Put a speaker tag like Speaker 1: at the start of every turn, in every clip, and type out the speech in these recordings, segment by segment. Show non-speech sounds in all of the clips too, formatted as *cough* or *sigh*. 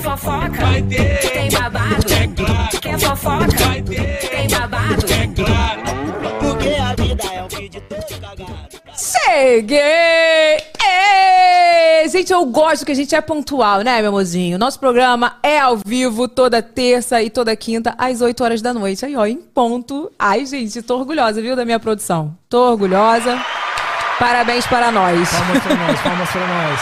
Speaker 1: fofoca? Tu tem babado?
Speaker 2: É
Speaker 1: Tu quer fofoca? Tu tem babado?
Speaker 2: Porque a vida é um vídeo todo cagado.
Speaker 3: Cheguei! Ê! Gente, eu gosto que a gente é pontual, né, meu amorzinho? Nosso programa é ao vivo toda terça e toda quinta, às 8 horas da noite. Aí, ó, em ponto. Ai, gente, tô orgulhosa, viu, da minha produção. Tô orgulhosa. Parabéns para nós.
Speaker 4: Palmas pra nós, palmas pra nós.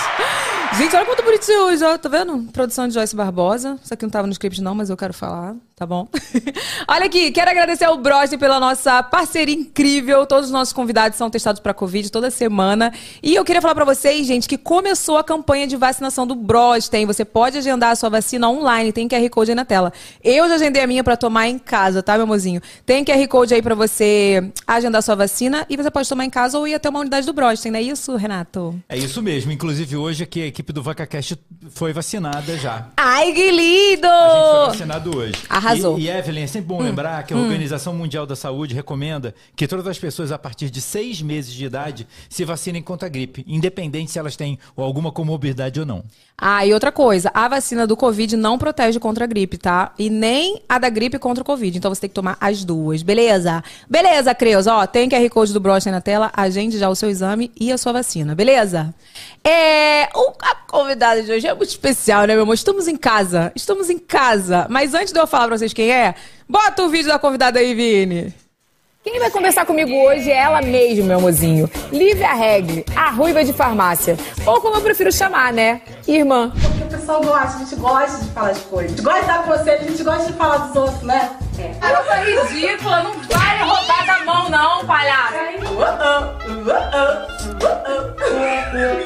Speaker 3: Gente, olha quanto bonitinho hoje, ó. Tá vendo? Produção de Joyce Barbosa. Isso aqui não tava no script, não, mas eu quero falar, tá bom? *laughs* olha aqui, quero agradecer ao Brosne pela nossa parceria incrível. Todos os nossos convidados são testados pra Covid toda semana. E eu queria falar pra vocês, gente, que começou a campanha de vacinação do Brostem. Você pode agendar a sua vacina online, tem QR Code aí na tela. Eu já agendei a minha pra tomar em casa, tá, meu mozinho? Tem QR Code aí pra você agendar a sua vacina e você pode tomar em casa ou ir até uma unidade do Brostem, não é isso, Renato?
Speaker 4: É isso mesmo. Inclusive, hoje aqui a equipe do VacaCast foi vacinada já.
Speaker 3: Ai, que lindo!
Speaker 4: A gente foi vacinado hoje.
Speaker 3: Oh! Arrasou. Hum,
Speaker 4: E, e, Evelyn, é sempre bom lembrar que a Organização Mundial da Saúde recomenda que todas as pessoas a partir de seis meses de idade se vacinem contra a gripe, independente se elas têm alguma comorbidade ou não.
Speaker 3: Ah, e outra coisa, a vacina do Covid não protege contra a gripe, tá? E nem a da gripe contra o Covid. Então você tem que tomar as duas, beleza? Beleza, Creus, ó, tem QR Code do Brocha na tela, agende já o seu exame e a sua vacina, beleza? É, o- a convidada de hoje é muito especial, né, meu amor? Estamos em casa, estamos em casa. Mas antes de eu falar pra vocês quem é, bota o vídeo da convidada aí, Vini.
Speaker 5: Quem vai conversar comigo hoje é ela mesma, meu amorzinho. Lívia Regli, a ruiva de farmácia. Ou como eu prefiro chamar, né? Irmã.
Speaker 6: Porque o pessoal gosta, a gente gosta de falar de coisa. A gente gosta de dar conselho, a gente gosta de falar dos outros, né? É.
Speaker 5: Coisa ridícula, não vai roubar da mão não, palhaço.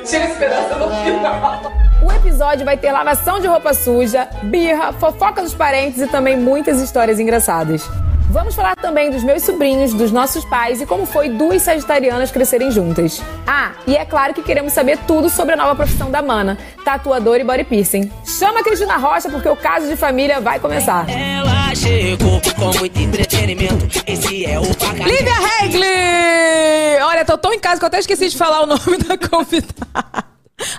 Speaker 6: Tira esse pedaço no final.
Speaker 5: O episódio vai ter lavação de roupa suja, birra, fofoca dos parentes e também muitas histórias engraçadas. Vamos falar também dos meus sobrinhos, dos nossos pais e como foi duas sagitarianas crescerem juntas. Ah, e é claro que queremos saber tudo sobre a nova profissão da Mana, tatuadora e body piercing. Chama a Cristina Rocha porque o caso de família vai começar.
Speaker 2: Ela chegou com muito entretenimento. Esse é o Vaca.
Speaker 3: Lívia Regli! Olha, tô tão em casa que eu até esqueci de falar o nome da convidada.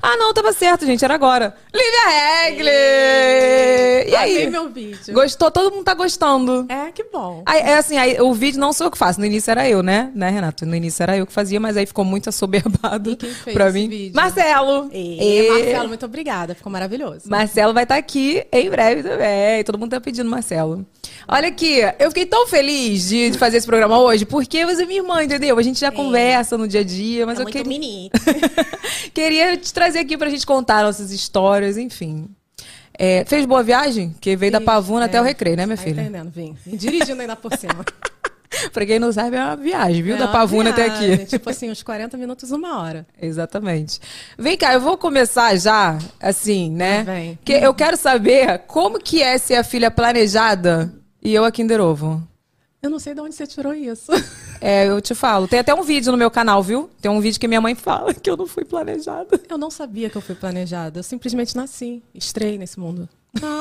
Speaker 3: Ah, não, tava certo, gente, era agora. Lívia Regli! E aí?
Speaker 7: Amei meu vídeo.
Speaker 3: Gostou? Todo mundo tá gostando.
Speaker 7: É, que bom.
Speaker 3: Aí, é assim, aí, o vídeo não sou eu que faço. No início era eu, né? Né, Renato? No início era eu que fazia, mas aí ficou muito assoberbado
Speaker 7: E quem fez
Speaker 3: pra
Speaker 7: esse
Speaker 3: mim.
Speaker 7: vídeo?
Speaker 3: Marcelo!
Speaker 7: E,
Speaker 3: Ê. *laughs*
Speaker 7: Marcelo, muito obrigada. Ficou maravilhoso.
Speaker 3: Marcelo vai estar aqui em breve também. Todo mundo tá pedindo Marcelo. Olha aqui, eu fiquei tão feliz de, de fazer esse programa hoje, porque você é minha irmã, entendeu? A gente já conversa no dia a dia, mas
Speaker 7: É
Speaker 3: eu
Speaker 7: muito
Speaker 3: queria.
Speaker 7: mini.
Speaker 3: *laughs* queria te trazer aqui pra gente contar nossas histórias, enfim. É, fez boa viagem? Que veio da Pavuna até o recreio, né, minha
Speaker 7: Tá
Speaker 3: filha?
Speaker 7: entendendo, vim. Me dirigindo ainda por cima.
Speaker 3: Pra quem não sabe, é uma viagem, *laughs* viu?
Speaker 7: É
Speaker 3: da
Speaker 7: uma
Speaker 3: Pavuna até
Speaker 7: viagem,
Speaker 3: aqui.
Speaker 7: Tipo assim, uns 40 minutos, uma hora.
Speaker 3: Exatamente. Vem cá, eu vou começar já, assim, né?
Speaker 7: Lá vem.
Speaker 3: Que eu quero saber como que é ser a filha planejada e eu a Kinder Ovo.
Speaker 7: Eu não sei de onde você tirou isso. *laughs*
Speaker 3: É, eu te falo. Tem até um vídeo no meu canal, viu? Tem um vídeo que minha mãe *laughs* fala que eu não fui planejada.
Speaker 7: Eu não sabia que eu fui planejada. Eu simplesmente nasci. Estrei nesse mundo.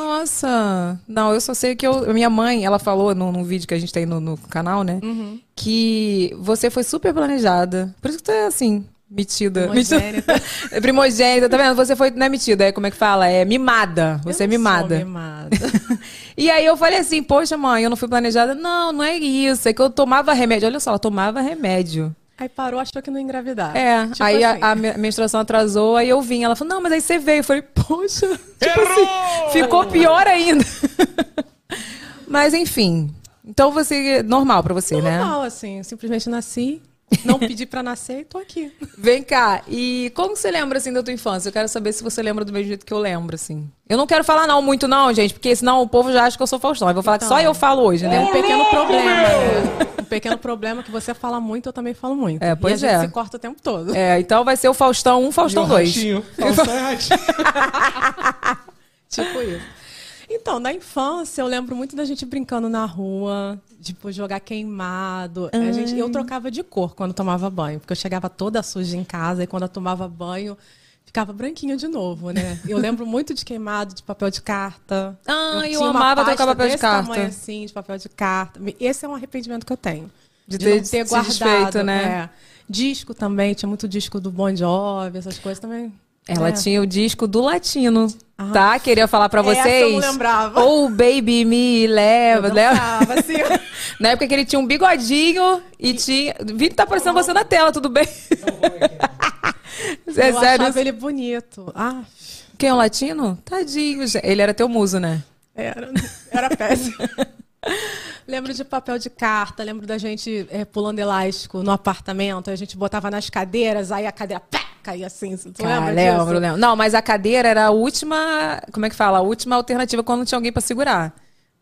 Speaker 3: Nossa! Não, eu só sei que eu. Minha mãe, ela falou num, num vídeo que a gente tem no, no canal, né?
Speaker 7: Uhum.
Speaker 3: Que você foi super planejada. Por isso que tu é assim, metida.
Speaker 7: Primogênita.
Speaker 3: Metida. *laughs* Primogênita, tá vendo? Você foi. Não é metida, é como é que fala? É mimada. Você
Speaker 7: Eu
Speaker 3: é
Speaker 7: não sou
Speaker 3: mimada. *laughs*
Speaker 7: mimada.
Speaker 3: E aí eu falei assim, poxa, mãe, eu não fui planejada. Não, não é isso. É que eu tomava remédio. Olha só, ela tomava remédio.
Speaker 7: Aí parou, achou que não ia engravidar.
Speaker 3: É,
Speaker 7: Tipo
Speaker 3: aí a-
Speaker 7: assim.
Speaker 3: a, me- menstruação atrasou, aí eu vim. Ela falou, não, mas aí você veio. Eu falei, poxa, *laughs* tipo assim, ficou pior ainda. *laughs* mas enfim. Então você. Normal pra você, né?
Speaker 7: Normal, assim. eu Simplesmente nasci, não pedi pra nascer e
Speaker 3: *laughs*
Speaker 7: tô aqui.
Speaker 3: Vem cá, e como você lembra assim da tua infância? Eu quero saber se você lembra do mesmo jeito que eu lembro, assim. Eu não quero falar não muito, não, gente, porque senão o povo já acha que eu sou Faustão. Eu vou falar que só eu falo hoje,
Speaker 7: É
Speaker 3: né?
Speaker 7: um pequeno problema. né? Um pequeno problema que você fala muito, eu também falo muito.
Speaker 3: É, pois
Speaker 7: e a
Speaker 3: é.
Speaker 7: gente se corta o tempo todo.
Speaker 3: É, então vai ser o Faustão 1, Faustão 2.
Speaker 4: Faustão é ratinho.
Speaker 7: Tipo isso. Então, na infância, eu lembro muito da gente brincando na rua, tipo, jogar queimado. A gente, eu trocava de cor quando tomava banho, porque eu chegava toda suja em casa e quando eu tomava banho, ficava branquinho de novo, né? Eu lembro muito de queimado, de papel de carta.
Speaker 3: Ah, eu
Speaker 7: tinha uma
Speaker 3: amava
Speaker 7: pasta
Speaker 3: trocar papel de
Speaker 7: desse
Speaker 3: carta.
Speaker 7: tamanho assim, de papel de carta. Esse é um arrependimento que eu tenho.
Speaker 3: De
Speaker 7: De,
Speaker 3: ter
Speaker 7: ter, não
Speaker 3: se
Speaker 7: ter guardado, é.
Speaker 3: desfeito, né?
Speaker 7: né? Disco também, tinha muito disco do Bon Jovi, essas coisas também.
Speaker 3: Ela
Speaker 7: É.
Speaker 3: tinha o disco do latino,
Speaker 7: Ah.
Speaker 3: tá? Queria falar pra
Speaker 7: Essa eu
Speaker 3: vocês.
Speaker 7: não lembrava.
Speaker 3: Ou Baby Me Leva,
Speaker 7: Eu
Speaker 3: leva?
Speaker 7: dançava, assim.
Speaker 3: *laughs* Na época que ele tinha um bigodinho e, tinha. Vitor, tá aparecendo você na tela, tudo bem? Você é
Speaker 7: Eu
Speaker 3: sério?
Speaker 7: achava ele bonito. Ah,
Speaker 3: Quem é o latino? Tadinho, gente. Ele era teu muso, né?
Speaker 7: era, era
Speaker 3: *laughs*
Speaker 7: péssimo. lembro de papel de carta, lembro da gente eh, pulando elástico no apartamento, aí a gente botava nas cadeiras, aí a cadeira pá, caía assim. Tu
Speaker 3: Ah,
Speaker 7: lembra disso?
Speaker 3: lembro, lembro. Não, mas a cadeira era a última. Como é que fala? A última alternativa quando não tinha alguém pra segurar.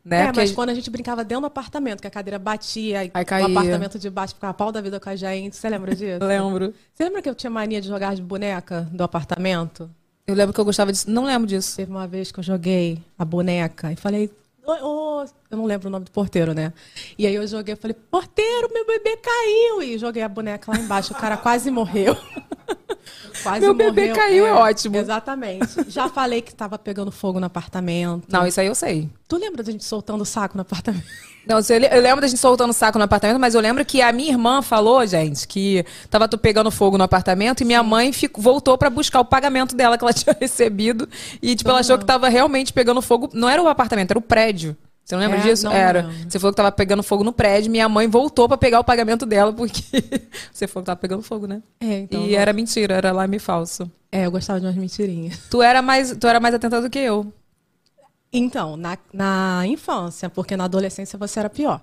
Speaker 3: Né?
Speaker 7: É,
Speaker 3: Porque a
Speaker 7: mas
Speaker 3: gente-
Speaker 7: quando a gente brincava dentro do apartamento, que a cadeira batia, e
Speaker 3: Aí caía.
Speaker 7: o apartamento de baixo ficava pau da vida com a gente. Você lembra disso?
Speaker 3: Lembro.
Speaker 7: Você lembra que eu tinha mania de jogar de boneca do apartamento?
Speaker 3: Eu lembro que eu gostava disso. Não lembro disso.
Speaker 7: Teve uma vez que eu joguei a boneca e falei. "Oi, ô", eu não lembro o nome do porteiro, né? E aí eu joguei, eu falei, porteiro, meu bebê caiu! E joguei a boneca lá embaixo, o cara quase morreu. *laughs* quase
Speaker 3: Meu bebê
Speaker 7: morreu,
Speaker 3: caiu, é ótimo.
Speaker 7: Exatamente. Já falei que tava pegando fogo no apartamento.
Speaker 3: Não, isso aí eu sei.
Speaker 7: Tu lembra da gente soltando o saco no apartamento? *laughs*
Speaker 3: Não, eu le- eu lembro da gente soltando saco no apartamento, mas eu lembro que a minha irmã falou, gente, que tava tu pegando fogo no apartamento e minha mãe ficou- voltou pra buscar o pagamento dela que ela *laughs* tinha recebido e tipo ela achou que tava realmente pegando fogo, não era o apartamento, era o prédio. Você não lembra
Speaker 7: É,
Speaker 3: disso?
Speaker 7: não
Speaker 3: era.
Speaker 7: lembro.
Speaker 3: Você falou que tava pegando fogo no prédio, minha mãe voltou pra pegar o pagamento dela porque *laughs* você falou que tava pegando fogo, né?
Speaker 7: É, então
Speaker 3: e
Speaker 7: não.
Speaker 3: era mentira, era lá me falso.
Speaker 7: É, eu gostava de umas mentirinhas.
Speaker 3: Tu era mais, tu era mais atenta do que eu.
Speaker 7: Então, na, na infância, porque na adolescência você era pior.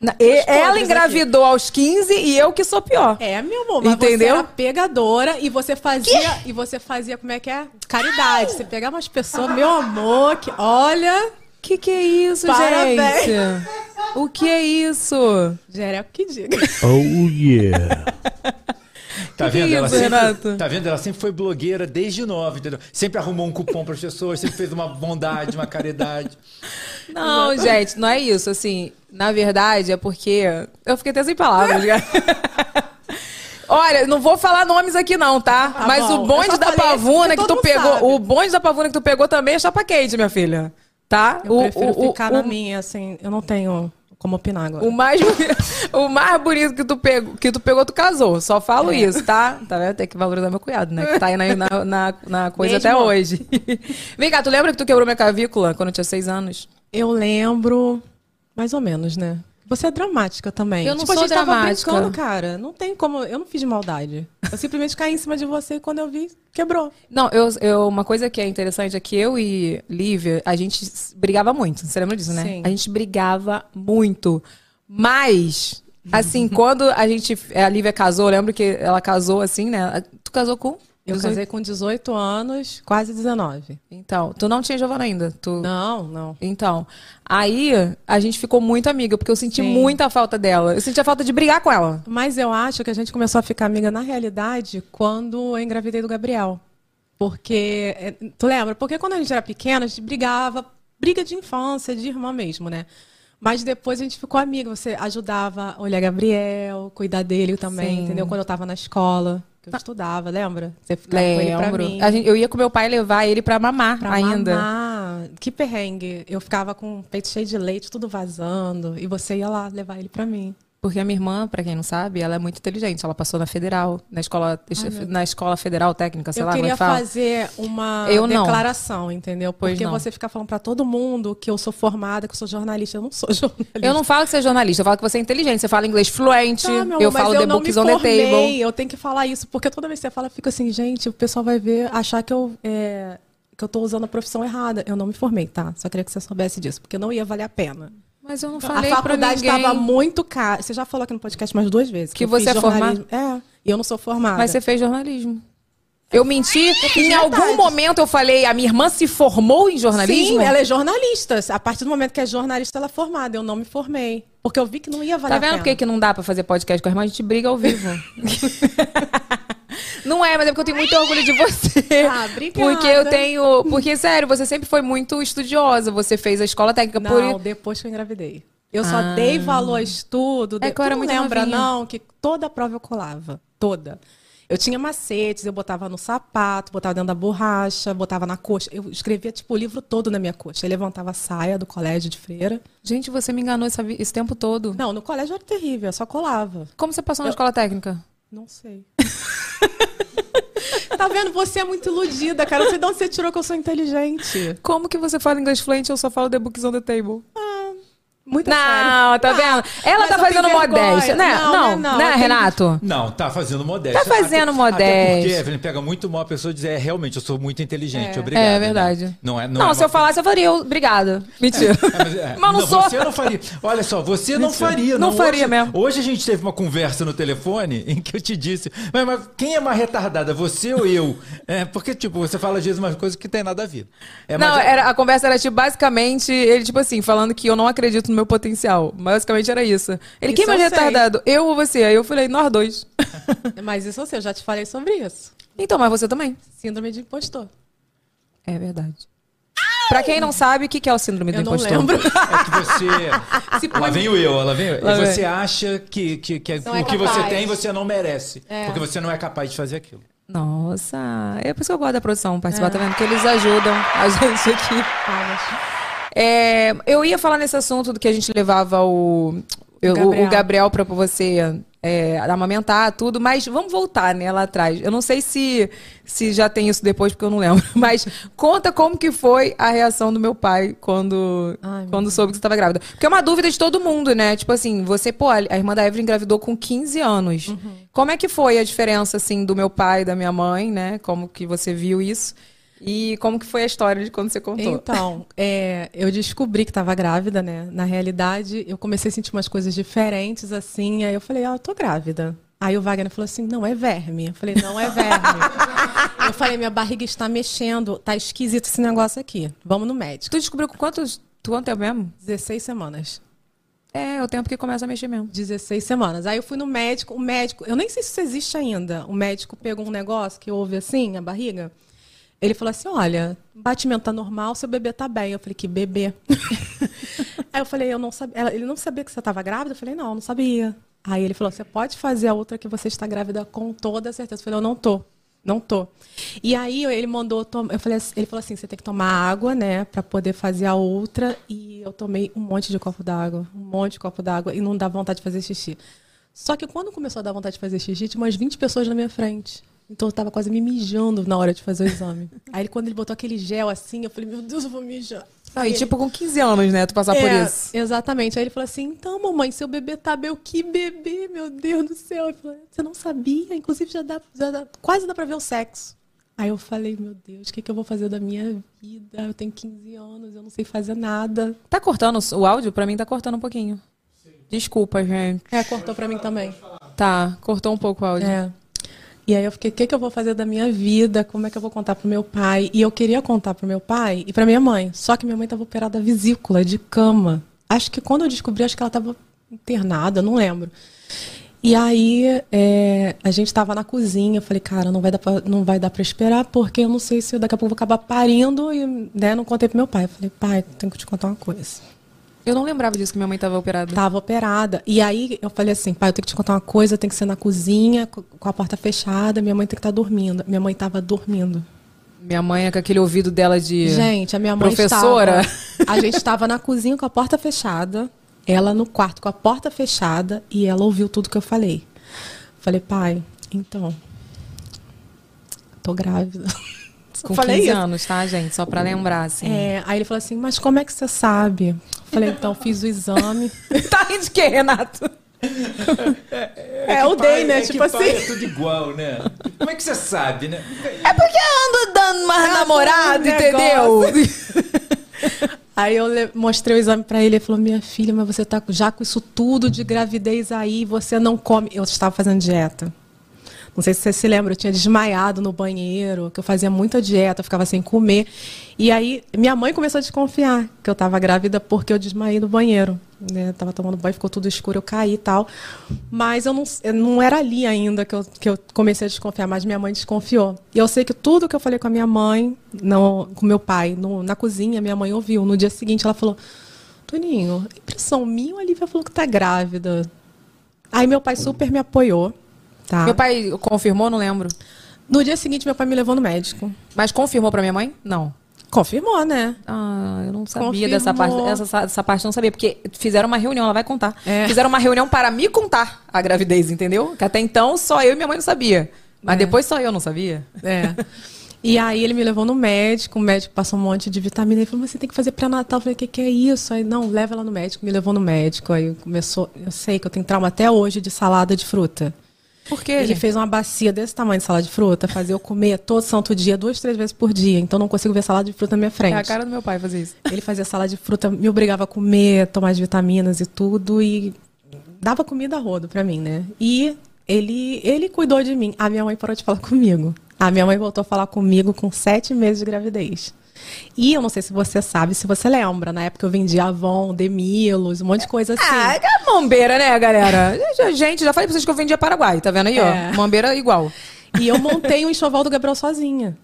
Speaker 3: Na- e- ela
Speaker 7: podres
Speaker 3: engravidou aos 15 e eu que sou pior.
Speaker 7: É, meu amor, mas
Speaker 3: Entendeu?
Speaker 7: você era pegadora e você fazia, e você fazia, como é que é? Caridade. Você pegava umas pessoas, meu amor, que olha,
Speaker 3: Que que é isso,
Speaker 7: Parabéns. *laughs*
Speaker 3: gente? O que é isso?
Speaker 7: Jereco que diga.
Speaker 3: *laughs*
Speaker 4: Tá
Speaker 3: Que
Speaker 4: vendo?
Speaker 3: que é
Speaker 4: ela
Speaker 3: isso, Renato?
Speaker 4: sempre, tá vendo? Ela sempre foi blogueira desde nova, entendeu? Sempre arrumou um cupom para as pessoas, sempre fez uma bondade, uma caridade.
Speaker 3: Não, gente, não é isso. Assim, na verdade, é porque. Eu fiquei até sem
Speaker 7: *laughs*
Speaker 3: palavras, cara. Olha, não vou falar nomes aqui não, tá? Mas
Speaker 7: bom.
Speaker 3: o
Speaker 7: Eu
Speaker 3: bonde
Speaker 7: só
Speaker 3: da
Speaker 7: falei
Speaker 3: pavuna
Speaker 7: porque
Speaker 3: que tu
Speaker 7: todo mundo
Speaker 3: pegou,
Speaker 7: sabe.
Speaker 3: o bonde da pavuna que tu pegou também é chapa quente, minha filha. Tá?
Speaker 7: Eu
Speaker 3: o,
Speaker 7: prefiro
Speaker 3: o- o-
Speaker 7: ficar
Speaker 3: o-
Speaker 7: na minha, assim, eu não tenho como opinar agora.
Speaker 3: O mais, boni- *laughs* o mais bonito que tu, pegou, que tu pegou, tu casou. Só
Speaker 7: É.
Speaker 3: falo isso, tá? Tá vendo? Tem que valorizar meu cunhado, né? Que tá aí na, na, na- na coisa
Speaker 7: Mesmo?
Speaker 3: até hoje. *laughs* Vem cá, tu lembra que tu quebrou minha cavícula quando eu tinha seis anos?
Speaker 7: Eu lembro, mais ou menos, né? Você é dramática também.
Speaker 3: Eu não
Speaker 7: tipo,
Speaker 3: sou
Speaker 7: a gente
Speaker 3: dramática.
Speaker 7: tava brincando, cara. Não tem como. Eu não fiz de maldade. Eu simplesmente caí em cima de você e quando eu vi, quebrou.
Speaker 3: Não, eu, eu- uma coisa que é interessante é que eu e Lívia, a gente s- brigava muito. Você lembra disso, né?
Speaker 7: Sim.
Speaker 3: A gente brigava muito. Mas,
Speaker 7: *laughs*
Speaker 3: assim, quando a gente. A Lívia casou, eu lembro que ela casou assim, né? Tu casou com?
Speaker 7: Eu
Speaker 3: 18?
Speaker 7: casei com 18 anos, quase 19.
Speaker 3: Então, tu não tinha Giovana ainda. Tu...
Speaker 7: Não, não.
Speaker 3: Então, aí a gente ficou muito amiga, porque eu senti
Speaker 7: Sim.
Speaker 3: muita falta dela. Eu senti a falta de brigar com ela.
Speaker 7: Mas eu acho que a gente começou a ficar amiga na realidade quando eu engravidei do Gabriel. Porque, é, tu lembra? Porque quando a gente era pequena, a gente brigava, briga de infância, de irmã mesmo, né? Mas depois a gente ficou amiga, você ajudava a olhar Gabriel, cuidar dele também,
Speaker 3: Sim. Tá.
Speaker 7: entendeu? Quando eu tava na escola, que eu estudava, lembra? Você ficava com ele pra
Speaker 3: Lembro.
Speaker 7: mim.
Speaker 3: A gente- eu ia com meu pai levar ele pra mamar
Speaker 7: Pra
Speaker 3: ainda.
Speaker 7: mamar. Que perrengue. Eu ficava com o peito cheio de leite, tudo vazando, e você ia lá levar ele pra mim.
Speaker 3: Porque a minha irmã, pra quem não sabe, ela é muito inteligente. Ela passou na federal, na escola, na escola federal técnica, sei
Speaker 7: eu
Speaker 3: lá como é
Speaker 7: queria
Speaker 3: que fala.
Speaker 7: fazer uma
Speaker 3: Eu não.
Speaker 7: declaração, entendeu?
Speaker 3: Pois
Speaker 7: Porque
Speaker 3: não.
Speaker 7: você fica falando pra todo mundo que eu sou formada, que eu sou jornalista. Eu não sou *laughs* jornalista.
Speaker 3: Eu não falo que você é jornalista, eu falo que você é inteligente. Você fala inglês fluente,
Speaker 7: Tá, meu amor,
Speaker 3: eu
Speaker 7: mas
Speaker 3: falo
Speaker 7: eu
Speaker 3: the
Speaker 7: não
Speaker 3: books
Speaker 7: me
Speaker 3: on the
Speaker 7: formei,
Speaker 3: table.
Speaker 7: Eu tenho que falar isso, porque toda vez que você fala, eu fico assim, gente, o pessoal vai ver, achar que eu, é, que eu tô usando a profissão errada. Eu não me formei, tá? Só queria que você soubesse disso, porque não ia valer a pena.
Speaker 3: Mas eu não falei
Speaker 7: a
Speaker 3: pra
Speaker 7: faculdade
Speaker 3: ninguém.
Speaker 7: estava muito cara. Você já falou aqui no podcast mais duas vezes.
Speaker 3: Que
Speaker 7: eu fiz
Speaker 3: você é
Speaker 7: jornalismo. É, e eu não sou formada.
Speaker 3: Mas você fez jornalismo. Eu menti.
Speaker 7: É
Speaker 3: em algum
Speaker 7: metade.
Speaker 3: momento eu falei, a minha irmã se formou em jornalismo?
Speaker 7: Sim, ela é jornalista. A partir do momento que é jornalista, ela é formada. Eu não me formei. Porque eu vi que não ia valer
Speaker 3: Tá vendo
Speaker 7: a
Speaker 3: por que
Speaker 7: pena.
Speaker 3: que não dá pra fazer podcast com a irmã? A gente briga ao *laughs* vivo. Não é, mas é porque eu tenho muito orgulho de você.
Speaker 7: Ah, obrigada.
Speaker 3: Porque eu tenho. Porque, sério, você sempre foi muito estudiosa. Você fez a escola técnica por.
Speaker 7: Não, depois que eu engravidei. Eu só
Speaker 3: Ah.
Speaker 7: dei valor a estudo.
Speaker 3: É que eu era
Speaker 7: Tu não
Speaker 3: muito
Speaker 7: lembra,
Speaker 3: novinha.
Speaker 7: não, que toda prova eu colava. Toda. Eu tinha macetes, eu botava no sapato, botava dentro da borracha, botava na coxa. Eu escrevia, tipo, o livro todo na minha coxa. Eu levantava a saia do colégio de freira.
Speaker 3: Gente, você me enganou essa vi- esse tempo todo.
Speaker 7: Não, no colégio era terrível, eu só colava.
Speaker 3: Como você passou na escola técnica?
Speaker 7: Não sei. *laughs* tá vendo? Você é muito iludida, cara. Não sei de onde você tirou que eu sou inteligente.
Speaker 3: Como que você fala inglês fluente? Eu só falo The Books on the Table.
Speaker 7: Muito
Speaker 3: Não, tá vendo? Ela
Speaker 7: mas
Speaker 3: tá
Speaker 7: eu
Speaker 3: fazendo
Speaker 7: tenho vergonha.
Speaker 3: modéstia, né?
Speaker 7: Não,
Speaker 3: Não,
Speaker 7: né, não, eu
Speaker 3: né,
Speaker 7: tenho-
Speaker 3: Renato?
Speaker 4: Não, tá fazendo modéstia.
Speaker 3: Tá fazendo
Speaker 4: Até- Até porque,
Speaker 3: modéstia.
Speaker 4: Evelyn, pega muito mal a pessoa dizer, é, realmente, eu sou muito inteligente, obrigado.
Speaker 3: É
Speaker 4: né?
Speaker 3: verdade.
Speaker 4: Não é, não
Speaker 3: Não,
Speaker 4: é
Speaker 3: se
Speaker 4: uma-
Speaker 3: eu falasse, eu faria. eu- Obrigada. Mentira.
Speaker 4: É, mas,
Speaker 3: *laughs*
Speaker 4: é,
Speaker 3: Mas eu não sou.
Speaker 4: Você não faria. Olha só, você não faria.
Speaker 3: Não faria
Speaker 4: hoje,
Speaker 3: mesmo.
Speaker 4: Hoje a gente teve uma conversa no telefone *laughs* em que eu te disse, mas, mas quem é mais retardada, você ou eu? É, porque, tipo, você fala às vezes umas coisas que tem nada a ver. É,
Speaker 3: Não,
Speaker 4: mas-
Speaker 3: era, a conversa era tipo, basicamente, ele, tipo assim, falando que eu não acredito no meu potencial. Basicamente era isso. Ele,
Speaker 7: Isso
Speaker 3: quem é mais
Speaker 7: eu sei.
Speaker 3: retardado? Eu ou você? Aí eu falei, nós
Speaker 7: *laughs*
Speaker 3: dois.
Speaker 7: Mas isso eu sei, eu já te falei sobre isso.
Speaker 3: então, mas você também.
Speaker 7: Síndrome de impostor.
Speaker 3: É verdade. Pra quem não sabe, o que que é o síndrome do
Speaker 7: Eu não
Speaker 3: impostor? *laughs*
Speaker 7: lembro.
Speaker 4: é que você.
Speaker 7: Se
Speaker 4: Lá
Speaker 7: põe-
Speaker 4: vem o eu, ela vem o eu.
Speaker 3: Lá
Speaker 4: E você
Speaker 3: vem.
Speaker 4: acha que, que, que é-
Speaker 7: Não é
Speaker 4: o que você
Speaker 7: capaz.
Speaker 4: tem você não merece.
Speaker 7: É.
Speaker 4: Porque você não é capaz de fazer aquilo.
Speaker 3: Nossa, é por isso que eu gosto da produção participar,
Speaker 7: É.
Speaker 3: tá vendo? Porque eles ajudam a *laughs* gente aqui.
Speaker 7: Palmas.
Speaker 3: É, eu ia falar nesse assunto do que a gente levava o, eu- o- o Gabriel,
Speaker 7: Gabriel.
Speaker 3: pra você é, amamentar, tudo, mas vamos voltar né, lá atrás. Eu não sei se, se já tem isso depois, porque eu não lembro. *laughs* Mas conta como que foi a reação do meu pai quando,
Speaker 7: Ai, meu
Speaker 3: quando soube que você tava grávida. Porque é uma dúvida de todo mundo, né? Tipo assim, você, pô, a irmã da Evelyn engravidou com 15 anos.
Speaker 7: Uhum.
Speaker 3: Como é que foi a diferença, assim, do meu pai e da minha mãe, né? Como que você viu isso? E como que foi a história de quando você contou?
Speaker 7: Então, é, eu descobri que estava grávida, né? Na realidade, eu comecei a sentir umas coisas diferentes, assim. Aí eu falei, ah, eu tô grávida. Aí o Wagner falou assim, não, é verme. Eu falei, não é verme.
Speaker 3: *laughs*
Speaker 7: eu falei, minha barriga está mexendo, tá esquisito esse negócio aqui. Vamos no médico.
Speaker 3: Tu descobriu com quantos... Quanto tempo mesmo?
Speaker 7: 16 semanas.
Speaker 3: É, é o tempo que começa a mexer mesmo.
Speaker 7: 16 semanas. Aí eu fui no médico, o médico, eu nem sei se isso existe ainda. O médico pegou um negócio que houve assim, a barriga. Ele falou assim: olha, o batimento tá normal, seu bebê tá bem. Eu falei, que bebê? *laughs* Aí eu falei, eu não sabia. Ele não sabia que você estava grávida? Eu falei, não, eu não sabia. Aí ele falou: você pode fazer a outra que você está grávida com toda certeza. Eu falei, eu não tô. Não tô. E aí eu- ele mandou eu tomar. Eu falei, assim- ele falou assim: você tem que tomar água, né? Pra poder fazer a outra. E eu tomei um monte de copo d'água, um monte de copo d'água, e não dá vontade de fazer xixi. Só que quando começou a dar vontade de fazer xixi, tinha umas 20 pessoas na minha frente. Então eu tava quase me mijando na hora de fazer o
Speaker 3: *laughs*
Speaker 7: exame. Aí ele- quando ele botou aquele gel assim, eu falei, meu Deus, eu vou mijar.
Speaker 3: Não, e tipo com 15 anos, né? Tu passar por
Speaker 7: É,
Speaker 3: isso.
Speaker 7: Exatamente. Aí ele falou assim: então, mamãe, seu bebê tá bem. Eu, Que bebê, meu Deus do céu. Ele falou, você não sabia? Inclusive, já dá, já dá- quase dá pra ver o sexo. Aí eu falei: meu Deus, o que, que eu vou fazer da minha vida? Eu tenho 15 anos, eu não sei fazer nada.
Speaker 3: Tá cortando o áudio? Pra mim tá cortando um pouquinho. Desculpa, gente.
Speaker 7: É, cortou pra mim também.
Speaker 3: Tá, cortou um pouco o áudio.
Speaker 7: É. E aí eu fiquei, o que, que eu vou fazer da minha vida? Como é que eu vou contar pro meu pai? E eu queria contar pro meu pai e pra minha mãe. Só que minha mãe tava operada vesícula, de cama. Acho que quando eu descobri, acho que ela tava internada, não lembro. E aí é, a gente tava na cozinha, eu falei, cara, não vai dar pra, não vai dar pra esperar, porque eu não sei se eu daqui a pouco eu vou acabar parindo e né, não contei pro meu pai. Eu falei, pai, tenho que te contar uma coisa.
Speaker 3: Eu não lembrava disso que minha mãe tava operada. Tá.
Speaker 7: Tava operada. E aí eu falei assim, pai, eu tenho que te contar uma coisa, eu tenho que ser na cozinha, co- com a porta fechada, minha mãe tem que estar dormindo. Minha mãe tava dormindo.
Speaker 3: Minha mãe é com aquele ouvido dela de.
Speaker 7: Gente, a minha mãe
Speaker 3: Professora?
Speaker 7: estava... A gente estava na cozinha com a porta fechada, ela no quarto com a porta fechada e ela ouviu tudo que eu falei. Falei, pai, então, tô grávida.
Speaker 3: com 15
Speaker 7: Falei isso.
Speaker 3: anos, tá, gente? Só pra lembrar, assim.
Speaker 7: É, aí ele falou assim, mas como é que você sabe? Falei, então, fiz o exame.
Speaker 3: *laughs* tá rindo de quê, Renato?
Speaker 7: É, o dei, né? tipo assim.
Speaker 4: é tudo igual, né? Como é que você sabe, né?
Speaker 3: É porque eu ando Tá dando mais namorado,
Speaker 7: um
Speaker 3: entendeu?
Speaker 7: Aí eu le- mostrei o exame pra ele, ele falou: "Minha filha, mas você tá com- já com isso tudo de gravidez aí, você não come". Eu estava fazendo dieta. Não sei se você se lembra, eu tinha desmaiado no banheiro, que eu fazia muita dieta, eu ficava sem comer. E aí minha mãe começou a desconfiar que eu estava grávida porque eu desmaiei no banheiro. Né? Eu tava tomando banho, ficou tudo escuro, eu caí e tal. Mas eu não, eu não era ali ainda que eu, que eu comecei a desconfiar, mas minha mãe desconfiou. E eu sei que tudo que eu falei com a minha mãe, não, com meu pai, no- na cozinha, minha mãe ouviu. No dia seguinte ela falou: Toninho, impressão minha, ou a Lívia falou que tá grávida. Aí meu pai super me apoiou. Tá?
Speaker 3: Meu pai confirmou, não lembro.
Speaker 7: No dia seguinte, meu pai me levou no médico.
Speaker 3: Mas confirmou pra minha mãe? Não.
Speaker 7: Confirmou, né?
Speaker 3: Ah, eu não sabia
Speaker 7: Confirmou.
Speaker 3: dessa parte. Essa, essa parte eu não sabia, porque fizeram uma reunião, ela vai contar.
Speaker 7: É.
Speaker 3: Fizeram uma reunião para me contar a gravidez, entendeu? Que até então só eu e minha mãe não sabia. Mas depois só eu não sabia.
Speaker 7: É. E aí ele me levou no médico, o médico passou um monte de vitamina e falou, "Mas você tem que fazer pré-natal. Eu falei, o que, que é isso? Aí, não, leva ela no médico. Me levou no médico. Aí começou, eu sei que eu tenho trauma até hoje de salada de fruta.
Speaker 3: Por quê?
Speaker 7: Ele
Speaker 3: gente?
Speaker 7: fez uma bacia desse tamanho de salada de fruta, fazia eu comer todo santo dia, duas, três vezes por dia. Então não consigo ver salada de fruta na minha
Speaker 3: É
Speaker 7: frente.
Speaker 3: a cara do meu pai fazer isso.
Speaker 7: Ele fazia salada de fruta, me obrigava a comer, tomar as vitaminas e tudo, e dava comida a rodo pra mim, né? E ele, ele cuidou de mim. A minha mãe parou de falar comigo. A minha mãe voltou a falar comigo com sete meses de gravidez. E eu não sei se você sabe, se você lembra, na época eu vendia Avon, Demilos, um monte de coisa assim.
Speaker 3: Ah, é bombeira, né, galera? Já- Gente, já falei pra vocês que eu vendia Paraguai, tá vendo aí,
Speaker 7: É.
Speaker 3: ó? Bombeira igual.
Speaker 7: E eu montei o enxoval do Gabriel sozinha.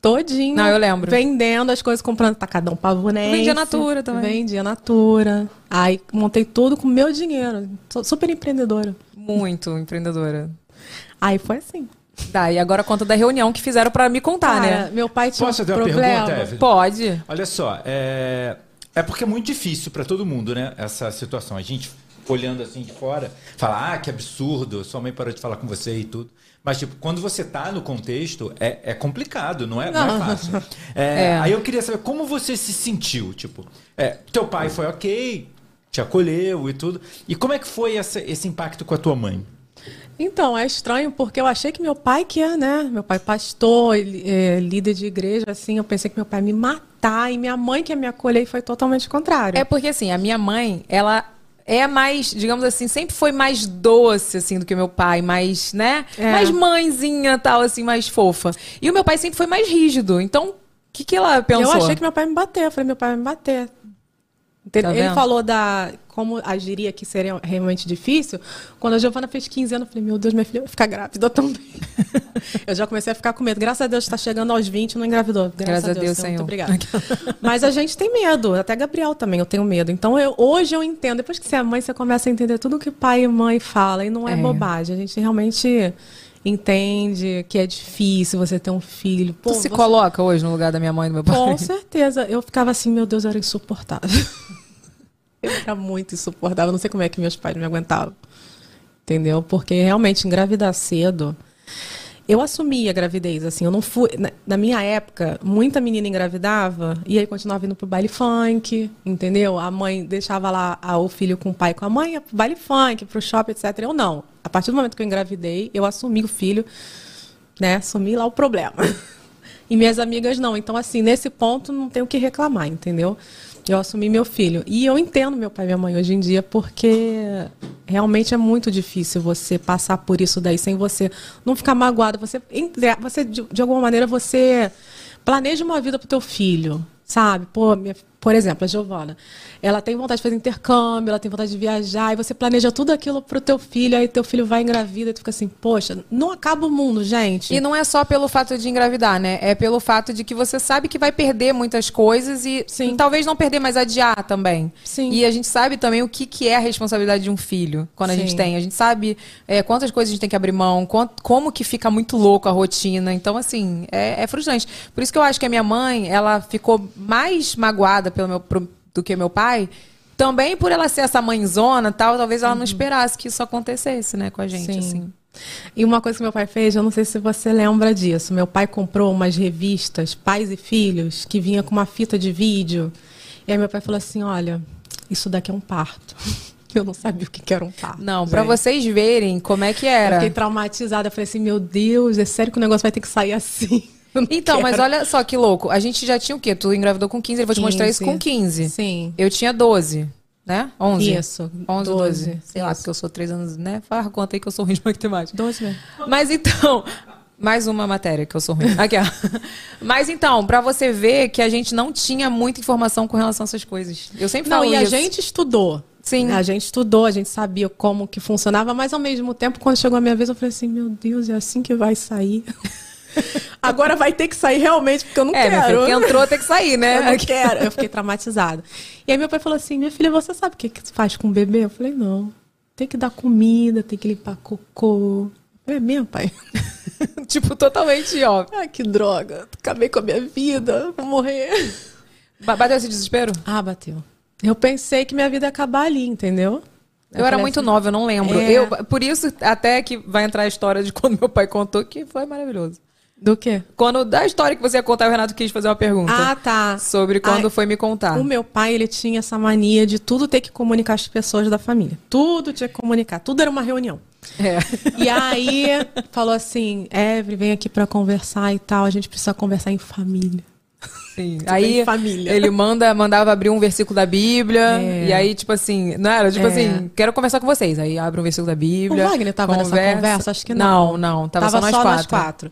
Speaker 7: Todinho.
Speaker 3: Não, eu lembro.
Speaker 7: Vendendo as coisas, comprando tacadão pavonense.
Speaker 3: Vendia Natura também.
Speaker 7: Vendia Natura. Aí montei tudo com meu dinheiro. Sou super empreendedora.
Speaker 3: Muito empreendedora.
Speaker 7: Aí foi assim.
Speaker 3: Tá, e agora conta da reunião que fizeram pra me contar,
Speaker 7: Cara,
Speaker 3: né?
Speaker 7: meu pai tinha
Speaker 4: Posso
Speaker 7: um
Speaker 4: fazer uma
Speaker 7: problema.
Speaker 4: pergunta, Evelyn?
Speaker 3: Pode.
Speaker 4: Olha só, é, é porque é muito difícil pra todo mundo, né? Essa situação. A gente olhando assim de fora, fala, ah, que absurdo, sua mãe parou de falar com você e tudo. Mas, tipo, quando você tá no contexto, é, é complicado, não é, não é fácil.
Speaker 7: *laughs*
Speaker 4: É,
Speaker 3: É.
Speaker 4: Aí eu queria saber como você se sentiu, tipo, é, teu pai foi ok, te acolheu e tudo. E como é que foi essa- esse impacto com a tua mãe?
Speaker 7: Então, é estranho porque eu achei que meu pai que é, né? Meu pai pastor, ele, é, líder de igreja, assim. Eu pensei que meu pai ia me matar e minha mãe que ia me acolher e foi totalmente o contrário.
Speaker 3: É porque, assim, a minha mãe, ela é mais, digamos assim, sempre foi mais doce, assim, do que meu pai, mais, né?
Speaker 7: É.
Speaker 3: Mais mãezinha, tal, assim, mais fofa. E o meu pai sempre foi mais rígido. Então, o que, que ela pensou?
Speaker 7: Eu achei que meu pai me bateu. Eu falei, meu pai vai me bater. Entendeu?
Speaker 3: Tá
Speaker 7: ele
Speaker 3: vendo?
Speaker 7: falou da. Como agiria que seria realmente difícil. Quando a Giovana fez 15 anos, eu falei, meu Deus, minha filha vai ficar grávida também. *laughs* eu já comecei a ficar com medo. Graças a Deus, está chegando aos 20 e não engravidou. Graças,
Speaker 3: Graças a Deus,
Speaker 7: Muito
Speaker 3: Senhor. *laughs*
Speaker 7: obrigada. Mas a gente tem medo. Até Gabriel também, eu tenho medo. Então, eu- hoje eu entendo. Depois que você é mãe, você começa a entender tudo que pai e mãe falam. E não é,
Speaker 3: É.
Speaker 7: bobagem. A gente realmente entende que é difícil você ter um filho. Pô,
Speaker 3: Tu se
Speaker 7: você-
Speaker 3: coloca hoje no lugar da minha mãe e do meu pai?
Speaker 7: com certeza. Eu ficava assim, meu Deus, eu era insuportável. *laughs* Eu era muito insuportável. Não sei como é que meus pais me aguentavam. Entendeu? Porque realmente engravidar cedo. Eu assumi a gravidez, assim, eu não fui. Na, na minha época, muita menina engravidava e aí continuava indo pro baile funk, entendeu? A mãe deixava lá a- o filho com o pai e com a mãe, ia pro baile funk, pro shopping, etc. Eu não. A partir do momento que eu engravidei, eu assumi o filho, né? Assumi lá o problema. *laughs* E minhas amigas não. Então, assim, nesse ponto não tenho o que reclamar, entendeu? Eu assumi meu filho. E eu entendo meu pai e minha mãe hoje em dia, porque realmente é muito difícil você passar por isso daí sem você não ficar magoado. Você, entre- você de, de alguma maneira, você planeja uma vida pro teu filho, sabe? Pô, minha- por exemplo, a Giovana, ela tem vontade de fazer intercâmbio, ela tem vontade de viajar, e você planeja tudo aquilo pro teu filho, aí teu filho vai engravida e tu fica assim, poxa, não acaba o mundo, gente.
Speaker 3: E não é só pelo fato de engravidar, né? É pelo fato de que você sabe que vai perder muitas coisas e
Speaker 7: Sim.
Speaker 3: talvez não perder, mas adiar também.
Speaker 7: Sim.
Speaker 3: E a gente sabe também o que, que é a responsabilidade de um filho quando a
Speaker 7: Sim.
Speaker 3: gente tem. A gente sabe é, quantas coisas a gente tem que abrir mão, quan- como que fica muito louco a rotina. Então, assim, é, é frustrante. Por isso que eu acho que a minha mãe, ela ficou mais magoada pelo meu, pro- do que meu pai. Também por ela ser essa mãezona e tal, talvez ela não esperasse que isso acontecesse, né, com a gente,
Speaker 7: Uhum. Sim.
Speaker 3: assim.
Speaker 7: E uma coisa que meu pai fez, eu não sei se você lembra disso. Meu pai comprou umas revistas Pais e Filhos que vinha com uma fita de vídeo. E aí meu pai falou assim: "Olha, isso daqui é um parto". *laughs* Eu não sabia o que que era um parto.
Speaker 3: Não, pra
Speaker 7: gente.
Speaker 3: vocês verem como é que
Speaker 7: Eu
Speaker 3: era.
Speaker 7: fiquei traumatizada, eu falei assim: "Meu Deus, é sério que o negócio vai ter que sair assim?". Eu não
Speaker 3: Então, mas
Speaker 7: quero.
Speaker 3: olha só que louco. A gente já tinha o quê? Tu engravidou com 15, eu vou te mostrar isso
Speaker 7: 15.
Speaker 3: com 15.
Speaker 7: Sim.
Speaker 3: Eu tinha 12, né? 11.
Speaker 7: Isso,
Speaker 3: 11, 12.
Speaker 7: 12,
Speaker 3: Sei lá,
Speaker 7: isso.
Speaker 3: porque eu sou 3 anos, né? Faz a conta aí que eu sou ruim de matemática.
Speaker 7: Doze mesmo.
Speaker 3: Mas então, mais uma matéria que eu sou ruim. Aqui, ó. Mas então, pra você ver que a gente não tinha muita informação com relação a essas coisas. Eu sempre
Speaker 7: Não,
Speaker 3: falo
Speaker 7: e a
Speaker 3: isso.
Speaker 7: gente estudou.
Speaker 3: Sim.
Speaker 7: A gente estudou, a gente sabia como que funcionava, mas ao mesmo tempo, quando chegou a minha vez, eu falei assim, meu Deus, é assim que vai
Speaker 3: *laughs*
Speaker 7: sair. Agora vai ter que sair realmente, porque eu não
Speaker 3: É, minha filha,
Speaker 7: quero.
Speaker 3: quem entrou tem que sair, né?
Speaker 7: Eu não
Speaker 3: Aqui.
Speaker 7: quero. Eu fiquei traumatizada. E aí meu pai falou assim, minha filha, você sabe o que, que faz com o bebê? Eu falei, não. Tem que dar comida, tem que limpar cocô. Eu falei, É mesmo, pai?
Speaker 3: tipo, totalmente, ó.
Speaker 7: Ah, que droga. Acabei com a minha vida. Vou morrer.
Speaker 3: ba- Bateu esse desespero?
Speaker 7: Ah, bateu. Eu pensei que minha vida ia acabar ali, entendeu?
Speaker 3: Eu era muito nova, eu não lembro.
Speaker 7: É.
Speaker 3: Eu, por isso, até que vai entrar a história de *laughs* quando meu pai contou, que foi maravilhoso.
Speaker 7: Do quê?
Speaker 3: Quando da história que você ia contar, o Renato quis fazer uma pergunta.
Speaker 7: Ah, tá.
Speaker 3: Sobre quando
Speaker 7: Ah,
Speaker 3: foi me contar.
Speaker 7: O meu pai, ele tinha essa mania de tudo ter que comunicar às pessoas da família. Tudo tinha que comunicar. Tudo era uma reunião. *laughs*
Speaker 3: É.
Speaker 7: E aí, *laughs* falou assim, Evelyn, vem aqui pra conversar e tal. A gente precisa conversar em família.
Speaker 3: Sim. Aí
Speaker 7: em família.
Speaker 3: ele manda, mandava abrir um versículo da Bíblia. E aí, tipo assim, não era? Tipo
Speaker 7: É.
Speaker 3: assim, quero conversar com vocês. Aí abre um versículo da Bíblia.
Speaker 7: O Wagner tava nessa conversa? Acho que não.
Speaker 3: Não, não. Tava, só, nós, quatro.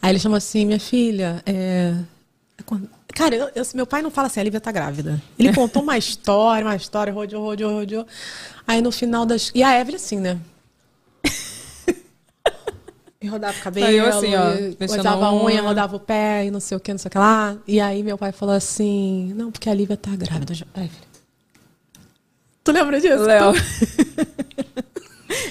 Speaker 7: Aí ele chamou assim, minha filha, é... quando- Cara, eu- eu- meu pai não fala assim, a Lívia tá grávida.
Speaker 3: *laughs*
Speaker 7: Ele contou uma história, uma história, rodeou, rodeou, rodeou. Aí no final das... E a Evelyn assim,
Speaker 3: *laughs*
Speaker 7: né? E rodava o cabelo,
Speaker 3: Aí eu assim, ó,
Speaker 7: e
Speaker 3: mexendo
Speaker 7: coisava a
Speaker 3: a
Speaker 7: unha,
Speaker 3: unha.
Speaker 7: rodava o pé e não sei o que, não sei o que lá. E aí meu pai falou assim, não, porque a Lívia tá grávida. Jo- Evelyn. Tu lembra disso?
Speaker 3: Léo.
Speaker 7: *laughs*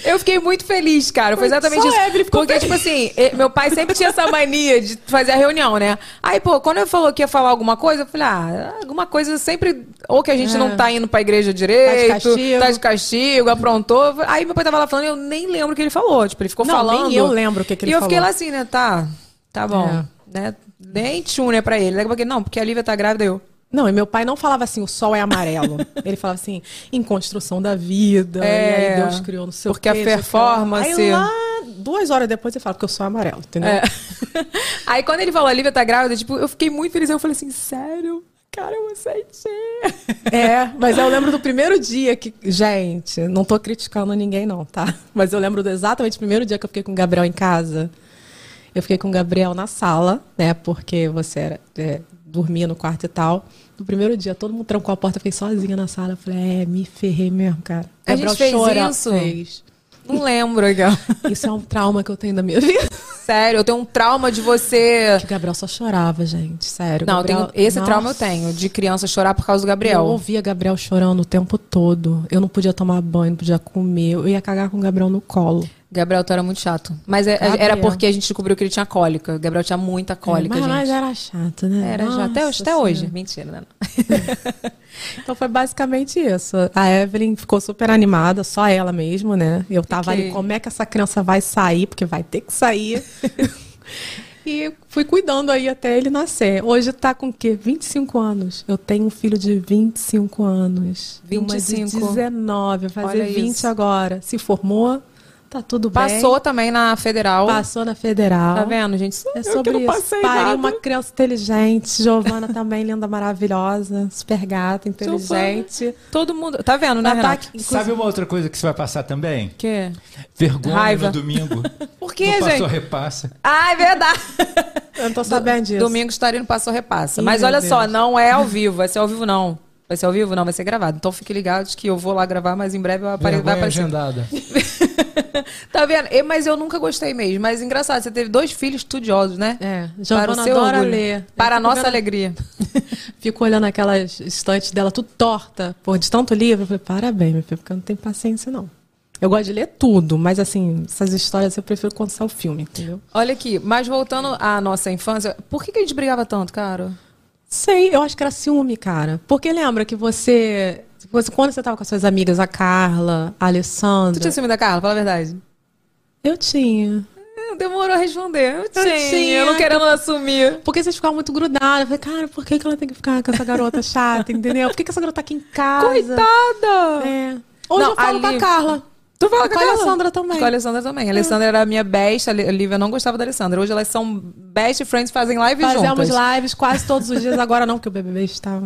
Speaker 3: Eu fiquei muito feliz, cara. Foi
Speaker 7: Foi-
Speaker 3: exatamente
Speaker 7: só
Speaker 3: isso.
Speaker 7: a Evelyn ficou
Speaker 3: Porque, tipo assim, eh, meu pai sempre tinha essa mania de fazer a reunião, né? Aí, pô, quando ele falou que ia falar alguma coisa, eu falei, ah, alguma coisa sempre. Ou que a gente não tá indo pra igreja direito,
Speaker 7: É. castigo.
Speaker 3: tá de castigo, aprontou. Aí meu pai tava lá falando, eu nem lembro o que ele falou. Tipo, ele ficou
Speaker 7: Não,
Speaker 3: falando.
Speaker 7: nem eu lembro o que que ele
Speaker 3: E eu fiquei
Speaker 7: falou. É.
Speaker 3: lá assim, né? Tá, tá bom. Né? Nem tchum, né, pra ele. Daqui a pouco, ele, não, porque a Lívia tá grávida, eu.
Speaker 7: Não, e meu pai não falava assim, o sol
Speaker 3: *laughs*
Speaker 7: é amarelo. Ele falava assim, em construção da vida, e aí
Speaker 3: É,
Speaker 7: Deus criou no seu
Speaker 3: porque a performance-
Speaker 7: Aí lá, duas horas depois ele fala, porque eu sou amarelo, entendeu?
Speaker 3: É. *laughs* Aí quando ele falou a Lívia tá grávida, tipo, eu fiquei muito feliz. Eu falei assim, sério? Cara, eu vou sentir.
Speaker 7: É, mas eu lembro do primeiro dia que. Gente, não tô criticando ninguém, não, tá? Mas eu lembro do exatamente o primeiro dia que eu fiquei com o Gabriel em casa. Eu fiquei com o Gabriel na sala, né? Porque você era, é, dormia no quarto e tal. No primeiro dia, todo mundo trancou a porta, eu fiquei sozinha na sala. Eu falei, é, me ferrei mesmo, cara.
Speaker 3: A gente fez
Speaker 7: chora-
Speaker 3: isso?
Speaker 7: Fez.
Speaker 3: *laughs* Não lembro, Gal.
Speaker 7: Isso é um trauma que eu tenho da minha *laughs* vida.
Speaker 3: Sério, eu tenho um trauma de você.
Speaker 7: Que o Gabriel só chorava, gente, sério.
Speaker 3: Não, eu
Speaker 7: Gabriel-
Speaker 3: tenho- esse
Speaker 7: Nossa.
Speaker 3: trauma eu tenho, de criança chorar por causa do
Speaker 7: Eu
Speaker 3: Gabriel.
Speaker 7: ouvia Gabriel chorando o tempo todo. Eu não podia tomar banho, não podia comer. Eu ia cagar com o Gabriel no colo.
Speaker 3: Gabriel, tu era muito chato. Mas é-
Speaker 7: Gabriel.
Speaker 3: era porque a gente descobriu que ele tinha cólica. O Gabriel tinha muita cólica,
Speaker 7: mas,
Speaker 3: gente.
Speaker 7: mas era chato, né?
Speaker 3: Era já até,
Speaker 7: Nossa
Speaker 3: até hoje.
Speaker 7: Senhora.
Speaker 3: Mentira, né?
Speaker 7: Então foi basicamente isso. A Evelyn ficou super animada, só ela mesmo, né? Eu tava
Speaker 3: Fiquei.
Speaker 7: ali, como é que essa criança vai sair? Porque vai ter
Speaker 3: *laughs*
Speaker 7: que sair. e fui cuidando aí até ele nascer. Hoje tá com o quê? 25 anos. Eu tenho um filho de 25 anos. E uma de
Speaker 3: 25.
Speaker 7: 19, vai fazer
Speaker 3: Olha
Speaker 7: 20
Speaker 3: isso.
Speaker 7: agora. Se formou, tá tudo
Speaker 3: Passou
Speaker 7: bem.
Speaker 3: também na federal.
Speaker 7: Passou na federal.
Speaker 3: Tá vendo, gente?
Speaker 7: É sobre isso. Parei uma criança inteligente. Giovana também, linda, maravilhosa. Super gata, inteligente.
Speaker 3: Todo mundo. Tá vendo, né, Renato?
Speaker 7: Ataque.
Speaker 4: Sabe uma outra coisa que você vai passar também?
Speaker 3: Que?
Speaker 4: Vergonha
Speaker 3: Raiva.
Speaker 4: no domingo.
Speaker 3: Por que,
Speaker 4: Não passou
Speaker 3: gente?
Speaker 4: repassa.
Speaker 3: Ah, é verdade.
Speaker 7: Eu não tô sabendo disso.
Speaker 3: Domingo estarei no Passou Repassa.
Speaker 7: Ih,
Speaker 3: Mas
Speaker 7: meu
Speaker 3: olha só,
Speaker 7: Deus.
Speaker 3: não é ao vivo. Vai ser ao vivo, não. Vai ser ao vivo? Não, vai ser gravado. Então fique ligado que eu vou lá gravar, mas em breve eu apare... vai
Speaker 8: Vergonha
Speaker 3: aparecer.
Speaker 8: agendada.
Speaker 3: *laughs* tá vendo? E- mas eu nunca gostei mesmo. Mas engraçado, você teve dois filhos estudiosos, né?
Speaker 7: É,
Speaker 3: Para
Speaker 7: Giovana
Speaker 3: o seu
Speaker 7: adora
Speaker 3: orgulho.
Speaker 7: ler.
Speaker 3: Para a
Speaker 7: Eu fico
Speaker 3: nossa
Speaker 7: vendo-
Speaker 3: alegria.
Speaker 7: *laughs* Fico olhando aquelas estantes dela, tudo torta, por de tanto livro. Eu falei, parabéns, meu filho, porque eu não tenho paciência, não. Eu gosto de ler tudo, mas assim, essas histórias eu prefiro quando sai o filme, entendeu?
Speaker 3: Olha aqui, mas voltando à nossa infância, por que, que a gente brigava tanto, cara?
Speaker 7: Sei, eu acho que era ciúme, cara. Porque lembra que você. você- quando você tava com as suas amigas, a Carla, a
Speaker 3: Tu
Speaker 7: Alessandra.
Speaker 3: tinha ciúme da Carla? Fala a verdade.
Speaker 7: Eu tinha.
Speaker 3: Eh, Demorou a responder. Eu tinha,
Speaker 7: tinha.
Speaker 3: eu não querendo assumir.
Speaker 7: Porque vocês ficavam muito grudados. Eu falei, cara, por que, que ela tem que ficar com essa garota chata, entendeu? Por que, que essa garota tá aqui em casa?
Speaker 3: Coitada!
Speaker 7: É. Hoje
Speaker 3: Não,
Speaker 7: eu falo com
Speaker 3: ali-
Speaker 7: a Carla.
Speaker 3: Tu fala com a
Speaker 7: Com a
Speaker 3: Carla?
Speaker 7: Alessandra também.
Speaker 3: Com a Alessandra também. A Alessandra era a minha best, a Li- a Lívia não gostava da Alessandra. Hoje elas são best friends, fazem live
Speaker 7: Fazemos
Speaker 3: juntas.
Speaker 7: lives quase todos os dias, agora não, porque o
Speaker 3: *laughs*
Speaker 7: BBB estava.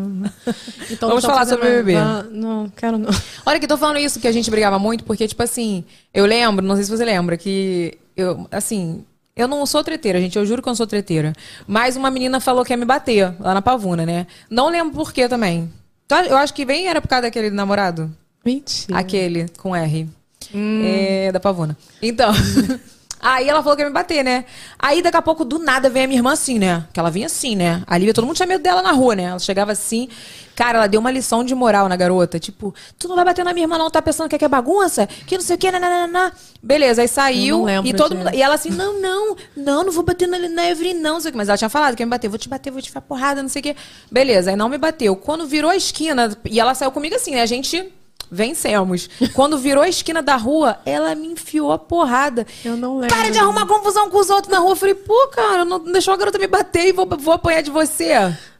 Speaker 7: Então,
Speaker 3: Vamos
Speaker 7: não tô
Speaker 3: falar
Speaker 7: fazendo
Speaker 3: sobre o BBB.
Speaker 7: nada. Ah, Não, quero não. *laughs*
Speaker 3: Olha que tô falando isso, que a gente brigava muito, porque, tipo assim, eu lembro, não sei se você lembra, que eu, assim, eu não sou treteira, gente, eu juro que eu não sou treteira. Mas uma menina falou que ia me bater lá na Pavuna, né? Não lembro por quê também. Então, Eu acho que vem era por causa daquele namorado.
Speaker 7: Mentira. Hum.
Speaker 3: Aquele com R. É, da Pavuna. Então. *laughs* Aí ela falou que ia me bater, né? Aí daqui a pouco, do nada, vem a minha irmã assim, né? Que ela vinha assim, né? A Lívia, todo mundo tinha medo dela na rua, né? Ela chegava assim. Cara, ela deu uma lição de moral na garota. Tipo, tu não vai bater na minha irmã, não. Tá pensando que aqui é bagunça? Que não sei o quê, nananana. Beleza, aí
Speaker 7: Eu não
Speaker 3: saiu.
Speaker 7: lembro
Speaker 3: E todo
Speaker 7: disso.
Speaker 3: mundo. E ela assim, não, não, não, não vou bater na, na Evelyn, não, não sei o quê. Mas ela tinha falado que ia me bater, vou te bater, vou te dar porrada, não sei o quê. Beleza, aí não me bateu. Quando virou a esquina, e ela saiu comigo assim, né? A gente. Vencemos. Quando virou a esquina da rua, ela me enfiou a porrada.
Speaker 7: Eu não lembro
Speaker 3: Para de
Speaker 7: disso.
Speaker 3: arrumar confusão com os outros na rua. Eu falei, pô, cara, não deixou a garota me bater e vou, vou apanhar de você.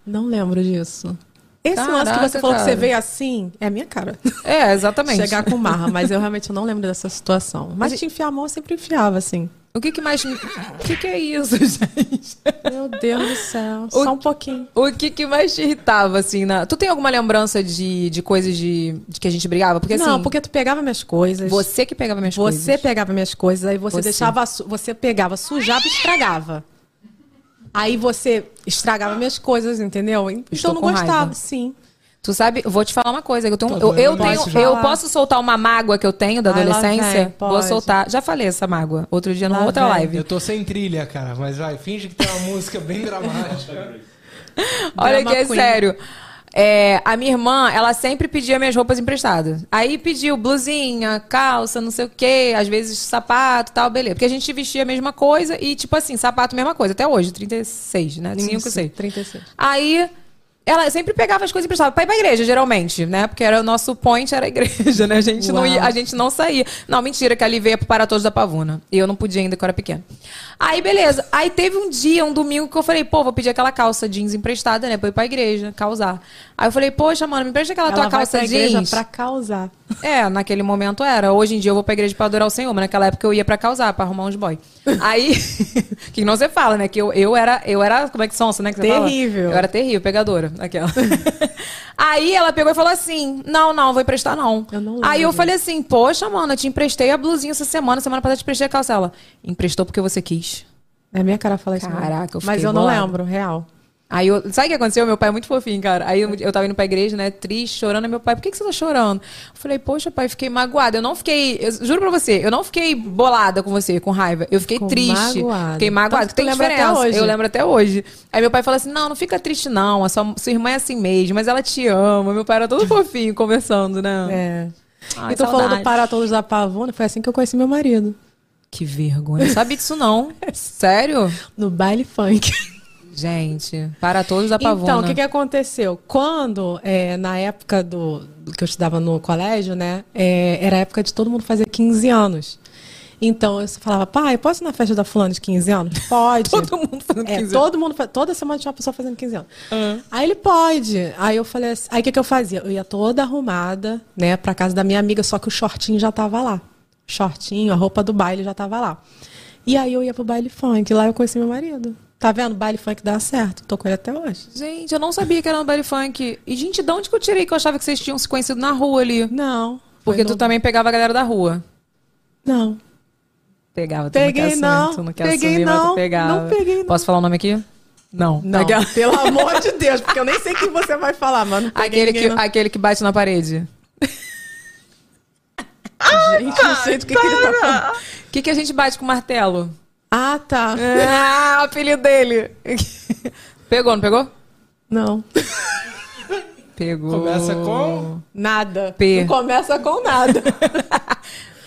Speaker 7: Não lembro disso. Esse lance que
Speaker 3: Caraca,
Speaker 7: você falou que
Speaker 3: cara.
Speaker 7: você veio assim, é a minha cara.
Speaker 3: É, exatamente.
Speaker 7: Chegar com
Speaker 3: *laughs*
Speaker 7: marra, mas eu realmente não lembro dessa situação. Mas te enfiar a mão, eu sempre enfiava, assim.
Speaker 3: O que que mais... O que que é isso, *laughs* gente?
Speaker 7: Meu Deus do céu. Só um pouquinho.
Speaker 3: O que que mais te irritava, assim, na... Tu tem alguma lembrança de, de coisas de, de que a gente brigava? Porque,
Speaker 7: não,
Speaker 3: assim,
Speaker 7: porque tu pegava minhas coisas.
Speaker 3: você que pegava minhas coisas.
Speaker 7: Você pegava minhas coisas, aí você,
Speaker 3: Você.
Speaker 7: deixava. su- Você pegava, sujava e estragava. Aí você estragava minhas coisas, entendeu? Então
Speaker 3: Estou
Speaker 7: eu não
Speaker 3: com
Speaker 7: gostava,
Speaker 3: raiva.
Speaker 7: sim.
Speaker 3: Tu sabe, eu vou te falar uma coisa. Eu, tenho,
Speaker 8: Tá
Speaker 3: eu, eu,
Speaker 8: doendo.
Speaker 3: tenho-
Speaker 7: Pode
Speaker 3: eu
Speaker 7: falar.
Speaker 3: posso soltar uma mágoa que eu tenho da
Speaker 7: Vai lá,
Speaker 3: adolescência?
Speaker 7: vem,
Speaker 3: vou
Speaker 7: pode.
Speaker 3: soltar. Já falei essa mágoa. Outro dia numa
Speaker 7: Lá
Speaker 3: outra
Speaker 7: vem.
Speaker 3: live.
Speaker 8: Eu tô sem trilha, cara, mas vai, finge que tem uma música bem dramática.
Speaker 3: Olha
Speaker 7: Drama
Speaker 3: que é
Speaker 7: queen.
Speaker 3: sério. É, a minha irmã, ela sempre pedia minhas roupas emprestadas. Aí pediu blusinha, calça, não sei o quê, às vezes sapato tal, beleza. Porque a gente vestia a mesma coisa e, tipo assim, sapato, mesma coisa. Até hoje, 36, né? 5,
Speaker 7: Isso,
Speaker 3: 6.
Speaker 7: 36.
Speaker 3: Aí ela sempre pegava as coisas e emprestava pra ir pra igreja, geralmente, né? Porque era o nosso point era a igreja, né? A gente, não,
Speaker 7: Uau.
Speaker 3: ia, a gente não saía. Não, mentira, que ali veio pro Para Todos da Pavuna. E eu não podia ainda, que eu era pequena. Aí, beleza. Aí teve um dia, um domingo, que eu falei, pô, vou pedir aquela calça jeans emprestada, né? Pra ir pra igreja, causar. Aí eu falei, poxa, mano, me empresta aquela
Speaker 7: Ela
Speaker 3: tua calça
Speaker 7: vai pra
Speaker 3: jeans.
Speaker 7: igreja pra causar.
Speaker 3: É, naquele momento era. Hoje em dia eu vou pra igreja pra adorar o Senhor, mas naquela época eu ia pra causar, pra arrumar uns boy. Aí, *laughs* que não você fala, né? Que eu, eu era, eu era, como é que sonsa, né? Que você fala?
Speaker 7: Terrível.
Speaker 3: Eu era terrível, pegadora, aquela. *laughs* Aí ela pegou e falou assim, não, não, vou emprestar não.
Speaker 7: Eu não
Speaker 3: Aí eu
Speaker 7: lembro.
Speaker 3: falei assim, poxa, mano, eu te emprestei a blusinha essa semana, semana passada eu te emprestei a calça. Ela, emprestou porque você quis.
Speaker 7: É minha cara falar isso. mesmo.
Speaker 3: Caraca, eu
Speaker 7: Mas
Speaker 3: fiquei
Speaker 7: eu não
Speaker 3: bolada.
Speaker 7: lembro, real.
Speaker 3: Aí eu, sabe o que aconteceu? Meu pai é muito fofinho, cara. Aí eu, eu tava indo pra igreja, né, triste, chorando. Aí meu pai, por que, que você tá chorando? Eu falei, poxa, pai, fiquei magoada. Eu não fiquei, eu juro pra você, eu não fiquei bolada com você, com raiva. Eu fiquei
Speaker 7: Ficou
Speaker 3: triste.
Speaker 7: magoada.
Speaker 3: Fiquei magoada,
Speaker 7: Tanto
Speaker 3: que
Speaker 7: que tu
Speaker 3: tem
Speaker 7: lembra até
Speaker 3: diferença.
Speaker 7: hoje.
Speaker 3: Eu lembro até hoje. Aí meu pai falou assim: não, não fica triste, não. A sua, sua irmã é assim mesmo, mas ela te ama. Meu pai era todo fofinho conversando, né?
Speaker 7: É.
Speaker 3: Ai,
Speaker 7: e tô
Speaker 3: saudade.
Speaker 7: falando para todos da pavuna, foi assim que eu conheci meu marido.
Speaker 3: Que vergonha. Não sabia disso,
Speaker 7: *laughs*
Speaker 3: não.
Speaker 7: É.
Speaker 3: Sério?
Speaker 7: No baile funk.
Speaker 3: Gente, para todos da pavona.
Speaker 7: Então, o que, que aconteceu? Quando, é, na época do, do que eu estudava no colégio, né? é, era a época de todo mundo fazer 15 anos. Então eu só falava, pai, posso ir na festa da fulana de
Speaker 3: *laughs*
Speaker 7: 15 anos? Pode.
Speaker 3: Todo mundo fazendo
Speaker 7: É,
Speaker 3: 15 anos.
Speaker 7: todo mundo, fa- toda semana tinha uma pessoa fazendo 15 anos. Aí ele pode. Aí eu falei assim, aí o que, que eu fazia? Eu ia toda arrumada, né, pra casa da minha amiga, só que o shortinho já tava lá. Shortinho, a roupa do baile já tava lá. E aí eu ia pro baile funk, lá eu conheci meu marido. Tá vendo? Baile funk dá certo. Tô com ele até hoje.
Speaker 3: Gente, eu não sabia que era no baile funk. E, gente, de onde que eu tirei que eu achava que vocês tinham se conhecido na rua ali?
Speaker 7: Não.
Speaker 3: Porque
Speaker 7: Foi
Speaker 3: tu
Speaker 7: no-
Speaker 3: também pegava a galera da rua.
Speaker 7: Não.
Speaker 3: Pegava, tu
Speaker 7: Peguei,
Speaker 3: não quer assumir,
Speaker 7: não.
Speaker 3: tu não quer
Speaker 7: Peguei,
Speaker 3: assumir, mas tu
Speaker 7: não.
Speaker 3: pegava.
Speaker 7: Não peguei, não.
Speaker 3: Posso falar o nome aqui? Não.
Speaker 7: Não.
Speaker 3: Aquela-
Speaker 7: *laughs* Pelo amor de Deus, porque eu nem sei o que você vai falar, mano. Não peguei
Speaker 3: *laughs* Aquele,
Speaker 7: ninguém,
Speaker 3: que,
Speaker 7: não.
Speaker 3: aquele que bate na parede.
Speaker 7: Gente, não sei do que, que ele tá falando.
Speaker 3: O que, que a gente bate com martelo?
Speaker 7: Ah, tá.
Speaker 3: Ah, o apelido dele. pegou, não pegou?
Speaker 7: Não.
Speaker 3: Pegou.
Speaker 8: Começa com.
Speaker 7: Nada.
Speaker 3: P.
Speaker 7: Não começa com nada. *laughs*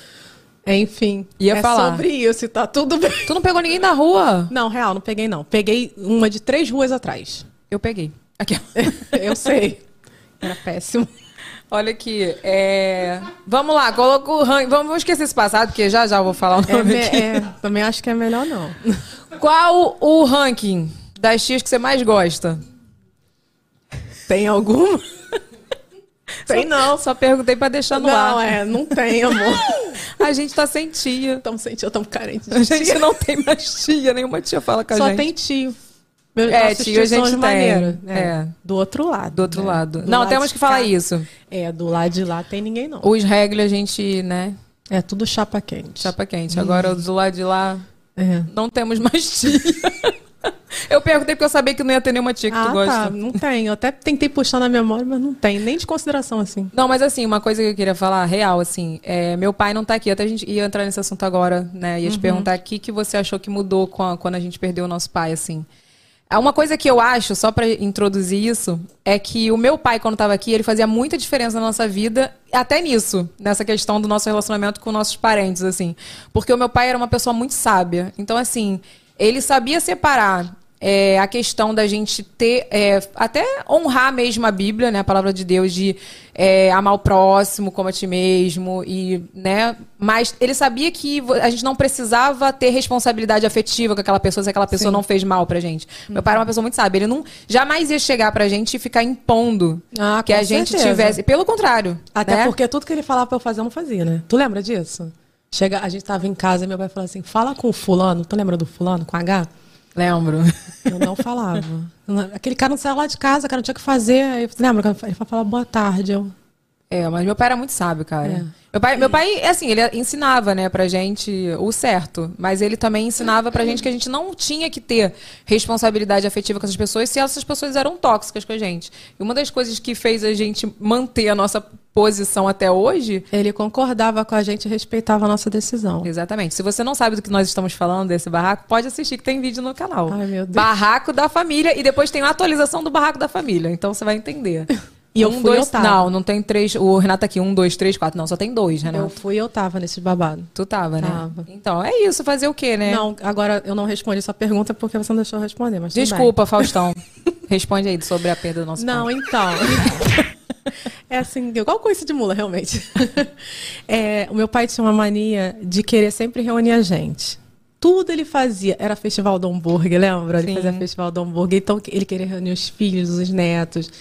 Speaker 7: Enfim.
Speaker 3: Ia
Speaker 7: é
Speaker 3: falar.
Speaker 7: sobre isso, e tá tudo bem.
Speaker 3: Tu não pegou ninguém na rua?
Speaker 7: Não, real, não peguei não. Peguei uma de três ruas atrás.
Speaker 3: Eu peguei. Aqui.
Speaker 7: *laughs* Eu sei. Era péssimo.
Speaker 3: Olha aqui, é... vamos lá, coloca o ranking. Vamos vamos esquecer esse passado, porque já já eu vou falar o
Speaker 7: É
Speaker 3: nome
Speaker 7: me-
Speaker 3: aqui.
Speaker 7: é, também acho que é melhor não.
Speaker 3: Qual o ranking das tias que você mais gosta?
Speaker 7: Tem alguma? Tem não.
Speaker 3: Só perguntei pra deixar no
Speaker 7: Não,
Speaker 3: ar.
Speaker 7: é, não tem, amor.
Speaker 3: A gente tá sem tia.
Speaker 7: Tão sentindo tão carente
Speaker 3: A
Speaker 7: de
Speaker 3: gente
Speaker 7: tia.
Speaker 3: não tem mais tia, nenhuma tia fala com a
Speaker 7: Só
Speaker 3: gente.
Speaker 7: tem tio. Meu,
Speaker 3: É,
Speaker 7: nossos
Speaker 3: tio
Speaker 7: tios
Speaker 3: a
Speaker 7: são
Speaker 3: gente tem.
Speaker 7: os maneiros, né?
Speaker 3: É.
Speaker 7: Do outro lado.
Speaker 3: Do outro
Speaker 7: né?
Speaker 3: lado.
Speaker 7: Do
Speaker 3: não,
Speaker 7: lado
Speaker 3: temos
Speaker 7: de
Speaker 3: que falar
Speaker 7: cá.
Speaker 3: isso.
Speaker 7: É, do lado de lá tem ninguém não.
Speaker 3: Os regras a gente, né, tá
Speaker 7: É tudo chapa quente.
Speaker 3: chapa quente. Agora, do lado de lá,
Speaker 7: Uhum. É.
Speaker 3: não temos mais tia. *laughs* Eu perguntei porque eu sabia que não ia ter nenhuma tia que tu gosta.
Speaker 7: tá. Não tem. Eu até tentei puxar na memória, mas não tem. Nem de consideração, assim.
Speaker 3: Não, mas assim, uma coisa que eu queria falar, real, assim, é, meu pai não tá aqui, até a gente ia entrar nesse assunto agora, né? Ia te perguntar o que, que você achou que mudou com a- quando a gente perdeu o nosso pai, assim. Ah, Uma coisa que eu acho, só pra introduzir isso, é que o meu pai, quando tava aqui, ele fazia muita diferença na nossa vida, até nisso, nessa questão do nosso relacionamento com nossos parentes, assim. Porque o meu pai era uma pessoa muito sábia. Então, assim, ele sabia separar é, a questão da gente ter, é, até honrar mesmo a Bíblia, né, a palavra de Deus, de é, amar o próximo como a ti mesmo, e, né, mas ele sabia que vo- a gente não precisava ter responsabilidade afetiva com aquela pessoa se aquela pessoa não fez mal pra gente. Meu
Speaker 7: Uhum.
Speaker 3: pai era uma pessoa muito sábia, ele não jamais ia chegar pra gente e ficar impondo
Speaker 7: Ah,
Speaker 3: que
Speaker 7: com
Speaker 3: a gente
Speaker 7: certeza.
Speaker 3: tivesse, pelo contrário,
Speaker 7: Até
Speaker 3: né?
Speaker 7: porque tudo que ele falava pra eu fazer, eu não fazia, né? Tu lembra disso? Chega, a gente tava em casa e meu pai falou assim: fala com o fulano. Tu lembra do fulano com H?
Speaker 3: lembro.
Speaker 7: Eu não
Speaker 3: *laughs*
Speaker 7: falava. Aquele cara não saiu lá de casa, cara não tinha o que fazer. Aí, lembra? quando Ele falava boa tarde. Eu,
Speaker 3: É, mas meu pai era muito sábio, cara.
Speaker 7: É.
Speaker 3: Meu pai, meu pai, assim, ele ensinava, né, pra gente o certo. Mas ele também ensinava pra gente que a gente não tinha que ter responsabilidade afetiva com essas pessoas se essas pessoas eram tóxicas com a gente. E uma das coisas que fez a gente manter a nossa posição até hoje.
Speaker 7: Ele concordava com a gente e respeitava a nossa decisão.
Speaker 3: Exatamente. Se você não sabe do que nós estamos falando, desse barraco, pode assistir que tem vídeo no canal.
Speaker 7: Ai, meu Deus.
Speaker 3: Barraco da Família. E depois tem a atualização do Barraco da Família. Então você vai entender.
Speaker 7: *laughs* E eu
Speaker 3: um,
Speaker 7: fui,
Speaker 3: dois,
Speaker 7: eu tava.
Speaker 3: Não, não tem três. O Renato tá aqui, um, dois, três, quatro. Não, só tem dois, Renato.
Speaker 7: Eu fui e eu tava nesse babado.
Speaker 3: Tu tava, né?
Speaker 7: Tava.
Speaker 3: Então, é isso, fazer o quê, né?
Speaker 7: Não, agora eu não respondi sua pergunta porque você não deixou eu responder, mas tudo bem.
Speaker 3: Desculpa, Faustão. *laughs* Responde aí sobre a perda do nosso
Speaker 7: Não,
Speaker 3: pai.
Speaker 7: então. *laughs* é assim, igual coisa de mula, realmente. *laughs* É, o meu pai tinha uma mania de querer sempre reunir a gente. Tudo ele fazia. Era festival do hambúrguer, lembra? Ele
Speaker 3: Sim.
Speaker 7: fazia festival do hambúrguer. Então ele queria reunir os filhos, os netos.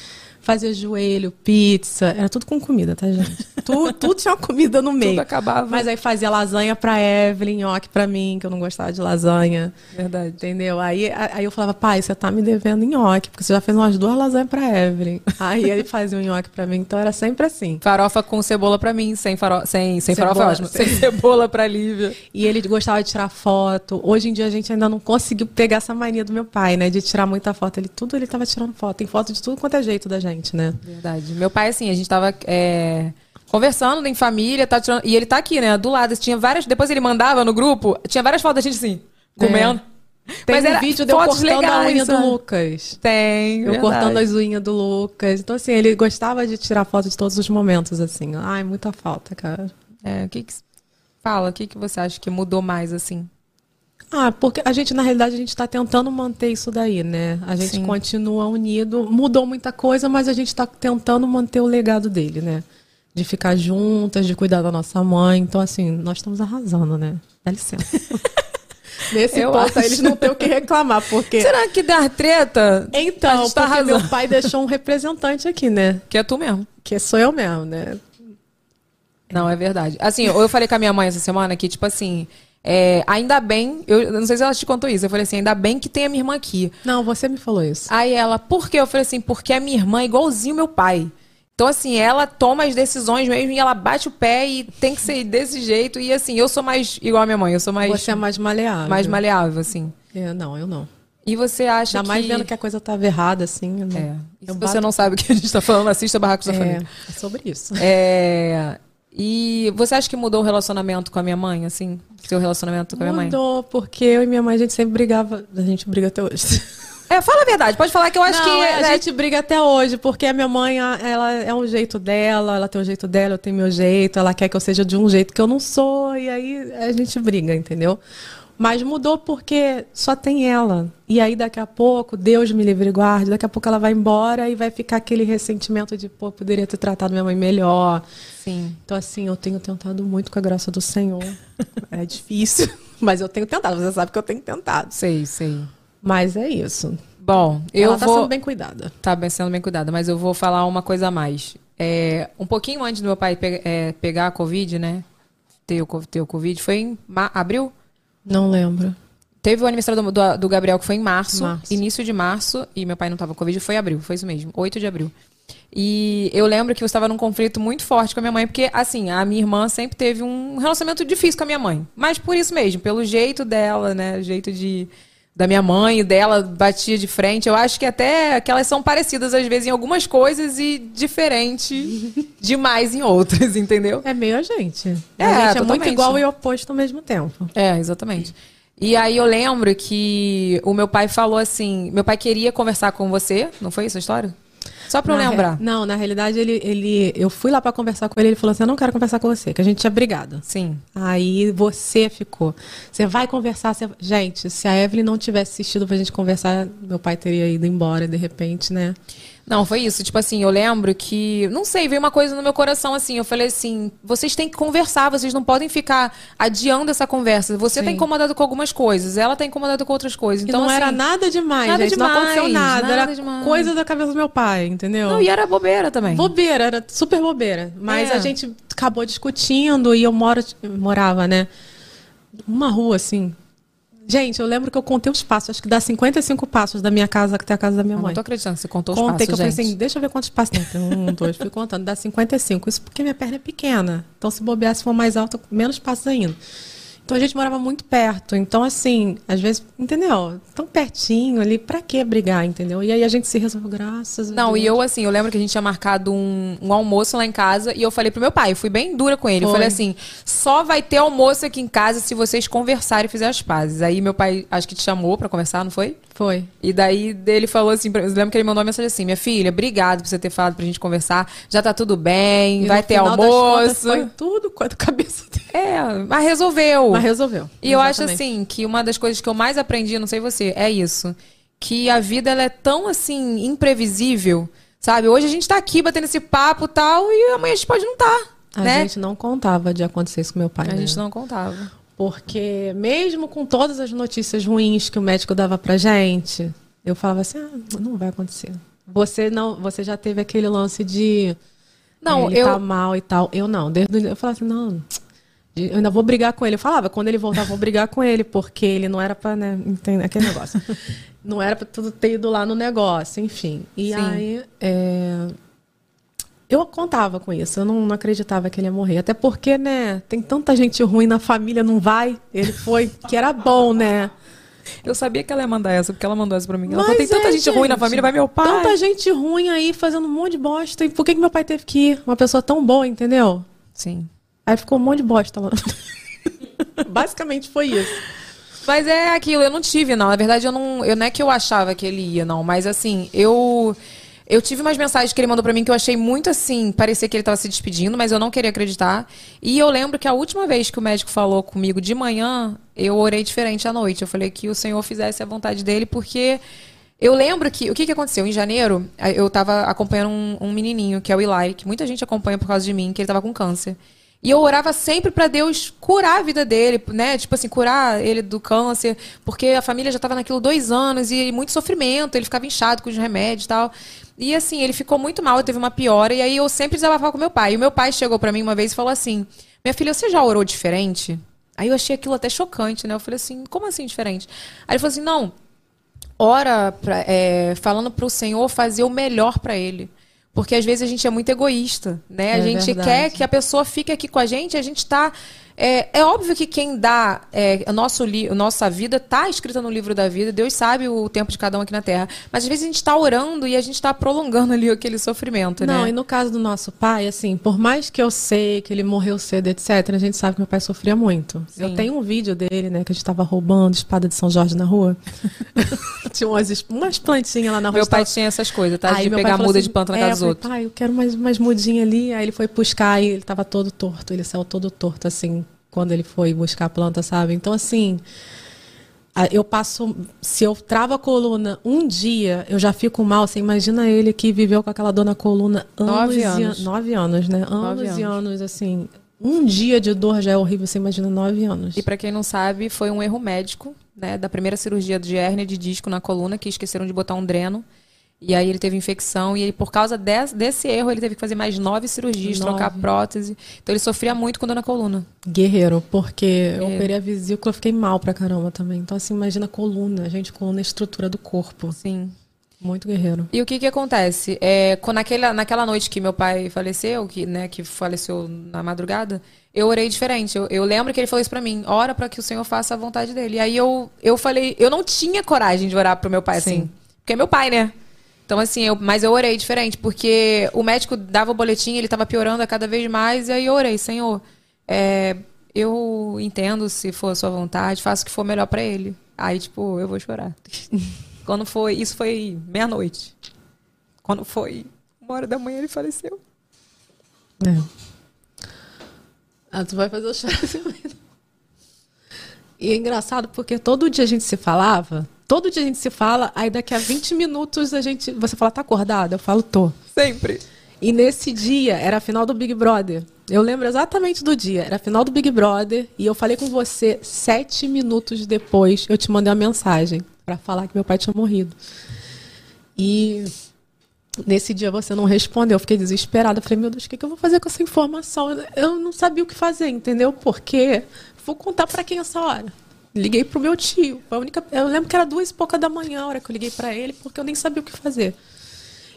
Speaker 7: Fazia joelho, pizza. Era tudo com comida, tá, gente? tudo, tudo tinha uma comida no meio.
Speaker 3: acabava.
Speaker 7: Mas é- aí fazia lasanha pra Evelyn, nhoque pra mim, que eu não gostava de lasanha.
Speaker 3: Verdade.
Speaker 7: Entendeu? Aí, a- aí eu falava, pai, você tá me devendo nhoque, porque você já fez umas duas lasanhas pra Evelyn. *laughs* Aí ele fazia um nhoque pra mim, então era sempre assim.
Speaker 3: Farofa com cebola pra mim, sem farofa. Sem, sem
Speaker 7: Cebola,
Speaker 3: farofa é ótimo.
Speaker 7: sem-
Speaker 3: Sem cebola pra Lívia.
Speaker 7: E ele gostava de tirar foto. Hoje em dia a gente ainda não conseguiu pegar essa mania do meu pai, né? De tirar muita foto. Ele tudo ele tava tirando foto. Tem foto de tudo quanto é jeito da gente, né?
Speaker 3: Verdade. Meu pai, assim, a gente tava é, conversando em família, tá tirando. E ele tá aqui, né? Do lado. Tinha várias. Depois ele mandava no grupo, tinha várias fotos da gente assim, comendo.
Speaker 7: É. Tem
Speaker 3: Mas
Speaker 7: um
Speaker 3: era
Speaker 7: vídeo de eu
Speaker 3: fotos
Speaker 7: cortando a
Speaker 3: legais, né?
Speaker 7: unha
Speaker 3: sabe?
Speaker 7: do Lucas.
Speaker 3: Tem.
Speaker 7: Eu cortando as unhas do Lucas. Então, assim, ele gostava de tirar foto de todos os momentos, assim. Ai, muita falta, cara.
Speaker 3: É, o que que. Fala, o que, que você acha que mudou mais, assim?
Speaker 7: Ah, porque a gente, na realidade, a gente está tentando manter isso daí, né? A gente
Speaker 3: Sim.
Speaker 7: continua unido. Mudou muita coisa, mas a gente está tentando manter o legado dele, né? De ficar juntas, de cuidar da nossa mãe. Então, assim, nós estamos arrasando, né? Dá licença. Nesse
Speaker 3: Eu
Speaker 7: ponto,
Speaker 3: acho.
Speaker 7: eles não têm o que reclamar, porque.
Speaker 3: Será que dar treta? A
Speaker 7: Então,
Speaker 3: gente tá
Speaker 7: porque meu
Speaker 3: arrasando.
Speaker 7: pai deixou um representante aqui, né?
Speaker 3: Que é tu mesmo.
Speaker 7: Que sou eu mesmo, né?
Speaker 3: Não, é verdade. Assim, eu falei com a minha mãe essa semana que, tipo assim, é, ainda bem. Eu eu não sei se ela te contou isso. Eu falei assim, ainda bem que tem a minha irmã aqui.
Speaker 7: Não, você me falou isso.
Speaker 3: Aí ela, por quê? Eu falei assim, porque a minha irmã é igualzinho meu pai. Então, assim, ela toma as decisões mesmo e ela bate o pé e tem que ser desse jeito. E assim, eu sou mais igual a minha mãe, eu sou mais,
Speaker 7: Você é mais maleável.
Speaker 3: mais maleável, assim.
Speaker 7: É, não, eu não.
Speaker 3: E você acha
Speaker 7: Ainda
Speaker 3: que.
Speaker 7: mais vendo que a coisa tava errada, assim. eu não-
Speaker 3: É. E
Speaker 7: eu
Speaker 3: se
Speaker 7: bato
Speaker 3: você não sabe o que a gente tá falando, assista Barracos da Família.
Speaker 7: É, é sobre
Speaker 3: *laughs*
Speaker 7: isso.
Speaker 3: É. E você acha que mudou o relacionamento com a minha mãe, assim? Seu relacionamento com a minha mãe?
Speaker 7: Mudou, porque eu e minha mãe, a gente sempre brigava. A gente briga até hoje.
Speaker 3: É, fala a verdade, pode falar que eu acho
Speaker 7: Não,
Speaker 3: que.
Speaker 7: é, a
Speaker 3: né,
Speaker 7: gente briga até hoje, porque a minha mãe, a- ela é um jeito dela, ela tem um jeito dela, eu tenho meu jeito, ela quer que eu seja de um jeito que eu não sou, e aí a gente briga, entendeu? Mas mudou porque só tem ela. E aí daqui a pouco, Deus me livre e guarde, daqui a pouco ela vai embora e vai ficar aquele ressentimento de, pô, poderia ter tratado minha mãe melhor.
Speaker 3: Sim.
Speaker 7: Então, assim, eu tenho tentado muito com a graça do *laughs* Senhor. É difícil, *laughs* mas eu tenho tentado. Você sabe que eu tenho tentado.
Speaker 3: Sei, sei.
Speaker 7: Mas é isso.
Speaker 3: Bom, eu
Speaker 7: Ela tá
Speaker 3: vou.
Speaker 7: sendo bem cuidada.
Speaker 3: Tá bem, sendo bem cuidada, mas eu vou falar uma coisa a mais. É, um pouquinho antes do meu pai pe- é, pegar a Covid, né? Ter o, co- ter o Covid, foi em ma- abril?
Speaker 7: Não lembro.
Speaker 3: Teve o aniversário do, do- do Gabriel, que foi em março,
Speaker 7: Março.
Speaker 3: início de março, e meu pai não tava com Covid, foi em abril, foi isso mesmo, 8 de abril. E eu lembro que eu estava num conflito muito forte com a minha mãe, porque, assim, a minha irmã sempre teve um relacionamento difícil com a minha mãe. Mas por isso mesmo, pelo jeito dela, né? Jeito de da minha mãe e dela batia de frente. Eu acho que até que elas são parecidas às vezes em algumas coisas e diferente demais em outras, entendeu?
Speaker 7: É meio a gente.
Speaker 3: É,
Speaker 7: a gente é muito
Speaker 3: totalmente.
Speaker 7: igual e oposto ao mesmo tempo.
Speaker 3: É, exatamente. E aí eu lembro que o meu pai falou assim, meu pai queria conversar com você, não foi isso a história? Só pra eu
Speaker 7: Na re-
Speaker 3: lembrar.
Speaker 7: Não, na realidade, ele, ele, eu fui lá pra conversar com ele, ele falou assim: Eu não quero conversar com você, que a gente tinha brigado.
Speaker 3: Sim.
Speaker 7: Aí você ficou. Você vai conversar. você- Gente, se a Evelyn não tivesse assistido pra gente conversar, meu pai teria ido embora de repente, né?
Speaker 3: Não, foi isso. Tipo assim, eu lembro que. Não sei, veio uma coisa no meu coração assim. Eu falei assim: vocês têm que conversar, vocês não podem ficar adiando essa conversa. Você tá
Speaker 7: Sim.
Speaker 3: incomodado com algumas coisas, ela tá incomodada com outras coisas. Então,
Speaker 7: Então não
Speaker 3: assim,
Speaker 7: era nada demais,
Speaker 3: nada
Speaker 7: gente. não aconteceu
Speaker 3: demais,
Speaker 7: nada.
Speaker 3: nada
Speaker 7: era
Speaker 3: demais.
Speaker 7: coisa da cabeça do meu pai, entendeu?
Speaker 3: Não, e era bobeira também.
Speaker 7: Bobeira, era super bobeira. Mas
Speaker 3: É.
Speaker 7: a gente acabou discutindo e eu moro, eu morava, né? Uma rua assim. Gente, eu lembro que eu contei os passos, acho que dá 55 passos da minha casa até a casa da minha
Speaker 3: Eu não
Speaker 7: mãe.
Speaker 3: tô acreditando, você contou os
Speaker 7: Contei
Speaker 3: passos,
Speaker 7: que eu falei
Speaker 3: gente.
Speaker 7: assim, deixa eu ver quantos passos tem. Tem Um, dois, fui contando, dá 55. Isso porque minha perna é pequena. Então, se bobear, se for mais alta, menos passos ainda. Então, a gente morava muito perto. Então, assim, às vezes, entendeu? Tão pertinho ali, pra que brigar, entendeu? E aí a gente se resolveu, graças a
Speaker 3: Não,
Speaker 7: Deus.
Speaker 3: e eu assim, eu lembro que a gente tinha marcado um, um almoço lá em casa e eu falei pro meu pai, eu fui bem dura com ele. Eu
Speaker 7: Foi.
Speaker 3: falei assim: só vai ter almoço aqui em casa se vocês conversarem e fizerem as pazes. Aí meu pai acho que te chamou pra conversar, não foi?
Speaker 7: Foi.
Speaker 3: E daí ele falou assim, pra- eu lembro que ele mandou uma mensagem assim, minha filha, obrigado por você ter falado pra gente conversar, já tá tudo bem,
Speaker 7: E
Speaker 3: vai
Speaker 7: no
Speaker 3: ter
Speaker 7: final das contas,
Speaker 3: almoço.
Speaker 7: Foi tudo quanto *laughs* cabeça dele.
Speaker 3: É, mas resolveu.
Speaker 7: Mas resolveu.
Speaker 3: Uh. E eu acho
Speaker 7: Exatamente.
Speaker 3: assim que uma das coisas que eu mais aprendi, não sei você, é isso. Que a vida ela é tão assim imprevisível, sabe? Hoje a gente tá aqui batendo esse papo e tal e amanhã a gente pode não tá,
Speaker 7: A
Speaker 3: né?
Speaker 7: gente não contava de acontecer isso com meu pai.
Speaker 3: A
Speaker 7: né?
Speaker 3: gente não contava.
Speaker 7: Porque mesmo com todas as notícias ruins que o médico dava pra gente, eu falava assim, ah, não vai acontecer. Você não, você já teve aquele lance de
Speaker 3: Não,
Speaker 7: ele tá
Speaker 3: eu-
Speaker 7: mal e tal. Eu não, desde o- eu falava assim, não, eu ainda vou brigar com ele. Eu falava, quando ele voltar, eu vou brigar com ele, porque ele não era pra, né, entender aquele negócio.
Speaker 3: *laughs*
Speaker 7: não era pra tudo ter ido lá no negócio, enfim. E
Speaker 3: Sim.
Speaker 7: aí, é, eu contava com isso, eu não, não acreditava que ele ia morrer. Até porque, né, tem tanta gente ruim na família, não vai. Ele foi, que era bom, né?
Speaker 3: Eu sabia que ela ia mandar essa, porque ela mandou essa pra mim.
Speaker 7: Mas
Speaker 3: tem tanta
Speaker 7: é,
Speaker 3: gente, ruim na família, vai meu pai.
Speaker 7: Tanta gente ruim aí fazendo um monte de bosta. E por que, que meu pai teve que ir? Uma pessoa tão boa, entendeu?
Speaker 3: Sim.
Speaker 7: Aí ficou um monte de bosta lá. *laughs* Basicamente foi isso.
Speaker 3: Mas é aquilo, eu não tive, não. Na verdade, eu não, eu, não é que eu achava que ele ia, não. Mas assim, eu. Eu tive umas mensagens que ele mandou pra mim que eu achei muito assim, parecia que ele tava se despedindo, mas eu não queria acreditar. E eu lembro que a última vez que o médico falou comigo de manhã, eu orei diferente à noite. Eu falei que o Senhor fizesse a vontade dele, porque eu lembro que. O que, que aconteceu? Em janeiro, a- eu tava acompanhando um, um menininho, que é o Eli, que muita gente acompanha por causa de mim, que ele tava com câncer. E eu orava sempre pra Deus curar a vida dele, né? Tipo assim, curar ele do câncer, porque a família já tava naquilo dois anos e muito sofrimento, ele ficava inchado com os remédios e tal. E assim, ele ficou muito mal, teve uma piora, e aí eu sempre desabafava com meu pai. E o meu pai chegou pra mim uma vez e falou assim: Minha filha, você já orou diferente? Aí eu achei aquilo até chocante, né? Eu falei assim: Como assim diferente? Aí ele falou assim: Não, ora pra, é, falando pro Senhor fazer o melhor pra ele. Porque às vezes a gente é muito egoísta, né? a
Speaker 7: É
Speaker 3: gente
Speaker 7: verdade.
Speaker 3: quer que a pessoa fique aqui com a gente, a gente tá. É, é óbvio que quem dá é, o nosso li, a nossa vida tá escrita no livro da vida, Deus sabe o tempo de cada um aqui na Terra. Mas às vezes a gente tá orando e a gente tá prolongando ali aquele sofrimento,
Speaker 7: Não,
Speaker 3: né?
Speaker 7: e no caso do nosso pai, assim, por mais que eu sei que ele morreu cedo, etc., a gente sabe que meu pai sofria muito. Eu tenho um vídeo dele, né, que a gente tava roubando espada de São Jorge
Speaker 3: *laughs*
Speaker 7: na rua. *laughs* tinha umas, es- umas plantinhas lá na rua.
Speaker 3: Meu
Speaker 7: a gente tava-
Speaker 3: pai tinha essas coisas, tá? de
Speaker 7: meu pai
Speaker 3: pegar
Speaker 7: falou
Speaker 3: muda
Speaker 7: assim,
Speaker 3: de planta na
Speaker 7: é,
Speaker 3: casa
Speaker 7: eu
Speaker 3: dos
Speaker 7: falei,
Speaker 3: outros.
Speaker 7: Pai, eu quero mais, mais mudinha ali. Aí ele foi buscar e ele tava todo torto. Ele saiu todo torto, assim, quando ele foi buscar a planta, sabe? Então, assim, a- eu passo... Se eu travo a coluna um dia, eu já fico mal. Você imagina ele que viveu com aquela dor na coluna anos
Speaker 3: Nove
Speaker 7: e an-
Speaker 3: anos.
Speaker 7: Nove anos, né? Anos
Speaker 3: Nove
Speaker 7: e anos, assim... Um dia de dor já é horrível, você imagina nove anos.
Speaker 3: E pra quem não sabe, foi um erro médico, né, da primeira cirurgia de hérnia de disco na coluna, que esqueceram de botar um dreno. E aí ele teve infecção e ele, por causa des- desse erro, ele teve que fazer mais nove cirurgias,
Speaker 7: Nove.
Speaker 3: trocar prótese. Então ele sofria muito com dor na coluna.
Speaker 7: Guerreiro,
Speaker 3: É.
Speaker 7: porque eu operei a vesícula, eu fiquei mal pra caramba também. Então, assim, imagina a coluna, gente, coluna é a estrutura do corpo.
Speaker 3: Sim.
Speaker 7: Muito guerreiro.
Speaker 3: E o que que acontece? É, quando naquela, naquela noite que meu pai faleceu, que, né, que faleceu na madrugada, eu orei diferente. Eu, eu lembro que ele falou isso pra mim. Ora pra que o Senhor faça a vontade dele. E aí eu, eu falei... Eu não tinha coragem de orar pro meu pai, assim. Porque é meu pai, né? Então, assim, eu, mas eu orei diferente. Porque o médico dava o boletim, ele tava piorando a cada vez mais. E aí eu orei, Senhor, é, eu entendo se for a sua vontade. Faço o que for melhor pra ele. Aí, tipo, eu vou chorar. *laughs* Quando foi... Isso foi meia-noite. Quando foi uma hora da manhã, ele faleceu.
Speaker 7: Ah, tu vai fazer o chorar também. E é engraçado porque todo dia a gente se falava, todo dia a gente se fala, aí daqui a 20 minutos a gente. Você fala, tá acordada? Eu falo, tô.
Speaker 3: Sempre.
Speaker 7: E nesse dia era a final do Big Brother. Eu lembro exatamente do dia. Era a final do Big Brother e eu falei com você sete minutos depois. Eu te mandei uma mensagem pra falar que meu pai tinha morrido. E nesse dia você não respondeu. Eu fiquei desesperada. Eu Falei, meu Deus, o que que eu vou fazer com essa informação? Eu não sabia o que fazer, entendeu? Porque vou contar pra quem essa hora. Liguei pro meu tio. Foi a única. Eu lembro que era duas e pouca da manhã a hora que eu liguei pra ele, porque eu nem sabia o que fazer.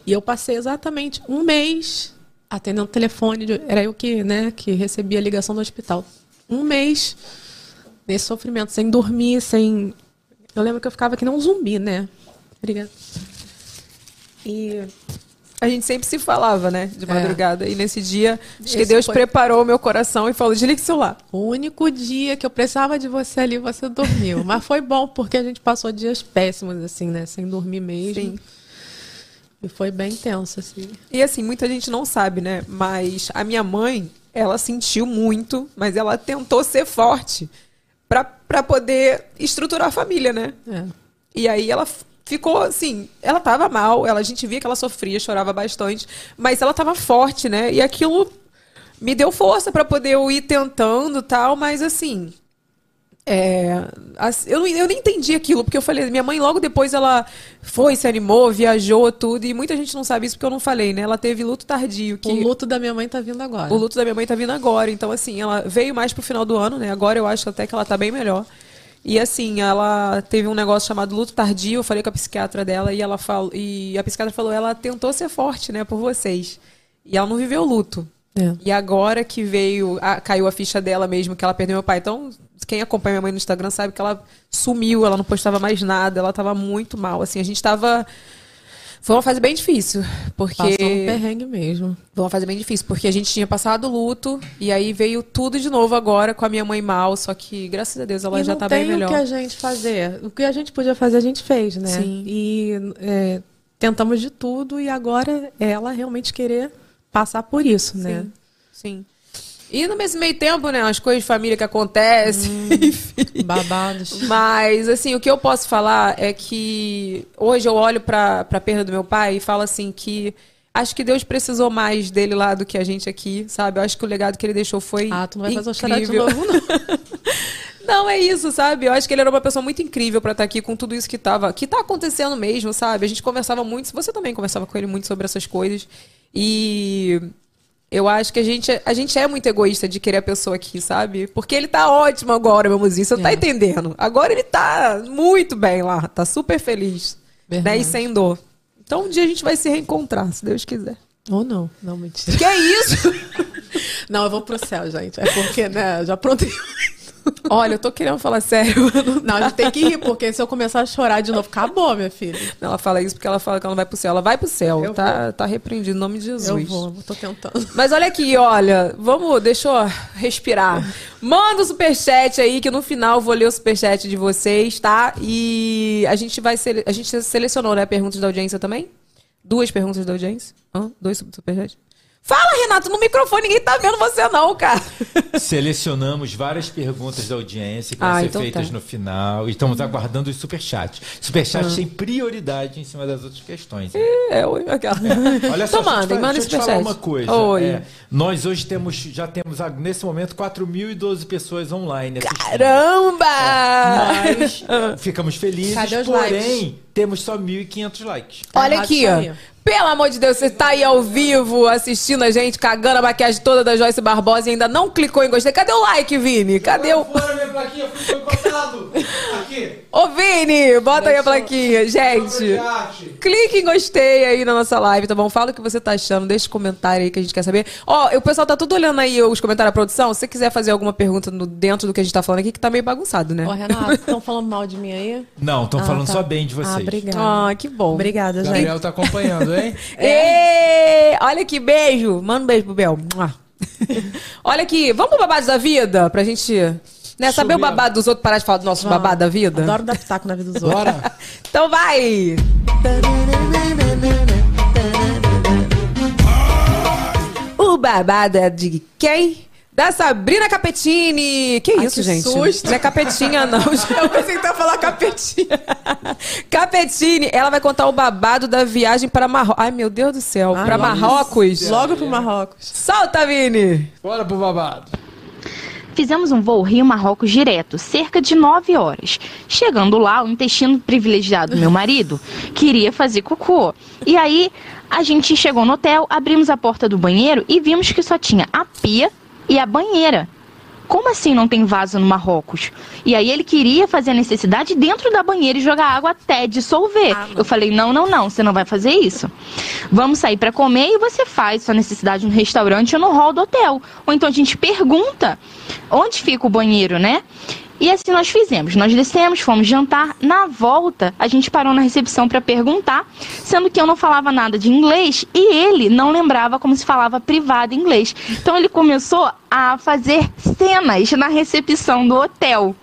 Speaker 7: E eu passei exatamente um mês atendendo o telefone. de- Era eu que, né, que recebia a ligação do hospital. Um mês nesse sofrimento, sem dormir, sem. Eu lembro que eu ficava que nem um zumbi, né? Obrigada. E
Speaker 3: A gente sempre se falava, né? De madrugada. E nesse dia, acho que
Speaker 7: É. Esse
Speaker 3: Deus
Speaker 7: foi-
Speaker 3: preparou o meu coração e falou: desliga o celular.
Speaker 7: o único dia que eu precisava de você ali, você dormiu. Mas foi bom, porque a gente passou dias péssimos, assim, né? Sem dormir mesmo.
Speaker 3: Sim.
Speaker 7: E foi bem tenso, assim.
Speaker 3: E assim, muita gente não sabe, né? Mas a minha mãe, ela sentiu muito, mas ela tentou ser forte pra, pra poder estruturar a família, né?
Speaker 7: É.
Speaker 3: E aí ela f- ficou assim, ela tava mal, ela, a gente via que ela sofria, chorava bastante, mas ela tava forte, né? E aquilo me deu força pra poder eu ir tentando tal, mas assim. é, as- eu, não- eu nem entendi aquilo, porque eu falei, minha mãe logo depois ela foi, se animou, viajou, tudo, e muita gente não sabe isso porque eu não falei, né? Ela teve luto tardio, que
Speaker 7: O luto da minha mãe tá vindo agora.
Speaker 3: o luto da minha mãe tá vindo agora. Então, assim, ela veio mais pro final do ano, né? Agora eu acho até que ela tá bem melhor. E assim, ela teve um negócio chamado luto tardio, eu falei com a psiquiatra dela e ela falou. E a psiquiatra falou, ela tentou ser forte, né, por vocês. E ela não viveu luto.
Speaker 7: É.
Speaker 3: E agora que veio, a- caiu a ficha dela mesmo, que ela perdeu meu pai. Então, quem acompanha minha mãe no Instagram sabe que ela sumiu, ela não postava mais nada, ela tava muito mal. Assim, a gente tava. Foi uma fase bem difícil, porque.
Speaker 7: Passou um perrengue mesmo.
Speaker 3: Foi uma fase bem difícil, porque a gente tinha passado luto e aí veio tudo de novo agora com a minha mãe mal, só que graças a Deus ela
Speaker 7: E
Speaker 3: já
Speaker 7: não
Speaker 3: tá
Speaker 7: tem
Speaker 3: bem melhor.
Speaker 7: o que a gente fazer. O que a gente podia fazer, a gente fez, né?
Speaker 3: Sim.
Speaker 7: E é, tentamos de tudo e agora é ela realmente querer passar por isso, né?
Speaker 3: Sim. Sim.
Speaker 7: *laughs*
Speaker 3: E no mesmo meio tempo, né, as coisas de família que acontecem,
Speaker 7: Hum.
Speaker 3: enfim. *laughs*
Speaker 7: Babados.
Speaker 3: Mas, assim, o que eu posso falar é que hoje eu olho pra, pra perda do meu pai e falo assim que acho que Deus precisou mais dele lá do que a gente aqui, sabe? Eu acho que o legado que ele deixou foi
Speaker 7: Ah, tu não vai fazer eu chorar de
Speaker 3: incrível.
Speaker 7: novo, não.
Speaker 3: Não, é isso, sabe? Eu acho que ele era uma pessoa muito incrível pra estar aqui com tudo isso que tava, que tá acontecendo mesmo, sabe? A gente conversava muito, você também conversava com ele muito sobre essas coisas. E eu acho que a gente, a gente é muito egoísta de querer a pessoa aqui, sabe? Porque ele tá ótimo agora, meu mozinho, você não tá
Speaker 7: É.
Speaker 3: entendendo. Agora ele tá muito bem lá, tá super feliz, né?
Speaker 7: Verdade.
Speaker 3: E sem dor. Então um dia a gente vai se reencontrar, se Deus quiser.
Speaker 7: *laughs* Ou não. Não, mentira.
Speaker 3: Que isso?
Speaker 7: Não, eu vou pro céu, gente. É porque, né, eu já aprontei.
Speaker 3: *laughs* Olha, eu tô querendo falar sério.
Speaker 7: *laughs* Não, a gente tem que rir, porque se eu começar a chorar de novo, acabou, minha filha.
Speaker 3: Não, Ela fala isso porque ela fala que ela não vai pro céu. Ela vai pro céu.
Speaker 7: Eu
Speaker 3: tá, tá repreendido em nome de Jesus.
Speaker 7: Eu vou, tô tentando.
Speaker 3: Mas olha aqui, olha. Vamos, deixa eu respirar. Manda o superchat aí, que no final eu vou ler o superchat de vocês, tá? E a gente vai. Sele... A gente selecionou, né? Perguntas da audiência também? Duas perguntas da audiência? Hã? Dois su- superchats? Fala, Renato, no microfone ninguém tá vendo você, não, cara. *laughs*
Speaker 4: *laughs* Selecionamos várias perguntas da audiência que vão
Speaker 3: Ah,
Speaker 4: ser
Speaker 3: então
Speaker 4: feitas
Speaker 3: tá.
Speaker 4: no final. E estamos aguardando os superchats. Superchats têm prioridade em cima das outras questões.
Speaker 3: É, eu- aquela.
Speaker 4: Olha só,
Speaker 3: então manda,
Speaker 4: deixa eu te, fa-
Speaker 3: manda o
Speaker 4: deixa eu te falar
Speaker 3: superchat.
Speaker 4: uma coisa.
Speaker 3: Oi.
Speaker 4: É, nós hoje temos, já temos, ah, nesse momento, 4.012 pessoas online. assistindo.
Speaker 3: Caramba!
Speaker 7: É,
Speaker 3: *laughs*
Speaker 4: Mas ficamos felizes,
Speaker 7: Cadê os
Speaker 4: porém, temos só 1.500 likes.
Speaker 7: Tá
Speaker 3: Olha
Speaker 7: errado
Speaker 3: aqui,
Speaker 7: isso
Speaker 3: ó.
Speaker 7: aí.
Speaker 3: Pelo amor de Deus, você tá aí ao vivo assistindo a gente, cagando a maquiagem toda da Joyce Barbosa e ainda não clicou em gostei. Cadê o like, Vini? Cadê o.
Speaker 8: Fora minha plaquinha, fui cancelado. Aqui.
Speaker 3: Ô, Vini, bota aí a plaquinha. Gente, clique em gostei aí na nossa live, tá bom? Fala o que você tá achando, deixa o comentário aí que a gente quer saber. Ó, o pessoal tá tudo olhando aí os comentários da produção. Se você quiser fazer alguma pergunta no- dentro do que a gente tá falando aqui, que tá meio bagunçado, né?
Speaker 7: Ô, Renato, estão falando mal de mim aí?
Speaker 4: Não, estão
Speaker 7: Ah,
Speaker 4: falando
Speaker 7: tá.
Speaker 4: só bem de vocês.
Speaker 7: Ah, obrigada.
Speaker 3: Ah, que bom.
Speaker 7: Obrigada, gente.
Speaker 8: Gabriel tá acompanhando, hein?
Speaker 3: Ê, olha aqui, beijo. Manda um beijo pro Bel. Mua. olha aqui, vamos pro babado da vida pra gente né, saber o babado dos outros, parar de falar do nosso babado da vida?
Speaker 7: Adoro dar pitaco na vida dos outros.
Speaker 8: Bora.
Speaker 3: *laughs* Então vai! O babado é de quem? Da Sabrina Capetini! Que isso,
Speaker 7: que
Speaker 3: gente?
Speaker 7: susto.
Speaker 3: Não é capetinha,
Speaker 7: *laughs*
Speaker 3: não. Eu pensei que tava falar capetinha. *laughs* Capetini, ela vai contar o babado da viagem para Marrocos. Ai, meu Deus do céu.
Speaker 7: Ai,
Speaker 3: para
Speaker 7: meu Deus
Speaker 3: Marrocos.
Speaker 7: Logo pro Marrocos.
Speaker 3: Solta, Vini!
Speaker 8: Bora pro babado.
Speaker 9: Fizemos um voo Rio-Marrocos direto, cerca de 9 horas. Chegando lá, o intestino privilegiado do meu marido queria fazer cocô. E aí, a gente chegou no hotel, abrimos a porta do banheiro e vimos que só tinha a pia e a banheira. Como assim não tem vaso no Marrocos? E aí ele queria fazer a necessidade dentro da banheira e jogar água até dissolver. Eu falei: "Não, não, não, você não vai fazer isso. Vamos sair para comer e você faz sua necessidade no restaurante ou no hall do hotel. Ou então a gente pergunta onde fica o banheiro, né?" E assim nós fizemos. Nós descemos, fomos jantar. Na volta, a gente parou na recepção para perguntar, sendo que eu não falava nada de inglês e ele não lembrava como se falava privado em inglês. Então ele começou a fazer cenas na recepção do hotel.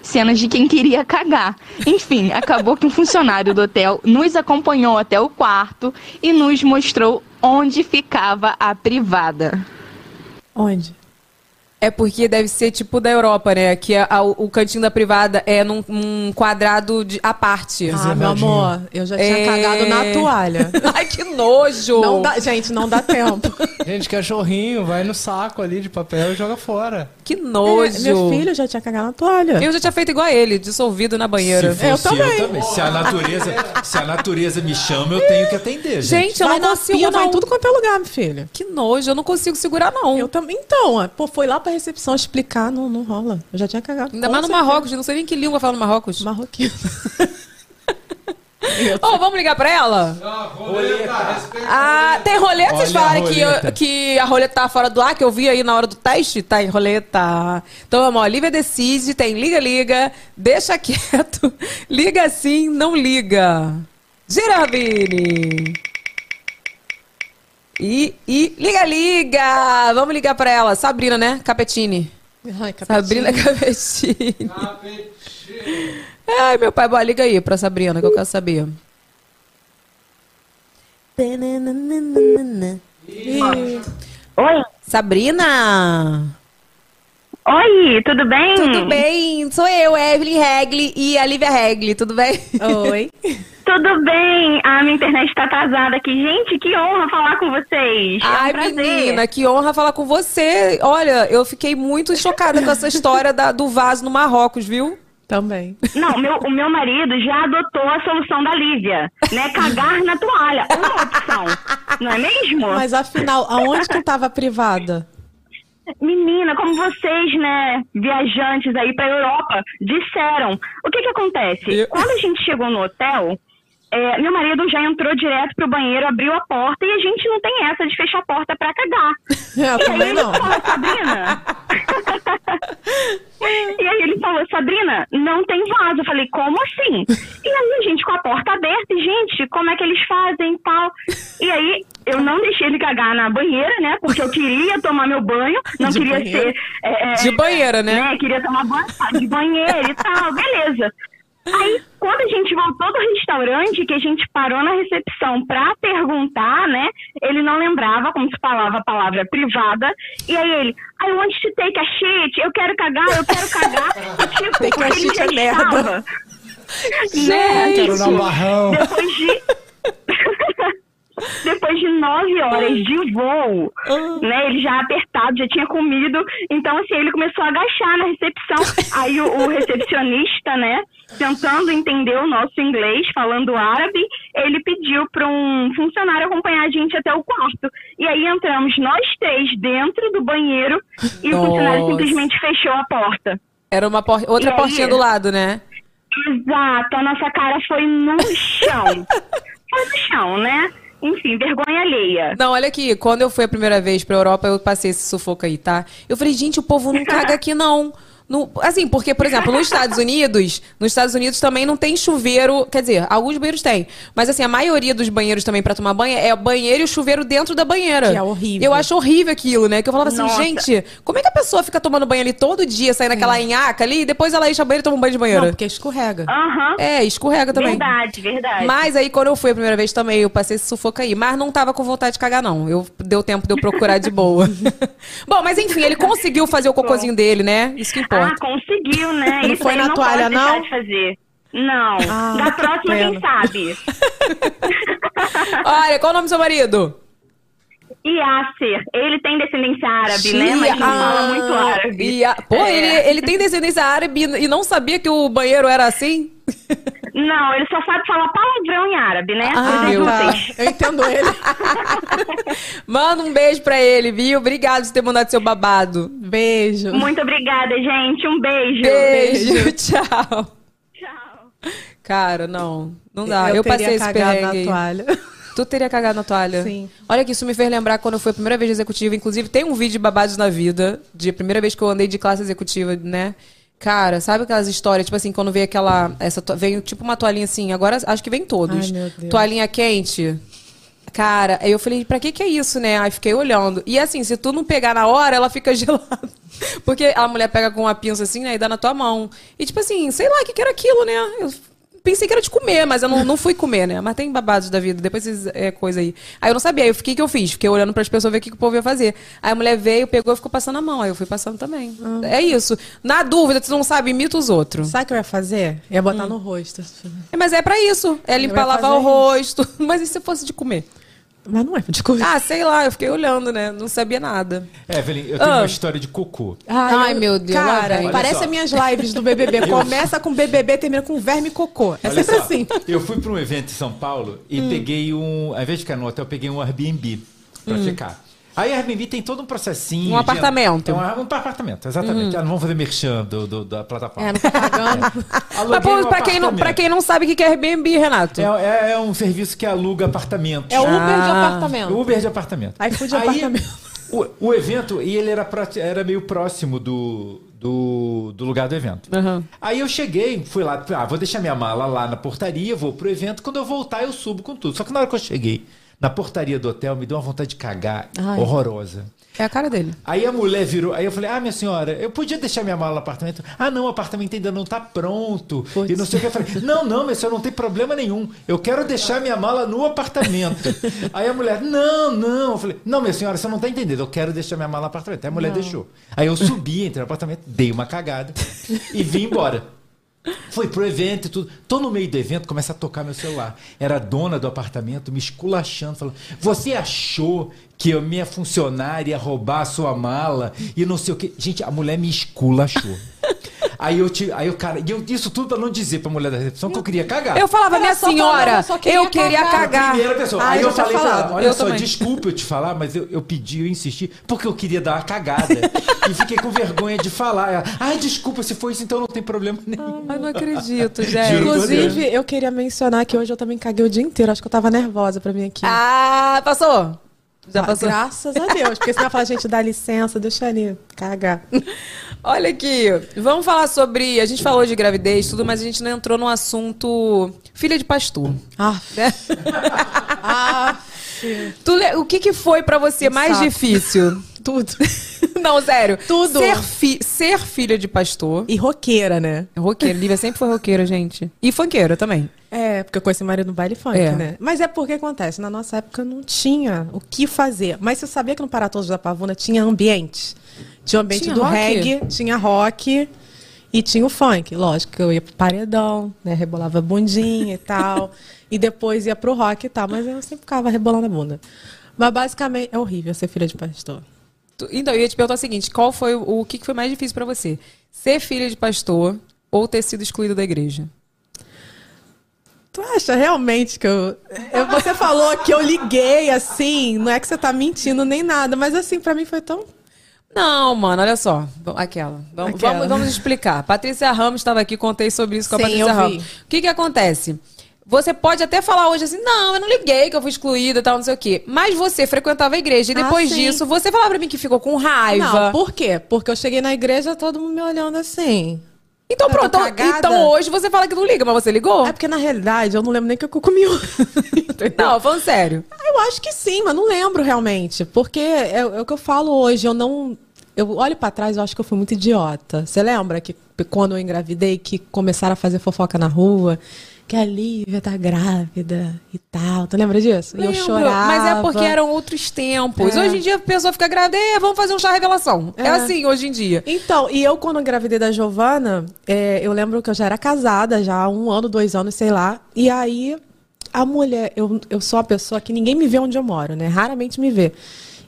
Speaker 9: Cenas de quem queria cagar. Enfim, acabou que um funcionário do hotel nos acompanhou até o quarto e nos mostrou onde ficava a privada.
Speaker 7: Onde?
Speaker 3: É porque deve ser tipo da Europa, né? Que a- a- o cantinho da privada é num, num quadrado de, à parte.
Speaker 7: Ah, meu amor, eu já tinha
Speaker 3: É.
Speaker 7: cagado na toalha.
Speaker 3: *laughs* Ai, que nojo!
Speaker 7: Não dá, gente, não
Speaker 3: *laughs*
Speaker 7: dá tempo.
Speaker 8: Gente, cachorrinho, vai no saco ali de papel e joga fora.
Speaker 3: Que nojo!
Speaker 7: É, meu filho já tinha cagado na toalha.
Speaker 3: Eu já tinha feito igual a ele, dissolvido na
Speaker 4: Se
Speaker 3: banheira.
Speaker 4: fosse eu também. Se, a natureza, se a natureza me chama, eu tenho que atender, gente.
Speaker 3: Gente, eu
Speaker 7: vai
Speaker 3: não
Speaker 7: na
Speaker 3: consigo
Speaker 7: pia,
Speaker 3: não.
Speaker 7: vai em tudo quanto é lugar, minha filha.
Speaker 3: Que nojo, eu não consigo segurar não.
Speaker 7: Eu também. Então, ó, pô, foi lá pra recepção explicar, não, não rola. Eu já tinha cagado.
Speaker 3: Ainda mais no
Speaker 7: Com
Speaker 3: Marrocos, não sei nem que língua fala no Marrocos.
Speaker 7: certeza.
Speaker 3: *laughs*
Speaker 7: Marroquino.
Speaker 3: Ô, vamos ligar pra ela? Ah, tem roleta? Vocês
Speaker 4: Olha a
Speaker 3: falaram que, eu-
Speaker 4: roleta.
Speaker 3: que a roleta tá fora do ar, que eu vi aí na hora do teste? Tá em roleta. Então vamos, ó, Lívia decide, tem liga, liga, deixa quieto, *laughs* liga assim, não liga. Gira, Vini. E, e liga, liga! Vamos ligar pra ela. Sabrina, né? Capetini.
Speaker 7: Ai, capetinho.
Speaker 3: Sabrina *laughs* Capetini. Ai, meu pai, boa, liga aí pra Sabrina, que eu quero saber.
Speaker 10: Oi,
Speaker 3: Sabrina!
Speaker 10: oi, tudo bem?
Speaker 3: Tudo bem? Sou eu, Evelyn Regli e a Lívia Regli, tudo bem?
Speaker 10: é um
Speaker 7: Oi.
Speaker 10: Tudo bem? A minha internet tá atrasada aqui. Gente, que honra falar com vocês.
Speaker 3: Ai,
Speaker 10: é um prazer.
Speaker 3: menina, que honra falar com você. Olha, eu fiquei muito chocada com essa história da- do vaso no Marrocos, viu?
Speaker 7: Também.
Speaker 10: Não, meu- o meu marido já adotou a solução da Lívia, né? Cagar na toalha. Uma opção. Não é mesmo?
Speaker 7: Mas afinal, aonde que eu tava privada?
Speaker 3: *laughs*
Speaker 10: Menina, como vocês, né, viajantes aí pra Europa, disseram. O que que acontece? Quando a gente chegou no hotel, é, meu marido já entrou direto pro banheiro, abriu a porta e a gente não tem essa de fechar a porta pra cagar.
Speaker 7: Eu também não.
Speaker 10: falou,
Speaker 7: *laughs*
Speaker 10: Sabrina. e aí ele falou, Sabrina, não tem vaso. Eu falei, como assim? E aí a gente com a porta aberta, e, gente, como é que eles fazem e tal? E aí eu não deixei ele cagar na banheira, né? Porque eu queria tomar meu banho, não
Speaker 7: De
Speaker 10: queria
Speaker 7: banheira.
Speaker 10: ser. é, é,
Speaker 3: De banheira, né?
Speaker 10: né? Queria tomar banho de banheiro e tal, beleza. Aí, quando a gente voltou do restaurante, que a gente parou na recepção pra perguntar, né? Ele não lembrava como se falava a palavra privada. E aí ele, I want to take a shit, eu quero cagar, eu quero cagar.
Speaker 7: *laughs*
Speaker 10: E, tipo,
Speaker 7: Take a
Speaker 10: ele
Speaker 7: shit
Speaker 10: já
Speaker 7: é merda.
Speaker 10: estava, né?
Speaker 3: Gente!
Speaker 8: Quero dar um barrão.
Speaker 10: Depois de. *laughs* Depois de nove horas de voo, né? Ele já apertado, já tinha comido. Então, assim, ele começou a agachar na recepção. Aí o, o recepcionista, né? Tentando entender o nosso inglês, falando árabe, ele pediu para um funcionário acompanhar a gente até o quarto. E aí entramos nós três dentro do banheiro e o funcionário
Speaker 3: Nossa.
Speaker 10: simplesmente fechou a porta.
Speaker 3: Era uma por-
Speaker 10: E
Speaker 3: outra
Speaker 10: aí?
Speaker 3: portinha do lado, né?
Speaker 10: Exato, a nossa cara foi no
Speaker 7: *laughs*
Speaker 10: chão. foi no chão, né? Enfim, vergonha alheia.
Speaker 3: Não, olha aqui, quando eu fui a primeira vez pra Europa, eu passei esse sufoco aí, tá? Eu falei, gente, o povo não caga aqui, não. No- assim, porque, por exemplo, nos Estados Unidos, nos Estados Unidos também não tem chuveiro. Quer dizer, alguns banheiros têm. Mas assim, a maioria dos banheiros também pra tomar banho é o banheiro e o chuveiro dentro da banheira.
Speaker 7: Que é horrível.
Speaker 3: Eu acho horrível aquilo, né? Que eu falava assim,
Speaker 10: Nossa.
Speaker 3: gente, como é que a pessoa fica tomando banho ali todo dia, saindo aquela enhaca ali, e depois ela enche a banheira e toma um banho de banheira?
Speaker 7: Não, porque escorrega.
Speaker 10: Aham.
Speaker 3: É, escorrega também.
Speaker 10: Verdade, verdade.
Speaker 3: Mas aí, quando eu fui a primeira vez também, eu passei esse sufoco aí. Mas não tava com vontade de cagar, não. Eu, deu tempo de eu procurar de
Speaker 10: *laughs*
Speaker 3: boa. Bom, mas enfim, ele conseguiu fazer o cocôzinho dele, né? Isso que
Speaker 10: Ah,
Speaker 3: importa.
Speaker 10: conseguiu, né?
Speaker 7: Não
Speaker 10: Isso
Speaker 7: foi
Speaker 10: aí
Speaker 7: na
Speaker 10: não
Speaker 7: toalha,
Speaker 10: pode deixar
Speaker 7: não?
Speaker 10: de fazer. Não.
Speaker 7: Ah,
Speaker 10: da próxima,
Speaker 7: pena.
Speaker 10: quem sabe? Ah.
Speaker 3: Olha, qual é o nome do seu marido?
Speaker 10: Yasser, ele tem descendência árabe, né?
Speaker 7: ah,
Speaker 10: Mas não fala muito árabe.
Speaker 3: Ia- Ah, Pô,
Speaker 10: É.
Speaker 3: ele, ele tem descendência árabe e não sabia que o banheiro era assim?
Speaker 10: Não, ele só sabe falar palavrão em árabe, né?
Speaker 3: Ah,
Speaker 10: Por
Speaker 3: meu
Speaker 10: exemplo,
Speaker 7: Tá,
Speaker 10: vocês.
Speaker 7: eu entendo ele.
Speaker 3: Manda um beijo pra ele, viu? Obrigado de ter mandado seu babado.
Speaker 7: Beijo.
Speaker 10: Muito obrigada, gente. Um beijo.
Speaker 3: Beijo, *laughs* tchau.
Speaker 10: Tchau.
Speaker 3: Cara, não. Não dá. Eu,
Speaker 7: teria
Speaker 3: passei esse
Speaker 7: cagado
Speaker 3: perrengue. aí.
Speaker 7: na toalha.
Speaker 3: *laughs* Tu teria cagado na toalha?
Speaker 7: Sim.
Speaker 3: Olha que isso me fez lembrar quando eu fui a primeira vez de executiva. Inclusive, tem um vídeo de babados na vida, de primeira vez que eu andei de classe executiva, né? Cara, sabe aquelas histórias, tipo assim, quando veio aquela. Essa, to- veio tipo uma toalhinha assim, agora acho que vem todos.
Speaker 7: Ai, meu Deus.
Speaker 3: Toalhinha quente. Cara, aí eu falei, pra que que é isso, né? Aí fiquei olhando. E assim, se tu não pegar na hora, ela fica *laughs* gelada. Porque a mulher pega com uma pinça assim, né? E dá na tua mão. E tipo assim, sei lá, o que que era aquilo, né? Eu pensei que era de comer, mas eu não, não fui comer, né? Mas tem babados da vida, depois vocês, é coisa aí. Aí eu não sabia, aí eu fiquei, o que eu fiz? Fiquei olhando pras pessoas, ver o que, que o povo ia fazer. Aí a mulher veio, pegou e ficou passando a mão. Aí eu fui passando também.
Speaker 7: Ah.
Speaker 3: É isso. Na dúvida, tu não sabe, imita os outros.
Speaker 7: Sabe o que eu ia fazer? Ia botar
Speaker 3: Hum.
Speaker 7: no rosto.
Speaker 3: É, Mas é pra isso. É limpar,
Speaker 7: ia
Speaker 3: lavar o
Speaker 7: fazer
Speaker 3: rosto. *laughs* Mas e se fosse de comer?
Speaker 7: Mas não é de coisa.
Speaker 3: Ah, sei lá, eu fiquei olhando, né? Não sabia nada.
Speaker 4: É, Evelyn, eu tenho
Speaker 3: Ah.
Speaker 4: uma história de cocô.
Speaker 3: Ai, meu Deus, lá
Speaker 7: Cara,
Speaker 3: vem.
Speaker 4: Olha
Speaker 7: parece
Speaker 4: só.
Speaker 7: as minhas lives do BBB. Começa com BBB, termina com verme e cocô. É
Speaker 4: Olha
Speaker 7: sempre
Speaker 4: só,
Speaker 7: assim.
Speaker 4: Eu fui para um evento em São Paulo e peguei um. Ao invés de ficar no hotel, eu peguei um Airbnb para ficar. Aí Airbnb tem todo um processinho.
Speaker 3: Um
Speaker 4: de-
Speaker 3: apartamento.
Speaker 4: É um, um apartamento, exatamente. Ah, não vamos fazer merchan do, do- da plataforma.
Speaker 7: É, não
Speaker 4: *laughs*
Speaker 7: tá pagando.
Speaker 3: Mas,
Speaker 4: Aluguei
Speaker 3: pô,
Speaker 4: um
Speaker 3: pra, quem não, pra
Speaker 4: apartamento.
Speaker 3: quem não sabe o que que é Airbnb, Renato.
Speaker 4: É, é- é um serviço que aluga apartamentos.
Speaker 7: É o Uber de
Speaker 3: Ah.
Speaker 7: apartamento.
Speaker 4: Uber de apartamento.
Speaker 7: iFood de
Speaker 4: Aí,
Speaker 7: apartamento.
Speaker 4: O, o evento, e ele era, pró- era meio próximo do, do, do lugar do evento.
Speaker 3: Aham.
Speaker 4: Aí eu cheguei, fui lá, ah, vou deixar minha mala lá na portaria, vou pro evento. Quando eu voltar, eu subo com tudo. Só que na hora que eu cheguei na portaria do hotel, me deu uma vontade de cagar
Speaker 7: Ai.
Speaker 4: horrorosa.
Speaker 3: É a cara dele.
Speaker 4: Aí a mulher virou. Aí eu falei, ah, minha senhora, eu podia deixar minha mala no apartamento? Ah, não, o apartamento ainda não tá pronto. E não sei o que. Eu falei, não, não, minha senhora, não tem problema nenhum. Eu quero deixar minha mala no apartamento. aí a mulher, não, não. Eu falei, não, minha senhora, você não tá entendendo. Eu quero deixar minha mala no apartamento. Aí a mulher deixou. Aí eu subi, entrei no apartamento, dei uma cagada e vim embora. Fui pro evento e tudo. Tô no meio do evento, começa a tocar meu celular. Era a dona do apartamento me esculachando, falando: Você achou que a minha funcionária ia roubar a sua mala e não sei o quê? Gente, a mulher
Speaker 3: *laughs*
Speaker 4: me esculachou. aí eu tive. Aí eu, cara, e eu, isso tudo pra não dizer pra mulher da recepção que eu queria cagar.
Speaker 3: Eu falava,
Speaker 7: Ela
Speaker 3: minha
Speaker 7: só falou,
Speaker 3: senhora,
Speaker 7: eu só queria
Speaker 3: eu queria
Speaker 7: cagar.
Speaker 3: cagar.
Speaker 4: Primeira pessoa.
Speaker 7: Ah,
Speaker 4: aí
Speaker 7: eu
Speaker 4: eu
Speaker 7: já
Speaker 4: falei,
Speaker 7: falava.
Speaker 4: pra ela, olha
Speaker 3: Eu
Speaker 4: só,
Speaker 3: também.
Speaker 4: desculpa eu te falar, mas eu, eu pedi, eu insisti, porque eu queria dar uma cagada. e fiquei com vergonha de falar. Ela, Ai, desculpa, se foi isso, então não tem problema nenhum.
Speaker 3: Ai, não
Speaker 7: *laughs*
Speaker 3: acredito,
Speaker 4: Juro
Speaker 3: gente.
Speaker 4: por
Speaker 7: Inclusive, eu queria mencionar que hoje eu também caguei o dia inteiro. Acho que eu tava nervosa pra vir aqui.
Speaker 3: Ah, passou? Já
Speaker 7: Ah,
Speaker 3: passou?
Speaker 7: Graças a Deus. Porque senão eu ia falar, gente, dá licença, deixa ali. Cagar.
Speaker 3: Olha aqui, vamos falar sobre. A gente falou de gravidez, tudo, mas a gente não entrou no assunto filha de pastor.
Speaker 7: Ah,
Speaker 3: né? *laughs* Tu le- o que, que foi pra você mais
Speaker 7: saco.
Speaker 3: difícil?
Speaker 7: *laughs* tudo.
Speaker 3: *laughs* Não, sério.
Speaker 7: Tudo.
Speaker 3: Ser, fi- ser filha de pastor.
Speaker 7: E roqueira, né?
Speaker 3: Roqueira, Lívia sempre foi roqueira, gente. E funkeira também.
Speaker 7: É, porque eu conheci o marido no baile funk,
Speaker 3: É.
Speaker 7: né? Mas é porque acontece, na nossa época não tinha o que fazer. Mas você sabia que no Para Todos da Pavuna tinha ambiente. Tinha o ambiente
Speaker 3: Tinha
Speaker 7: do
Speaker 3: rock?
Speaker 7: reggae, tinha rock e tinha o funk. Lógico que eu ia pro paredão, né? Rebolava a bundinha
Speaker 3: *laughs*
Speaker 7: e tal. e depois ia pro rock e tal, mas eu sempre ficava rebolando a bunda. Mas basicamente é horrível ser filha de pastor.
Speaker 3: Tu- Então, eu ia te perguntar o seguinte: qual foi o, o que que foi mais difícil pra você? Ser filha de pastor ou ter sido excluída da igreja?
Speaker 7: Tu acha realmente que eu. eu- Você falou que eu liguei assim, não é que você tá mentindo nem nada, mas assim, pra mim foi tão
Speaker 3: Não, mano, olha só. V- Aquela. Vamos,
Speaker 7: Aquela.
Speaker 3: vamos- vamos explicar. Patrícia Ramos estava aqui, contei sobre isso com a
Speaker 7: Sim,
Speaker 3: Patrícia
Speaker 7: eu vi.
Speaker 3: Ramos. O que que acontece? Você pode até falar hoje assim, não, eu não liguei que eu fui excluída, tal, não sei o quê. Mas você frequentava a igreja e
Speaker 7: Ah,
Speaker 3: depois
Speaker 7: sim.
Speaker 3: disso, você falava pra mim que ficou com raiva.
Speaker 7: Não, por quê? Porque eu cheguei na igreja todo mundo me olhando assim.
Speaker 3: Então
Speaker 7: Eu tô
Speaker 3: pronto, então-
Speaker 7: cagada.
Speaker 3: então hoje você fala que não liga, mas você ligou?
Speaker 7: É porque na realidade eu não lembro nem o que eu comi.
Speaker 3: *laughs* Não, falando sério.
Speaker 7: *laughs* Eu acho que sim, mas não lembro realmente. Porque é, é o que eu falo hoje, eu não. Eu olho pra trás eu acho que eu fui muito idiota. Você lembra que p- quando eu engravidei, que começaram a fazer fofoca na rua? Que a Lívia tá grávida e tal. Tu lembra disso? E eu
Speaker 3: Lembro,
Speaker 7: chorava.
Speaker 3: Mas é porque eram outros tempos.
Speaker 7: É.
Speaker 3: Hoje em dia a pessoa fica grávida, "É, vamos fazer um chá revelação. É,
Speaker 7: É.
Speaker 3: assim hoje em dia.
Speaker 7: Então, e eu quando engravidei da Giovana, é, eu lembro que eu já era casada, já há um ano, dois anos, sei lá. E aí, a mulher, eu, eu sou a pessoa que ninguém me vê onde eu moro, né? Raramente me vê.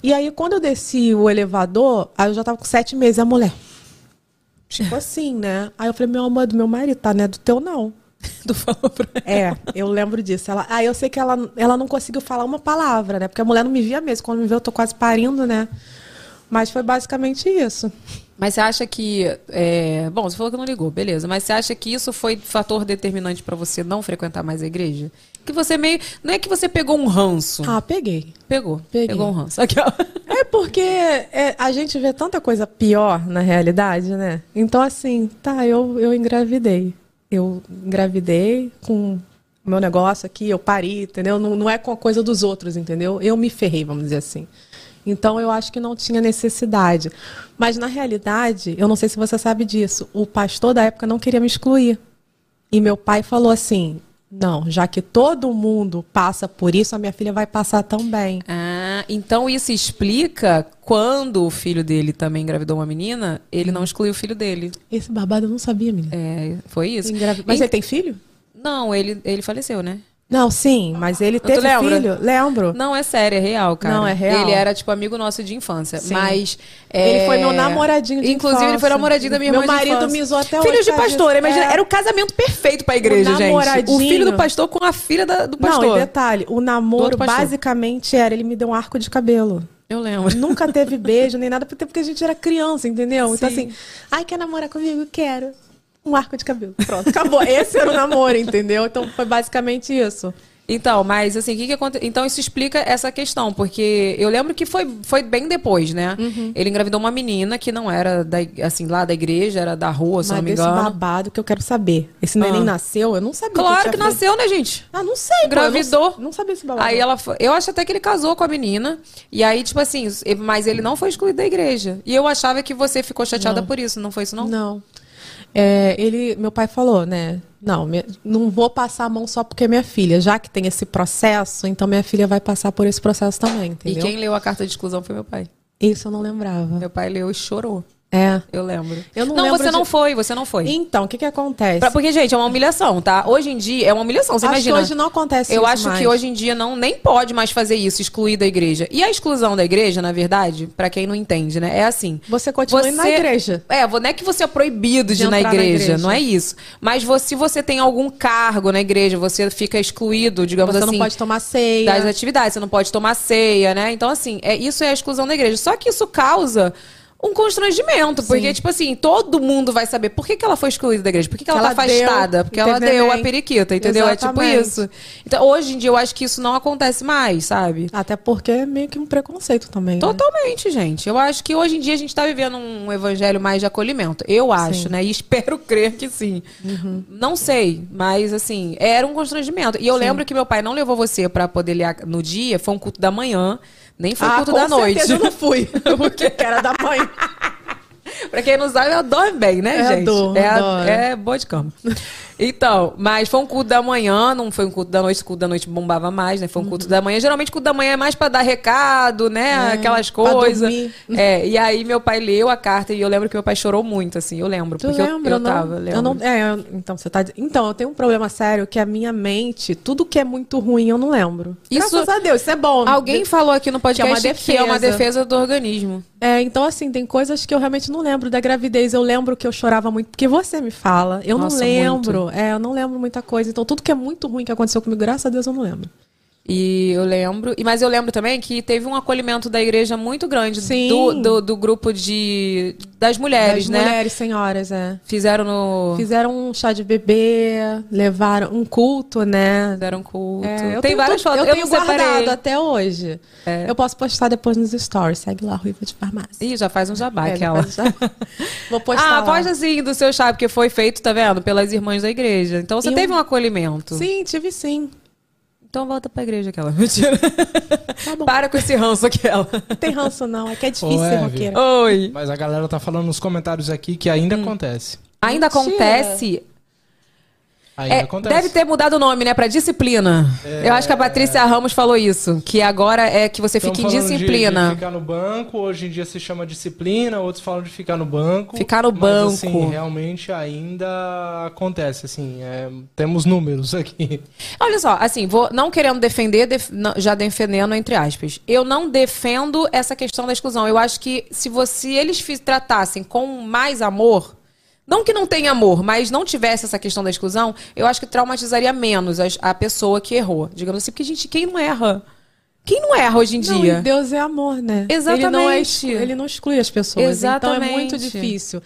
Speaker 7: E aí, quando eu desci o elevador, aí eu já tava com sete meses, a mulher. Tipo assim, né? Aí eu falei, meu amor, do meu marido, tá, né? Do
Speaker 3: *laughs*
Speaker 7: teu não.
Speaker 3: Tu falou pra
Speaker 7: É, eu lembro disso. Ela, aí eu sei que ela, ela não conseguiu falar uma palavra, né? Porque a mulher não me via mesmo. Quando me viu, eu tô quase parindo, né? Mas foi basicamente isso.
Speaker 3: Mas você acha que. é, Bom, você falou que não ligou, beleza. Mas você acha que isso foi fator determinante pra você não frequentar mais a igreja? Que você meio. Não é que você pegou um ranço.
Speaker 7: Ah, peguei.
Speaker 3: pegou.
Speaker 7: peguei.
Speaker 3: Pegou um ranço.
Speaker 7: *laughs*
Speaker 3: Aqui, ó.
Speaker 7: É porque é, a gente vê tanta coisa pior na realidade, né? Então, assim, tá, eu, eu engravidei. Eu engravidei com o meu negócio aqui, eu pari, entendeu? Não, não é com a coisa dos outros, entendeu? Eu me ferrei, vamos dizer assim. Então, eu acho que não tinha necessidade. Mas, na realidade, eu não sei se você sabe disso, o pastor da época não queria me excluir. E meu pai falou assim: não, já que todo mundo passa por isso, a minha filha vai passar também.
Speaker 3: Ah, então isso explica quando o filho dele também engravidou uma menina, ele não excluiu o filho dele.
Speaker 7: Esse babado eu não sabia, menina.
Speaker 3: É, foi isso.
Speaker 7: Engravi- Mas
Speaker 3: E-
Speaker 7: ele tem filho?
Speaker 3: Não, ele, ele faleceu, né?
Speaker 7: Não, sim, mas ele teve
Speaker 3: lembra?
Speaker 7: filho. Lembro.
Speaker 3: Não, é sério, é real, cara.
Speaker 7: Não, é real.
Speaker 3: Ele era, tipo, amigo nosso de infância.
Speaker 7: Sim.
Speaker 3: Mas.
Speaker 7: Ele
Speaker 3: é,
Speaker 7: foi meu namoradinho de
Speaker 3: Inclusive, ele
Speaker 7: infância.
Speaker 3: foi namoradinho da minha
Speaker 7: Meu
Speaker 3: irmã. de
Speaker 7: marido
Speaker 3: infância.
Speaker 7: me zoou até
Speaker 3: Filhos
Speaker 7: hoje
Speaker 3: de
Speaker 7: por causa
Speaker 3: pastor,
Speaker 7: disso.
Speaker 3: imagina.
Speaker 7: É.
Speaker 3: Era o casamento perfeito pra igreja,
Speaker 7: O
Speaker 3: gente. O
Speaker 7: namoradinho-
Speaker 3: filho do pastor com a filha da- do pastor.
Speaker 7: Não, e detalhe, o namoro
Speaker 3: outro pastor.
Speaker 7: basicamente era ele me deu um arco de cabelo.
Speaker 3: Eu lembro.
Speaker 7: Nunca teve beijo nem nada, até porque a gente era criança, entendeu? Então
Speaker 3: Sim.
Speaker 7: assim, ai, quer namorar comigo? Quero. Um arco de cabelo. Pronto, acabou. Esse era o namoro, entendeu? Então foi basicamente isso.
Speaker 3: *laughs* Então, mas assim, o que, que aconteceu? Então, isso explica essa questão, porque eu lembro que foi, foi bem depois, né?
Speaker 7: Uhum.
Speaker 3: Ele engravidou uma menina que não era da, ig- assim, lá da igreja, era da rua, se eu
Speaker 7: Mas
Speaker 3: não me
Speaker 7: desse
Speaker 3: engano.
Speaker 7: babado que eu quero saber. Esse neném
Speaker 3: Ah.
Speaker 7: nasceu? Eu não sabia.
Speaker 3: Claro
Speaker 7: eu
Speaker 3: que
Speaker 7: tinha feito.
Speaker 3: nasceu, né, gente?
Speaker 7: Ah, não sei. pô, eu não-
Speaker 3: Engravidou.
Speaker 7: Não, sabia esse babado.
Speaker 3: Aí ela foi, eu acho até que ele casou com a menina. E aí, tipo assim, mas ele não foi excluído da igreja. E eu achava que você ficou chateada por isso, não foi isso, não?
Speaker 7: Não. É, ele, meu pai falou, né? Não, me- não vou passar a mão só porque é minha filha. Já que tem esse processo, então minha filha vai passar por esse processo também,
Speaker 3: e
Speaker 7: entendeu?
Speaker 3: quem leu a carta de exclusão foi meu pai.
Speaker 7: Isso eu não lembrava.
Speaker 3: Meu pai leu e chorou.
Speaker 7: É.
Speaker 3: Eu lembro.
Speaker 7: Eu não lembro
Speaker 3: você não
Speaker 7: de-
Speaker 3: foi, você não foi.
Speaker 7: Então, o que que acontece?
Speaker 3: Pra- porque, gente, é uma humilhação, tá? Hoje em dia é uma humilhação, você
Speaker 7: Acho
Speaker 3: imagina.
Speaker 7: que hoje não acontece
Speaker 3: Eu
Speaker 7: isso
Speaker 3: acho que
Speaker 7: mais.
Speaker 3: hoje em dia não nem pode mais fazer isso, excluir da igreja. E a exclusão da igreja, na verdade, pra quem não entende, né? É assim.
Speaker 7: Você continua indo na igreja.
Speaker 3: É, vo- não é que você é proibido de
Speaker 7: De
Speaker 3: ir na
Speaker 7: entrar na
Speaker 3: igreja,
Speaker 7: igreja.
Speaker 3: não é isso. Mas vo- se você tem algum cargo na igreja, você fica excluído, digamos
Speaker 7: Você
Speaker 3: assim.
Speaker 7: não pode né? tomar ceia.
Speaker 3: Das atividades, você não pode tomar ceia, né? Então, assim, é, isso é a exclusão da igreja. Só que isso causa um constrangimento, porque, tipo assim, todo mundo vai saber por que, que ela foi excluída da igreja, por que, que ela,
Speaker 7: Ela
Speaker 3: tá
Speaker 7: deu,
Speaker 3: afastada, porque ela
Speaker 7: entendeu
Speaker 3: deu a
Speaker 7: bem?
Speaker 3: periquita, entendeu? É
Speaker 7: Exatamente.
Speaker 3: tipo isso. Então, hoje em dia, eu acho que isso não acontece mais, sabe?
Speaker 7: Até porque é meio que um preconceito também. né?
Speaker 3: Totalmente, gente. Eu acho que hoje em dia a gente tá vivendo um evangelho mais de acolhimento. Eu acho, né? E espero *laughs* crer que sim.
Speaker 7: Uhum.
Speaker 3: Não sei, mas assim, era um constrangimento. E eu lembro que meu pai não levou você pra poder ler a- no dia, foi um culto da manhã, nem foi um
Speaker 7: Ah,
Speaker 3: culto
Speaker 7: com
Speaker 3: da noite.
Speaker 7: certeza eu não fui. *laughs* Porque era da mãe.
Speaker 3: Pra quem não sabe, eu dorme bem, né,
Speaker 7: Eu
Speaker 3: gente?
Speaker 7: durmo,
Speaker 3: é,
Speaker 7: adoro.
Speaker 3: é boa de cama. Então, mas foi um culto da manhã, não foi um culto da noite, o culto da noite bombava mais, né? Foi um culto da manhã. Geralmente culto da manhã é mais pra dar recado, né?
Speaker 7: Uhum. É,
Speaker 3: Aquelas
Speaker 7: pra
Speaker 3: coisas.
Speaker 7: dormir.
Speaker 3: É, e aí meu pai leu a carta e eu lembro que meu pai chorou muito, assim, eu lembro.
Speaker 7: Tu
Speaker 3: porque eu-
Speaker 7: lembra,
Speaker 3: eu,
Speaker 7: não?
Speaker 3: tava, lembro.
Speaker 7: Eu não, é, eu- então você tá, então eu tenho um problema sério que a minha mente, tudo que é muito ruim eu não lembro.
Speaker 3: Isso-
Speaker 7: Graças a Deus, isso é bom.
Speaker 3: Alguém falou aqui no podcast
Speaker 7: Que é uma
Speaker 3: que é uma
Speaker 7: defesa.
Speaker 3: defesa do organismo.
Speaker 7: É, então assim, tem coisas que eu realmente não lembro da gravidez. Eu lembro que eu chorava muito porque você me fala. Eu
Speaker 3: Nossa,
Speaker 7: não lembro. É, eu não lembro muita coisa. Então tudo que é muito ruim que aconteceu comigo, graças a Deus eu não lembro.
Speaker 3: E eu lembro. E, mas eu lembro também que teve um acolhimento da igreja muito grande Do, do, do grupo de. Das mulheres,
Speaker 7: Das
Speaker 3: né?
Speaker 7: mulheres senhoras, é.
Speaker 3: Fizeram no.
Speaker 7: Fizeram um chá de bebê, levaram um culto, né?
Speaker 3: Deram culto.
Speaker 7: É, eu
Speaker 3: Tem
Speaker 7: tenho
Speaker 3: várias
Speaker 7: tudo-
Speaker 3: fotos. Eu
Speaker 7: Eu, tenho
Speaker 3: não separei.
Speaker 7: guardado até hoje.
Speaker 3: É.
Speaker 7: Eu posso postar depois nos stories. Segue lá, Ruiva de Farmácia.
Speaker 3: Ih, já faz um jabá
Speaker 7: É, já
Speaker 3: aquela.
Speaker 7: faz um jabá. *laughs* Vou postar
Speaker 3: Ah,
Speaker 7: lá.
Speaker 3: posta assim do seu chá, porque foi feito, tá vendo? Pelas irmãs da igreja. Então você
Speaker 7: E
Speaker 3: teve
Speaker 7: um-
Speaker 3: um acolhimento.
Speaker 7: Sim, tive sim.
Speaker 3: Então volta pra igreja aquela. *laughs* Mentira.
Speaker 7: Tá
Speaker 3: Para com esse ranço aquela.
Speaker 7: Não tem ranço não, é que é
Speaker 8: Ô,
Speaker 7: difícil ser
Speaker 8: Eve.
Speaker 7: roqueira.
Speaker 3: Oi.
Speaker 8: Mas a galera tá falando nos comentários aqui que ainda
Speaker 3: Hum.
Speaker 8: acontece.
Speaker 3: Ainda acontece.
Speaker 8: Ainda
Speaker 3: É,
Speaker 8: acontece. É.
Speaker 3: deve ter mudado o nome, né? Pra disciplina. Eu acho que a Patrícia Ramos falou isso. Que agora é que você
Speaker 8: Tão
Speaker 3: fica em
Speaker 8: Então, falando de-
Speaker 3: disciplina.
Speaker 8: De, ficar no banco, hoje em dia se chama disciplina, outros falam de ficar no banco.
Speaker 3: Ficar no
Speaker 8: mas,
Speaker 3: banco.
Speaker 8: Assim, realmente ainda acontece, assim, é, temos números aqui.
Speaker 3: Olha só, assim, vou não querendo defender, def- não- já defendendo entre aspas. Eu não defendo essa questão da exclusão. Eu acho que se você se eles fi- tratassem com mais amor, não que não tenha amor, mas não tivesse essa questão da exclusão, eu acho que traumatizaria menos as- a, pessoa que errou. Digamos assim, porque gente, quem não erra? Quem não erra hoje em
Speaker 7: Não,
Speaker 3: dia?
Speaker 7: e Deus é amor, né? Ele não, é
Speaker 3: Exatamente.
Speaker 7: exclu- ele não exclui as pessoas.
Speaker 3: Exatamente.
Speaker 7: Então é muito difícil.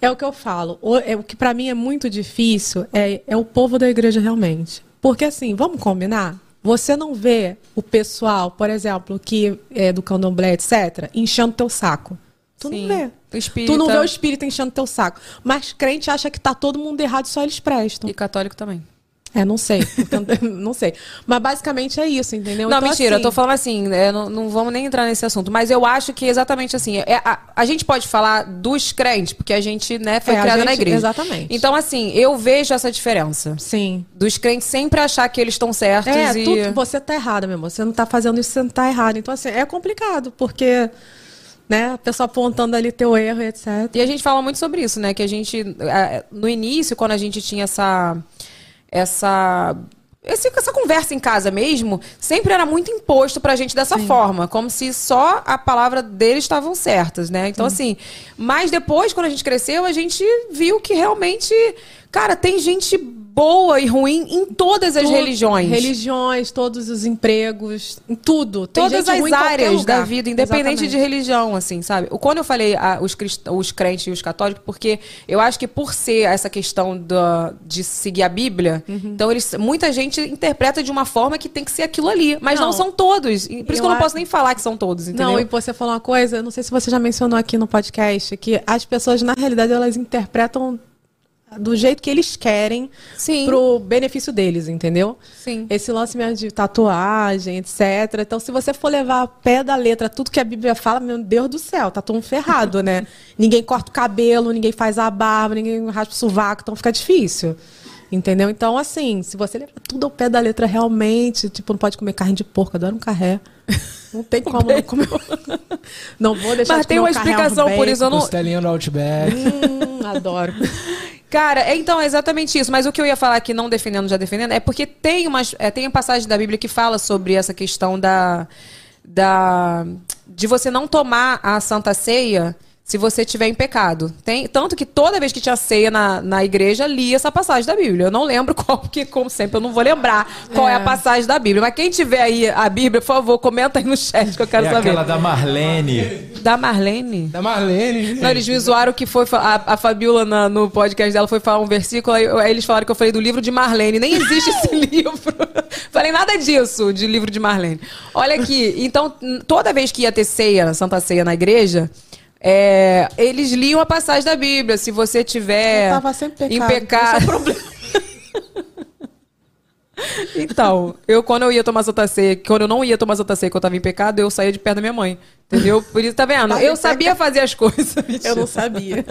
Speaker 7: É o que eu falo. O, é, o que pra mim é muito difícil é, é o povo da igreja realmente. Porque assim, vamos combinar? Você não vê o pessoal, por exemplo, que é do candomblé, etc., enchendo teu saco. Tu
Speaker 3: Sim.
Speaker 7: não vê.
Speaker 3: O espírita
Speaker 7: Tu não vê o espírito enchendo teu saco. Mas crente acha que tá todo mundo errado, só eles prestam.
Speaker 3: e católico também.
Speaker 7: É, não sei. *laughs* Portanto, não sei. Mas basicamente é isso, entendeu?
Speaker 3: Não,
Speaker 7: Então,
Speaker 3: mentira,
Speaker 7: assim,
Speaker 3: eu tô falando assim, é, não, não vamos nem entrar nesse assunto, mas eu acho que exatamente assim, é, a, a gente pode falar dos crentes, porque a gente, né, foi
Speaker 7: É, a
Speaker 3: criada na
Speaker 7: gente-
Speaker 3: igreja.
Speaker 7: exatamente.
Speaker 3: Então, assim, eu vejo essa diferença.
Speaker 7: Sim.
Speaker 3: Dos crentes sempre achar que eles estão certos
Speaker 7: É,
Speaker 3: e...
Speaker 7: tu- você tá errada, meu amor. Você não tá fazendo isso, você não tá errado. Então, assim, é complicado, porque, né, a pessoa apontando ali teu erro, e etc.
Speaker 3: E a gente fala muito sobre isso, né? Que a gente, eh, no início, quando a gente tinha essa. Essa. esse- essa conversa em casa mesmo, sempre era muito imposto pra gente dessa forma, como se só a palavra deles estavam certas, né? Então, assim. Mas depois, quando a gente cresceu, a gente viu que realmente. Cara, tem gente boa e ruim em todas as
Speaker 7: Tu-
Speaker 3: religiões.
Speaker 7: Religiões, todos os empregos, em tudo. Tem
Speaker 3: Todas
Speaker 7: gente ruim
Speaker 3: as
Speaker 7: em qualquer
Speaker 3: áreas
Speaker 7: lugar.
Speaker 3: da vida, independente de
Speaker 7: Exatamente.
Speaker 3: religião, assim, sabe? O- Quando eu falei ah, os, crist- os crentes e os católicos, porque eu acho que por ser essa questão da- de seguir a Bíblia,
Speaker 7: Uhum.
Speaker 3: então eles, muita gente interpreta de uma forma que tem que ser aquilo ali. Mas não,
Speaker 7: Não.
Speaker 3: são todos. E Por isso
Speaker 7: Eu
Speaker 3: que eu não
Speaker 7: acho-
Speaker 3: posso nem falar que são todos, entendeu?
Speaker 7: Não, e você falou uma coisa, eu não sei se você já mencionou aqui no podcast, que as pessoas, na realidade, elas interpretam do jeito que eles querem
Speaker 3: Sim.
Speaker 7: pro benefício deles, entendeu?
Speaker 3: Sim.
Speaker 7: Esse lance mesmo de tatuagem, etc. Então, se você for levar a pé da letra tudo que a Bíblia fala, meu Deus do céu, tá todo mundo
Speaker 3: *laughs*
Speaker 7: ferrado, né? ninguém corta o cabelo, ninguém faz a barba, ninguém raspa o sovaco, então fica difícil. Entendeu? Então, assim, se você levar tudo ao pé da letra realmente, tipo, não pode comer carne de porco, adoro um carré.
Speaker 3: *laughs*
Speaker 7: Não tem como não comer. *laughs* Não vou deixar
Speaker 3: Um Mas
Speaker 7: de
Speaker 3: tem uma
Speaker 7: comer um carré, um
Speaker 3: explicação por
Speaker 7: bacon.
Speaker 3: isso. Eu não,
Speaker 8: Costelinha no Outback.
Speaker 7: *laughs* Hum, adoro.
Speaker 3: Cara, é, então é exatamente isso. Mas o que eu ia falar aqui, não defendendo, já defendendo, é porque tem umas, é, tem uma passagem da Bíblia que fala sobre essa questão da, da de você não tomar a Santa Ceia se você tiver em pecado. Tem, tanto que toda vez que tinha ceia na, na igreja, lia essa passagem da Bíblia. Eu não lembro *laughs* qual, porque, como sempre, eu não vou lembrar qual é, a passagem da Bíblia. Mas quem tiver aí a Bíblia, por favor, comenta aí no chat que eu quero
Speaker 4: É
Speaker 3: saber.
Speaker 4: aquela da Marlene.
Speaker 3: Da Marlene?
Speaker 8: Da Marlene. gente.
Speaker 3: Não, eles me zoaram que foi. fa- A, a Fabiola na- no podcast dela foi falar um versículo, aí, aí eles falaram que eu falei do livro de Marlene. Nem existe esse *laughs* livro. falei nada disso, de livro de Marlene. Olha aqui, então, n- toda vez que ia ter ceia, Santa Ceia na igreja. é, eles liam a passagem da Bíblia. Se você tiver
Speaker 7: Eu tava sempre
Speaker 3: em
Speaker 7: pecado,
Speaker 3: pecado.
Speaker 7: esse é o
Speaker 3: *laughs* Então, eu quando eu ia tomar Santa Ceia, quando eu não ia tomar Santa Ceia, que eu tava em pecado, eu saía de perto da minha mãe. Entendeu? Por isso, tá vendo?
Speaker 7: Tava em
Speaker 3: Eu sabia fazer as coisas. *laughs*
Speaker 7: Eu não sabia.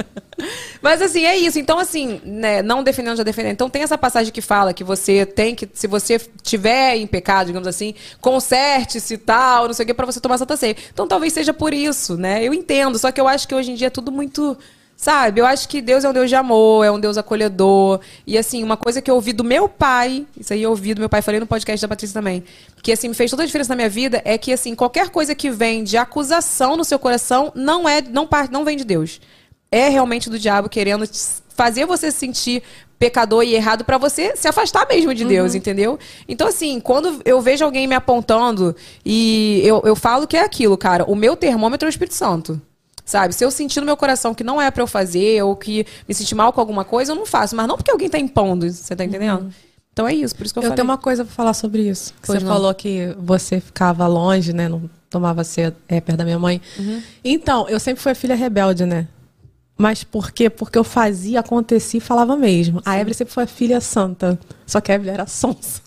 Speaker 3: Mas assim, é isso. Então, assim, né, não defendendo, já defendendo. Então tem essa passagem que fala que você tem que, se você tiver em pecado, digamos assim, conserte-se e tal, não sei o que, pra você tomar Santa Ceia. Então talvez seja por isso, né? Eu entendo, só que eu acho que hoje em dia é tudo muito. Sabe, eu acho que Deus é um Deus de amor, é um Deus acolhedor. E assim, uma coisa que eu ouvi do meu pai, isso aí eu ouvi do meu pai, falei no podcast da Patrícia também, que assim, me fez toda a diferença na minha vida, é que assim, qualquer coisa que vem de acusação no seu coração não é, não, parte, não vem de Deus é realmente do diabo querendo te- fazer você se sentir pecador e errado pra você se afastar mesmo de Deus,
Speaker 7: Uhum.
Speaker 3: entendeu? Então, assim, quando eu vejo alguém me apontando e eu, eu falo que é aquilo, cara, o meu termômetro é o Espírito Santo. Sabe, se eu sentir no meu coração que não é pra eu fazer ou que me sentir mal com alguma coisa, eu não faço. Mas não porque alguém tá impondo, você tá entendendo? Então é isso, por isso que eu,
Speaker 7: Uhum. Eu
Speaker 3: falei.
Speaker 7: tenho uma coisa pra falar sobre isso. que
Speaker 3: Pois
Speaker 7: você
Speaker 3: não.
Speaker 7: falou que você ficava longe, né? Não tomava cedo, é, perto da minha mãe.
Speaker 3: Uhum.
Speaker 7: Então, eu sempre fui a filha rebelde, né? Mas por quê? Porque eu fazia, acontecia e falava mesmo. A Evelyn sempre foi a filha santa. Só que a Evelyn era sonsa.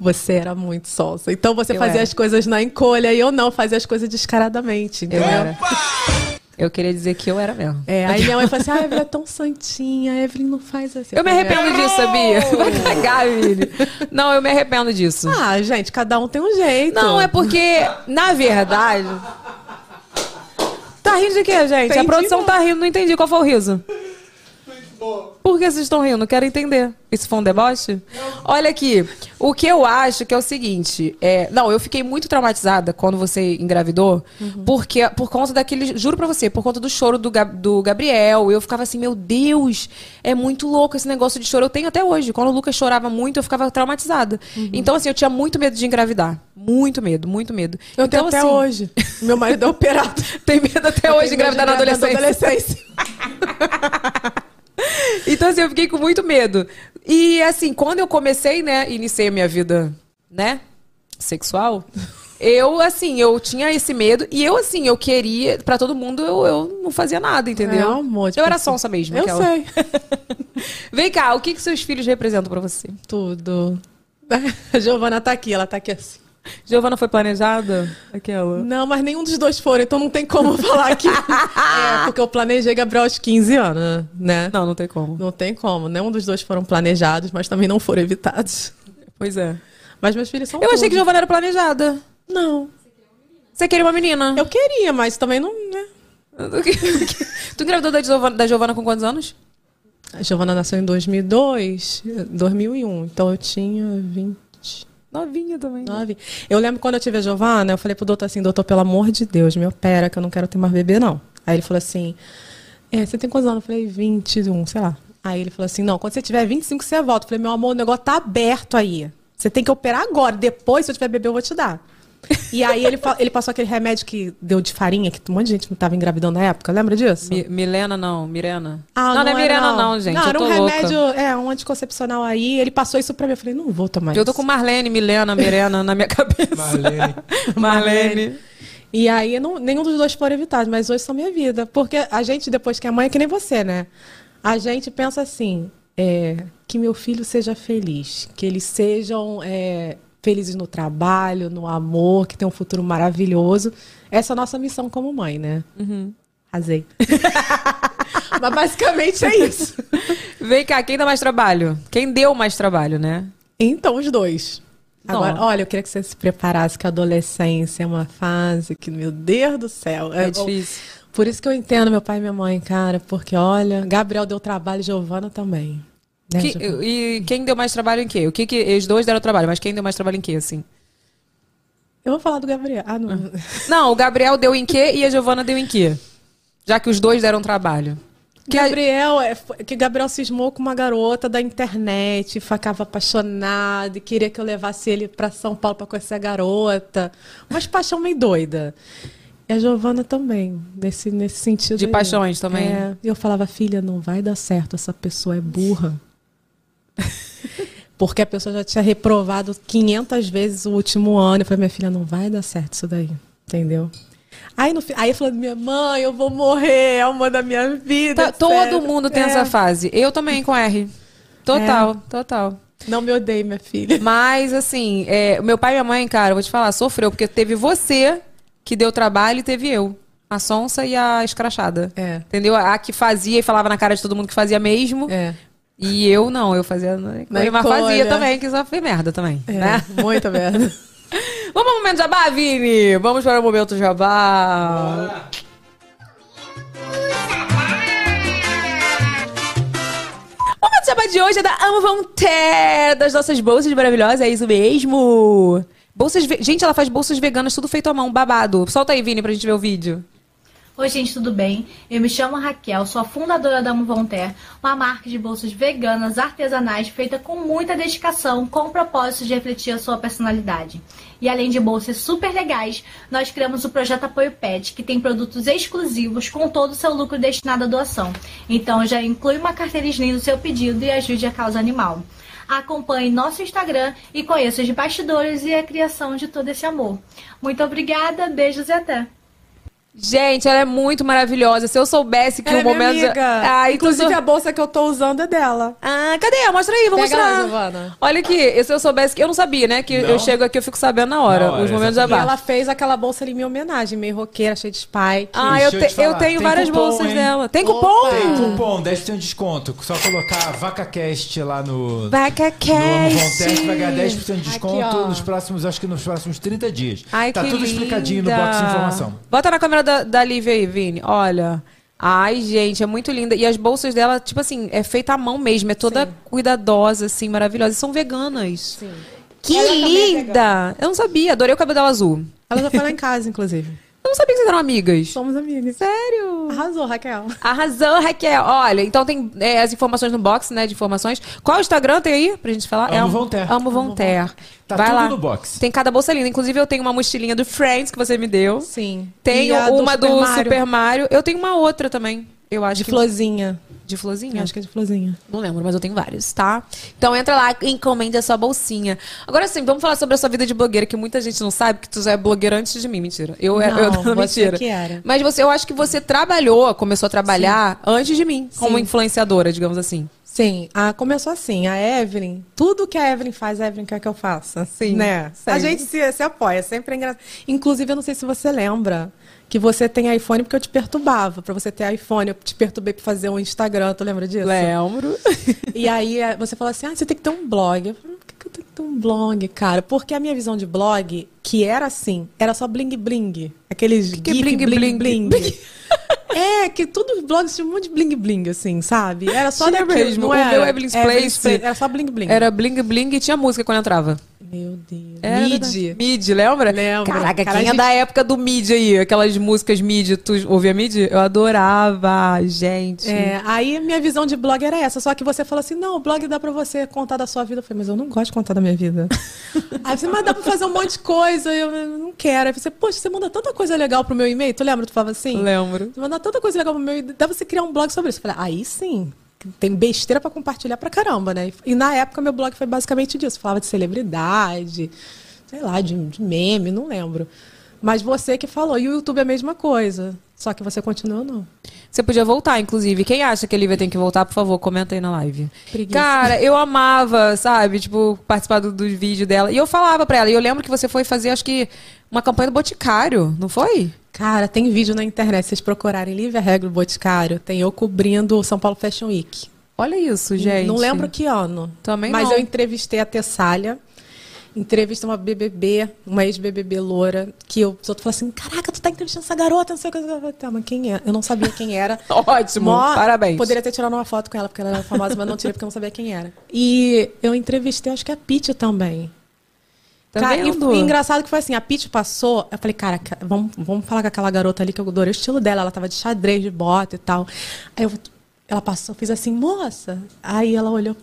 Speaker 7: Você era muito sonsa. Então você
Speaker 3: Eu
Speaker 7: fazia
Speaker 3: era.
Speaker 7: as coisas na encolha e eu não, fazia as coisas descaradamente.
Speaker 3: Eu
Speaker 7: entendeu?
Speaker 3: era. Eu queria dizer que eu era mesmo.
Speaker 7: É, aí minha mãe falou assim: ah, a Evelyn é tão santinha, a Evelyn não faz assim.
Speaker 3: Eu me
Speaker 7: falei,
Speaker 3: arrependo disso, sabia? *laughs* Vai cagar, Vini.
Speaker 7: *laughs*
Speaker 3: Não, eu me arrependo disso.
Speaker 7: Ah, gente, cada um tem um jeito.
Speaker 3: Não, é porque, na verdade. Tá rindo de quê, gente? a
Speaker 7: Entendi,
Speaker 3: produção
Speaker 7: não.
Speaker 3: tá rindo, não entendi qual foi o riso. Por que vocês estão rindo? Quero entender. Isso foi um deboche? Olha aqui, o que eu acho que é o seguinte, é, não, eu fiquei muito traumatizada quando você engravidou,
Speaker 7: Uhum.
Speaker 3: porque por conta daquele, juro pra você, por conta do choro do, Gab- do Gabriel, eu ficava assim, meu Deus, é muito louco esse negócio de choro, eu tenho até hoje. Quando o Lucas chorava muito, eu ficava traumatizada.
Speaker 7: Uhum.
Speaker 3: Então assim, eu tinha muito medo de engravidar, muito medo, muito medo.
Speaker 7: Eu
Speaker 3: então,
Speaker 7: tenho até
Speaker 3: assim,
Speaker 7: hoje. *laughs* Meu marido é operado.
Speaker 3: *laughs* Tem medo até
Speaker 7: Eu
Speaker 3: hoje de
Speaker 7: tenho medo
Speaker 3: engravidar na adolescência.
Speaker 7: é adolescência.
Speaker 3: Então, assim, eu fiquei com muito medo. E, assim, quando eu comecei, né, iniciei a minha vida, né, sexual, eu, assim, eu tinha esse medo. E eu, assim, eu queria, pra todo mundo, eu, eu não fazia nada, entendeu?
Speaker 7: É, um monte de
Speaker 3: eu era
Speaker 7: pessoa.
Speaker 3: sonsa mesmo.
Speaker 7: Eu
Speaker 3: aquela.
Speaker 7: sei.
Speaker 3: *laughs* Vem cá, o que, que seus filhos representam pra você?
Speaker 7: Tudo. A *laughs* Giovana tá aqui, ela tá aqui assim.
Speaker 3: Giovana foi planejada? Aquela.
Speaker 7: Não, mas nenhum dos dois foram, então não tem como falar *laughs* aqui. é, porque eu planejei Gabriel aos 15 anos, né?
Speaker 3: Não, não tem como.
Speaker 7: Não tem como. Nenhum dos dois foram planejados, mas também não foram evitados.
Speaker 3: Pois é.
Speaker 7: Mas meus filhos são
Speaker 3: Eu achei que
Speaker 7: tudo.
Speaker 3: Giovana era planejada.
Speaker 7: Não.
Speaker 3: Você queria uma menina?
Speaker 7: Eu queria, mas também não, né?
Speaker 3: *laughs* tu engravidou da Giovana, da Giovana com quantos anos?
Speaker 7: A Giovana nasceu em 2002, 2001. Então eu tinha 29.
Speaker 3: Novinha também.
Speaker 7: Eu lembro quando eu tive a Giovana, eu falei pro doutor assim: doutor, pelo amor de Deus, me opera, que eu não quero ter mais bebê, não. Aí ele falou assim: é, você tem quantos anos? Eu falei: 21, sei lá. Aí ele falou assim: não, quando você tiver 25, você volta. Eu falei: meu amor, o negócio tá aberto aí. Você tem que operar agora. Depois, se eu tiver bebê, eu vou te dar. E aí ele, fa- ele passou aquele remédio que deu de farinha, que um monte de gente não tava engravidando na época. Lembra disso?
Speaker 3: Mi- Milena não, Mirena.
Speaker 7: Ah,
Speaker 3: não, não, é Mirena não, gente.
Speaker 7: Não,
Speaker 3: eu
Speaker 7: era
Speaker 3: tô
Speaker 7: um
Speaker 3: louca.
Speaker 7: remédio, é, um anticoncepcional aí. Ele passou isso pra mim. Eu falei, não vou tomar
Speaker 3: Eu tô
Speaker 7: isso.
Speaker 3: com Marlene, Milena, Mirena na minha *laughs* cabeça.
Speaker 8: Marlene.
Speaker 3: *laughs* Marlene.
Speaker 7: E aí, não- nenhum dos dois foram evitados, mas hoje são minha vida. Porque a gente, depois que é mãe, é que nem você, né? A gente pensa assim, é, que meu filho seja feliz, que eles sejam é, felizes no trabalho, no amor, que tenham um futuro maravilhoso. Essa é a nossa missão como mãe, né? Arrasei. *laughs* mas basicamente é isso.
Speaker 3: Vem cá, quem dá mais trabalho? Quem deu mais trabalho, né?
Speaker 7: Então, os dois.
Speaker 3: Não.
Speaker 7: Agora, olha, eu queria que você se preparasse, que a adolescência é uma fase que, meu Deus do céu.
Speaker 3: É
Speaker 7: eu-
Speaker 3: difícil.
Speaker 7: Por isso que eu entendo meu pai e minha mãe, cara, porque olha, Gabriel deu trabalho, Giovana também. Né,
Speaker 3: Que-
Speaker 7: Giovana?
Speaker 3: e quem deu mais trabalho em quê? O que que os dois deram trabalho, mas quem deu mais trabalho em quê, assim?
Speaker 7: Eu vou falar do Gabriel. Ah, não. *laughs*
Speaker 3: Não, o Gabriel deu em quê e a Giovana deu em quê? Já que os dois deram trabalho. Que a-
Speaker 7: Gabriel, é, fo- que Gabriel cismou com uma garota da internet, ficava apaixonado e queria que eu levasse ele pra São Paulo pra conhecer a garota. Mas paixão meio doida. E a Giovana também, nesse, nesse sentido.
Speaker 3: De
Speaker 7: aí.
Speaker 3: paixões também.
Speaker 7: É, e eu falava, filha, não vai dar certo, essa pessoa é
Speaker 3: *laughs*
Speaker 7: burra. Porque a pessoa já tinha reprovado 500 vezes o último ano. Eu falei, minha filha, não vai dar certo isso daí. Entendeu? Aí, no, fi- aí falando, minha mãe, eu vou morrer, é a alma da minha vida.
Speaker 3: Tá- todo
Speaker 7: etc.
Speaker 3: mundo tem
Speaker 7: É.
Speaker 3: essa fase. Eu também com R. Total, total.
Speaker 7: Não me odeie, minha filha.
Speaker 3: Mas, assim, é, meu pai e minha mãe, cara, eu vou te falar, sofreu, porque teve você que deu trabalho e teve eu. A sonsa e a escrachada.
Speaker 7: É.
Speaker 3: Entendeu? A que fazia e falava na cara de todo mundo que fazia mesmo.
Speaker 7: É.
Speaker 3: E eu não, eu fazia. na
Speaker 7: Na
Speaker 3: encolha, Mas fazia
Speaker 7: encolha.
Speaker 3: também, que só foi merda também.
Speaker 7: É,
Speaker 3: *laughs* né?
Speaker 7: muita merda.
Speaker 3: Vamos ao momento jabá, Vini? Vamos para o momento jabá. O momento jabá de hoje é da Amo Voltaire, das nossas bolsas maravilhosas, é isso mesmo. Bolsas ve- Gente, ela faz bolsas veganas, tudo feito à mão, babado. Solta aí, Vini, pra gente ver o vídeo.
Speaker 11: Oi, gente, tudo bem? Eu me chamo Raquel, sou a fundadora da Muvonter, uma marca de bolsas veganas artesanais feita com muita dedicação, com o propósito de refletir a sua personalidade. E além de bolsas super legais, nós criamos o projeto Apoio Pet, que tem produtos exclusivos com todo o seu lucro destinado à doação. Então já inclui uma carteira Slim no seu pedido e ajude a causa animal. Acompanhe nosso Instagram e conheça os bastidores e a criação de todo esse amor. Muito obrigada, beijos e até!
Speaker 3: Gente, ela é muito maravilhosa. Se eu soubesse que
Speaker 7: Ela
Speaker 3: o
Speaker 7: é minha
Speaker 3: momento.
Speaker 7: amiga.
Speaker 3: Ah, inclusive...
Speaker 7: Inclusive, a
Speaker 3: bolsa que eu tô usando é dela. Ah, cadê? Mostra aí, vou
Speaker 7: Pega
Speaker 3: mostrar.
Speaker 7: lá, Giovana.
Speaker 3: Olha aqui, se eu soubesse que. Eu não sabia, né? Que
Speaker 7: Não?
Speaker 3: eu chego aqui, eu fico sabendo na hora. os momentos já
Speaker 7: E ela
Speaker 3: abaixo.
Speaker 7: fez aquela bolsa ali em minha homenagem, meio roqueira, cheia de spike.
Speaker 3: Ah, eu, te- eu tenho várias bolsas dela. Tem cupom?
Speaker 4: Tem cupom, deve ter um desconto. Só colocar VacaCast lá no.
Speaker 3: VacaCast.
Speaker 4: No Amovantec vai ganhar 10% de desconto
Speaker 3: Aqui, ó.
Speaker 4: nos próximos, acho que nos próximos 30 dias.
Speaker 3: Ai,
Speaker 4: tá
Speaker 3: que
Speaker 4: tudo
Speaker 3: linda.
Speaker 4: explicadinho no box de informação.
Speaker 3: Bota na câmera da, da Lívia aí, Vini. Olha. Ai, gente, é muito linda. E as bolsas dela, tipo assim, é feita à mão mesmo. É toda cuidadosa, assim, maravilhosa. E são veganas. Sim. Que
Speaker 7: é
Speaker 3: linda! eu não sabia, adorei o cabelo dela azul.
Speaker 7: Ela já foi lá em casa, inclusive.
Speaker 3: Eu não sabia que vocês eram amigas.
Speaker 7: Somos amigas.
Speaker 3: Sério?
Speaker 7: Arrasou, Raquel.
Speaker 3: Arrasou, Raquel. Olha, então tem é, as informações no box, né? De informações. Qual o Instagram tem aí pra gente falar? É
Speaker 4: Amo Voltaire.
Speaker 3: Amo Vonter.
Speaker 4: Tá
Speaker 3: Vai
Speaker 4: tudo
Speaker 3: lá.
Speaker 4: no box.
Speaker 3: Tem cada bolsa linda. Inclusive, eu tenho uma mochilinha do Friends que você me deu.
Speaker 7: Sim. E
Speaker 3: Tenho
Speaker 7: a do
Speaker 3: uma do
Speaker 7: Super
Speaker 3: Super,
Speaker 7: Mario.
Speaker 3: Mario. Eu tenho uma outra também. Eu acho
Speaker 7: De
Speaker 3: que-
Speaker 7: florzinha.
Speaker 3: De florzinha?
Speaker 7: Acho que é de florzinha.
Speaker 3: Não lembro, mas eu tenho vários, tá? Então entra lá e encomende a sua bolsinha. Agora sim, vamos falar sobre a sua vida de blogueira, que muita gente não sabe que tu já é blogueira antes de mim, mentira. Eu era, eu,
Speaker 7: Não,
Speaker 3: *laughs*
Speaker 7: você
Speaker 3: mentira.
Speaker 7: que era.
Speaker 3: Mas você, é. eu acho que você trabalhou, começou a trabalhar antes de mim, como
Speaker 7: Sim.
Speaker 3: influenciadora, digamos assim.
Speaker 7: Sim, a- começou assim, a Evelyn, tudo que a Evelyn faz, a Evelyn quer que eu faça. Sim. Né?
Speaker 3: sim.
Speaker 7: A gente se, se apoia, sempre é engraçado. Inclusive, eu não sei se você lembra que você tem iPhone porque eu te perturbava. Pra você ter iPhone, eu te perturbei pra fazer um Instagram, tu lembra disso?
Speaker 3: Lembro.
Speaker 7: *laughs* E aí eh, você falou assim: ah, você tem que ter um blog. Eu falei, por que, que eu tenho que ter um blog, cara? Porque a minha visão de blog, que era assim, era só bling bling. Aqueles
Speaker 3: que é
Speaker 7: gif,
Speaker 3: bling,
Speaker 7: bling
Speaker 3: bling?
Speaker 7: bling.
Speaker 3: *laughs*
Speaker 7: É, que todos os blogs tinham um monte de bling bling, assim, sabe? Era só
Speaker 3: Tinha
Speaker 7: daquilo,
Speaker 3: mesmo.
Speaker 7: não
Speaker 3: O
Speaker 7: era?
Speaker 3: meu é Evelyn's
Speaker 7: Evelyn's
Speaker 3: Place
Speaker 7: Era só bling bling.
Speaker 3: Era bling bling e tinha música quando entrava.
Speaker 7: Meu Deus.
Speaker 3: Era
Speaker 7: Mid.
Speaker 3: verdade. Mid, lembra?
Speaker 7: Lembro.
Speaker 3: Caraca,
Speaker 7: Cara,
Speaker 3: quem
Speaker 7: a
Speaker 3: é
Speaker 7: gente-
Speaker 3: da época do mid aí? Aquelas músicas mid, tu ouvia mid? Eu adorava, gente.
Speaker 7: É, aí minha visão de blog era essa, só que você falou assim: não, o blog dá pra você contar da sua vida. Eu falei, mas eu não gosto de contar da
Speaker 3: *laughs*
Speaker 7: minha vida. aí você, mas dá pra fazer um monte de coisa, eu eu não quero. Aí você, poxa, você manda tanta coisa legal pro meu e-mail, tu lembra? Tu falava assim?
Speaker 3: Lembro.
Speaker 7: Tu manda tanta coisa legal pro meu e-mail, dá pra você criar um blog sobre isso. Eu falei, aí sim. Tem besteira pra compartilhar pra caramba, né? E na época meu blog foi basicamente disso. Falava de celebridade, sei lá, de, de meme, não lembro. Mas você que falou. E o YouTube é a mesma coisa. Só que você continua não.
Speaker 3: Você podia voltar, inclusive. Quem acha que a Lívia tem que voltar, por favor, comenta aí na live.
Speaker 7: Preguiça.
Speaker 3: Cara, eu amava, sabe? Tipo, participar do, do vídeo dela. E eu falava pra ela. E eu lembro que você foi fazer, acho que, uma campanha do Boticário, não foi?
Speaker 7: Cara, tem vídeo na internet. Se vocês procurarem Lívia Regro Boticário, tem eu cobrindo o São Paulo Fashion Week.
Speaker 3: Olha isso, gente.
Speaker 7: Não lembro que ano.
Speaker 3: Também
Speaker 7: Mas
Speaker 3: não.
Speaker 7: eu entrevistei a Tessália. Entrevistei uma BBB, uma ex-BBB loura, que eu, os outros falaram assim, caraca, tu tá entrevistando essa garota, não sei o que. Eu falei, tá, mas quem é? Eu não sabia quem
Speaker 3: *laughs*
Speaker 7: era.
Speaker 3: Ótimo,
Speaker 7: Mó-
Speaker 3: parabéns.
Speaker 7: Poderia ter tirado uma foto com ela, porque ela era famosa, mas não tirei porque eu não sabia quem era. E eu entrevistei, acho que a Pitty também.
Speaker 3: Tá
Speaker 7: cara, e-
Speaker 3: vendo?
Speaker 7: E, engraçado que foi assim, a Pitty passou, eu falei, cara, ca- vamos, vamos falar com aquela garota ali que eu adorei o estilo dela, ela tava de xadrez, de bota e tal. Aí eu, ela passou, eu fiz assim, moça. Aí ela olhou,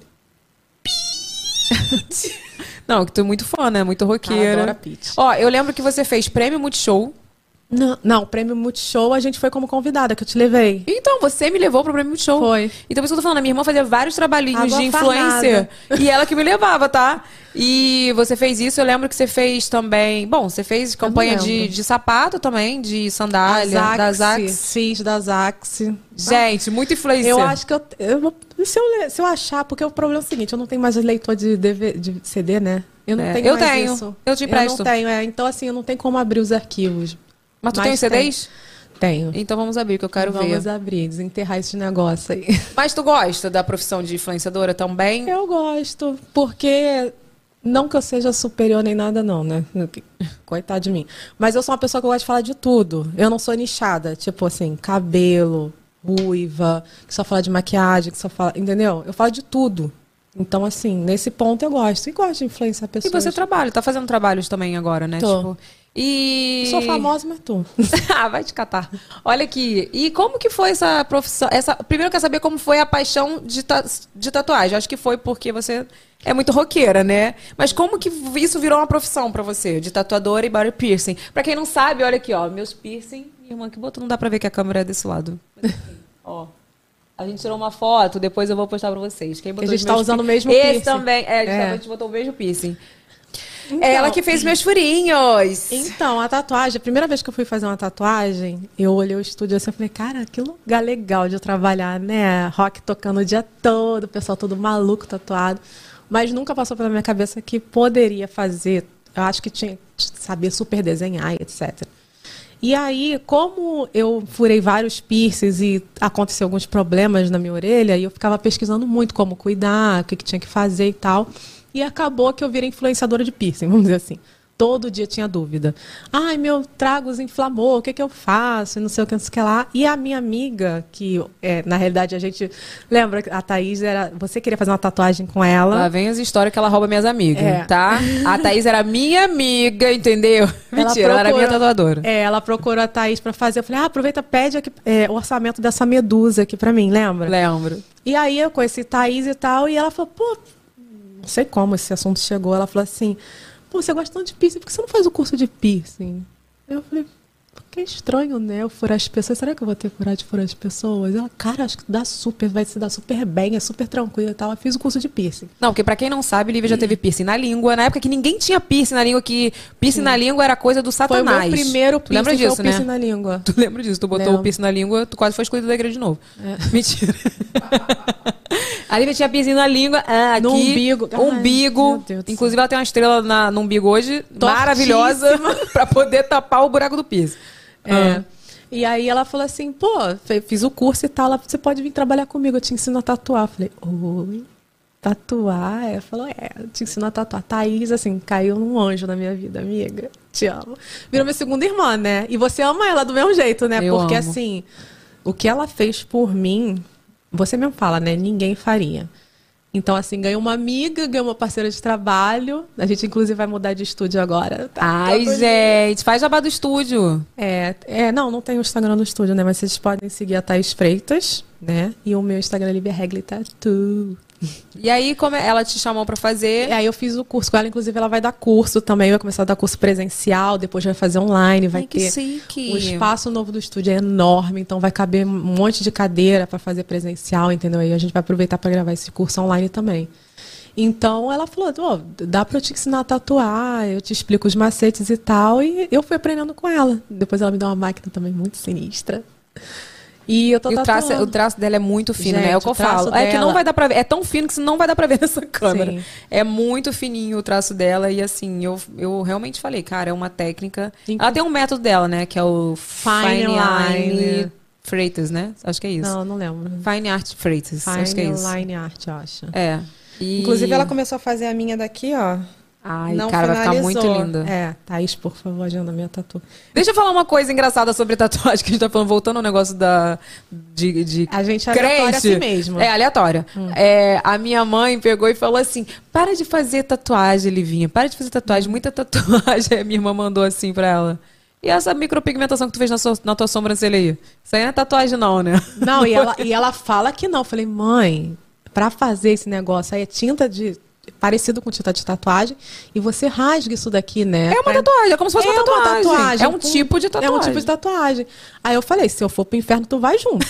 Speaker 3: Não, que tu é muito fã, né? Muito roqueira.
Speaker 7: Cara, Ah, adoro a Pitty.
Speaker 3: Ó, eu lembro que você fez prêmio Multishow.
Speaker 7: Não, não, o prêmio Multishow a gente foi como convidada, que eu te levei.
Speaker 3: Então, você me levou pro prêmio Multishow.
Speaker 7: Foi.
Speaker 3: Então, por isso que eu tô falando, a minha irmã fazia vários trabalhinhos
Speaker 7: Água
Speaker 3: de influencer. E ela que me levava, tá? E você fez isso, eu lembro que você fez também. Bom, você fez campanha de,
Speaker 7: lembro.
Speaker 3: de sapato também, de sandália, da Zax.
Speaker 7: Fiz da Zaxi.
Speaker 3: Gente, muito influencer.
Speaker 7: Eu acho que eu, eu vou- se, eu le- se eu achar, porque o problema é o seguinte, eu não tenho mais leitor de, DV de CD, né? Eu não
Speaker 3: É,
Speaker 7: tenho
Speaker 3: eu
Speaker 7: mais
Speaker 3: tenho.
Speaker 7: isso.
Speaker 3: Eu te empresto.
Speaker 7: Eu não tenho, é. Então, assim, eu não tenho como abrir os arquivos.
Speaker 3: Mas tu tem os CDs?
Speaker 7: Tenho.
Speaker 3: Então vamos abrir, que eu quero
Speaker 7: Vamos
Speaker 3: ver.
Speaker 7: abrir, desenterrar esse negócio aí.
Speaker 3: Mas tu gosta da profissão de influenciadora também?
Speaker 7: Eu gosto, porque não que eu seja superior nem nada, não, né? Coitado de mim. Mas eu sou uma pessoa que eu gosto de falar de tudo. Eu não sou nichada, tipo assim, cabelo, ruiva, que só fala de maquiagem, que só fala. Entendeu? Eu falo de tudo. Então, assim, nesse ponto eu gosto. E gosto de influenciar
Speaker 3: E tá-
Speaker 7: pessoas.
Speaker 3: você trabalha, tá fazendo trabalhos também agora, né?
Speaker 7: Tô.
Speaker 3: Tipo, E.
Speaker 7: Sou famosa, mas tô.
Speaker 3: *laughs* ah, vai te catar. Olha aqui. E como que foi essa profissão? Essa... Primeiro eu quero saber como foi a paixão de, ta- de tatuagem. Acho que foi porque você é muito roqueira, né? Mas como que isso virou uma profissão pra você? De tatuadora e body piercing. Pra quem não sabe, olha aqui, ó. Meus piercing. Minha irmã que botou, não dá pra ver que a câmera é desse lado. *laughs* ó. A gente tirou uma foto, depois eu vou postar pra vocês. Quem botou
Speaker 7: gente
Speaker 3: os
Speaker 7: tá
Speaker 3: meus
Speaker 7: usando o
Speaker 3: pi-
Speaker 7: mesmo
Speaker 3: Esse
Speaker 7: piercing.
Speaker 3: também. É, a gente,
Speaker 7: É.
Speaker 3: tá- a gente botou o mesmo piercing. É ela que fez meus furinhos.
Speaker 7: Então, a tatuagem, a primeira vez que eu fui fazer uma tatuagem, eu olhei o estúdio assim e falei, cara, que lugar legal de eu trabalhar, né? Rock tocando o dia todo, o pessoal todo maluco, tatuado. Mas nunca passou pela minha cabeça que poderia fazer. Eu acho que tinha que saber super desenhar, e etc. E aí, como eu furei vários piercings e aconteceu alguns problemas na minha orelha, e eu ficava pesquisando muito como cuidar, o que, que tinha que fazer e tal. E acabou que eu virei influenciadora de piercing, vamos dizer assim. Todo dia tinha dúvida. Ai, meu tragos inflamou, o que, que eu faço? E Não sei o que, não sei o que lá. E a minha amiga, que é, na realidade a gente. Lembra, que a Thaís era. Você queria fazer uma tatuagem com ela.
Speaker 3: Lá vem as histórias que ela rouba minhas amigas,
Speaker 7: É.
Speaker 3: tá? A Thaís era minha amiga, entendeu? Mentira, ela era minha
Speaker 7: procurou-
Speaker 3: tatuadora.
Speaker 7: É, ela procurou a Thaís pra fazer. Eu falei, ah, aproveita, pede aqui, é, o orçamento dessa medusa aqui pra mim, lembra?
Speaker 3: Lembro.
Speaker 7: E aí eu conheci Thaís e tal, e ela falou, pô, não sei como esse assunto chegou. Ela falou assim, pô, você gosta tanto de piercing, por que você não faz o curso de piercing? Eu falei, que estranho, né? Eu furar as pessoas. Será que eu vou ter coragem de furar as pessoas? Ela, cara, acho que dá super, vai se dar super bem, é super tranquilo e tal. Eu fiz o curso de piercing.
Speaker 3: Não, porque pra quem não sabe, Lívia já teve piercing na língua. Na época que ninguém tinha piercing na língua, que piercing na língua era coisa do
Speaker 7: Foi o
Speaker 3: satanás.
Speaker 7: meu primeiro
Speaker 3: Tu lembra
Speaker 7: piercing,
Speaker 3: disso,
Speaker 7: foi o piercing
Speaker 3: né?
Speaker 7: na língua.
Speaker 3: Tu lembra disso? Tu botou
Speaker 7: Lembro. É.
Speaker 3: o piercing na língua, tu quase foi excluído da igreja de novo. *laughs* Mentira. a Lívia tinha piercing na língua, ah, aqui.
Speaker 7: No umbigo. Ai,
Speaker 3: umbigo.
Speaker 7: meu Deus do
Speaker 3: Inclusive, ela tem uma estrela na, no umbigo hoje,
Speaker 7: Tortíssima.
Speaker 3: maravilhosa, *laughs* pra poder tapar o buraco do piercing.
Speaker 7: É. E aí ela falou assim, pô, fe- fiz o curso e tal, ela, você pode vir trabalhar comigo, eu te ensino a tatuar. Eu falei, oi, tatuar? Ela falou, é, eu te ensino a tatuar. Thaís, assim, caiu num anjo na minha vida, amiga, te amo. Virou minha segunda irmã, né? E você ama ela do mesmo jeito, né?
Speaker 3: Eu
Speaker 7: Porque
Speaker 3: amo.
Speaker 7: assim, o que ela fez por mim, você mesmo fala, né? Ninguém faria. Então, assim, ganhou uma amiga, ganhou uma parceira de trabalho. A gente, inclusive, vai mudar de estúdio agora. Tá
Speaker 3: Ai,
Speaker 7: todo
Speaker 3: gente, faz jabá do estúdio.
Speaker 7: é, é, não, não tem o Instagram no estúdio, né? Mas vocês podem seguir a Thaís Freitas, né? E o meu Instagram é Livia Regli Tattoo.
Speaker 3: E aí, como é- ela te chamou pra fazer?
Speaker 7: E aí eu fiz o curso com ela, inclusive ela vai dar curso também, vai começar a dar curso presencial, depois vai fazer online, vai
Speaker 3: Ai, que
Speaker 7: ter.
Speaker 3: chique.
Speaker 7: O espaço novo do estúdio é enorme, então vai caber um monte de cadeira para fazer presencial, entendeu? E a gente vai aproveitar para gravar esse curso online também. Então ela falou: "Ó, dá para eu te ensinar a tatuar, eu te explico os macetes e tal. E eu fui aprendendo com ela. Depois ela me deu uma máquina também muito sinistra. E eu tô
Speaker 3: E o traço,
Speaker 7: tatuando.
Speaker 3: o traço dela é muito fino, né? É o
Speaker 7: Gente,
Speaker 3: que eu
Speaker 7: o traço
Speaker 3: falo. É que
Speaker 7: dela-
Speaker 3: não vai dar pra ver. É tão fino que isso não vai dar pra ver *laughs* nessa câmera.
Speaker 7: Sim.
Speaker 3: É muito fininho o traço dela. E assim, eu, eu realmente falei, cara, é uma técnica. Ela tem um método dela, né? Que é o Fine,
Speaker 7: Fine
Speaker 3: Line
Speaker 7: Line.
Speaker 3: Freitas, né? Acho que é isso.
Speaker 7: Não, não lembro.
Speaker 3: Fine Art Freitas. acho que é
Speaker 7: Fine
Speaker 3: isso.
Speaker 7: Line Art, eu acho.
Speaker 3: É. E-
Speaker 7: Inclusive, ela começou a fazer a minha daqui, ó.
Speaker 3: Ai,
Speaker 7: Não
Speaker 3: cara, vai ficar
Speaker 7: finalizou.
Speaker 3: muito linda.
Speaker 7: É, Thaís, por favor, agenda minha tatu.
Speaker 3: Deixa eu falar uma coisa engraçada sobre tatuagem que a gente tá falando, voltando ao negócio da. De, de
Speaker 7: A gente é
Speaker 3: crente.
Speaker 7: aleatória assim mesmo. Hum.
Speaker 3: É, aleatória. É, a minha mãe pegou e falou assim: para de fazer tatuagem, Livinha, para de fazer tatuagem, muita tatuagem. *laughs* Aí minha irmã mandou assim pra ela. E essa micropigmentação que tu fez na, sua, na tua sobrancelha aí? Isso aí não é tatuagem, não, né?
Speaker 7: Não, e ela, e ela fala que não. Eu falei, mãe, pra fazer esse negócio aí é tinta de. parecido com tinta de tatuagem. E você rasga isso daqui, né?
Speaker 3: *laughs* É uma tatuagem, é como se fosse uma tatuagem. É um
Speaker 7: com-
Speaker 3: tipo de
Speaker 7: É um
Speaker 3: tatuagem.
Speaker 7: tipo de tatuagem. Aí eu falei, se eu for pro inferno, tu vai junto.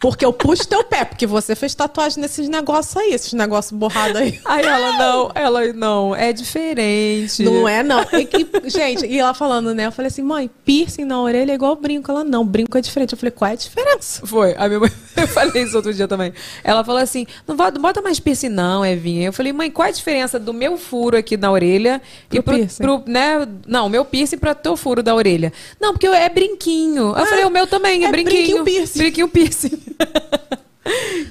Speaker 7: Porque eu puxo teu pé, porque você fez tatuagem nesses negócios aí, esses negócios borrados aí.
Speaker 3: Aí ela, não, ela, não, é diferente.
Speaker 7: Não é, não. E que- gente, e ela falando, né? Eu falei assim, mãe, piercing na orelha é igual brinco. Ela, não, brinco é diferente. Eu falei, qual é a diferença?
Speaker 3: Foi. A minha mãe, *laughs* eu falei isso outro dia também. Ela falou assim: não, va- não bota mais piercing, não, Evinha. Eu falei, mãe, qual é a diferença do meu furo aqui na orelha e
Speaker 7: Pro
Speaker 3: pro,
Speaker 7: piercing.
Speaker 3: pro, né? Não, meu piercing pra teu furo da orelha. Não, porque eu- é brinquinho. Eu falei, o meu também, é,
Speaker 7: é
Speaker 3: brinquinho.
Speaker 7: brinquinho piercing.
Speaker 3: Brinquinho piercing. *laughs*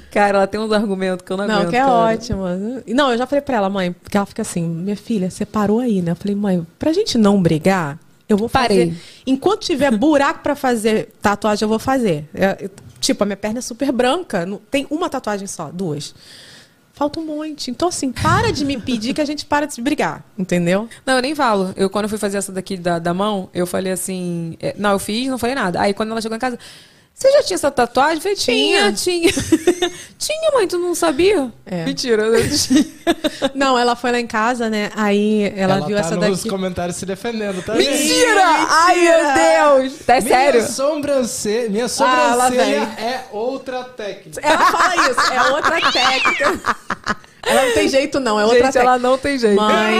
Speaker 3: Cara, ela tem uns argumentos que eu não, né? aguento.
Speaker 7: Não, que é
Speaker 3: cara.
Speaker 7: ótimo. E Não, eu já falei pra ela, mãe, porque ela fica assim, minha filha, você parou aí, né? Eu falei, mãe, pra gente não brigar, eu vou fazer.
Speaker 3: Parei.
Speaker 7: Enquanto tiver buraco pra fazer tatuagem, eu vou fazer. É, eu- tipo, a minha perna é super branca, não- tem uma tatuagem só, duas. Falta um monte. Então, assim, para de me pedir que a gente para de se brigar, entendeu?
Speaker 3: Não, eu nem falo. Eu, quando eu fui fazer essa daqui da, da mão, eu falei assim. é, não, eu fiz, não falei nada. Aí quando ela chegou em casa, você já tinha essa tatuagem? Eu falei, tinha, *laughs* tinha. Tinha, mãe, tu não sabia?
Speaker 7: É.
Speaker 3: Mentira, eu não tinha.
Speaker 7: Não, ela foi lá em casa, né? Aí ela, viu
Speaker 8: tá
Speaker 7: essa
Speaker 8: nos
Speaker 7: daqui.
Speaker 8: comentários se defendendo, tá?
Speaker 7: Mentira!
Speaker 8: gente?
Speaker 7: Ai, *laughs*
Speaker 3: Ah,
Speaker 7: meu Deus! Tá
Speaker 3: é
Speaker 8: minha
Speaker 7: sério?
Speaker 8: Sobrancelha, minha
Speaker 7: Ah, lá
Speaker 8: sobrancelha
Speaker 7: vem.
Speaker 8: é outra técnica.
Speaker 7: Ela fala isso, é outra técnica. Ela não tem jeito, não, é outra
Speaker 3: Gente,
Speaker 7: técnica.
Speaker 3: ela não tem jeito. *laughs*
Speaker 7: Mãe,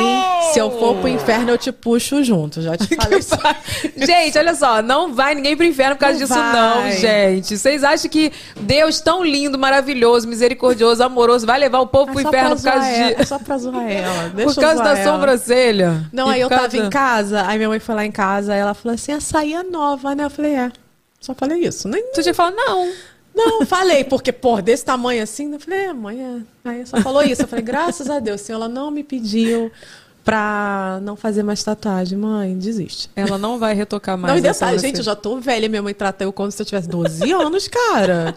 Speaker 7: se eu for pro inferno, eu te puxo junto. *laughs* Já te falei isso.
Speaker 3: Gente, olha só, não vai ninguém pro inferno por causa
Speaker 7: Não
Speaker 3: disso,
Speaker 7: vai.
Speaker 3: não, gente. Vocês acham que Deus tão lindo, maravilhoso, misericordioso, amoroso, vai levar o povo pro
Speaker 7: É só
Speaker 3: inferno
Speaker 7: pra
Speaker 3: por causa
Speaker 7: zoar ela,
Speaker 3: de.
Speaker 7: é só pra zoar *laughs* ela. Deixa
Speaker 3: por
Speaker 7: eu
Speaker 3: causa
Speaker 7: zoar
Speaker 3: da
Speaker 7: ela.
Speaker 3: sobrancelha.
Speaker 7: Não,
Speaker 3: E
Speaker 7: aí eu
Speaker 3: por causa-
Speaker 7: tava em casa, aí minha mãe foi lá em casa, aí ela falou assim: açaí é nova, né? Eu falei: é. Só falei isso. Nem...
Speaker 3: Tu tinha falado, não.
Speaker 7: Não, falei, porque, pô, desse tamanho assim, né? eu falei: é, mãe, é. Aí só falou isso. Eu falei: graças a Deus, senhor, ela não me pediu pra não fazer mais tatuagem. Mãe, desiste.
Speaker 3: Ela não vai retocar mais.
Speaker 7: não, e
Speaker 3: a
Speaker 7: detalhe, gente,
Speaker 3: sobrancelha.
Speaker 7: eu já tô velha, minha mãe trata eu como se eu tivesse 12 anos, cara.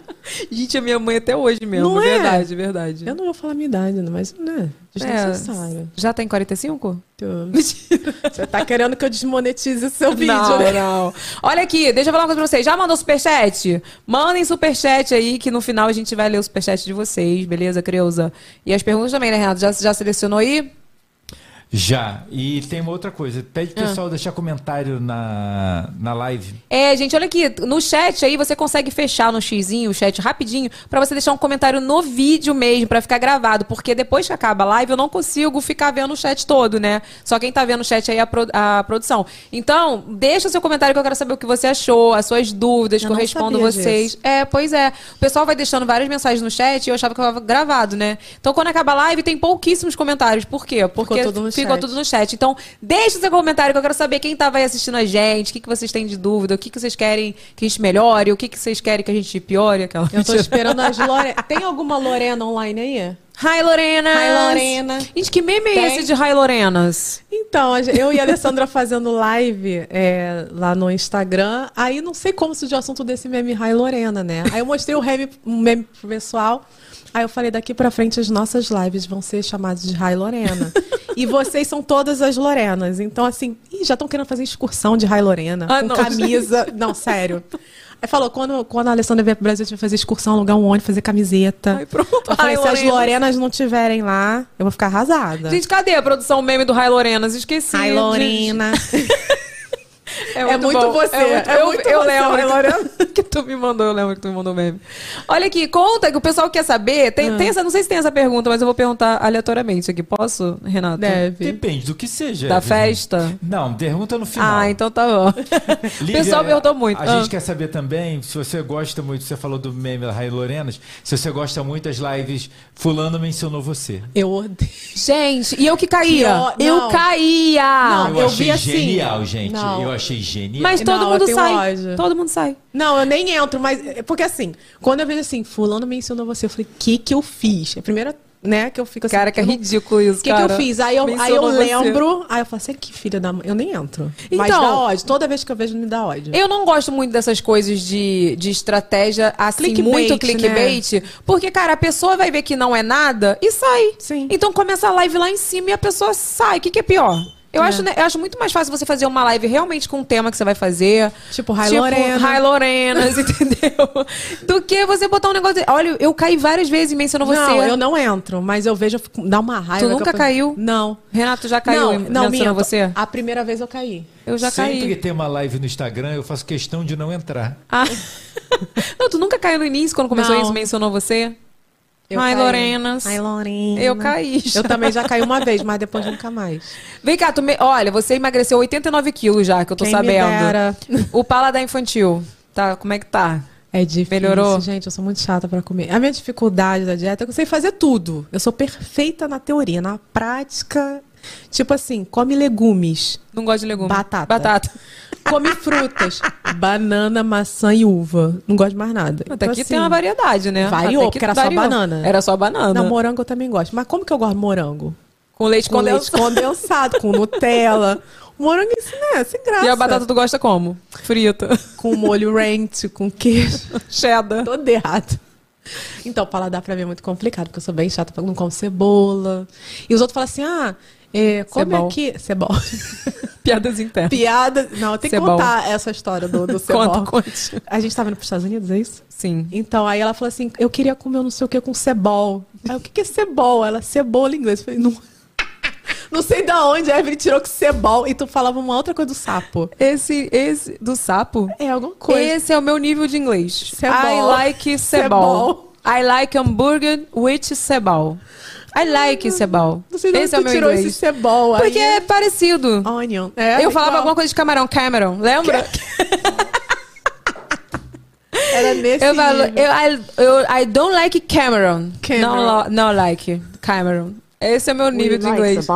Speaker 3: Gente, a minha mãe até hoje mesmo.
Speaker 7: Não é?
Speaker 3: verdade, verdade.
Speaker 7: Eu não vou falar a minha idade, né? mas, né, desnecessário.
Speaker 3: É, já tem 45? *laughs*
Speaker 7: Você tá querendo que eu desmonetize o seu vídeo,
Speaker 3: não,
Speaker 7: né?
Speaker 3: não. Olha aqui, deixa eu falar uma coisa pra vocês. Já mandou superchat? Mandem superchat aí, que no final a gente vai ler o superchat de vocês, beleza, Creuza? E as perguntas também, né, Renato? Já, já selecionou aí?
Speaker 4: Já. E tem uma outra coisa. Pede pro
Speaker 3: Ah.
Speaker 4: pessoal deixar comentário na, na live.
Speaker 3: É, gente, olha aqui, no chat aí você consegue fechar no xizinho o chat rapidinho pra você deixar um comentário no vídeo mesmo, pra ficar gravado, porque depois que acaba a live eu não consigo ficar vendo o chat todo, né? Só quem tá vendo o chat aí é a, pro- a produção. Então, deixa o seu comentário que eu quero saber o que você achou, as suas dúvidas,
Speaker 7: Eu
Speaker 3: que eu
Speaker 7: não
Speaker 3: respondo
Speaker 7: sabia
Speaker 3: vocês.
Speaker 7: disso.
Speaker 3: É, pois é. O pessoal vai deixando várias mensagens no chat e eu achava que eu tava gravado, né? Então, quando acaba a live, tem pouquíssimos comentários. Por quê? Porque
Speaker 7: Ficou tudo no
Speaker 3: ficou
Speaker 7: chat.
Speaker 3: tudo no chat. Então, deixa o seu comentário que eu quero saber quem tava aí assistindo a gente, o que, que vocês têm de dúvida, o que, que vocês querem que a gente melhore, o que, que vocês querem que a gente piore. Aquela
Speaker 7: Eu tô esperando as Lorena. Tem alguma Lorena online aí?
Speaker 3: *laughs* Hi, Lorena!
Speaker 7: Hi, Lorena.
Speaker 3: Gente, que meme é
Speaker 7: Tem?
Speaker 3: esse de Hi, Lorenas?
Speaker 7: Então, a gen- eu e a Alessandra *laughs* fazendo live é, lá no Instagram. Aí não sei como surgiu o assunto desse meme Rai Lorena, né? Aí eu mostrei o meme, um meme pro pessoal. Aí eu falei, daqui pra frente as nossas lives vão ser chamadas de Rai Lorena. e vocês são todas as Lorenas. Então, assim, ih, já estão querendo fazer excursão de Rai Lorena,
Speaker 3: Ah,
Speaker 7: com
Speaker 3: não, *laughs*
Speaker 7: camisa. Não, sério. Aí falou, quando, quando a Alessandra vier pro Brasil, a gente vai fazer excursão, alugar um ônibus, fazer camiseta. Aí
Speaker 3: pronto,
Speaker 7: eu falei,
Speaker 3: Rai
Speaker 7: se as
Speaker 3: Lorenas.
Speaker 7: Lorenas não tiverem lá, eu vou ficar arrasada.
Speaker 3: Gente, cadê a produção meme do Hi, Lorenas? Esqueci.
Speaker 7: Rai Lorena.
Speaker 3: É
Speaker 7: É muito
Speaker 3: bom.
Speaker 7: você, é
Speaker 3: eu,
Speaker 7: muito
Speaker 3: eu
Speaker 7: você, Rai
Speaker 3: lembro
Speaker 7: Lorena.
Speaker 3: que, *laughs* que tu me mandou, eu lembro que tu me mandou meme. Olha aqui, conta que o pessoal quer saber. Tem,
Speaker 7: Ah.
Speaker 3: tem essa, não sei se tem essa pergunta, mas eu vou perguntar aleatoriamente aqui. Posso, Renato?
Speaker 7: Deve.
Speaker 4: Depende do que seja.
Speaker 3: Da
Speaker 4: Evelyn.
Speaker 3: festa?
Speaker 4: Não, pergunta no final.
Speaker 3: Ah, então tá
Speaker 4: *laughs*
Speaker 3: bom. o
Speaker 4: Lívia,
Speaker 3: pessoal perguntou muito.
Speaker 4: A gente
Speaker 3: Ah.
Speaker 4: quer saber também, se você gosta muito, você falou do meme da Rai Lorenas, se você gosta muito das lives Fulano mencionou você.
Speaker 7: Eu odeio.
Speaker 3: Gente, e eu que caía?
Speaker 7: Que ó-
Speaker 3: eu
Speaker 7: não.
Speaker 3: caía!
Speaker 7: Não,
Speaker 4: eu
Speaker 7: eu
Speaker 4: achei
Speaker 7: vi assim.
Speaker 4: genial, gente.
Speaker 7: Não.
Speaker 4: Eu achei genial.
Speaker 3: Mas todo
Speaker 7: Não, eu
Speaker 3: mundo
Speaker 7: tenho
Speaker 3: sai.
Speaker 7: ódio.
Speaker 3: Todo mundo sai.
Speaker 7: Não, eu nem entro, mas. é Porque assim, quando eu vejo assim, fulano mencionou você, eu falei, o que que eu fiz? É a primeira, né, que eu fico assim.
Speaker 3: Cara, que é
Speaker 7: eu não-
Speaker 3: ridículo isso,
Speaker 7: O que, que
Speaker 3: cara.
Speaker 7: eu fiz? Aí eu, aí eu
Speaker 3: Mencionou você.
Speaker 7: lembro, aí eu falo assim, que filha da mãe. Eu nem entro. Mas
Speaker 3: Então-
Speaker 7: dá ódio. Toda vez que eu vejo, me dá ódio.
Speaker 3: Eu não gosto muito dessas coisas de, de estratégia assim,
Speaker 7: Clickbait, né?
Speaker 3: muito clickbait. Porque, cara, a pessoa vai ver que não é nada e sai.
Speaker 7: Sim.
Speaker 3: Então começa a live lá em cima e a pessoa sai. O que, que é pior? Eu, acho, né, eu acho muito mais fácil você fazer uma live realmente com o tema que você vai fazer.
Speaker 7: Tipo, Rai Lorena.
Speaker 3: Rai Lorenas, *laughs* entendeu? Do que você botar um negócio. de- Olha, eu caí várias vezes e mencionou você.
Speaker 7: Não, eu não entro, mas eu vejo, eu fico- dá uma raiva.
Speaker 3: Tu
Speaker 7: que eu
Speaker 3: nunca
Speaker 7: penso-
Speaker 3: caiu?
Speaker 7: Não.
Speaker 3: Renato já caiu e
Speaker 7: não, não,
Speaker 3: mencionou
Speaker 7: minto.
Speaker 3: você?
Speaker 7: A primeira vez eu caí.
Speaker 3: Eu já
Speaker 4: Sempre
Speaker 3: caí.
Speaker 4: que tem uma live no Instagram, eu faço questão de não entrar.
Speaker 3: Ah. *laughs* Não, tu nunca caiu no início quando começou
Speaker 7: Não.
Speaker 3: isso, mencionou você?
Speaker 7: Eu
Speaker 3: Ai,
Speaker 7: caí.
Speaker 3: Lorenas.
Speaker 7: Ai, Lorena.
Speaker 3: Eu caí já.
Speaker 7: Eu também já caí uma vez, mas depois nunca mais.
Speaker 3: Vem cá, tu me- olha, você emagreceu 89 quilos já, que eu tô
Speaker 7: Quem me
Speaker 3: sabendo.
Speaker 7: dera.
Speaker 3: O paladar infantil, tá? Como é que tá?
Speaker 7: É difícil,
Speaker 3: Melhorou?
Speaker 7: gente. Eu sou muito chata pra comer. A minha dificuldade da dieta é que eu sei fazer tudo. Eu sou perfeita na teoria, na prática. Tipo assim, come legumes,
Speaker 3: Não gosto de legume.
Speaker 7: batata.
Speaker 3: Batata.
Speaker 7: Come
Speaker 3: *laughs*
Speaker 7: frutas, banana, maçã e uva. Não gosto de mais nada.
Speaker 3: Até
Speaker 7: Então,
Speaker 3: aqui
Speaker 7: assim,
Speaker 3: tem uma variedade, né?
Speaker 7: Variou,
Speaker 3: Até que
Speaker 7: porque era só banana.
Speaker 3: Era só banana.
Speaker 7: Não, morango eu também gosto. Mas como que eu gosto de morango?
Speaker 3: Com leite
Speaker 7: Com leite
Speaker 3: condensado. *laughs*
Speaker 7: condensado, com Nutella. Morango isso, né? Sem graça.
Speaker 3: E a batata tu gosta como? Frita. *laughs*
Speaker 7: Com molho ranch, com queijo.
Speaker 3: Cheddar.
Speaker 7: *laughs* Todo errado. Então, paladar pra mim é muito complicado, porque eu sou bem chata, porque eu não como cebola. E os outros falam assim, ah, é, come
Speaker 3: Cebol.
Speaker 7: aqui... *laughs* Cebol.
Speaker 3: Piadas internas.
Speaker 7: Piada... Não, tem que
Speaker 3: Cebol.
Speaker 7: contar essa história do, *laughs* do cebol.
Speaker 3: Conta,
Speaker 7: A gente tava indo pros Estados Unidos, é isso?
Speaker 3: Sim.
Speaker 7: Então, aí ela falou assim, eu queria comer um não sei o que com cebol. Aí, o que que é cebol? Ela, cebola em inglês. Eu falei, não... *laughs* Não sei da onde a Evelyn tirou que cebol e tu falava uma outra coisa do sapo.
Speaker 3: Esse, esse do sapo?
Speaker 7: É alguma coisa.
Speaker 3: Esse é o meu nível de inglês. I
Speaker 7: Cebol.
Speaker 3: like cebol. I like hambúrguer with cebol. I like cebol.
Speaker 7: Não sei de onde
Speaker 3: Esse é o
Speaker 7: tu
Speaker 3: meu
Speaker 7: tirou
Speaker 3: inglês.
Speaker 7: esse cebol aí.
Speaker 3: Porque é parecido.
Speaker 7: Onion. É,
Speaker 3: Eu falava
Speaker 7: igual.
Speaker 3: alguma coisa de camarão, Cameron, lembra?
Speaker 7: Era nesse
Speaker 3: Eu falo,
Speaker 7: nível.
Speaker 3: eu, I, eu- I don't like Cameron.
Speaker 7: Cameron.
Speaker 3: Não, lo- não like Cameron. Esse é o meu nível de inglês.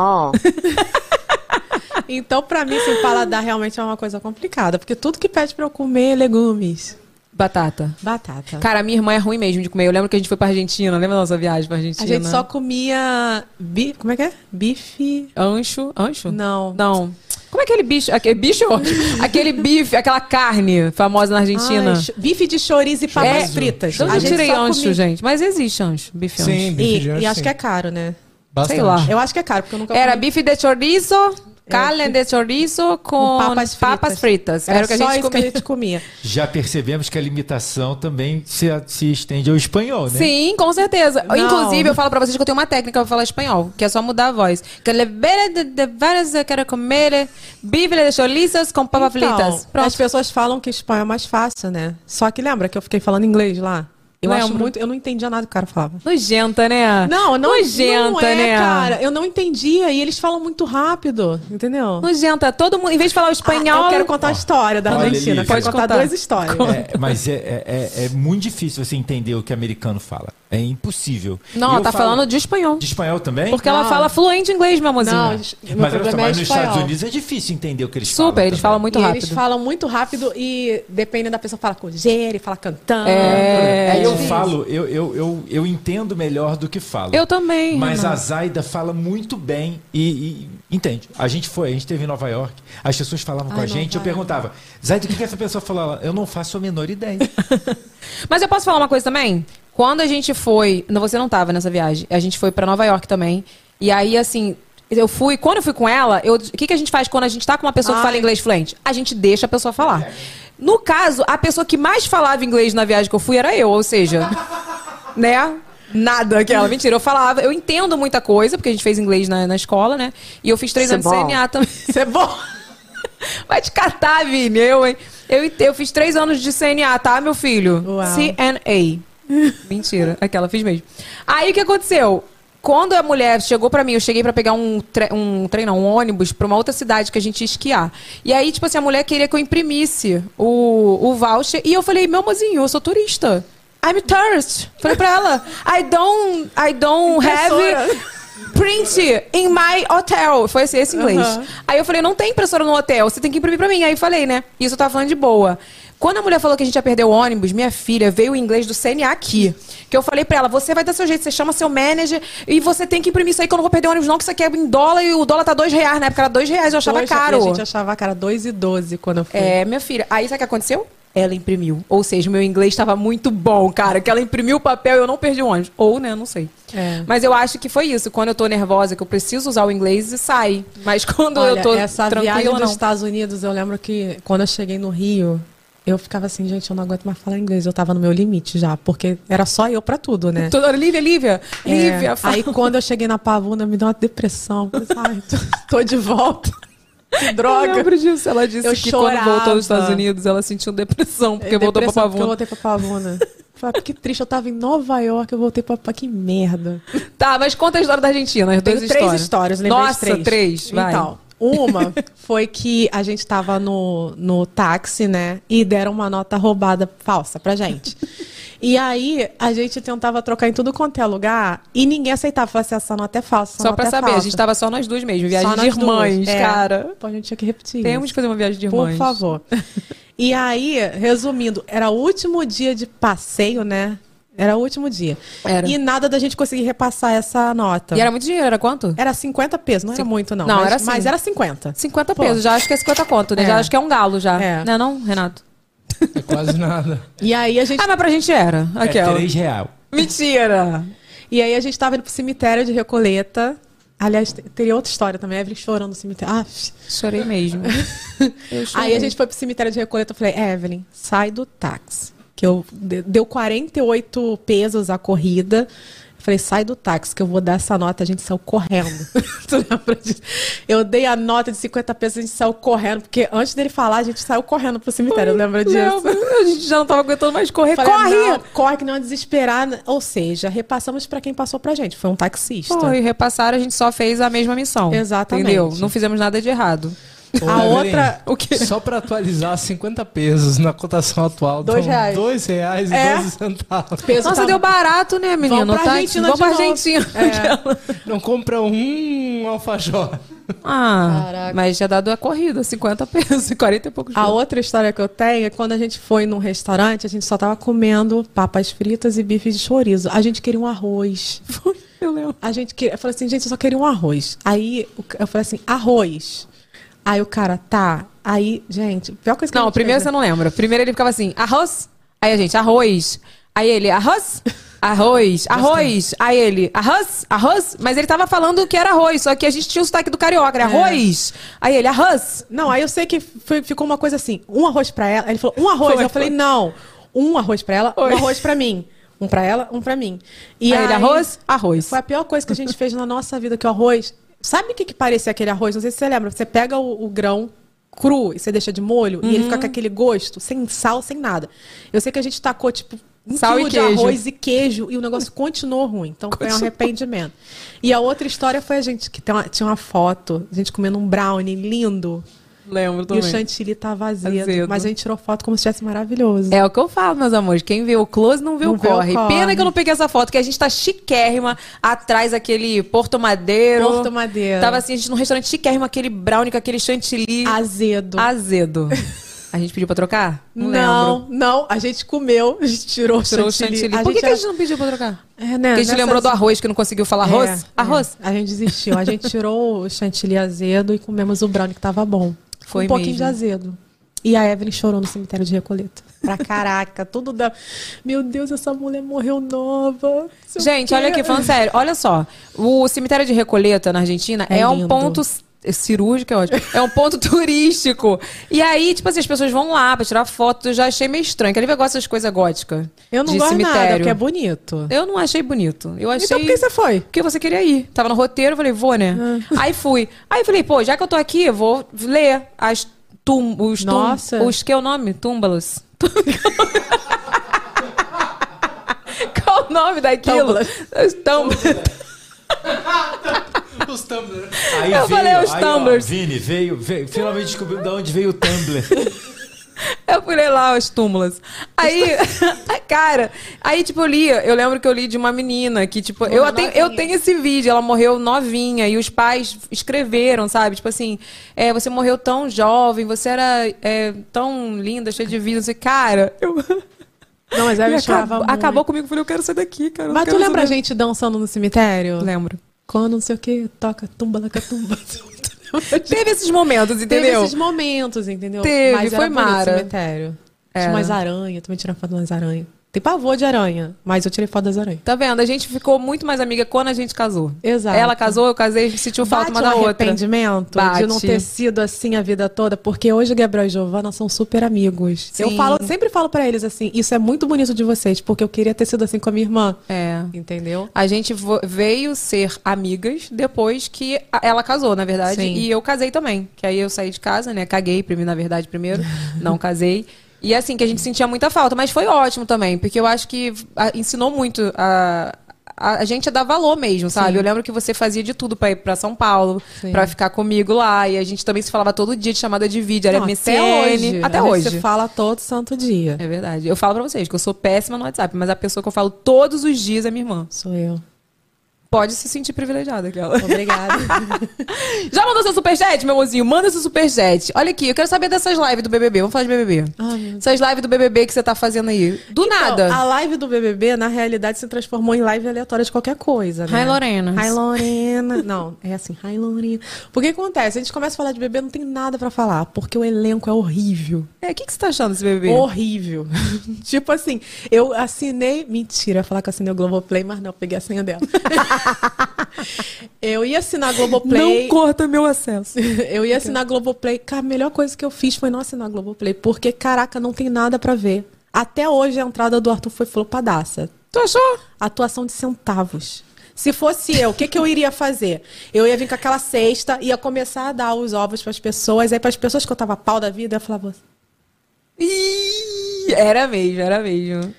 Speaker 7: Então, pra mim, assim, paladar realmente é uma coisa complicada. Porque tudo que pede pra eu comer é legumes.
Speaker 3: Batata.
Speaker 7: Batata.
Speaker 3: Cara, minha irmã é ruim mesmo de comer. Eu lembro que a gente foi pra Argentina. Lembra da nossa viagem pra Argentina?
Speaker 7: a gente só comia... Bi... Como é que é? Bife...
Speaker 3: Ancho. Ancho?
Speaker 7: Não.
Speaker 3: Não. Como é aquele bicho? Aquele bicho?
Speaker 7: *laughs*
Speaker 3: aquele bife, aquela carne famosa na Argentina.
Speaker 7: Ai, cho- bife de chorizo e papas
Speaker 3: É,
Speaker 7: fritas.
Speaker 3: Eu
Speaker 7: A
Speaker 3: já
Speaker 7: gente
Speaker 3: tirei
Speaker 7: só comia-
Speaker 3: ancho, gente. Mas existe ancho, bife ancho.
Speaker 8: Sim, bife
Speaker 7: E,
Speaker 8: de anjo,
Speaker 7: e acho
Speaker 8: sim.
Speaker 7: que é caro, né?
Speaker 8: Bastante.
Speaker 3: Sei lá.
Speaker 7: Eu acho que é caro, porque eu nunca
Speaker 3: Ah. Era
Speaker 7: comi.
Speaker 3: bife de chorizo,
Speaker 7: É.
Speaker 3: carne de chorizo com papas fritas. Era, o que a
Speaker 7: só
Speaker 3: gente
Speaker 7: isso
Speaker 3: comia.
Speaker 7: que a gente comia.
Speaker 4: Já percebemos que a limitação também se, se estende ao espanhol, né?
Speaker 3: Sim, com certeza.
Speaker 7: Não.
Speaker 3: Inclusive, eu falo pra vocês que eu tenho uma técnica pra falar espanhol, que é só mudar a voz. Que levere de- de várias eu quero comer bife de chorizos com *laughs* papas
Speaker 7: Então,
Speaker 3: fritas.
Speaker 7: As pessoas falam que espanhol é mais fácil, né? Só que lembra que eu fiquei falando inglês lá? Eu acho
Speaker 3: Lembro.
Speaker 7: muito, eu não entendia nada que o cara falava.
Speaker 3: Nojenta, né?
Speaker 7: Não, não,
Speaker 3: Nojenta,
Speaker 7: não é,
Speaker 3: né?
Speaker 7: cara. Eu não entendia e eles falam muito rápido, entendeu?
Speaker 3: Nojenta. Todo mundo, em vez de falar o espanhol...
Speaker 7: Ah, eu quero contar a história da
Speaker 4: Olha,
Speaker 7: Argentina.
Speaker 4: Lívia.
Speaker 7: Quero
Speaker 4: Pode
Speaker 7: contar,
Speaker 3: contar.
Speaker 7: duas histórias.
Speaker 4: É, mas é, é- é- é muito difícil você entender o que americano fala. É impossível.
Speaker 3: Não,
Speaker 4: E
Speaker 3: ela
Speaker 4: eu
Speaker 3: tá
Speaker 4: falo-
Speaker 3: falando de espanhol.
Speaker 4: de espanhol também?
Speaker 3: Porque ela
Speaker 7: Não.
Speaker 3: fala fluente inglês, meu amorzinho.
Speaker 7: Não, meu
Speaker 4: Mas, olha só,
Speaker 7: problema é
Speaker 4: mas nos
Speaker 7: espanhol.
Speaker 4: Estados Unidos é difícil entender o que eles falam.
Speaker 3: Super, eles
Speaker 4: também.
Speaker 3: falam muito
Speaker 7: e
Speaker 3: rápido.
Speaker 7: eles falam muito rápido e dependendo da pessoa, fala com gere, fala cantando.
Speaker 3: É.
Speaker 4: Aí eu
Speaker 7: difícil.
Speaker 4: falo, eu, eu, eu, eu entendo melhor do que falo.
Speaker 3: Eu também,
Speaker 4: Mas
Speaker 3: Renan.
Speaker 4: a Zaida fala muito bem e, e- entende. A gente foi, a gente esteve em Nova York, as pessoas falavam com
Speaker 7: Ai,
Speaker 4: a gente, eu
Speaker 7: Nova York.
Speaker 4: perguntava, Zaida, o que, que essa pessoa falava? Eu não faço a menor ideia.
Speaker 3: *laughs* Mas eu posso falar uma coisa também? Quando a gente foi. Não, você não tava nessa viagem. A gente foi pra Nova York também. E aí, assim. Eu fui, quando eu fui com ela, eu- o que, que a gente faz quando a gente tá com uma pessoa que fala inglês fluente? A gente deixa a pessoa falar. No caso, a pessoa que mais falava inglês na viagem que eu fui era eu, ou seja, né? Nada aquela. Mentira, eu falava, eu entendo muita coisa, porque a gente fez inglês na, na escola, né? E eu fiz três anos de
Speaker 5: Cebol.
Speaker 3: CNA também. *laughs*
Speaker 7: Isso é bom.
Speaker 3: Vai te catar, Vini. Eu, hein? Eu, ent- eu fiz três anos de CNA, tá, meu filho?
Speaker 7: Uau.
Speaker 3: CNA. Mentira, aquela fiz mesmo. Aí o que aconteceu? Quando a mulher chegou pra mim, eu cheguei pra pegar um, tre um trem, não, um ônibus pra uma outra cidade que a gente ia esquiar. E aí, tipo assim, a mulher queria que eu imprimisse o, o voucher. E eu falei, meu mozinho, eu sou turista. I'm tourist. Falei pra ela, I don't, I don't have
Speaker 7: Impressora.
Speaker 3: print in my hotel. Foi assim, esse, esse inglês.
Speaker 7: Aham.
Speaker 3: Aí eu falei, não tem impressora no hotel, você tem que imprimir pra mim. Aí falei, né? Isso eu tava falando de boa. Quando a mulher falou que a gente ia perder o ônibus, minha filha veio o inglês do CNA aqui. Que eu falei pra ela, você vai dar seu jeito, você chama seu manager e você tem que imprimir isso aí que eu não vou perder o ônibus não, que isso aqui é em dólar e o dólar tá dois reais. Na época era dois reais, eu achava
Speaker 7: Poxa,
Speaker 3: caro.
Speaker 7: e A gente achava cara 2,12 quando eu fui.
Speaker 3: É, minha filha. Aí sabe o que aconteceu? Ela imprimiu. Ou seja, meu inglês estava muito bom, cara. Que ela imprimiu o papel e eu não perdi o ônibus. Ou, né, não sei.
Speaker 7: É.
Speaker 3: Mas eu acho que foi isso. Quando eu tô nervosa, que eu preciso usar o inglês e sai. Mas quando
Speaker 7: Olha,
Speaker 3: eu tô
Speaker 7: essa viagem
Speaker 3: tranquila,
Speaker 7: dos
Speaker 3: não.
Speaker 7: Estados Unidos, eu lembro que quando eu cheguei no Rio, eu ficava assim, gente, eu não aguento mais falar inglês. Eu tava no meu limite já, porque era só eu pra tudo, né?
Speaker 3: Toda hora, Lívia, Lívia,
Speaker 7: É,
Speaker 3: Lívia. fala. *laughs*
Speaker 7: aí quando eu cheguei na Pavuna, me deu uma depressão. Eu pensei, Ai, tô, tô
Speaker 3: *laughs*
Speaker 7: de volta. Que droga.
Speaker 3: Eu lembro disso. Ela disse
Speaker 7: Eu
Speaker 3: que quando
Speaker 7: chorava.
Speaker 3: voltou aos Estados Unidos, ela sentiu depressão, porque
Speaker 7: É Depressão,
Speaker 3: voltou pra
Speaker 7: Porque eu
Speaker 3: Pavuna.
Speaker 7: voltei pra Pavuna. Falei, que triste, eu tava em Nova York, eu voltei pra Pavuna. Que merda.
Speaker 3: Tá, mas conta a história da Argentina. As
Speaker 7: Tem
Speaker 3: duas
Speaker 7: três
Speaker 3: histórias.
Speaker 7: histórias, lembrei de
Speaker 3: Nossa,
Speaker 7: três.
Speaker 3: vai.
Speaker 7: Então,
Speaker 3: *laughs*
Speaker 7: uma foi que a gente tava no, no táxi, né? E deram uma nota roubada falsa pra gente. E aí, a gente tentava trocar em tudo quanto é lugar e ninguém aceitava. Falava assim, essa nota é falsa. essa
Speaker 3: Só
Speaker 7: nota
Speaker 3: pra
Speaker 7: é
Speaker 3: saber, a
Speaker 7: falsa.
Speaker 3: gente tava só nós duas mesmo. Viagem
Speaker 7: Só
Speaker 3: de
Speaker 7: nós duas,
Speaker 3: irmãs,
Speaker 7: é.
Speaker 3: cara.
Speaker 7: Pô, a gente tinha que repetir isso.
Speaker 3: Temos que fazer uma viagem de
Speaker 7: Por
Speaker 3: irmãs.
Speaker 7: favor. E aí, resumindo, era o último dia de passeio, né? Era o último dia.
Speaker 3: Era.
Speaker 7: E nada da gente conseguir repassar essa nota.
Speaker 3: E era muito dinheiro, era quanto?
Speaker 7: Era 50 pesos, não era muito, não.
Speaker 3: Não,
Speaker 7: mas,
Speaker 3: era assim.
Speaker 7: mas era 50.
Speaker 3: 50
Speaker 7: Pô.
Speaker 3: pesos, já acho que é 50 conto, né?
Speaker 7: É.
Speaker 3: Já acho que é um galo já.
Speaker 7: É.
Speaker 3: Não é não, Renato?
Speaker 8: É quase nada.
Speaker 7: E aí a gente.
Speaker 3: Ah, mas pra gente era.
Speaker 4: É
Speaker 3: Aquela.
Speaker 4: três real.
Speaker 3: Mentira!
Speaker 7: E aí a gente tava indo pro cemitério de Recoleta. Aliás, te- teria outra história também, a Evelyn chorando no cemitério. Ah,
Speaker 3: Chorei *laughs* mesmo.
Speaker 7: Aí a gente foi pro cemitério de Recoleta, eu falei, "É, Evelyn, sai do táxi. Que eu de- deu 48 pesos a corrida. Eu falei, sai do táxi, que eu vou dar essa nota. A gente saiu correndo. *laughs* Tu lembra disso? Eu dei a nota de 50 pesos, a gente saiu correndo. Porque antes dele falar, a gente saiu correndo pro cemitério. Lembra disso?
Speaker 3: *laughs* A gente já não tava aguentando mais correr.
Speaker 7: Falei,
Speaker 3: Corre!
Speaker 7: "Não, corre que não é desesperada. Ou seja, repassamos para quem passou pra gente. Foi um taxista.
Speaker 3: Foi, repassaram, a gente só fez a mesma missão.
Speaker 7: Exatamente.
Speaker 3: Entendeu? Não fizemos nada de errado.
Speaker 7: A outra-
Speaker 8: O quê? Só pra atualizar, 50 pesos na cotação atual.
Speaker 3: Dois
Speaker 8: dão
Speaker 3: reais.
Speaker 8: Dois reais e
Speaker 3: É.
Speaker 8: 12 centavos.
Speaker 3: Nossa,
Speaker 7: tá
Speaker 3: deu barato, né, menino?
Speaker 8: Vamos pra
Speaker 3: Tá-
Speaker 8: Argentina
Speaker 3: Vamos
Speaker 8: de
Speaker 3: pra
Speaker 8: novo.
Speaker 3: Argentina. É. *laughs*
Speaker 8: Não compra um alfajor.
Speaker 3: Ah,
Speaker 7: Caraca.
Speaker 3: mas já dado a corrida, 50 pesos, *laughs* 40 e poucos
Speaker 7: A outra história que eu tenho é quando a gente foi num restaurante, a gente só tava comendo papas fritas e bife de chorizo. A gente queria um arroz.
Speaker 3: Eu lembro.
Speaker 7: A gente queria, eu falei assim, gente, eu só queria um arroz. Aí o ca- eu falei assim, arroz. Aí o cara, tá. Aí, gente, pior coisa que a
Speaker 3: Não,
Speaker 7: gente
Speaker 3: primeiro
Speaker 7: fez,
Speaker 3: você
Speaker 7: né?
Speaker 3: não lembra. Primeiro ele ficava assim, arroz. Aí a gente, arroz. Aí ele, arroz. Arroz, arroz. Aí ele, arroz, arroz. Mas ele tava falando que era arroz, só que a gente tinha o sotaque do carioca,
Speaker 7: É,
Speaker 3: era é arroz. Aí ele, arroz.
Speaker 7: Não, aí eu sei que foi- ficou uma coisa assim, um arroz pra ela. Aí ele falou, um arroz.
Speaker 3: Foi,
Speaker 7: eu falei,
Speaker 3: foi.
Speaker 7: não, um arroz pra ela,
Speaker 3: Foi.
Speaker 7: um arroz pra mim. Um pra ela, um pra mim. E
Speaker 3: Aí ele, arroz, arroz.
Speaker 7: Foi a pior coisa que a gente fez na nossa vida, que o arroz... Sabe o que, que parecia aquele arroz? Não sei se você lembra. Você pega o, o grão cru e você deixa de molho
Speaker 3: Uhum.
Speaker 7: e ele fica com aquele gosto, sem sal, sem nada. Eu sei que a gente tacou, tipo, um
Speaker 3: Sal
Speaker 7: quilo
Speaker 3: e
Speaker 7: de
Speaker 3: queijo.
Speaker 7: arroz e queijo e o negócio continuou ruim. Então foi um
Speaker 3: Continuou.
Speaker 7: arrependimento. E a outra história foi a gente que tem uma- tinha uma foto, a gente comendo um brownie lindo.
Speaker 3: Lembro
Speaker 7: E o chantilly tava azedo,
Speaker 3: Azedo.
Speaker 7: Mas a gente tirou foto como se tivesse maravilhoso.
Speaker 3: É o que eu falo, meus amores. Quem vê o close não vê
Speaker 7: Não
Speaker 3: o
Speaker 7: vê o
Speaker 3: corre.
Speaker 7: corre.
Speaker 3: Pena que eu não peguei essa foto, que a gente tá chiquérrima atrás daquele Porto Madeiro.
Speaker 7: Porto Madeiro.
Speaker 3: Tava assim, a gente num restaurante chiquérrimo, aquele brownie com aquele chantilly.
Speaker 7: Azedo. *laughs*
Speaker 3: Azedo. a gente pediu pra trocar? Não,
Speaker 7: não,
Speaker 3: lembro.
Speaker 7: não, a gente comeu, a gente tirou,
Speaker 3: Tirou o
Speaker 7: o chantilly.
Speaker 3: chantilly. Por que, que a gente não pediu pra trocar?
Speaker 7: É, né,
Speaker 3: Porque a gente lembrou do arroz, que não conseguiu falar arroz. Arroz.
Speaker 7: A gente desistiu. A gente tirou o chantilly azedo e comemos o brownie que tava bom.
Speaker 3: Foi
Speaker 7: um pouquinho
Speaker 3: mesmo.
Speaker 7: de azedo. E a Evelyn chorou no cemitério de Recoleta. Pra caraca, tudo da. Meu Deus, essa mulher morreu nova. não sei o
Speaker 3: Gente, olha
Speaker 7: quê.
Speaker 3: aqui, falando sério, olha só. O cemitério de Recoleta, na Argentina, é,
Speaker 7: É
Speaker 3: um
Speaker 7: lindo.
Speaker 3: ponto c- é cirúrgico, é ótimo. É um ponto *laughs* turístico. E aí, tipo assim, as pessoas vão lá pra tirar foto. Eu já achei meio estranho. Que ele gosta dessas coisas góticas.
Speaker 7: Eu não
Speaker 3: de
Speaker 7: gosto
Speaker 3: cemitério.
Speaker 7: nada, porque é bonito.
Speaker 3: Eu não achei bonito. Eu achei.
Speaker 7: Então por que você foi? É.
Speaker 3: Porque você queria ir. Tava no roteiro, eu falei, vou, né? Aí fui. Aí falei, pô, já que eu tô aqui, eu vou ler as tum, os tum-
Speaker 7: Nossa.
Speaker 3: os que é o nome? Túmbalos. *laughs* Qual o nome daquilo? Os Tumblr.
Speaker 8: Os Tumblr.
Speaker 4: Aí
Speaker 3: Eu falei "É os
Speaker 4: aí, ó,
Speaker 3: Tumblrs.
Speaker 4: Vini, veio, veio- finalmente descobriu de onde veio o Tumblr.
Speaker 3: Eu fui ler lá os túmulos.
Speaker 7: *laughs*
Speaker 3: Aí, *laughs* cara, aí, tipo, eu li, eu lembro que eu li de uma menina que, tipo, eu tenho, eu tenho esse vídeo, ela morreu novinha e os pais escreveram, sabe? Tipo assim, é, você morreu tão jovem, você era é, tão linda, cheia de vida, não sei, cara, eu.
Speaker 7: Não, mas a
Speaker 3: *laughs*
Speaker 7: Evelyn chorava
Speaker 3: acabou,
Speaker 7: muito.
Speaker 3: acabou comigo, eu falei, eu quero sair daqui, cara. eu não
Speaker 7: Mas tu
Speaker 3: quero
Speaker 7: lembra a
Speaker 3: saber.
Speaker 7: gente dançando no cemitério?
Speaker 3: Lembro.
Speaker 7: Quando não sei o que, toca tumba laca *laughs* tumba.
Speaker 3: Teve esses momentos,
Speaker 7: Teve
Speaker 3: entendeu?
Speaker 7: esses momentos, entendeu?
Speaker 3: Teve,
Speaker 7: mas
Speaker 3: foi
Speaker 7: era bonito
Speaker 3: mara.
Speaker 7: o cemitério.
Speaker 3: É.
Speaker 7: Tinha umas aranhas, também tirei foto das aranhas. Tem pavor de aranha, mas eu tirei foto das aranhas.
Speaker 3: Tá vendo? A gente ficou muito mais amiga quando a gente casou.
Speaker 7: Exato.
Speaker 3: Ela casou, eu casei, a gente sentiu falta uma
Speaker 7: Bate um
Speaker 3: da outra.
Speaker 7: arrependimento de não
Speaker 3: Bate.
Speaker 7: ter sido assim a vida toda, porque hoje Gabriel e Giovana são super amigos. Eu
Speaker 3: Sim.
Speaker 7: falo, sempre falo pra eles assim, isso é muito bonito de vocês, porque eu queria ter sido assim com a minha irmã,
Speaker 3: É.
Speaker 7: entendeu?
Speaker 3: A gente vo- veio ser amigas depois que a- ela casou, na verdade.
Speaker 7: Sim.
Speaker 3: E eu casei também. Que aí eu saí de casa, né? Caguei, primeiro, na verdade,
Speaker 7: *laughs*
Speaker 3: primeiro. não casei. E assim, que a gente sentia muita falta. Mas foi ótimo também, porque eu acho que a- ensinou muito a. A a gente a dar valor mesmo, sabe? Eu lembro que você fazia de tudo pra ir pra São Paulo,
Speaker 7: Sim.
Speaker 3: pra ficar comigo lá. E a gente também se falava todo dia de chamada de vídeo, era
Speaker 7: Não,
Speaker 3: MCN.
Speaker 7: até hoje.
Speaker 3: Até
Speaker 7: a gente
Speaker 3: hoje.
Speaker 7: se fala todo santo dia.
Speaker 3: É verdade. Eu falo pra vocês que eu sou péssima no WhatsApp, mas a pessoa que eu falo todos os dias é minha irmã.
Speaker 7: Sou eu. Ah,
Speaker 3: Pode se sentir privilegiada, aquela.
Speaker 7: Obrigada.
Speaker 3: *laughs* Já mandou seu superchat, meu mozinho? Manda seu superchat. Olha aqui, eu quero saber dessas lives do BBB. Vamos falar de BBB. Essas lives do BBB que você tá fazendo aí. Do
Speaker 7: Ah, Então,
Speaker 3: nada.
Speaker 7: A live do BBB, na realidade, se transformou em live aleatória de qualquer coisa, né?
Speaker 3: Hi, Lorena.
Speaker 7: Hi, Lorena. Não, é assim, hi, Lorena. Porque acontece, a gente começa a falar de BBB, não tem nada pra falar, porque o elenco é horrível.
Speaker 3: É, o que, que você tá achando desse BBB?
Speaker 7: Oh. Horrível. *laughs* tipo assim, eu assinei. Mentira, eu ia falar que eu assinei o Globoplay, mas não, eu peguei a senha dela. *laughs* eu ia assinar a Globoplay.
Speaker 3: Não corta meu acesso.
Speaker 7: *laughs* Eu ia assinar Globoplay. Cara, a melhor coisa que eu fiz foi não assinar Globoplay, porque, caraca, não tem nada pra ver. Até hoje a entrada do Arthur foi flopadaça.
Speaker 3: Tu achou?
Speaker 7: Atuação de centavos. Se fosse eu, o que, que eu iria fazer? Eu ia vir com aquela cesta, ia começar a dar os ovos pras pessoas, aí pras pessoas que eu tava pau da vida, eu falava.
Speaker 3: Ih, Era mesmo, era mesmo.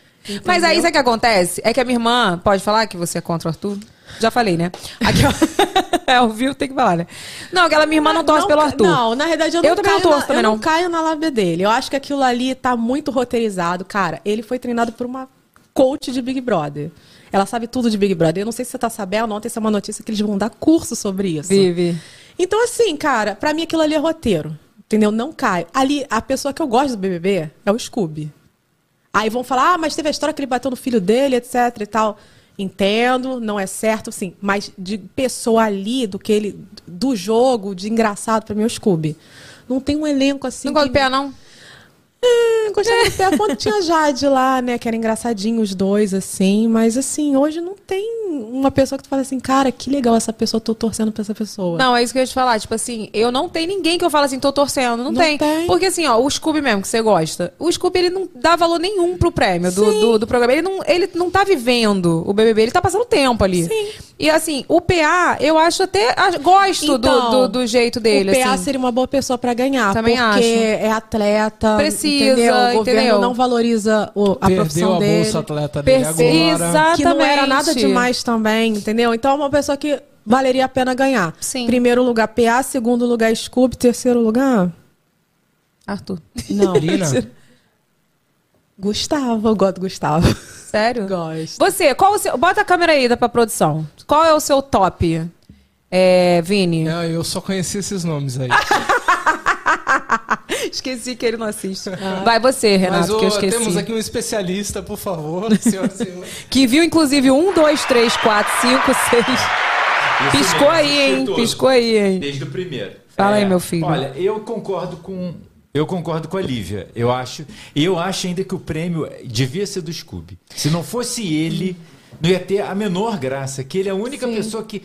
Speaker 3: Mas aí, sabe o que acontece? É que a minha irmã pode falar que você é contra o Arthur? Já falei, né? Aqui, ó. *laughs* é, ouviu, tem que falar, né? Não, aquela minha irmã não torce pelo
Speaker 7: ca-
Speaker 3: Arthur.
Speaker 7: Não, na realidade eu não
Speaker 3: Eu também
Speaker 7: caio
Speaker 3: não torço
Speaker 7: na,
Speaker 3: também,
Speaker 7: eu não.
Speaker 3: não.
Speaker 7: caio na lábia dele. Eu acho que aquilo ali tá muito roteirizado, cara. Ele foi treinado por uma coach de Big Brother. Ela sabe tudo de Big Brother. Eu não sei se você tá sabendo, ontem saiu uma notícia que eles vão dar curso sobre isso.
Speaker 3: Vive.
Speaker 7: Então assim, cara, pra mim aquilo ali é roteiro. Entendeu? Não cai. Ali a pessoa que eu gosto do BBB é o Scooby. Aí vão falar: "Ah, mas teve a história que ele bateu no filho dele, etc e tal". Entendo, não é certo, sim, mas de pessoa ali do que ele do jogo, de engraçado pra mim é o Scooby. Não tem um elenco assim.
Speaker 3: Não gosta de pé, não?
Speaker 7: É, gostava do pé quando tinha Jade lá, né? Que era engraçadinho os dois, assim. Mas, assim, hoje não tem uma pessoa que tu fala assim, cara, que legal essa pessoa, tô torcendo pra essa pessoa.
Speaker 3: Não, é isso que eu ia te falar. Tipo assim, eu não tenho ninguém que eu falo assim, tô torcendo. Não, tem. Porque assim, ó, o Scooby mesmo, que você gosta. O Scooby, ele não dá valor nenhum pro prêmio do, do, do programa. Ele não, ele não tá vivendo o BBB, ele tá passando tempo ali. Sim. E assim, o PA, eu acho até... a- Gosto do,
Speaker 7: Então,
Speaker 3: do, do jeito dele,
Speaker 7: o PA
Speaker 3: assim.
Speaker 7: seria uma boa pessoa pra ganhar.
Speaker 3: Também
Speaker 7: porque
Speaker 3: acho.
Speaker 7: é atleta.
Speaker 3: Precisa,
Speaker 7: entendeu? O governo
Speaker 3: entendeu?
Speaker 7: não valoriza o- a
Speaker 8: Perdeu
Speaker 7: profissão
Speaker 8: a
Speaker 7: dele.
Speaker 8: bolsa atleta dele
Speaker 7: Perce-
Speaker 8: agora.
Speaker 7: Que não era nada
Speaker 3: Exatamente.
Speaker 7: demais também, entendeu? Então é uma pessoa que valeria a pena ganhar.
Speaker 3: Sim.
Speaker 7: Primeiro lugar PA, segundo lugar Scooby, terceiro lugar...
Speaker 3: Arthur.
Speaker 7: Não.
Speaker 8: Lina.
Speaker 7: *laughs* Gustavo, eu gosto do Gustavo.
Speaker 3: Sério?
Speaker 7: Gosto.
Speaker 3: Você, qual o seu... Bota a câmera aí da- pra produção. Qual é o seu top, é, Vini?
Speaker 8: Não, eu só conheci esses nomes aí.
Speaker 3: *laughs* Esqueci que ele não assiste.
Speaker 4: Ah.
Speaker 3: Vai você, Renato,
Speaker 8: Mas, ô,
Speaker 3: que eu esqueci.
Speaker 8: temos aqui um especialista, por favor, *laughs* senhoras e senhores.
Speaker 3: Que viu, inclusive, um, dois, três, quatro, cinco, seis.
Speaker 4: Isso
Speaker 3: Piscou
Speaker 4: mesmo,
Speaker 3: aí,
Speaker 4: assisti
Speaker 3: hein?
Speaker 4: todos.
Speaker 3: Piscou aí, hein?
Speaker 4: Desde o primeiro. É.
Speaker 3: Fala aí, meu filho.
Speaker 4: Olha, eu concordo com. Eu concordo com a Lívia. Eu acho, eu acho ainda que o prêmio devia ser do Scooby. Se não fosse ele, não ia ter a menor graça. Que ele é a única pessoa que,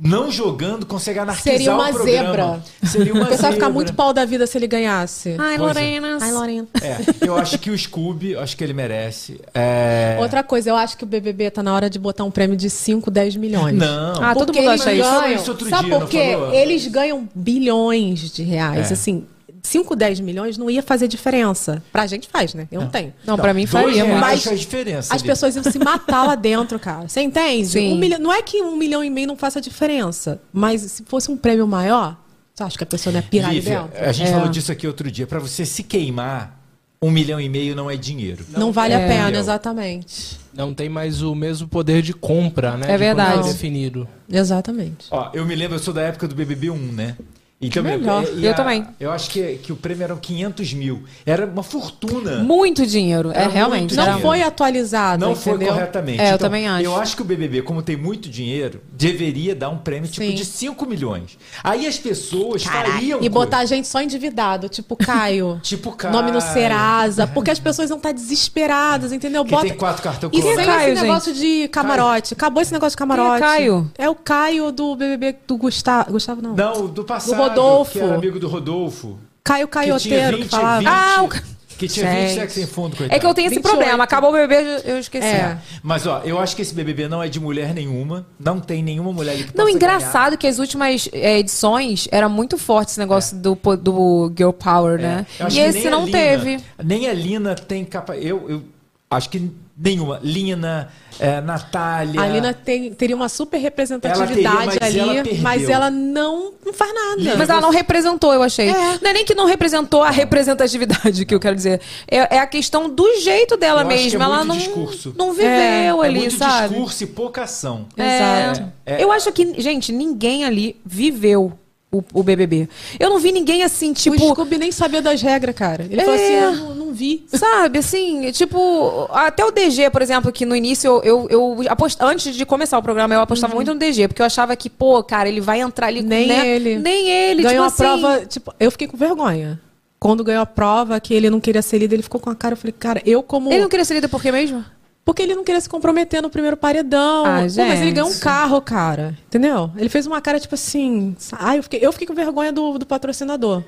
Speaker 4: não jogando, consegue anarquizar
Speaker 7: Seria uma
Speaker 4: o programa.
Speaker 7: zebra.
Speaker 4: Seria
Speaker 7: O
Speaker 4: uma
Speaker 7: pessoal ia ficar
Speaker 4: zebra.
Speaker 7: muito
Speaker 8: né?
Speaker 7: pau da vida se ele ganhasse.
Speaker 3: Ai,
Speaker 4: Pois é.
Speaker 3: Lorena.
Speaker 7: Ai, Lorena.
Speaker 4: É, eu acho que o Scooby, eu acho que ele merece. É...
Speaker 7: Outra coisa, eu acho que o BBB tá na hora de botar um prêmio de 5, 10 milhões.
Speaker 4: Não.
Speaker 3: Ah, todo
Speaker 7: Porque
Speaker 3: mundo
Speaker 7: eles
Speaker 3: acha isso.
Speaker 7: ganham,
Speaker 4: Falou isso outro
Speaker 7: sabe
Speaker 4: dia,
Speaker 7: por
Speaker 4: não
Speaker 7: quê?
Speaker 4: falou?
Speaker 7: Eles ganham bilhões de reais,
Speaker 4: É.
Speaker 7: assim... 5, 10 milhões não ia fazer diferença. Pra gente faz, né?
Speaker 4: É.
Speaker 7: Eu não tenho.
Speaker 3: Não, pra mim
Speaker 4: Dois
Speaker 3: faria,
Speaker 4: reais
Speaker 3: mas...
Speaker 4: faz diferença.
Speaker 7: As
Speaker 4: ali.
Speaker 7: pessoas iam se matar lá dentro, cara. Você entende?
Speaker 3: Sim.
Speaker 7: Um milhão- não é que um milhão e meio não faça diferença, mas se fosse um prêmio maior, você acha que a pessoa não é pirar ali
Speaker 4: Lívia,
Speaker 7: dentro?
Speaker 4: a gente
Speaker 3: É.
Speaker 4: falou disso aqui outro dia. Pra você se queimar, um milhão e meio não é dinheiro.
Speaker 7: Não, vale
Speaker 3: é.
Speaker 7: a pena,
Speaker 4: Eu.
Speaker 7: exatamente.
Speaker 8: Não tem mais o mesmo poder de compra, né?
Speaker 3: É
Speaker 8: de
Speaker 3: verdade.
Speaker 8: quando foi definido.
Speaker 7: Exatamente.
Speaker 4: Ó, eu me lembro, eu sou da época do BBB 1, né? Então, eu me
Speaker 7: Melhor.
Speaker 4: lembro-
Speaker 3: Eu também.
Speaker 4: Eu acho que, que o prêmio eram 500 mil. Era uma fortuna.
Speaker 3: Muito dinheiro. É,
Speaker 4: Era
Speaker 3: realmente.
Speaker 4: muito
Speaker 7: Não
Speaker 3: era-
Speaker 4: dinheiro.
Speaker 7: foi atualizado,
Speaker 4: não foi
Speaker 7: entendeu?
Speaker 4: corretamente. Então,
Speaker 3: É, eu também acho.
Speaker 4: Eu acho que o BBB, como tem muito dinheiro, deveria dar um prêmio tipo
Speaker 7: Sim.
Speaker 4: de 5 milhões. Aí as pessoas fariam.
Speaker 7: E
Speaker 4: coisa.
Speaker 7: botar a gente só endividado, tipo
Speaker 3: *laughs*
Speaker 7: Caio.
Speaker 4: Tipo Caio.
Speaker 7: Nome no Serasa. Porque as pessoas vão estar desesperadas, entendeu?
Speaker 4: Quem
Speaker 7: Bota...
Speaker 4: tem quatro cartão
Speaker 7: E
Speaker 4: colorado.
Speaker 7: sem
Speaker 3: Caio,
Speaker 7: esse negócio de camarote. Acabou esse negócio de camarote.
Speaker 3: Caio?
Speaker 7: É o Caio do BBB do Gustavo. Gustavo não.
Speaker 4: Não, do passado.
Speaker 7: Rodolfo.
Speaker 4: Que era amigo do Rodolfo.
Speaker 7: Caio
Speaker 4: que tinha
Speaker 7: Caioteiro que,
Speaker 4: 20,
Speaker 7: falava.
Speaker 4: 20,
Speaker 3: Ah, o
Speaker 4: que tinha 20
Speaker 3: Gente.
Speaker 4: sexo em fundo, coitado.
Speaker 3: É que eu tenho esse
Speaker 7: 28.
Speaker 3: problema. Acabou o bebê, eu esqueci.
Speaker 7: É.
Speaker 4: Mas ó, eu acho que esse BBB não é de mulher nenhuma, não tem nenhuma mulher ali que
Speaker 3: Não,
Speaker 4: possa
Speaker 3: engraçado que as últimas é, edições era muito forte esse negócio do, po- do Girl Power,
Speaker 4: ganhar.
Speaker 3: né?
Speaker 4: É. Eu acho
Speaker 3: E
Speaker 4: que
Speaker 3: esse
Speaker 4: nem a
Speaker 3: não
Speaker 4: Lina-
Speaker 3: teve.
Speaker 4: Nem a Lina tem capa. Eu, eu Acho que nenhuma. Lina, é, Natália.
Speaker 7: A Lina tem- teria uma tá super representatividade
Speaker 4: Ela teria, mas
Speaker 7: ali,
Speaker 4: ela perdeu.
Speaker 7: mas ela não, não faz nada.
Speaker 3: Mas ela não representou, eu achei. Não é nem que não representou a representatividade *laughs* que eu quero dizer. É, é a questão do jeito dela
Speaker 4: Eu acho que
Speaker 3: mesmo.
Speaker 4: é
Speaker 3: ela
Speaker 4: muito
Speaker 3: não,
Speaker 4: discurso.
Speaker 3: não viveu
Speaker 4: É,
Speaker 3: ali,
Speaker 4: é muito
Speaker 3: sabe?
Speaker 4: discurso e pouca ação.
Speaker 3: É.
Speaker 4: É, é,
Speaker 3: Eu acho que, gente, ninguém ali viveu o, o BBB. Eu não vi ninguém assim, tipo.
Speaker 7: *laughs*
Speaker 3: É. O Scooby
Speaker 7: nem sabia das regras, cara. Ele falou assim, "Eu não, vi.
Speaker 3: Sabe, assim, tipo, até o DG, por exemplo, que no início eu, eu, eu apost- antes de começar o programa, eu apostava muito no DG, porque eu achava que, pô, cara, ele vai entrar ali
Speaker 7: Uhum. Nem
Speaker 3: né?
Speaker 7: ele.
Speaker 3: Nem ele,
Speaker 7: Ganhou
Speaker 3: tipo
Speaker 7: a
Speaker 3: assim,
Speaker 7: prova, tipo, eu fiquei com vergonha. Quando ganhou a prova, que ele não queria ser líder, ele ficou com a cara, eu falei, cara, eu como...
Speaker 3: Ele não queria ser líder por quê mesmo?
Speaker 7: Porque ele não queria se comprometer no primeiro paredão.
Speaker 3: Ah,
Speaker 7: Pô, mas ele ganhou um
Speaker 3: gente.
Speaker 7: carro, cara. Entendeu? Ele fez uma cara, tipo assim... sa- Ai, eu fiquei, eu fiquei com vergonha do, do patrocinador.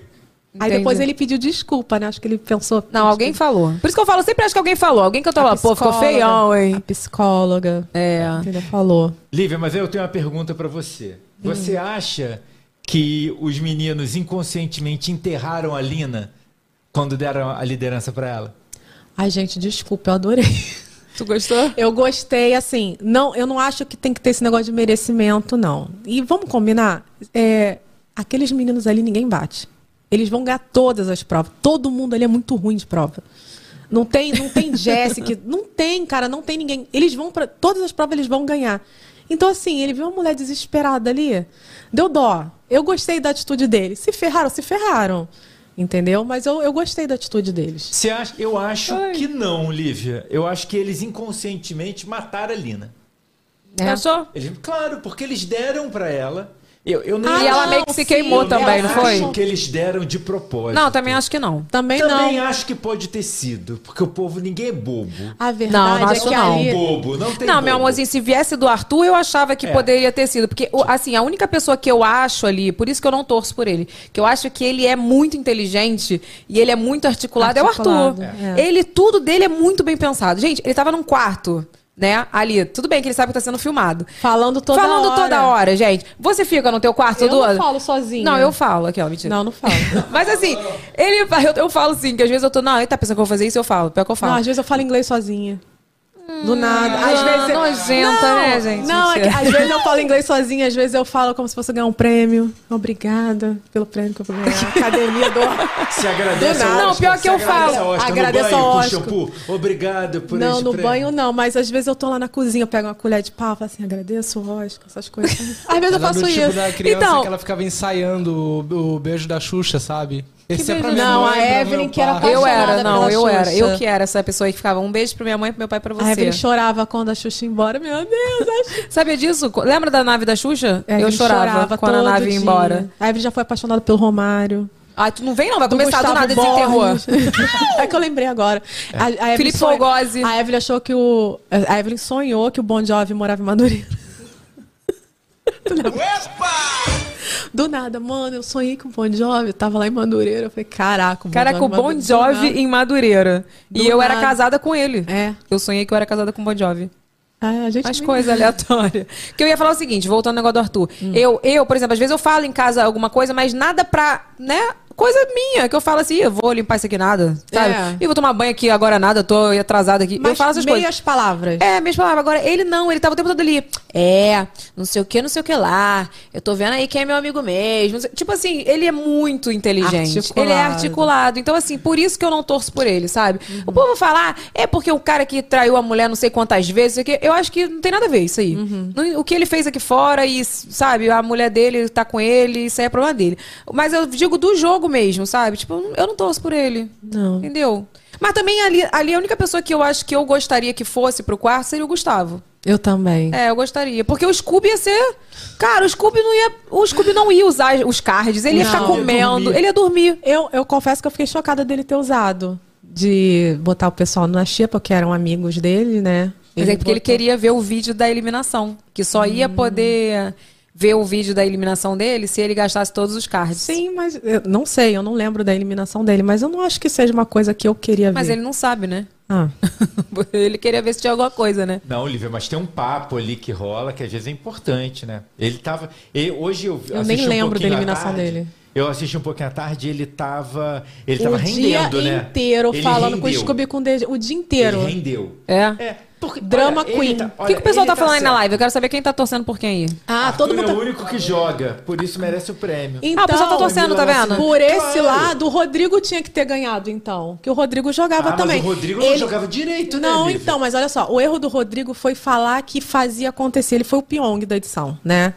Speaker 7: Aí
Speaker 3: Entendi.
Speaker 7: depois ele pediu desculpa, né? Acho que ele pensou...
Speaker 3: Não, alguém falou. Por isso que eu falo, sempre acho que alguém falou. Alguém que eu tô
Speaker 7: A
Speaker 3: lá, pô, ficou
Speaker 7: psicóloga,
Speaker 3: feião, hein? A
Speaker 7: psicóloga.
Speaker 3: É.
Speaker 7: Entendeu? Falou.
Speaker 4: Lívia, mas eu tenho uma pergunta pra você.
Speaker 3: Hum.
Speaker 4: Você acha que os meninos inconscientemente enterraram a Lina quando deram a liderança pra ela?
Speaker 7: Ai, gente, desculpa, eu adorei.
Speaker 3: Ah, Tu gostou?
Speaker 7: Eu gostei, assim. Não, eu não acho que tem que ter esse negócio de merecimento, não. E vamos combinar? é, aqueles meninos ali ninguém bate. Eles vão ganhar todas as provas. Todo mundo ali é muito ruim de prova. Não tem, não
Speaker 3: *laughs*
Speaker 7: tem Jéssica, não tem, cara, não tem ninguém. Eles vão para todas as provas eles vão ganhar. Então assim, ele viu uma mulher desesperada ali, deu dó. Eu gostei da atitude dele. Se ferraram, se ferraram. Entendeu? Mas eu, eu gostei da atitude deles.
Speaker 4: Você acha? Eu acho que não, Lívia. Eu acho que eles inconscientemente mataram a Lina.
Speaker 3: É. Achou?
Speaker 4: Eles- claro, porque eles deram pra ela. Eu, eu nem
Speaker 3: Ah, e ela meio que se queimou
Speaker 4: eu
Speaker 3: também,
Speaker 4: nem
Speaker 3: não foi?
Speaker 4: Acho que eles deram de propósito.
Speaker 3: Não, também acho que não.
Speaker 7: Também,
Speaker 4: Também acho que pode ter sido, porque o povo ninguém é bobo.
Speaker 7: A
Speaker 3: Não,
Speaker 7: verdade
Speaker 3: não
Speaker 7: é
Speaker 3: acho
Speaker 7: que
Speaker 3: não.
Speaker 7: ali...
Speaker 4: Bobo, não tem
Speaker 3: não, meu
Speaker 4: bobo.
Speaker 3: amorzinho, se viesse do Arthur, eu achava que
Speaker 4: É.
Speaker 3: poderia ter sido. Porque, o- assim, a única pessoa que eu acho ali, por isso que eu não torço por ele, que eu acho que ele é muito inteligente e ele é muito articulado,
Speaker 7: Articulado,
Speaker 3: é o Arthur.
Speaker 7: é.
Speaker 3: Ele, tudo dele é muito bem pensado. Gente, ele tava num quarto, né, ali. Tudo bem que ele sabe que tá sendo filmado.
Speaker 7: Falando toda
Speaker 3: Falando
Speaker 7: hora.
Speaker 3: toda hora, gente. Você fica no teu quarto
Speaker 7: Eu
Speaker 3: todo
Speaker 7: não
Speaker 3: ano?
Speaker 7: falo
Speaker 3: *laughs*
Speaker 7: sozinha.
Speaker 3: Não, eu falo. Aqui, ó, mentira.
Speaker 7: Não, não falo.
Speaker 3: Mas assim, ele, eu, eu falo sim, que às vezes eu tô, não, ele tá pensando que eu vou fazer isso, eu falo. Pior que eu falo.
Speaker 7: Não, às vezes eu falo inglês sozinha. Do nada.
Speaker 3: Ah,
Speaker 7: Às vezes.
Speaker 3: nojenta,
Speaker 7: não,
Speaker 3: né, gente?
Speaker 7: Não, é que,
Speaker 3: Mentira.
Speaker 7: às vezes eu falo inglês sozinha, às vezes eu falo como se fosse ganhar um prêmio. Obrigada pelo prêmio que eu
Speaker 3: *laughs*
Speaker 7: vou ganhar. Academia do.
Speaker 4: Se agradece
Speaker 7: Do nada.
Speaker 4: ao
Speaker 7: Não,
Speaker 4: Oscar,
Speaker 7: pior que
Speaker 4: se
Speaker 7: eu
Speaker 4: agradece
Speaker 7: falo.
Speaker 4: ao Oscar,
Speaker 7: Agradeço
Speaker 4: no banho,
Speaker 7: ao
Speaker 4: com
Speaker 7: Oscar.
Speaker 4: shampoo. Obrigado por
Speaker 7: Não,
Speaker 4: este
Speaker 7: no
Speaker 4: prêmio.
Speaker 7: banho não, mas às vezes eu tô lá na cozinha, eu pego uma colher de pau, falo assim, agradeço, Oscar, essas
Speaker 3: *laughs*
Speaker 7: coisas. Às vezes eu
Speaker 8: Ela é do
Speaker 7: faço
Speaker 8: tipo
Speaker 7: isso.
Speaker 8: da criança
Speaker 7: então,
Speaker 8: que ela ficava ensaiando o, o beijo da Xuxa, sabe? Esse é pra minha
Speaker 7: Não,
Speaker 8: mãe,
Speaker 7: a
Speaker 8: pra meu
Speaker 7: Evelyn que era
Speaker 8: pai.
Speaker 3: Eu era,
Speaker 7: apaixonada
Speaker 3: não,
Speaker 7: pela
Speaker 3: eu era.
Speaker 7: Xuxa.
Speaker 3: Eu que era essa pessoa aí que ficava um beijo pra minha mãe e pro meu pai pra você.
Speaker 7: a Evelyn chorava quando a Xuxa ia embora. Meu Deus, a Xuxa.
Speaker 3: Sabia disso? Co- Lembra da nave da Xuxa?
Speaker 7: A
Speaker 3: eu
Speaker 7: É, Evelyn
Speaker 3: chorava, quando a
Speaker 7: todo
Speaker 3: nave ia
Speaker 7: dia.
Speaker 3: embora.
Speaker 7: A Evelyn já foi apaixonada pelo Romário.
Speaker 3: Ah, tu não vem não, vai
Speaker 7: Do
Speaker 3: começar do
Speaker 7: Gustavo
Speaker 3: nada esse
Speaker 7: Borges.
Speaker 3: terror.
Speaker 7: *laughs* é que eu lembrei agora. A, a Evelyn
Speaker 3: Felipe
Speaker 7: sonhou-
Speaker 3: Fogozzi.
Speaker 7: A Evelyn achou que o. A Evelyn sonhou que o Bon Jovi morava em Madureira. Tu lembra? Do nada, mano, eu sonhei que o Bon Jovi tava lá em Madureira. Eu falei, caraca, o
Speaker 3: Caraca, o Bon Jovi em Madureira.
Speaker 7: né? Do
Speaker 3: e eu era
Speaker 7: nada.
Speaker 3: casada com ele.
Speaker 7: É.
Speaker 3: Eu sonhei que eu era casada com o Bon Jovi.
Speaker 7: Ah, a gente
Speaker 3: Mas
Speaker 7: me-
Speaker 3: coisa aleatória. *laughs* Que eu ia falar o seguinte, voltando ao negócio do Arthur.
Speaker 7: Hum.
Speaker 3: Eu, eu, por exemplo, às vezes eu falo em casa alguma coisa, mas nada pra, né? Coisa minha, que eu falo assim, "Ih, eu vou limpar isso aqui nada, sabe?
Speaker 7: É.
Speaker 3: E vou tomar banho aqui agora nada, tô atrasada aqui. eu
Speaker 7: Mas
Speaker 3: falo essas
Speaker 7: meias
Speaker 3: coisas.
Speaker 7: palavras.
Speaker 3: É, mesma palavra. Agora, ele não, ele tava o tempo todo ali. É, não sei o que, não sei o que lá. Eu tô vendo aí quem é meu amigo mesmo. não sei- Tipo assim, ele é muito inteligente.
Speaker 7: Articulado.
Speaker 3: Ele é articulado. Então, assim, por isso que eu não torço por ele, sabe?
Speaker 7: Uhum.
Speaker 3: O povo falar, é porque o cara que traiu a mulher não sei quantas vezes, não sei o quê. eu acho que não tem nada a ver isso aí.
Speaker 7: Uhum.
Speaker 3: Não- O que ele fez aqui fora e, sabe, a mulher dele tá com ele, isso aí é problema dele. Mas eu digo do jogo mesmo, sabe? Tipo, eu não torço por ele.
Speaker 7: Não.
Speaker 3: Entendeu? Mas também ali, ali a única pessoa que eu acho que eu gostaria que fosse pro quarto seria o Gustavo.
Speaker 7: Eu também.
Speaker 3: É, eu gostaria. Porque o Scooby ia ser. Cara, o Scooby não ia. O Scooby não ia usar os cards. Ele ia
Speaker 7: Não.
Speaker 3: ficar comendo.
Speaker 7: dormir.
Speaker 3: Ele ia dormir.
Speaker 7: Eu, eu confesso que eu fiquei chocada dele ter usado. De botar o pessoal na xepa, que eram amigos dele, né?
Speaker 3: Mas é porque ele
Speaker 7: botou-
Speaker 3: queria ver o vídeo da eliminação. Que só ia poder ver o vídeo da eliminação dele se ele gastasse todos os cards.
Speaker 7: Sim, mas eu não sei, eu não lembro da eliminação dele, mas eu não acho que seja uma coisa que eu queria
Speaker 3: Mas
Speaker 7: ver.
Speaker 3: ele não sabe, né? *laughs*
Speaker 7: Ah.
Speaker 3: ele queria ver se tinha alguma coisa, né?
Speaker 4: Não, Lívia, mas tem um papo ali que rola que às vezes é importante, né? Ele tava. ele- hoje eu.
Speaker 7: Eu
Speaker 4: assisti
Speaker 7: nem
Speaker 4: um
Speaker 7: lembro da
Speaker 4: pouquinho à
Speaker 7: eliminação
Speaker 4: tarde,
Speaker 7: dele.
Speaker 4: Eu assisti um pouquinho à tarde e ele tava. Ele
Speaker 7: o
Speaker 4: tava
Speaker 7: dia
Speaker 4: rendendo, né?
Speaker 7: inteiro
Speaker 4: Ele
Speaker 7: falando com o
Speaker 4: rendeu.
Speaker 7: Scooby com o dedo- o dia inteiro.
Speaker 4: Ele rendeu.
Speaker 3: É?
Speaker 7: Drama
Speaker 4: olha, ele
Speaker 7: Queen.
Speaker 4: tá-
Speaker 3: O que, que o pessoal
Speaker 4: ele
Speaker 3: tá,
Speaker 4: tá
Speaker 3: falando aí na
Speaker 4: certo.
Speaker 3: live? Eu quero saber quem tá torcendo por quem aí.
Speaker 7: Ah,
Speaker 4: Arthur é o único que joga, por isso merece o prêmio.
Speaker 7: Então,
Speaker 3: o pessoal tá torcendo, tá vendo?
Speaker 7: Por esse
Speaker 4: Claro.
Speaker 7: lado, o Rodrigo tinha que ter ganhado, então. Que o Rodrigo
Speaker 4: Ah,
Speaker 7: jogava
Speaker 4: mas
Speaker 7: também.
Speaker 4: o Rodrigo não jogava direito, né,
Speaker 7: Não,
Speaker 4: Vivi?
Speaker 7: então, mas olha só. O erro do Rodrigo foi falar que fazia acontecer. Ele foi o Pyong da edição, né?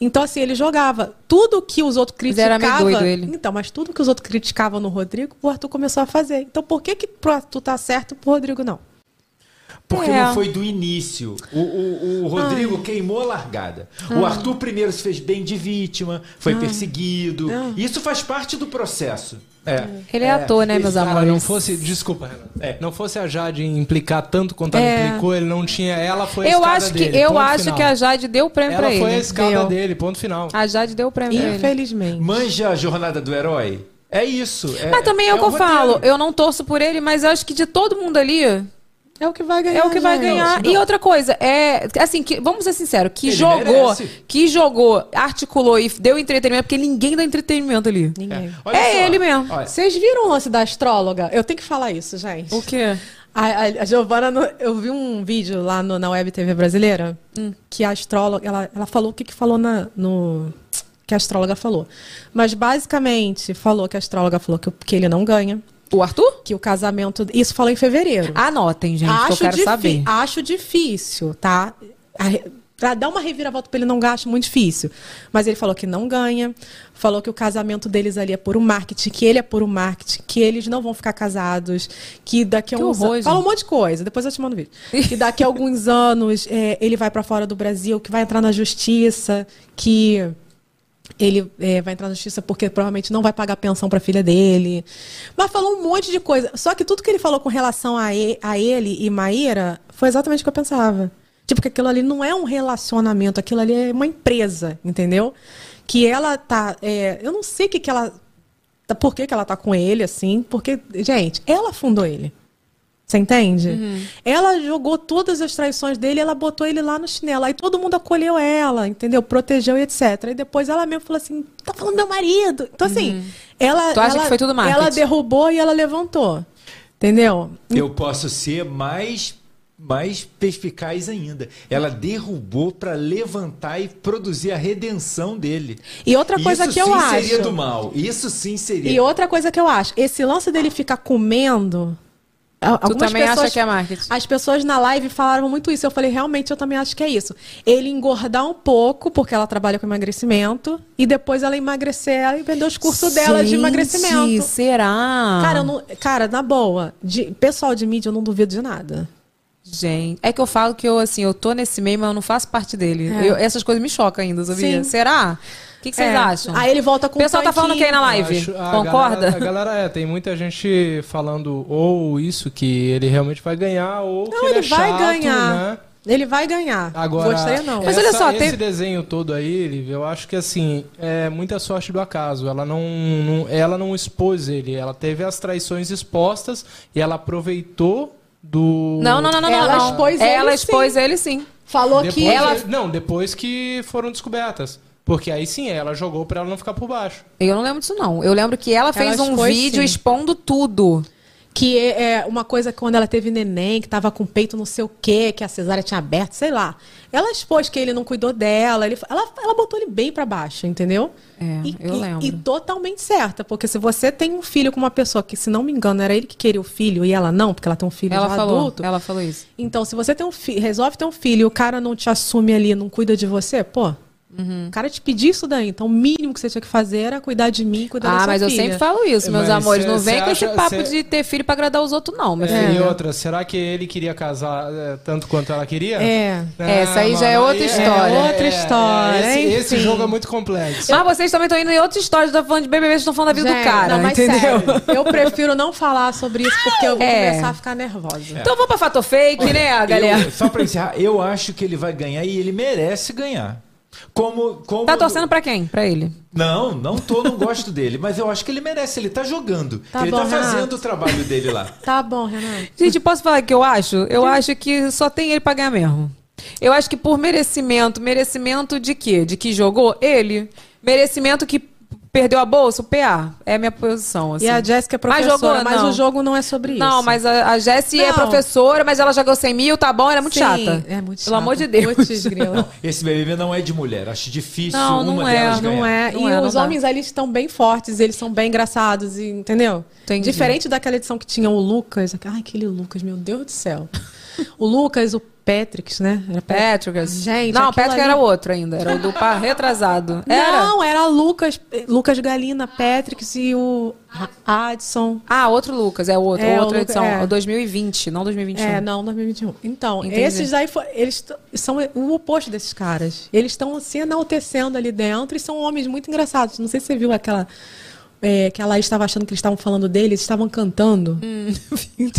Speaker 7: Então, assim, ele jogava. Tudo que os outros
Speaker 3: Mas era
Speaker 7: criticavam.
Speaker 3: meio doido ele.
Speaker 7: Então, mas tudo que os outros criticavam no Rodrigo, o Arthur começou a fazer. Então, por que, que pro Arthur tá certo e pro Rodrigo não?
Speaker 4: Porque
Speaker 7: É.
Speaker 4: não foi do início. O, o- o Rodrigo queimou a largada. O
Speaker 7: Ai.
Speaker 4: Arthur primeiro se fez bem de vítima, foi
Speaker 7: Ai.
Speaker 4: perseguido.
Speaker 7: Ah.
Speaker 4: Isso faz parte do processo. É.
Speaker 3: Ele é ator, né, meus
Speaker 8: Cara,
Speaker 3: amores?
Speaker 8: não fosse. Desculpa, Renan. Não fosse a Jade implicar tanto quanto
Speaker 3: É.
Speaker 8: ela implicou, ele não tinha. Ela foi a
Speaker 3: eu
Speaker 8: escada
Speaker 3: acho que
Speaker 8: dele,
Speaker 3: eu
Speaker 8: ponto
Speaker 3: acho
Speaker 8: final.
Speaker 3: que a Jade deu o prêmio
Speaker 8: Ela
Speaker 3: É pra ele.
Speaker 8: foi a escada
Speaker 3: Deu.
Speaker 8: dele, ponto final.
Speaker 3: A Jade deu o prêmio pra ele.
Speaker 7: Infelizmente.
Speaker 4: Manja a jornada do herói. É isso. é-
Speaker 3: Mas também é, o que
Speaker 4: um
Speaker 3: eu falo.
Speaker 4: roteiro.
Speaker 3: Eu não torço por ele, mas eu acho que de todo mundo ali.
Speaker 7: É o que vai ganhar.
Speaker 3: É o que vai
Speaker 7: né?
Speaker 3: ganhar. E outra coisa, é. Assim, que, vamos ser sinceros, que
Speaker 7: Ele
Speaker 3: jogou,
Speaker 7: merece.
Speaker 3: que jogou, articulou e deu entretenimento, porque ninguém dá entretenimento ali.
Speaker 7: Ninguém.
Speaker 3: É, ele mesmo.
Speaker 7: Vocês viram o lance da astróloga? Eu tenho que falar isso, gente. O
Speaker 3: quê?
Speaker 7: A, a, a Giovana, no- eu vi um vídeo lá no- na Web TV brasileira que a astróloga, ela, ela falou o que, que falou na, no. que a astróloga falou. Mas basicamente falou que a astróloga falou que, o- que ele não ganha.
Speaker 3: O Arthur?
Speaker 7: Que o casamento. Isso falou em fevereiro.
Speaker 3: Anotem, gente, que eu quero
Speaker 7: difi-
Speaker 3: saber.
Speaker 7: Acho difícil, tá? A re- Pra dar uma reviravolta pra ele não gastar, muito difícil. Mas ele falou que não ganha, falou que o casamento deles ali é por um marketing, que ele é por um marketing, que eles não vão ficar casados, que daqui a
Speaker 3: Que
Speaker 7: uns
Speaker 3: horror,
Speaker 7: anos. Fala um
Speaker 3: gente.
Speaker 7: monte de coisa, depois eu te mando o vídeo. Que daqui a alguns anos é, ele vai pra fora do Brasil, que vai entrar na justiça, que ele é, vai entrar na justiça porque provavelmente não vai pagar pensão para filha dele. Mas falou um monte de coisa. Só que tudo que ele falou com relação a, e- a ele e Maíra foi exatamente o que eu pensava. Tipo, que aquilo ali não é um relacionamento, aquilo ali é uma empresa, entendeu? Que ela tá. é, eu não sei o que, que ela. tá- Por que, que ela tá com ele, assim? Porque, gente, ela fundou ele. Você entende?
Speaker 3: Uhum.
Speaker 7: Ela jogou todas as traições dele, ela botou ele lá no chinelo. Aí todo mundo acolheu ela, entendeu? Protegeu e etc. E depois ela mesmo falou assim: tá falando meu marido. Então, assim, ela.
Speaker 3: Uhum. Tu acha
Speaker 7: ela-
Speaker 3: que foi tudo marketing?
Speaker 7: Ela derrubou e ela levantou. Entendeu?
Speaker 4: Eu posso ser mais mais perspicaz ainda. Ela derrubou pra levantar e produzir a redenção dele.
Speaker 7: E outra coisa
Speaker 4: Isso
Speaker 7: que eu
Speaker 4: sim
Speaker 7: acho.
Speaker 4: seria do mal. Isso sim seria.
Speaker 7: E outra coisa que eu acho: esse lance dele ficar comendo. a-
Speaker 3: Tu
Speaker 7: algumas
Speaker 3: também
Speaker 7: pessoas-
Speaker 3: acha que é marketing?
Speaker 7: As pessoas na live falaram muito isso. Eu falei, realmente, eu também acho que é isso. Ele engordar um pouco, porque ela trabalha com emagrecimento, e depois ela emagrecer ela e vender os cursos dela de
Speaker 3: Gente,
Speaker 7: emagrecimento.
Speaker 3: Será?
Speaker 7: Cara, eu não- cara, na boa, de- pessoal de mídia, eu não duvido de nada.
Speaker 3: Gente, é que eu falo que eu, assim, eu tô nesse meio, mas eu não faço parte dele.
Speaker 7: É.
Speaker 3: Eu- essas coisas me chocam ainda, sabia?
Speaker 7: Sim.
Speaker 3: Será? O que, que vocês
Speaker 7: É.
Speaker 3: acham?
Speaker 7: Aí ele volta com
Speaker 3: O pessoal tá falando
Speaker 7: tanquinho.
Speaker 3: quem na live?
Speaker 8: Acho- Ah, a
Speaker 3: Concorda?
Speaker 8: Galera, a galera é, tem muita gente falando ou isso, que ele realmente vai ganhar, ou
Speaker 3: um
Speaker 8: que
Speaker 7: Não, ele,
Speaker 8: ele, é
Speaker 7: vai
Speaker 8: chato,
Speaker 7: ganhar.
Speaker 8: né?
Speaker 7: Ele vai ganhar.
Speaker 8: Agora,
Speaker 7: Gostaria não.
Speaker 8: essa- esse desenho todo aí, Liv, eu acho que assim, é muita sorte do acaso. Ela não, não- ela não expôs ele. Ela teve as traições expostas e ela aproveitou do.
Speaker 3: Não, não, não, não, não.
Speaker 7: Ela
Speaker 3: não.
Speaker 7: expôs ele,
Speaker 3: Ela
Speaker 7: sim.
Speaker 3: expôs ele sim.
Speaker 7: Falou
Speaker 8: Depois
Speaker 7: que ela.
Speaker 8: ele- Não, depois que foram descobertas. Porque aí sim, ela jogou pra ela não ficar por baixo.
Speaker 3: Eu não lembro disso, não. Eu lembro que ela fez
Speaker 7: Ela
Speaker 3: um
Speaker 7: expôs,
Speaker 3: vídeo
Speaker 7: sim.
Speaker 3: expondo tudo.
Speaker 7: Que é é, uma coisa que quando ela teve neném, que tava com peito não sei o quê, que a cesárea tinha aberto, sei lá. Ela expôs que ele não cuidou dela, ele- ela, ela botou ele bem pra baixo, entendeu?
Speaker 3: É, eu
Speaker 7: e,
Speaker 3: lembro.
Speaker 7: E totalmente certa, porque se você tem um filho com uma pessoa que, se não me engano, era ele que queria o filho e ela não, porque ela tem um filho
Speaker 3: Ela
Speaker 7: já
Speaker 3: falou,
Speaker 7: adulto.
Speaker 3: ela falou isso.
Speaker 7: Então, se você tem um fi- resolve ter um filho e o cara não te assume ali, não cuida de você, pô.
Speaker 3: Uhum.
Speaker 7: O cara te pediu isso daí. Então, o mínimo que você tinha que fazer era cuidar de mim, cuidar da
Speaker 3: Ah,
Speaker 7: sua
Speaker 3: mas eu
Speaker 7: filha.
Speaker 3: sempre falo isso, meus
Speaker 8: Mas
Speaker 3: amores.
Speaker 8: cê-
Speaker 3: Não
Speaker 8: cê
Speaker 3: vem com esse
Speaker 8: acha-
Speaker 3: papo
Speaker 8: cê-
Speaker 3: de ter filho pra agradar os outros, não, meu
Speaker 8: É,
Speaker 3: filho.
Speaker 8: E outra, será que ele queria casar é, tanto quanto ela queria?
Speaker 7: É.
Speaker 3: Essa aí já é
Speaker 8: mano,
Speaker 3: outra
Speaker 8: aí
Speaker 3: história.
Speaker 8: é-
Speaker 3: Outra história,
Speaker 8: esse- esse
Speaker 3: enfim.
Speaker 8: jogo é muito complexo.
Speaker 3: Mas Ah, vocês também estão indo em outras histórias, estão falando de BBB, vocês estão falando da vida do
Speaker 7: Gente,
Speaker 3: cara,
Speaker 7: não, mas
Speaker 3: entendeu?
Speaker 7: sério,
Speaker 3: *laughs*
Speaker 7: eu prefiro não falar sobre isso porque eu vou
Speaker 3: É.
Speaker 7: começar a ficar nervosa.
Speaker 3: Então vamos pra fator fake, né, galera?
Speaker 4: Eu- só pra encerrar, eu acho que ele vai ganhar e ele merece ganhar. Como, como
Speaker 3: Tá torcendo pra quem? Pra ele.
Speaker 4: Não, não tô, não gosto dele, mas eu acho que ele merece, ele tá jogando.
Speaker 7: Tá
Speaker 4: ele
Speaker 7: bom,
Speaker 4: tá
Speaker 7: Renato.
Speaker 4: fazendo o trabalho dele lá.
Speaker 7: Tá bom, Renan.
Speaker 3: Gente, posso falar o que eu acho?
Speaker 7: Uhum.
Speaker 3: Eu acho que só tem ele pra ganhar mesmo. Eu acho que por merecimento, merecimento de quê? De que jogou ele. Merecimento que Perdeu a bolsa? O PA. É a minha posição. Assim.
Speaker 7: E a Jéssica é professora, mas o jogo não é sobre isso.
Speaker 3: Não, mas a, a Jéssica é
Speaker 7: Não.
Speaker 3: professora, mas ela jogou 100 mil, tá bom? Ela é muito
Speaker 7: Sim,
Speaker 3: chata.
Speaker 7: é
Speaker 3: Pelo
Speaker 7: muito chata.
Speaker 3: amor de Deus. *laughs*
Speaker 7: Putz, grila.
Speaker 4: Esse BBB não é de mulher. Acho difícil
Speaker 7: Não,
Speaker 4: uma
Speaker 7: não é,
Speaker 4: delas
Speaker 7: não
Speaker 4: ganhar.
Speaker 7: é. E os homens ali estão bem fortes, eles são bem engraçados, e- entendeu?
Speaker 3: Entendi.
Speaker 7: Diferente daquela edição que tinha o Lucas. Ai, aquele Lucas, meu Deus do
Speaker 3: *laughs*
Speaker 7: céu. o Lucas, o Patrick, né? Era
Speaker 3: Patrick.
Speaker 7: Gente,
Speaker 3: não,
Speaker 7: aquilo
Speaker 3: o Patrick
Speaker 7: ali-
Speaker 3: era outro ainda. Era o do par retrasado. É, Era?
Speaker 7: Não, era Lucas, Lucas Galina, Patrick e o Adson.
Speaker 3: Ah, outro Lucas, é outro.
Speaker 7: É, o
Speaker 3: outra
Speaker 7: Lucas,
Speaker 3: edição.
Speaker 7: é.
Speaker 3: É. 2020, não 2021.
Speaker 7: É, não, 2021. Então,
Speaker 3: Entendi.
Speaker 7: esses aí fo- eles t- são o oposto desses caras. Eles estão se enaltecendo ali dentro e são homens muito engraçados. Não sei se você viu aquela. é, que a Laís estava achando que eles estavam falando dele, eles estavam cantando.
Speaker 3: Hum.
Speaker 7: *laughs*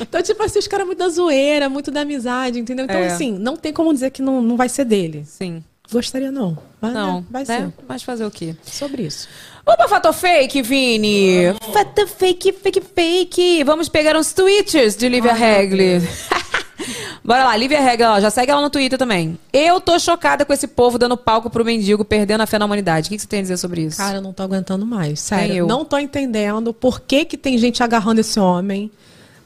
Speaker 7: então, tipo assim, os caras muito da zoeira, muito da amizade, entendeu? Então,
Speaker 3: É.
Speaker 7: assim, não tem como dizer que não, não vai ser dele.
Speaker 3: Sim.
Speaker 7: Gostaria não. Mas,
Speaker 3: Não,
Speaker 7: né, vai
Speaker 3: né?
Speaker 7: ser.
Speaker 3: Mas fazer o quê?
Speaker 7: Sobre isso.
Speaker 3: Vamos pra Fato Fake, Vini! Fato Fake, Fake, Fake! Vamos pegar uns tweets de Lívia Regli. *laughs* Bora lá, Lívia Regli, ó, já segue ela no Twitter também. Eu tô chocada com esse povo dando palco pro mendigo, perdendo a fé na humanidade. O que, que você tem a dizer sobre isso?
Speaker 7: Cara, eu não tô aguentando mais. Sério,
Speaker 3: eu.
Speaker 7: não tô entendendo por que que tem gente agarrando esse homem.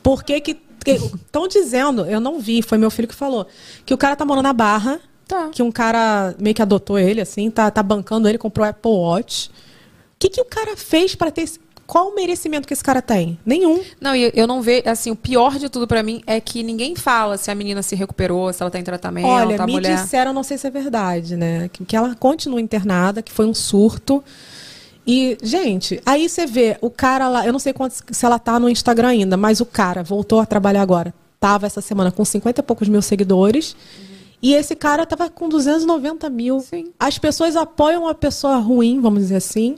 Speaker 7: Por que que...
Speaker 3: *laughs*
Speaker 7: Estão dizendo, eu não vi, foi meu filho que falou, que o cara tá morando na Barra,
Speaker 3: Tá.
Speaker 7: que um cara meio que adotou ele, assim, tá, tá bancando ele, comprou o Apple Watch. O que que o cara fez pra ter... esse- Qual o merecimento que esse cara tem? Nenhum.
Speaker 3: Não, e eu não vejo, assim, o pior de tudo pra mim é que ninguém fala se a menina se recuperou, se ela tá em tratamento,
Speaker 7: Olha,
Speaker 3: a
Speaker 7: me
Speaker 3: mulher...
Speaker 7: disseram, não sei se é verdade, né? Que, que ela continua internada, que foi um surto. E, gente, aí você vê o cara lá, eu não sei quantos, se ela tá no Instagram ainda, mas o cara voltou a trabalhar agora. Tava essa semana com 50 e poucos mil seguidores.
Speaker 3: Uhum.
Speaker 7: E esse cara tava com 290 mil. As pessoas apoiam a pessoa ruim, vamos dizer assim.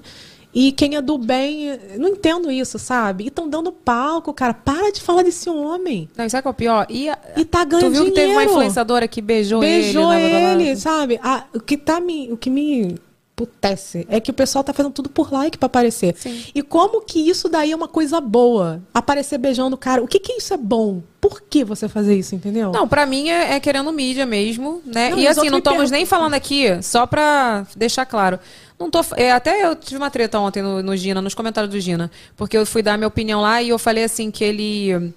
Speaker 7: E quem é do bem, eu não entendo isso, sabe? E estão dando palco, cara. Para de falar desse homem.
Speaker 3: Não, e sabe qual é o pior? E, a-
Speaker 7: E tá ganhando
Speaker 3: tu viu que teve uma
Speaker 7: dinheiro.
Speaker 3: influenciadora que beijou,
Speaker 7: Beijou
Speaker 3: ele? né,
Speaker 7: ele,
Speaker 3: blá, blá, blá.
Speaker 7: sabe? Ah, o que tá me, o que me putece é que o pessoal tá fazendo tudo por like pra aparecer. E como que isso daí é uma coisa boa? Aparecer beijando o cara. O que que isso é bom? Por que você fazer isso, entendeu?
Speaker 3: Não, pra mim é, é querendo mídia mesmo, né?
Speaker 7: Não,
Speaker 3: e
Speaker 7: e os
Speaker 3: assim,
Speaker 7: outros
Speaker 3: não
Speaker 7: me
Speaker 3: estamos
Speaker 7: perguntam.
Speaker 3: nem falando aqui, só pra deixar claro. Não tô, fa- é, até eu tive uma treta ontem no, no Gina, nos comentários do Gina, porque eu fui dar minha opinião lá e eu falei assim que ele.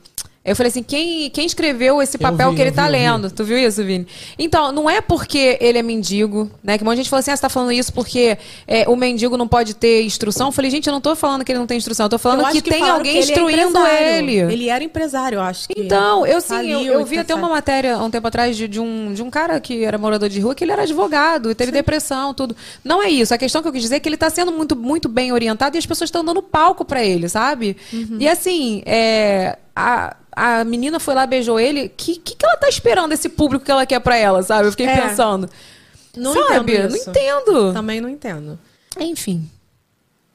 Speaker 3: Eu falei assim, quem, quem escreveu esse papel
Speaker 12: vi,
Speaker 3: que ele
Speaker 12: eu
Speaker 3: tá
Speaker 12: vi, eu vi.
Speaker 3: lendo? Tu viu isso, Vini? Então, não é porque ele é mendigo, né? Que um monte de gente falou assim, ah, você tá falando isso porque é, o mendigo não pode ter instrução. Eu falei, gente, eu não tô falando que ele não tem instrução, eu tô falando
Speaker 7: Eu
Speaker 3: que,
Speaker 7: acho
Speaker 3: tem
Speaker 7: falaram
Speaker 3: alguém
Speaker 7: que ele é
Speaker 3: instruindo
Speaker 7: empresário.
Speaker 3: ele.
Speaker 7: Ele era empresário, eu acho. que
Speaker 3: Então, eu sim, eu,
Speaker 7: faliu
Speaker 3: eu
Speaker 7: e
Speaker 3: vi
Speaker 7: tá
Speaker 3: até uma matéria há um tempo atrás de, de um, de um cara que era morador de rua, que ele era advogado e teve depressão, tudo. Não é isso. A questão que eu quis dizer é que ele está sendo muito, muito bem orientado e as pessoas estão dando palco para ele, sabe?
Speaker 7: Uhum.
Speaker 3: E assim, é, a, a menina foi lá, beijou ele. O que, que, que ela tá esperando esse público que ela quer para ela, sabe? Eu fiquei
Speaker 7: É.
Speaker 3: pensando.
Speaker 7: Não
Speaker 3: sabe?
Speaker 7: entendo
Speaker 3: Não
Speaker 7: isso. Tá.
Speaker 3: entendo.
Speaker 7: Também não entendo.
Speaker 3: Enfim.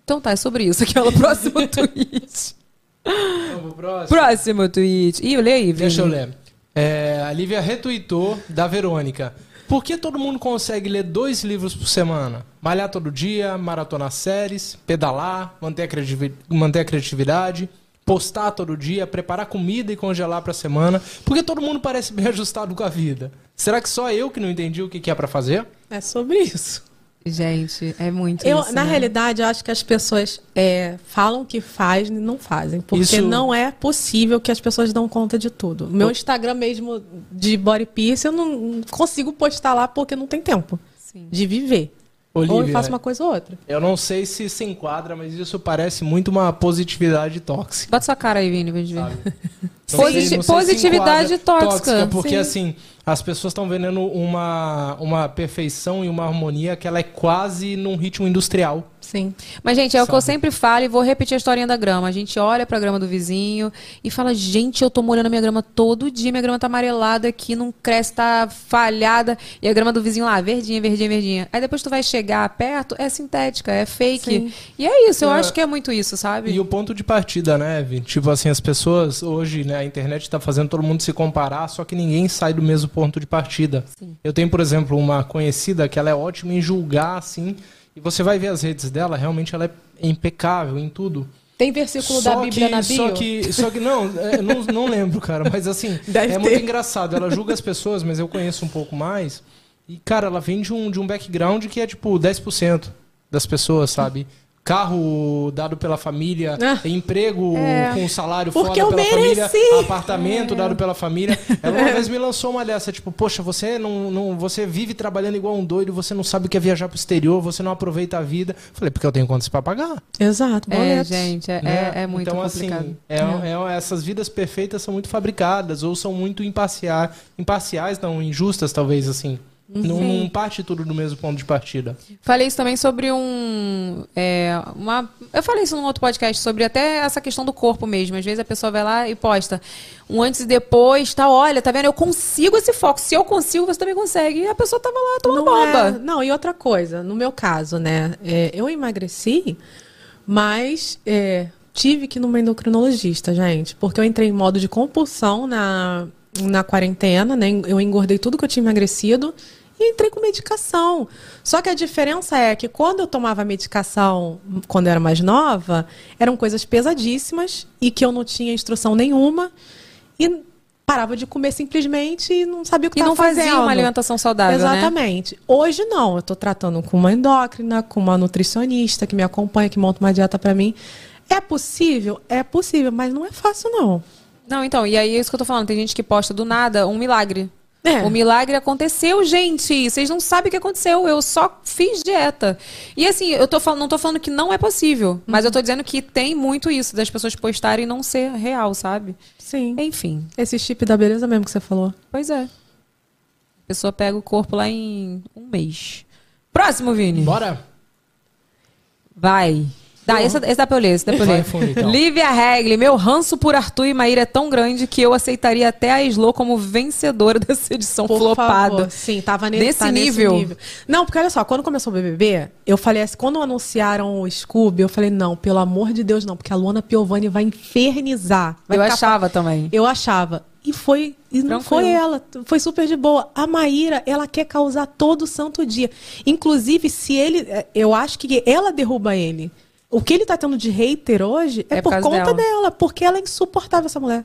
Speaker 3: Então tá, é sobre isso. Aquela
Speaker 7: *laughs*
Speaker 3: próxima tweet.
Speaker 8: Vamos pro próximo.
Speaker 3: Próximo tweet. Ih, eu leio aí, Vini.
Speaker 8: Deixa eu ler. É, a Lívia retweetou da Verônica. Por que todo mundo consegue ler dois livros por semana? Malhar todo dia, maratonar séries, pedalar, manter a, criativi- manter a criatividade, postar todo dia, preparar comida e congelar pra semana. Por que todo mundo parece bem *laughs* ajustado com a vida? Será que só eu que não entendi o que, que é pra fazer?
Speaker 7: É sobre isso.
Speaker 3: Gente, é muito
Speaker 7: Eu,
Speaker 3: isso,
Speaker 7: na
Speaker 3: né?
Speaker 7: realidade, eu acho que as pessoas é, falam que faz e não fazem. Porque
Speaker 3: Isso-
Speaker 7: não é possível que as pessoas dão conta de tudo. O meu Instagram mesmo de body piece, eu não consigo postar lá porque não tem tempo de viver. ou eu
Speaker 8: Olivia, é.
Speaker 7: faço uma coisa ou outra.
Speaker 8: Eu não sei se se enquadra, mas isso parece muito uma positividade tóxica.
Speaker 3: Bota sua cara aí, Vini, pra gente ver.
Speaker 8: Não sei-
Speaker 3: Posi-
Speaker 8: não sei se
Speaker 3: positividade
Speaker 8: enquadra
Speaker 3: tóxica.
Speaker 8: Porque
Speaker 3: Sim.
Speaker 8: assim, as pessoas estão vendendo uma, uma perfeição e uma harmonia que ela é quase num ritmo industrial.
Speaker 7: Sim.
Speaker 3: Mas, gente, é o que eu
Speaker 8: Sabe.
Speaker 3: sempre falo e vou repetir a historinha da grama. A gente olha pra grama do vizinho e fala, gente, eu tô molhando a minha grama todo dia, minha grama tá amarelada aqui, não cresce, tá falhada. E a grama do vizinho lá, verdinha, verdinha, verdinha. Aí depois tu vai chegar perto, é sintética, é fake.
Speaker 8: Sim.
Speaker 3: E é isso, eu
Speaker 8: É.
Speaker 3: acho que é muito isso, sabe?
Speaker 8: E o ponto de partida, né, Vi? Tipo assim, as pessoas hoje, né, a internet tá fazendo todo mundo se comparar, só que ninguém sai do mesmo ponto de partida. Eu tenho, por exemplo, uma conhecida que ela é ótima em julgar, assim, e você vai ver as redes dela, realmente ela é impecável em tudo.
Speaker 7: Tem versículo da Bíblia
Speaker 8: que,
Speaker 7: na bio?
Speaker 8: Só que, só que não, é, não, não lembro, cara, mas assim,
Speaker 7: *laughs* Deve
Speaker 8: é muito
Speaker 7: ter.
Speaker 8: engraçado. Ela julga as pessoas, mas eu conheço um pouco mais. E, cara, ela vem de um, de um background que é tipo 10%. das pessoas, sabe? Carro dado pela família, emprego
Speaker 7: Ah. É.
Speaker 8: com salário
Speaker 7: Porque
Speaker 8: fora
Speaker 7: eu
Speaker 8: pela
Speaker 7: mereci. É.
Speaker 8: família, apartamento dado pela família. Ela uma vez me lançou uma dessa, tipo, poxa, você não, não- você vive trabalhando igual um doido, você não sabe o que é viajar pro exterior, você não aproveita a vida. Falei, porque eu tenho contas pra pagar.
Speaker 7: Exato,
Speaker 3: É,
Speaker 7: boletos.
Speaker 3: gente, é,
Speaker 8: né?
Speaker 3: é- é muito
Speaker 8: então,
Speaker 3: complicado.
Speaker 8: Assim, é, é- essas vidas perfeitas são muito fabricadas ou são muito imparciais, imparciais não, injustas talvez, assim.
Speaker 3: Uhum.
Speaker 8: Não,
Speaker 3: Sim.
Speaker 8: não parte tudo do mesmo ponto de partida.
Speaker 3: Falei isso também sobre um. é, uma, eu falei isso num outro podcast, sobre até essa questão do corpo mesmo. Às vezes a pessoa vai lá e posta um antes e depois, tá? Olha, tá vendo? Eu consigo esse foco. Se eu consigo, você também consegue. E a pessoa tava lá tomando
Speaker 7: Não é-
Speaker 3: bomba.
Speaker 7: Não, e outra coisa, no meu caso, né? é, eu emagreci, mas é, tive que ir numa endocrinologista, gente, porque eu entrei em modo de compulsão na, na quarentena, né? Eu engordei tudo que eu tinha emagrecido e entrei com medicação. Só que a diferença é que quando eu tomava medicação, quando eu era mais nova, eram coisas pesadíssimas e que eu não tinha instrução nenhuma. E parava de comer simplesmente e não sabia o que
Speaker 3: E
Speaker 7: estava
Speaker 3: não fazia
Speaker 7: fazendo.
Speaker 3: uma alimentação saudável, né?
Speaker 7: Exatamente. Hoje não, eu tô tratando com uma endócrina, com uma nutricionista que me acompanha, que monta uma dieta pra mim. É possível? É possível, mas não é fácil não.
Speaker 3: Não, então, e aí é isso que eu tô falando. Tem gente que posta do nada um milagre.
Speaker 7: É.
Speaker 3: O milagre aconteceu, gente. Vocês não sabem o que aconteceu. Eu só fiz dieta. E assim, eu tô falando, não tô falando que não é possível, mas eu tô dizendo que tem muito isso das pessoas postarem e não ser real, sabe?
Speaker 7: Sim.
Speaker 3: Enfim,
Speaker 7: Esse chip da beleza mesmo que você falou.
Speaker 3: pois é. A pessoa pega o corpo lá em um mês. Próximo, Vini.
Speaker 8: Bora?
Speaker 3: Vai. Dá, esse, esse dá pra eu ler, esse dá pra eu
Speaker 8: Vai,
Speaker 3: ler.
Speaker 8: Fone, então.
Speaker 3: Lívia Regli, meu ranço por Arthur e Maíra é tão grande que eu aceitaria até a Slow como vencedora *laughs* dessa edição
Speaker 7: Por
Speaker 3: flopada.
Speaker 7: favor. Sim, tava ne-
Speaker 3: Nesse
Speaker 7: tá nesse
Speaker 3: nível.
Speaker 7: Não, porque olha só, quando começou o BBB, eu falei assim, quando anunciaram o Scooby, eu falei, não, pelo amor de Deus, não, porque a Luana Piovani vai infernizar. Vai
Speaker 3: eu
Speaker 7: ficar
Speaker 3: achava também.
Speaker 7: Eu achava. E foi. E não
Speaker 3: Tranquilo.
Speaker 7: foi ela. Foi super de boa. A Maíra, ela quer causar todo santo dia. Inclusive, se ele. é, Eu acho que ela derruba ele. O que ele tá tendo de hater hoje é,
Speaker 3: É por
Speaker 7: por
Speaker 3: causa dela.
Speaker 7: conta dela. porque ela é insuportável, essa mulher.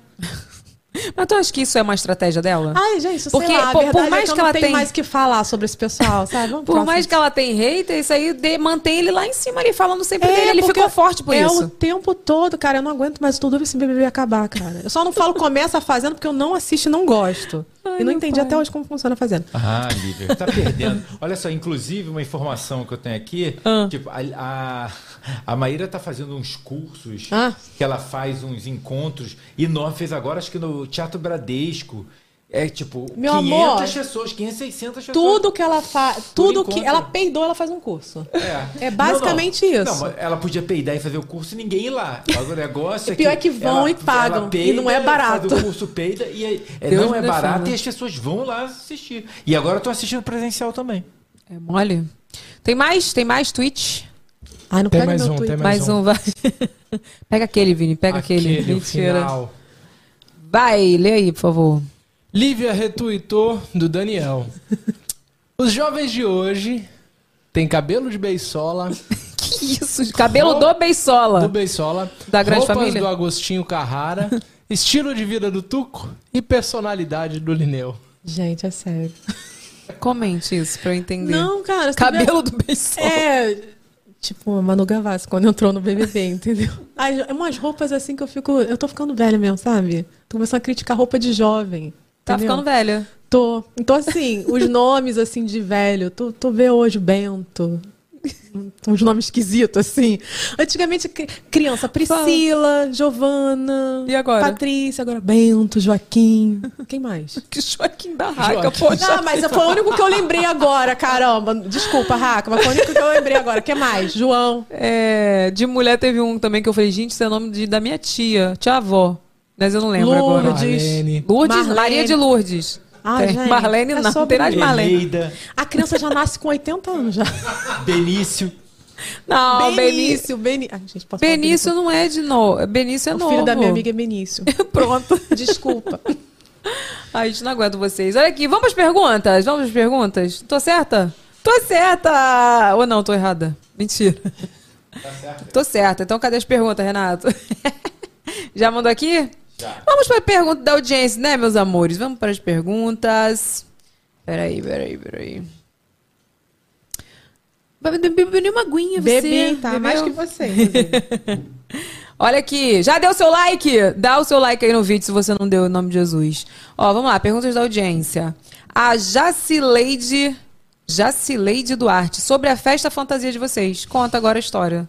Speaker 3: Mas tu acha que isso é uma estratégia dela?
Speaker 7: Ai, gente,
Speaker 3: Porque,
Speaker 7: sei lá, a
Speaker 3: pô, por
Speaker 7: verdade é
Speaker 3: mais
Speaker 7: que, eu
Speaker 3: que
Speaker 7: não
Speaker 3: ela
Speaker 7: tenho
Speaker 3: tem-
Speaker 7: mais o que falar sobre esse pessoal, sabe? Vamos assim.
Speaker 3: Por
Speaker 7: próximo.
Speaker 3: mais que ela tem hater, isso aí de- mantém ele lá em cima ali, falando sempre
Speaker 7: É,
Speaker 3: dele. Ele
Speaker 7: porque
Speaker 3: ficou forte por
Speaker 7: é o
Speaker 3: isso.
Speaker 7: tempo todo, cara. Eu não aguento mais tudo esse BBB acabar, cara. Eu só não falo começa fazendo porque eu não assisto e
Speaker 3: *laughs*
Speaker 7: não gosto. e não entendi até hoje como funciona fazendo.
Speaker 4: Ah, Lívia, tá perdendo. Olha só, inclusive uma informação que eu tenho aqui,
Speaker 7: Ah.
Speaker 4: tipo, a, a, a Maíra tá fazendo uns cursos
Speaker 7: Ah.
Speaker 4: que ela faz uns encontros enormes, fez agora acho que no Teatro Bradesco. É tipo
Speaker 7: Meu
Speaker 4: 500
Speaker 7: amor.
Speaker 4: pessoas, 500, 600 pessoas.
Speaker 7: Tudo que ela faz, tudo que
Speaker 4: enquanto.
Speaker 7: ela peidou, ela faz um curso.
Speaker 4: É,
Speaker 7: É basicamente
Speaker 4: Não, não.
Speaker 7: isso.
Speaker 4: Não, mas ela podia peidar e fazer o curso e ninguém ir lá. Agora, O negócio
Speaker 7: O pior é que vão
Speaker 4: ela-
Speaker 7: *laughs* e pagam,
Speaker 4: ela peida,
Speaker 7: e não é barato.
Speaker 4: Faz o curso peida e aí- é,
Speaker 3: Deus
Speaker 4: não é
Speaker 3: me
Speaker 4: barato
Speaker 3: defenda.
Speaker 4: e as pessoas vão lá assistir. E agora eu tô assistindo presencial também.
Speaker 3: É mole. Tem mais? Tem mais tweet?
Speaker 7: Ai, não
Speaker 8: Tem
Speaker 7: pega
Speaker 8: mais
Speaker 7: meu
Speaker 8: um,
Speaker 7: tweet.
Speaker 8: tem
Speaker 3: Mais, um, vai. *laughs* pega aquele, Vini, pega aquele.
Speaker 8: o
Speaker 3: Mentira.
Speaker 8: final.
Speaker 3: Vai, lê aí, por favor.
Speaker 8: Lívia retuitou
Speaker 3: *laughs*
Speaker 8: do Daniel. Os jovens de hoje têm cabelo de beisola,
Speaker 3: Que isso? Cabelo do
Speaker 8: do
Speaker 3: Beisola.
Speaker 8: beisola,
Speaker 3: Da grande
Speaker 8: roupas
Speaker 3: família?
Speaker 8: do
Speaker 3: *laughs*
Speaker 8: Agostinho Carrara, estilo de vida do Tuco e personalidade do Lineu.
Speaker 7: Gente, é sério.
Speaker 3: Comente isso pra eu entender.
Speaker 7: Não, cara. você
Speaker 3: Cabelo do Beisola.
Speaker 7: É. Tipo, a Manu Gavassi, quando entrou no
Speaker 3: *laughs*
Speaker 7: BBB, entendeu? Ai, É umas roupas assim que eu fico. Eu tô ficando velha mesmo, sabe? Tô começando a criticar roupa de jovem.
Speaker 3: Tá
Speaker 7: entendeu?
Speaker 3: ficando velha.
Speaker 7: Tô. Então, assim, os *laughs* nomes, assim, de velho. Tô, tô vê hoje, Bento. Uns nomes esquisitos, assim. Antigamente, cri- criança, Priscila, Giovana.
Speaker 3: E agora?
Speaker 7: Patrícia, agora Bento, Joaquim. Quem mais?
Speaker 3: Que Joaquim Barraca,
Speaker 8: Joaquim.
Speaker 3: poxa.
Speaker 7: Ah, mas foi o único que eu lembrei agora, caramba. Desculpa, Raca, mas foi o único que eu lembrei agora. Quem mais? João.
Speaker 3: É, de mulher teve um também que eu falei, gente, isso é nome de- da minha tia, tia avó. Mas eu não lembro agora.
Speaker 7: Lourdes.
Speaker 8: Marlene.
Speaker 3: Lourdes,
Speaker 7: Marlene.
Speaker 3: Maria de Lourdes.
Speaker 7: Ai,
Speaker 3: Tem.
Speaker 7: gente,
Speaker 3: Marlene
Speaker 7: é
Speaker 3: não,
Speaker 7: só
Speaker 3: não tem nada de Marlene.
Speaker 4: Eneida,
Speaker 7: A criança já nasce com 80 anos já.
Speaker 4: Benício.
Speaker 3: Não, Ah, Benício.
Speaker 7: Benício, Beni... Ai, gente, posso falar
Speaker 3: Benício não é de novo. Benício é
Speaker 7: O
Speaker 3: novo.
Speaker 7: filho da minha amiga é Benício. *laughs*
Speaker 3: Pronto.
Speaker 7: Desculpa.
Speaker 3: Ai, gente, não aguento vocês. Olha aqui, vamos às perguntas. Vamos às perguntas. Tô certa? Tô certa! Ou não, tô errada. Mentira. Tô Tá certa. Então cadê as perguntas, Renato? *laughs* Já mandou aqui? Já. Vamos para a pergunta da audiência, né, meus amores? Vamos para as perguntas. Peraí, peraí, peraí.
Speaker 12: Bebeu nenhuma aguinha, você.
Speaker 7: Bebi, tá? Mais que *laughs*
Speaker 12: você.
Speaker 3: Olha aqui, já deu seu like? Dá o seu like aí no vídeo se você não deu em nome de Jesus. Ó, vamos lá, perguntas da audiência. A Jacileide, Jacileide Duarte, sobre a festa fantasia de vocês. Conta agora a história,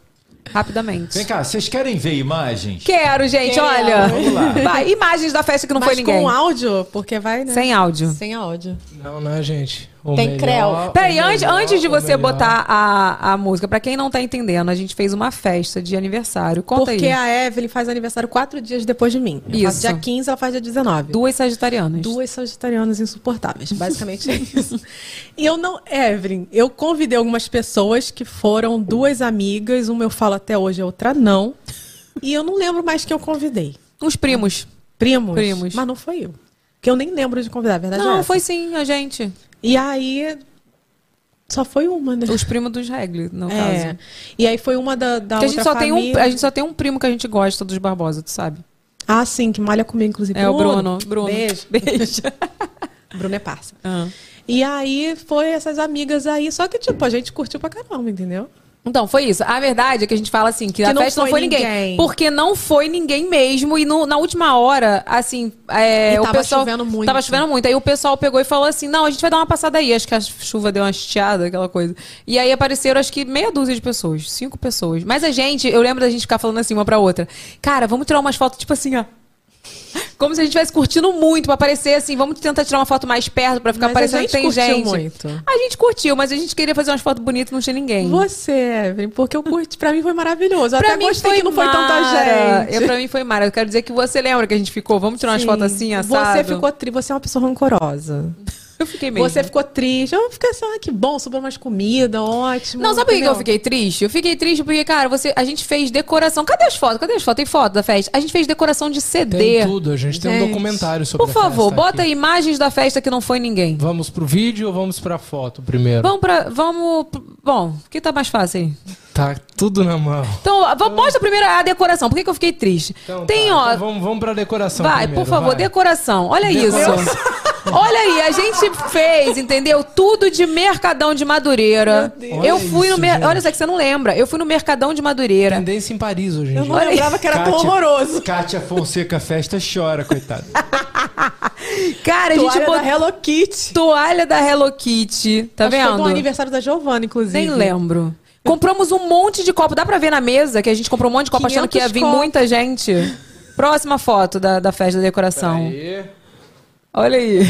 Speaker 3: rapidamente.
Speaker 4: Vem cá, vocês querem ver imagens?
Speaker 3: Quero, gente,
Speaker 7: Quero.
Speaker 3: olha.
Speaker 4: *laughs* Vamos lá.
Speaker 3: Vai, imagens da festa que não
Speaker 7: Mas
Speaker 3: foi ninguém.
Speaker 7: com áudio, porque vai, né?
Speaker 3: Sem áudio.
Speaker 7: Sem áudio.
Speaker 8: Não, né, gente? O
Speaker 7: Tem
Speaker 8: melhor-
Speaker 7: creu.
Speaker 3: Peraí,
Speaker 8: o
Speaker 3: antes,
Speaker 8: melhor-
Speaker 3: antes de
Speaker 8: o
Speaker 3: você
Speaker 8: melhor-
Speaker 3: botar a, a música, pra quem não tá entendendo, a gente fez uma festa de aniversário. Conta
Speaker 7: Porque
Speaker 3: aí.
Speaker 7: a Evelyn faz aniversário quatro dias depois de mim. Eu faço
Speaker 3: Isso.
Speaker 7: dia 15, ela faz dia 19.
Speaker 3: Duas sagitarianas.
Speaker 7: Duas sagitarianas insuportáveis. *laughs* Basicamente é isso. E eu não. Evelyn, eu convidei algumas pessoas que foram duas amigas. Uma eu falo até hoje, a outra não. E eu não lembro mais quem eu convidei.
Speaker 3: Uns primos.
Speaker 7: Primos?
Speaker 3: Primos.
Speaker 7: Mas não foi eu. Que eu nem lembro de convidar, a verdade é
Speaker 3: Não,
Speaker 7: essa.
Speaker 3: foi sim, a gente.
Speaker 7: E aí. Só foi uma, né?
Speaker 3: Os primos dos Regli, no
Speaker 7: É.
Speaker 3: caso.
Speaker 7: E aí foi uma da, da
Speaker 3: Porque
Speaker 7: outra
Speaker 3: a gente, só tem um,
Speaker 7: família.
Speaker 3: a gente só tem um primo que a gente gosta dos Barbosa, tu sabe?
Speaker 7: Ah, sim, que malha comigo, inclusive.
Speaker 3: É o Bruno. Bruno.
Speaker 7: Beijo.
Speaker 3: *laughs* Beijo.
Speaker 7: Bruno é parça. E aí foi essas amigas aí, só que, tipo, a gente curtiu pra caramba, entendeu?
Speaker 3: Então, foi isso. A verdade é que a gente fala assim, que,
Speaker 7: Que
Speaker 3: a
Speaker 7: não
Speaker 3: festa não
Speaker 7: foi
Speaker 3: foi ninguém.
Speaker 7: ninguém.
Speaker 3: Porque não foi ninguém mesmo. E no- na última hora, assim, é,
Speaker 7: E
Speaker 3: o
Speaker 7: tava
Speaker 3: pessoal...
Speaker 7: chovendo muito.
Speaker 3: Tava chovendo muito. Aí o pessoal pegou e falou assim, não, a gente vai dar uma passada aí. Acho que a chuva deu uma estiada, aquela coisa. E aí apareceram, acho que meia dúzia de pessoas. Cinco pessoas. Mas a gente, eu lembro da gente ficar falando assim, uma pra outra. Cara, vamos tirar umas fotos, tipo assim, ó. *laughs* Como se a gente estivesse curtindo muito, pra aparecer assim, vamos tentar tirar uma foto mais perto pra ficar
Speaker 7: Mas a
Speaker 3: parecendo
Speaker 7: gente
Speaker 3: que tem
Speaker 7: curtiu
Speaker 3: gente.
Speaker 7: muito.
Speaker 3: A gente curtiu, mas a gente queria fazer umas fotos bonitas, não tinha ninguém.
Speaker 7: Você, Evelyn, porque eu curti, pra mim foi maravilhoso. Eu
Speaker 3: Pra
Speaker 7: Até
Speaker 3: mim
Speaker 7: gostei
Speaker 3: foi
Speaker 7: que não foi tanta
Speaker 3: Mara.
Speaker 7: gente.
Speaker 3: Eu, pra mim foi Mara. Eu quero dizer que você lembra que a gente ficou. Vamos tirar umas
Speaker 7: Sim.
Speaker 3: fotos assim, assado?
Speaker 7: Você ficou tri... Você é uma pessoa rancorosa.
Speaker 3: Eu fiquei mesmo.
Speaker 7: Você ficou triste. Eu fiquei assim, ah, que bom, sobrou umas comidas, ótimo.
Speaker 3: Não, sabe por que que
Speaker 7: entendeu?
Speaker 3: eu fiquei triste? Eu fiquei triste porque, cara, você, a gente fez decoração. Cadê as fotos? Cadê as fotos? Tem foto da festa? A gente fez decoração de CD.
Speaker 8: Tem tudo, a gente tem um
Speaker 3: Gente.
Speaker 8: documentário sobre
Speaker 3: Por
Speaker 8: a festa
Speaker 3: favor,
Speaker 8: aqui.
Speaker 3: bota imagens da festa que não foi ninguém.
Speaker 8: Vamos pro vídeo ou vamos pra foto primeiro?
Speaker 3: Vamos pra. Vamos. Bom, o que tá mais fácil aí?
Speaker 8: Tá tudo na mão.
Speaker 3: Então, v- mostra primeiro a decoração. Por que, que eu fiquei triste? tem, ó.
Speaker 8: Então vamos, vamos pra decoração
Speaker 3: Vai,
Speaker 8: primeiro,
Speaker 3: por favor,
Speaker 8: vai.
Speaker 3: decoração. Olha
Speaker 8: Decoração.
Speaker 3: isso. *laughs* Olha aí, a gente fez, entendeu? Tudo de Mercadão de Madureira.
Speaker 8: Meu Deus.
Speaker 3: Eu
Speaker 8: Olha
Speaker 3: fui no
Speaker 8: isso,
Speaker 3: mer...
Speaker 8: gente.
Speaker 3: Olha só que você não lembra. Eu fui no Mercadão de Madureira.
Speaker 8: Tendência em Paris hoje em
Speaker 3: Eu
Speaker 8: dia.
Speaker 3: não lembrava que era tão horroroso.
Speaker 4: Kátia Fonseca Festa chora, coitada.
Speaker 3: Cara, a gente
Speaker 7: Toalha
Speaker 3: bot-
Speaker 7: da Hello Kitty.
Speaker 3: Toalha da Hello Kitty. Tá
Speaker 7: Acho que Foi
Speaker 3: vendo?
Speaker 7: do aniversário da Giovana, inclusive.
Speaker 3: Nem lembro. Compramos um monte de copo. Dá pra ver na mesa que a gente comprou um monte de copo achando que ia
Speaker 7: 500
Speaker 3: vir
Speaker 7: copos.
Speaker 3: muita gente? Próxima foto da, da festa da decoração.
Speaker 8: Aí.
Speaker 3: Olha aí. *laughs*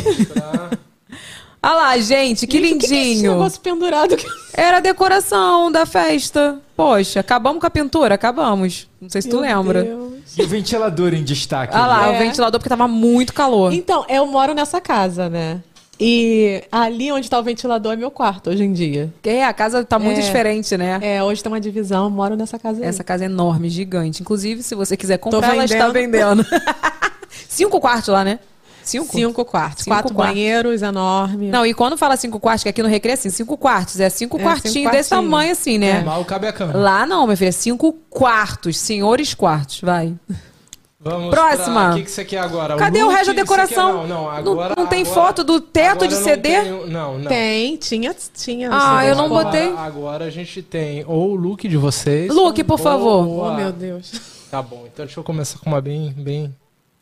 Speaker 3: Olha lá, gente, que
Speaker 7: Gente, o que que é esse
Speaker 3: lindinho.
Speaker 7: negócio pendurado aqui?
Speaker 3: Era a decoração da festa. Poxa, acabamos com a pintura? Acabamos. Não sei se tu lembra.
Speaker 4: E o ventilador em destaque.
Speaker 3: Olha lá,
Speaker 7: É.
Speaker 3: o ventilador porque tava muito calor.
Speaker 7: Então, eu moro nessa casa, né? E ali onde tá o ventilador é meu quarto hoje em dia.
Speaker 3: É, a casa tá muito diferente, né?
Speaker 7: É, hoje tem uma divisão, eu moro nessa casa aí.
Speaker 3: Essa casa é enorme, gigante. Inclusive, se você quiser comprar, ela está
Speaker 7: vendendo.
Speaker 3: vendendo. *laughs* Cinco quartos lá, né? Cinco?
Speaker 7: Cinco quartos.
Speaker 3: Cinco
Speaker 7: quatro
Speaker 3: quartos.
Speaker 7: banheiros enormes.
Speaker 3: Não, e quando fala cinco quartos, que aqui no Recreio é assim, cinco quartos. É cinco
Speaker 7: É,
Speaker 3: quartinhos
Speaker 7: cinco
Speaker 3: desse
Speaker 7: quartinhos.
Speaker 3: tamanho assim, né?
Speaker 8: É, Mal cabe a cama.
Speaker 3: Lá não, minha filha, é cinco quartos. Senhores quartos, vai.
Speaker 8: Vamos
Speaker 3: Próxima.
Speaker 8: pra- O que, que você quer agora?
Speaker 3: Cadê o
Speaker 8: look?
Speaker 3: resto da
Speaker 8: Você quer-
Speaker 3: decoração?
Speaker 8: é Não, não,
Speaker 3: Não-
Speaker 8: agora.
Speaker 3: não tem
Speaker 8: agora-
Speaker 3: foto do teto
Speaker 8: agora
Speaker 3: de
Speaker 8: não
Speaker 3: CD?
Speaker 8: tem- um- não, não.
Speaker 7: Tem, tinha, tinha. assim.
Speaker 3: Ah, eu não
Speaker 8: Agora-
Speaker 3: botei.
Speaker 8: Agora a gente tem ou o look de vocês.
Speaker 3: Luke, por
Speaker 8: Boa.
Speaker 3: favor.
Speaker 7: Oh, meu Deus.
Speaker 8: Tá bom, então deixa eu começar com uma bem. bem...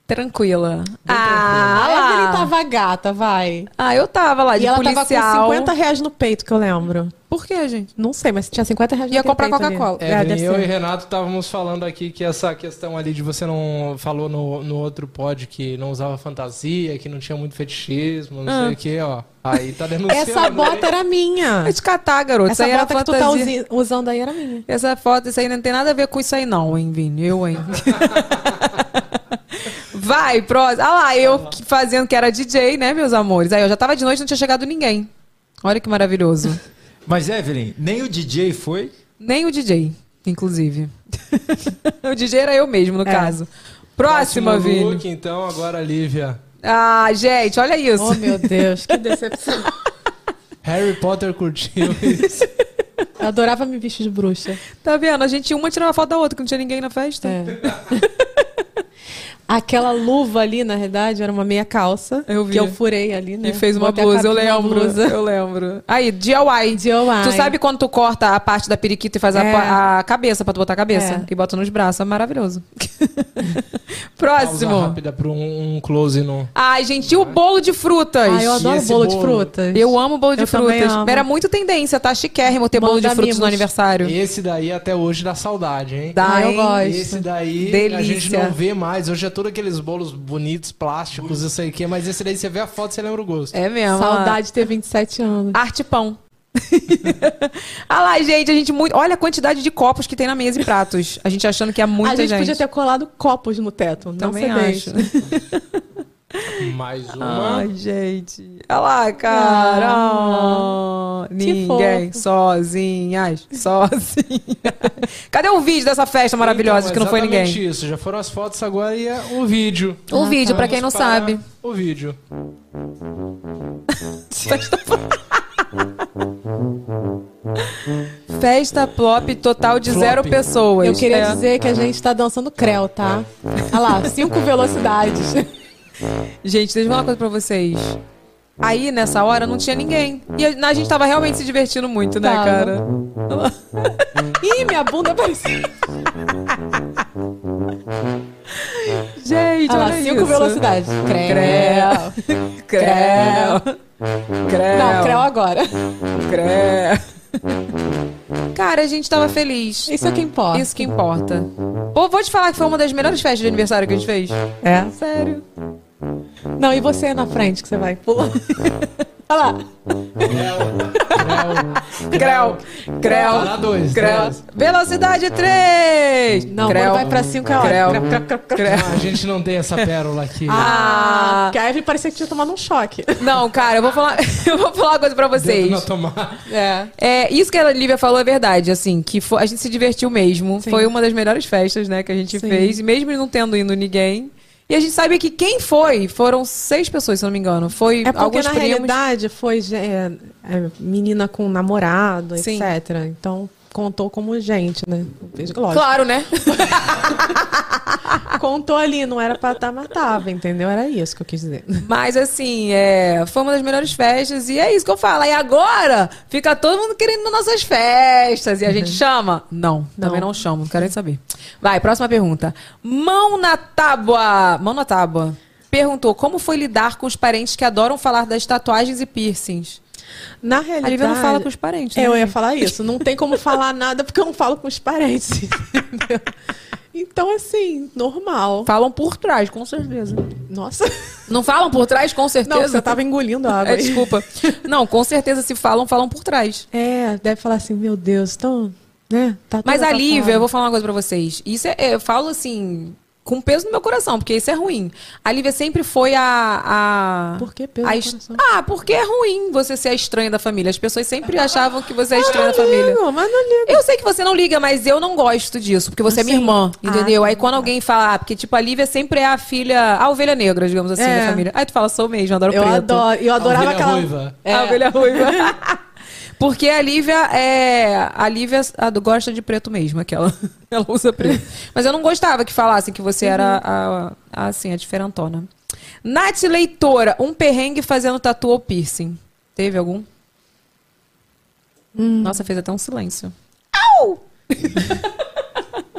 Speaker 3: Tranquila.
Speaker 7: A Evelyn
Speaker 3: Ah, lá.
Speaker 7: tava gata, vai.
Speaker 3: Ah, eu tava lá, de
Speaker 7: e ela
Speaker 3: policial.
Speaker 7: tava com 50 reais no peito, que eu lembro.
Speaker 3: Por quê, gente?
Speaker 7: Não sei, mas tinha 50 reais no
Speaker 3: Ia comprar
Speaker 7: peito ali.
Speaker 3: Coca-Cola.
Speaker 7: É,
Speaker 8: Evelyn,
Speaker 7: deve
Speaker 8: eu
Speaker 7: ser.
Speaker 8: e Renato estávamos falando aqui que essa questão ali de você não falou no, no outro pod que não usava fantasia, que não tinha muito fetichismo, não sei o que, ó. Aí tá denunciando.
Speaker 7: Essa
Speaker 8: hein?
Speaker 7: bota era minha.
Speaker 3: É de catar, garoto.
Speaker 7: Essa
Speaker 3: isso aí era
Speaker 7: bota que tu tá
Speaker 3: fantasia.
Speaker 7: usi- usando aí era minha.
Speaker 3: Essa foto, isso aí não tem nada a ver com isso aí não, hein, Vini? Eu, hein? *laughs* Vai, próximo. Ah lá, eu que- fazendo que era DJ, né, meus amores? Aí eu já tava de noite, não tinha chegado ninguém. Olha que maravilhoso.
Speaker 4: Mas, Evelyn, nem o DJ foi.
Speaker 3: Nem o DJ, inclusive. *laughs* o DJ era eu mesmo,
Speaker 7: É.
Speaker 3: no caso.
Speaker 8: Próximo
Speaker 3: Próxima, Vini.
Speaker 8: look, então, agora, Lívia.
Speaker 3: Ah, gente, olha isso.
Speaker 7: Oh, meu Deus, *laughs* que decepção.
Speaker 8: Harry Potter curtiu isso.
Speaker 7: Eu adorava me vestir de bruxa.
Speaker 3: Tá vendo? A gente uma tirava foto da outra, que não tinha ninguém na festa.
Speaker 7: É. *laughs* Aquela luva ali, na verdade, era uma meia calça.
Speaker 3: Eu vi.
Speaker 7: Que eu furei ali, né?
Speaker 3: E fez uma
Speaker 7: Botei a
Speaker 3: blusa, eu
Speaker 7: capinha na
Speaker 3: lembro.
Speaker 7: blusa.
Speaker 3: Eu lembro. Aí, DIY.
Speaker 7: DIY.
Speaker 3: Tu sabe quando tu corta a parte da periquita e faz a
Speaker 7: É.
Speaker 3: pa- a, cabeça pra tu botar a cabeça?
Speaker 7: É.
Speaker 3: E bota nos braços. É maravilhoso. *laughs*
Speaker 8: Pausa
Speaker 3: Próximo.
Speaker 8: tá rápida para um, um close no.
Speaker 3: Ai, gente, e o bolo de frutas?
Speaker 7: Ai, Ah, eu adoro
Speaker 8: esse
Speaker 7: bolo, de
Speaker 8: bolo?
Speaker 7: frutas.
Speaker 3: Eu amo bolo de
Speaker 7: Eu também
Speaker 3: frutas.
Speaker 7: amo.
Speaker 3: Era muito tendência, tá? Chiquérrimo ter bolo de
Speaker 7: Manda
Speaker 3: frutas no
Speaker 7: mimos.
Speaker 3: aniversário.
Speaker 8: Esse daí é até hoje dá saudade, hein?
Speaker 3: Dá,
Speaker 7: Ah, eu
Speaker 3: hein?
Speaker 7: gosto.
Speaker 8: Esse daí
Speaker 3: Delícia.
Speaker 8: a gente não vê mais. Hoje é todos aqueles bolos bonitos, plásticos, não sei o quê, mas esse daí você vê a foto e você lembra o gosto.
Speaker 3: É mesmo.
Speaker 7: Saudade de ter 27 anos.
Speaker 3: Arte *laughs* pão. Olha Ah lá, gente, a gente muito. Olha a quantidade de copos que tem na mesa e pratos. A gente achando que é muita
Speaker 7: a gente, podia ter colado copos no teto. Não
Speaker 3: Também
Speaker 7: CDs.
Speaker 3: acho.
Speaker 8: Mais uma.
Speaker 3: Ai, gente. Olha lá, cara. Ah, Ninguém.
Speaker 7: fofo.
Speaker 3: Sozinhas. Sozinhas. Cadê o vídeo dessa festa maravilhosa
Speaker 8: Então,
Speaker 3: que não foi
Speaker 8: exatamente
Speaker 3: ninguém?
Speaker 8: isso. Já foram as fotos, agora e é o vídeo.
Speaker 3: O vídeo, pra quem não
Speaker 8: Vamos para
Speaker 3: sabe.
Speaker 8: O vídeo.
Speaker 3: Festa plop total de
Speaker 8: Flop.
Speaker 3: zero pessoas.
Speaker 7: Eu queria
Speaker 3: É.
Speaker 7: dizer que a gente tá dançando creu, tá? Olha lá, cinco velocidades.
Speaker 3: *laughs* Gente, deixa eu falar uma coisa pra vocês. Aí, nessa hora, não tinha ninguém. E a, a gente tava realmente se divertindo muito, né,
Speaker 7: Tava.
Speaker 3: cara?
Speaker 7: Ih, minha bunda apareceu.
Speaker 3: Gente,
Speaker 7: Olha lá,
Speaker 3: olha
Speaker 7: cinco
Speaker 3: isso.
Speaker 7: velocidades. Creu.
Speaker 3: Creu. Creu.
Speaker 7: Não, creu agora.
Speaker 3: Creu. Cara, a gente tava feliz.
Speaker 7: Isso é o que importa.
Speaker 3: Isso que importa. Pô, vou te falar que foi uma das melhores festas de aniversário que a gente fez.
Speaker 7: É.
Speaker 3: Sério.
Speaker 7: Não, e você na frente que você
Speaker 3: *laughs*
Speaker 7: vai pular. Olha lá.
Speaker 3: Creu.
Speaker 8: Tá lá dois,
Speaker 3: Creu. É Creu.
Speaker 8: dois.
Speaker 3: Velocidade 3.
Speaker 7: Não,
Speaker 3: creu.
Speaker 7: quando vai pra cinco é
Speaker 3: Creu.
Speaker 7: hora.
Speaker 3: Creu.
Speaker 8: Ah, a gente não tem essa
Speaker 3: *laughs*
Speaker 8: pérola aqui.
Speaker 7: Ah, porque a Eve parecia que tinha tomado um choque.
Speaker 3: Não, cara, eu vou falar, *laughs* eu vou falar uma coisa pra vocês.
Speaker 8: Dedo na tomada.
Speaker 7: É.
Speaker 3: É, isso que a Lívia falou é verdade, assim, que fo- a gente se divertiu mesmo. Foi uma das melhores festas, né, que a gente
Speaker 7: Sim.
Speaker 3: fez, e mesmo não tendo ido ninguém. E a gente sabe que quem foi, foram seis pessoas, se eu não me engano. Foi
Speaker 7: É porque
Speaker 3: alguns
Speaker 7: na
Speaker 3: primos.
Speaker 7: realidade foi é, é, menina com namorado,
Speaker 3: Sim.
Speaker 7: etc. Então contou como gente, né? Lógico.
Speaker 3: Claro, né?
Speaker 7: Contou ali, não era pra
Speaker 3: tá,
Speaker 7: estar matava, entendeu? Era isso que eu quis dizer.
Speaker 3: Mas assim, é, foi uma das melhores festas e é isso que eu falo. E agora fica todo mundo querendo nossas festas e a
Speaker 7: Uhum.
Speaker 3: gente chama? Não, também não chamo, não quero nem saber. Vai, próxima pergunta. Mão na tábua. Mão na tábua. Perguntou como foi lidar com os parentes que adoram falar das tatuagens e piercings.
Speaker 7: Na
Speaker 3: A
Speaker 7: realidade.
Speaker 3: Lívia não fala com os parentes, né?
Speaker 7: É Eu ia falar isso. Não tem como falar nada porque eu não falo com os parentes, *laughs* entendeu? Então, assim, normal.
Speaker 3: Falam por trás, com certeza.
Speaker 7: Nossa.
Speaker 3: Não falam por trás, com certeza?
Speaker 7: Uhum. Não, você tava engolindo a água.
Speaker 3: *laughs* É,
Speaker 7: aí.
Speaker 3: desculpa. Não, com certeza se falam, falam por trás.
Speaker 7: É, deve falar assim, meu Deus, então, né? Tá
Speaker 3: Mas
Speaker 7: toda
Speaker 3: a Lívia,
Speaker 7: tatuada.
Speaker 3: eu vou falar uma coisa pra vocês. Isso é, eu falo assim, com peso no meu coração, porque isso é ruim. A Lívia sempre foi a. a
Speaker 7: Por que peso
Speaker 3: a
Speaker 7: no
Speaker 3: est-
Speaker 7: coração?
Speaker 3: Ah, porque é ruim você ser a estranha da família. As pessoas sempre achavam que você é a estranha da família.
Speaker 7: Ligo, mas não ligo.
Speaker 3: Eu sei que você não liga, mas eu não gosto disso, porque você é minha
Speaker 7: Sim.
Speaker 3: irmã,
Speaker 7: Ah,
Speaker 3: entendeu?
Speaker 7: tá.
Speaker 3: Aí quando alguém fala, ah, porque tipo, a Lívia sempre é a filha, a ovelha negra, digamos assim,
Speaker 7: É.
Speaker 3: da família. Aí tu fala, sou mesmo, adoro
Speaker 7: Eu
Speaker 3: preto.
Speaker 7: adoro, eu adorava
Speaker 8: Ovelha
Speaker 7: aquela.
Speaker 8: Tá ruiva.
Speaker 3: A ovelha ruiva. É. *laughs* Porque a Lívia é. A Lívia a do- gosta de preto mesmo, aquela. *laughs* Ela usa preto. Mas eu não gostava que falassem que você era a, a- assim, a diferentona. Nath Leitora, um perrengue fazendo tatu ou piercing. Teve algum? Nossa, fez até um silêncio.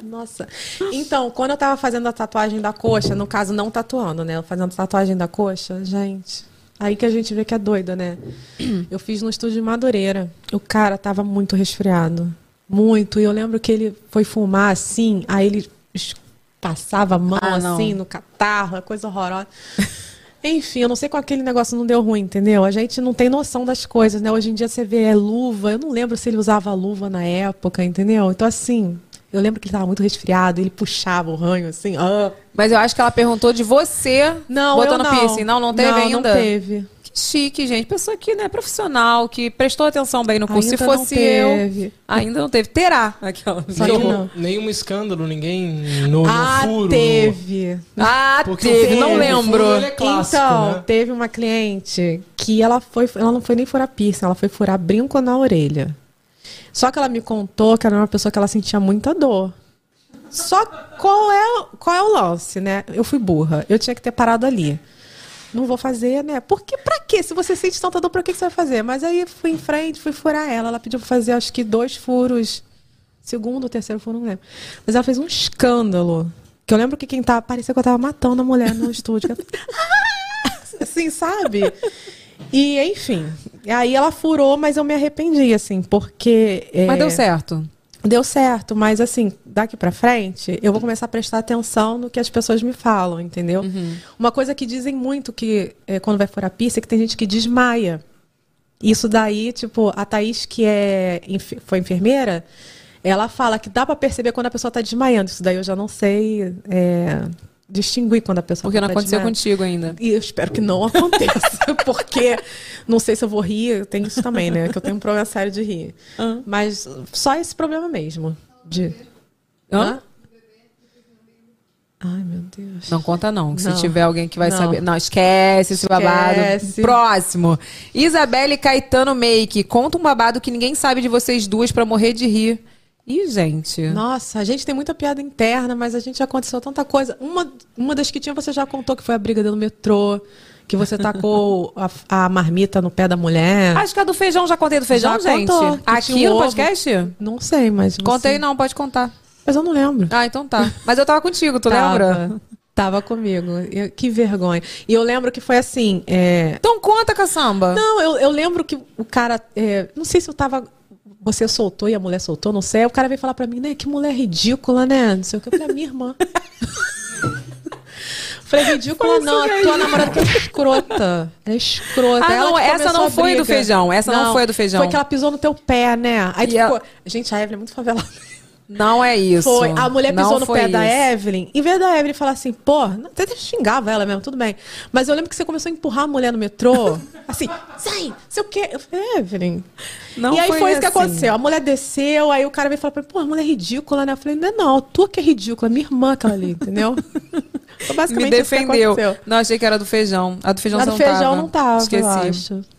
Speaker 7: Nossa. Então, quando eu tava fazendo a tatuagem da coxa, no caso não tatuando, né? Fazendo tatuagem da coxa, gente. Aí que a gente vê que é
Speaker 3: *clears throat*
Speaker 7: doida, né? Eu fiz no estúdio de Madureira. O cara tava muito resfriado. Muito. E eu lembro que ele foi fumar assim, aí ele es- passava a mão
Speaker 3: Ah, não.
Speaker 7: assim no catarro, é coisa horrorosa. Enfim, eu não sei como aquele negócio não deu ruim, entendeu? A gente não tem noção das coisas, né? Hoje em dia você vê é luva, eu não lembro se ele usava luva na época, entendeu? Então, assim, eu lembro que ele tava muito resfriado, ele puxava o ranho, assim, ah.
Speaker 3: Mas eu acho que ela perguntou de você
Speaker 7: Não, eu
Speaker 3: botando
Speaker 7: não.
Speaker 3: piercing. Não, não teve
Speaker 7: não,
Speaker 3: ainda?
Speaker 7: Não teve.
Speaker 3: Que chique, gente. Pessoa que né, profissional, que prestou atenção bem no curso. Se
Speaker 7: Ainda não
Speaker 3: fosse eu,
Speaker 7: teve.
Speaker 3: ainda não teve. Terá. Aquela.
Speaker 7: Só que
Speaker 8: Nenhum,
Speaker 7: não.
Speaker 8: nenhum escândalo, ninguém no, no
Speaker 7: ah,
Speaker 8: furo.
Speaker 7: teve.
Speaker 3: Ah,
Speaker 8: Porque
Speaker 3: teve,
Speaker 8: o
Speaker 3: não
Speaker 8: furo-
Speaker 3: lembro.
Speaker 8: o furo, ele é clássico,
Speaker 7: então,
Speaker 8: né?
Speaker 7: teve uma cliente que ela foi, ela não foi nem furar piercing, ela foi furar brinco na orelha. Só que ela me contou que ela era uma pessoa que ela sentia muita dor. Só qual é, o- qual é o lance, né? Eu fui burra. Eu tinha que ter parado ali. Não vou fazer, né? Porque pra quê? Se você sente tanta dor, pra que que você vai fazer? Mas aí fui em frente, fui furar ela. Ela pediu pra fazer acho que dois furos. Segundo, terceiro furo, não lembro. Mas ela fez um escândalo. Que eu lembro que quem tava. Parecia que eu tava matando a mulher no estúdio. Ela- assim, sabe? E, enfim. Aí ela furou, mas eu me arrependi, assim, porque. é,
Speaker 3: Mas deu certo.
Speaker 7: Deu certo, mas assim, daqui pra frente, eu vou começar a prestar atenção no que as pessoas me falam, entendeu?
Speaker 3: Uhum.
Speaker 7: Uma coisa que dizem muito que é, quando vai furar piercing é que tem gente que desmaia. Isso daí, tipo, a Thaís, que é, enfe- foi enfermeira, ela fala que dá pra perceber quando a pessoa tá desmaiando. Isso daí eu já não sei é, distinguir quando a pessoa
Speaker 3: Porque
Speaker 7: tá
Speaker 3: não aconteceu
Speaker 7: desmaiando.
Speaker 3: contigo ainda.
Speaker 7: E eu espero que não *laughs* aconteça, porque não sei se eu vou rir, tem isso também, né? Que eu tenho um problema sério de rir.
Speaker 3: Ah.
Speaker 7: Mas só esse problema mesmo. De...
Speaker 3: Hã?
Speaker 7: Ai, meu Deus.
Speaker 3: Não conta não. que Se
Speaker 7: Não.
Speaker 3: tiver alguém que vai
Speaker 7: Não.
Speaker 3: saber. Não, esquece esse babado.
Speaker 7: Esquece.
Speaker 3: Próximo. Isabelle Caetano Make. Conta um babado que ninguém sabe de vocês duas pra morrer de rir. Ih, gente.
Speaker 7: Nossa, a gente tem muita piada interna, mas a gente já aconteceu tanta coisa. Uma, uma das que tinha você já contou, que foi a briga dentro do metrô, que você tacou a, a marmita no pé da mulher.
Speaker 3: Acho que a do feijão já contei do feijão,
Speaker 7: Já
Speaker 3: gente.
Speaker 7: contou, que
Speaker 3: Aqui
Speaker 7: tinha um
Speaker 3: no
Speaker 7: ovo.
Speaker 3: podcast?
Speaker 7: Não sei, mas. você-
Speaker 3: Contei não, pode contar.
Speaker 7: Mas eu não lembro.
Speaker 3: Ah, então tá. Mas eu tava contigo, tu
Speaker 7: Tava.
Speaker 3: lembra?
Speaker 7: Tava comigo. Eu- que vergonha. E eu lembro que foi assim. é,
Speaker 3: Então conta, caçamba.
Speaker 7: Não, eu, eu lembro que o cara. é, Não sei se eu tava. Você soltou e a mulher soltou, não sei. Aí O cara veio falar pra mim, né? Que mulher ridícula, né? Não sei o que. Eu falei, "É minha irmã. *laughs* Falei, ridícula não, a tua namorada que é escrota. Ela é escrota.
Speaker 3: assim Ah,
Speaker 7: Ela
Speaker 3: não,
Speaker 7: que
Speaker 3: essa
Speaker 7: começou
Speaker 3: não
Speaker 7: a
Speaker 3: foi
Speaker 7: briga.
Speaker 3: do feijão, essa não foi do feijão.
Speaker 7: Foi que ela pisou no teu pé, né? Aí
Speaker 3: E
Speaker 7: tu ficou.
Speaker 3: ela-
Speaker 7: Gente, a Evelyn é muito favelada.
Speaker 3: Não é isso.
Speaker 7: Foi. A mulher
Speaker 3: Não
Speaker 7: pisou no
Speaker 3: foi
Speaker 7: pé da
Speaker 3: isso.
Speaker 7: Evelyn. Em vez da Evelyn falar assim, pô, até até xingava ela mesmo, tudo bem. Mas eu lembro que você começou a empurrar a mulher
Speaker 3: *laughs*
Speaker 7: no metrô. assim, sai, sei o quê. Eu falei, Evelyn.
Speaker 3: Não
Speaker 7: e aí foi, isso que
Speaker 3: assim.
Speaker 7: aconteceu. A mulher desceu, aí o cara veio falar pra mim, pô, a mulher é ridícula, né? Eu falei, não é não, tu que é ridícula, minha irmã aquela ali,
Speaker 3: *laughs*
Speaker 7: entendeu? Foi
Speaker 3: Me
Speaker 7: basicamente
Speaker 3: defendeu.
Speaker 7: isso que aconteceu.
Speaker 3: Não, achei que era do feijão. A do feijão
Speaker 7: Mas
Speaker 3: você
Speaker 7: o
Speaker 3: não
Speaker 7: feijão
Speaker 3: tava.
Speaker 7: não tava,
Speaker 3: Esqueci.
Speaker 7: eu acho.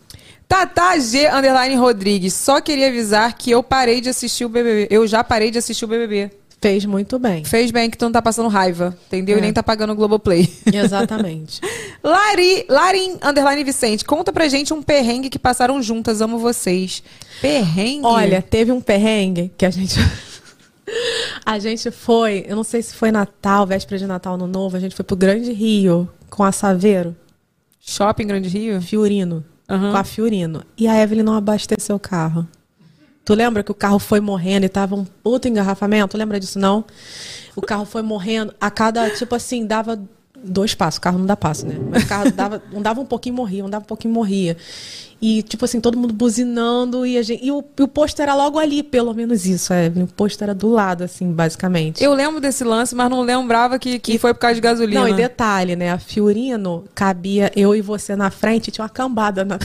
Speaker 3: Tata G underline Rodrigues. Só queria avisar que eu parei de assistir o BBB. Eu já parei de assistir o BBB.
Speaker 7: Fez
Speaker 3: *laughs*
Speaker 7: muito bem.
Speaker 3: Fez bem que tu não tá passando raiva, entendeu? E
Speaker 7: É.
Speaker 3: nem tá pagando o Globoplay. *laughs*
Speaker 7: Exatamente.
Speaker 3: Lari, Larin underline Vicente, conta pra gente um perrengue que passaram juntas. Amo vocês. Perrengue?
Speaker 7: Olha, teve um perrengue que a gente. *laughs* a gente foi, eu não sei se foi Natal, véspera de Natal, Ano Novo, a gente foi pro Grande Rio com a Saveiro,
Speaker 3: Shopping Grande Rio?
Speaker 7: Fiorino.
Speaker 3: Aham.
Speaker 7: Com a Fiorino. E a Evelyn não abasteceu o carro. Tu lembra que o carro foi morrendo e tava um puto engarrafamento? Tu lembra disso, não? O carro foi morrendo. A cada, tipo assim, dava dois passos. O carro não dá passo, né? Mas o carro dava, um dava um pouquinho e morria, um dava um pouquinho e morria. E, tipo assim, todo mundo buzinando. E, a gente, e, o, e o posto era logo ali, pelo menos isso, Evelyn. O posto era do lado, assim, basicamente.
Speaker 3: Eu lembro desse lance, mas não lembrava que, que foi por causa de gasolina.
Speaker 7: Não, e detalhe, né? A Fiorino cabia eu e você na frente, tinha uma cambada na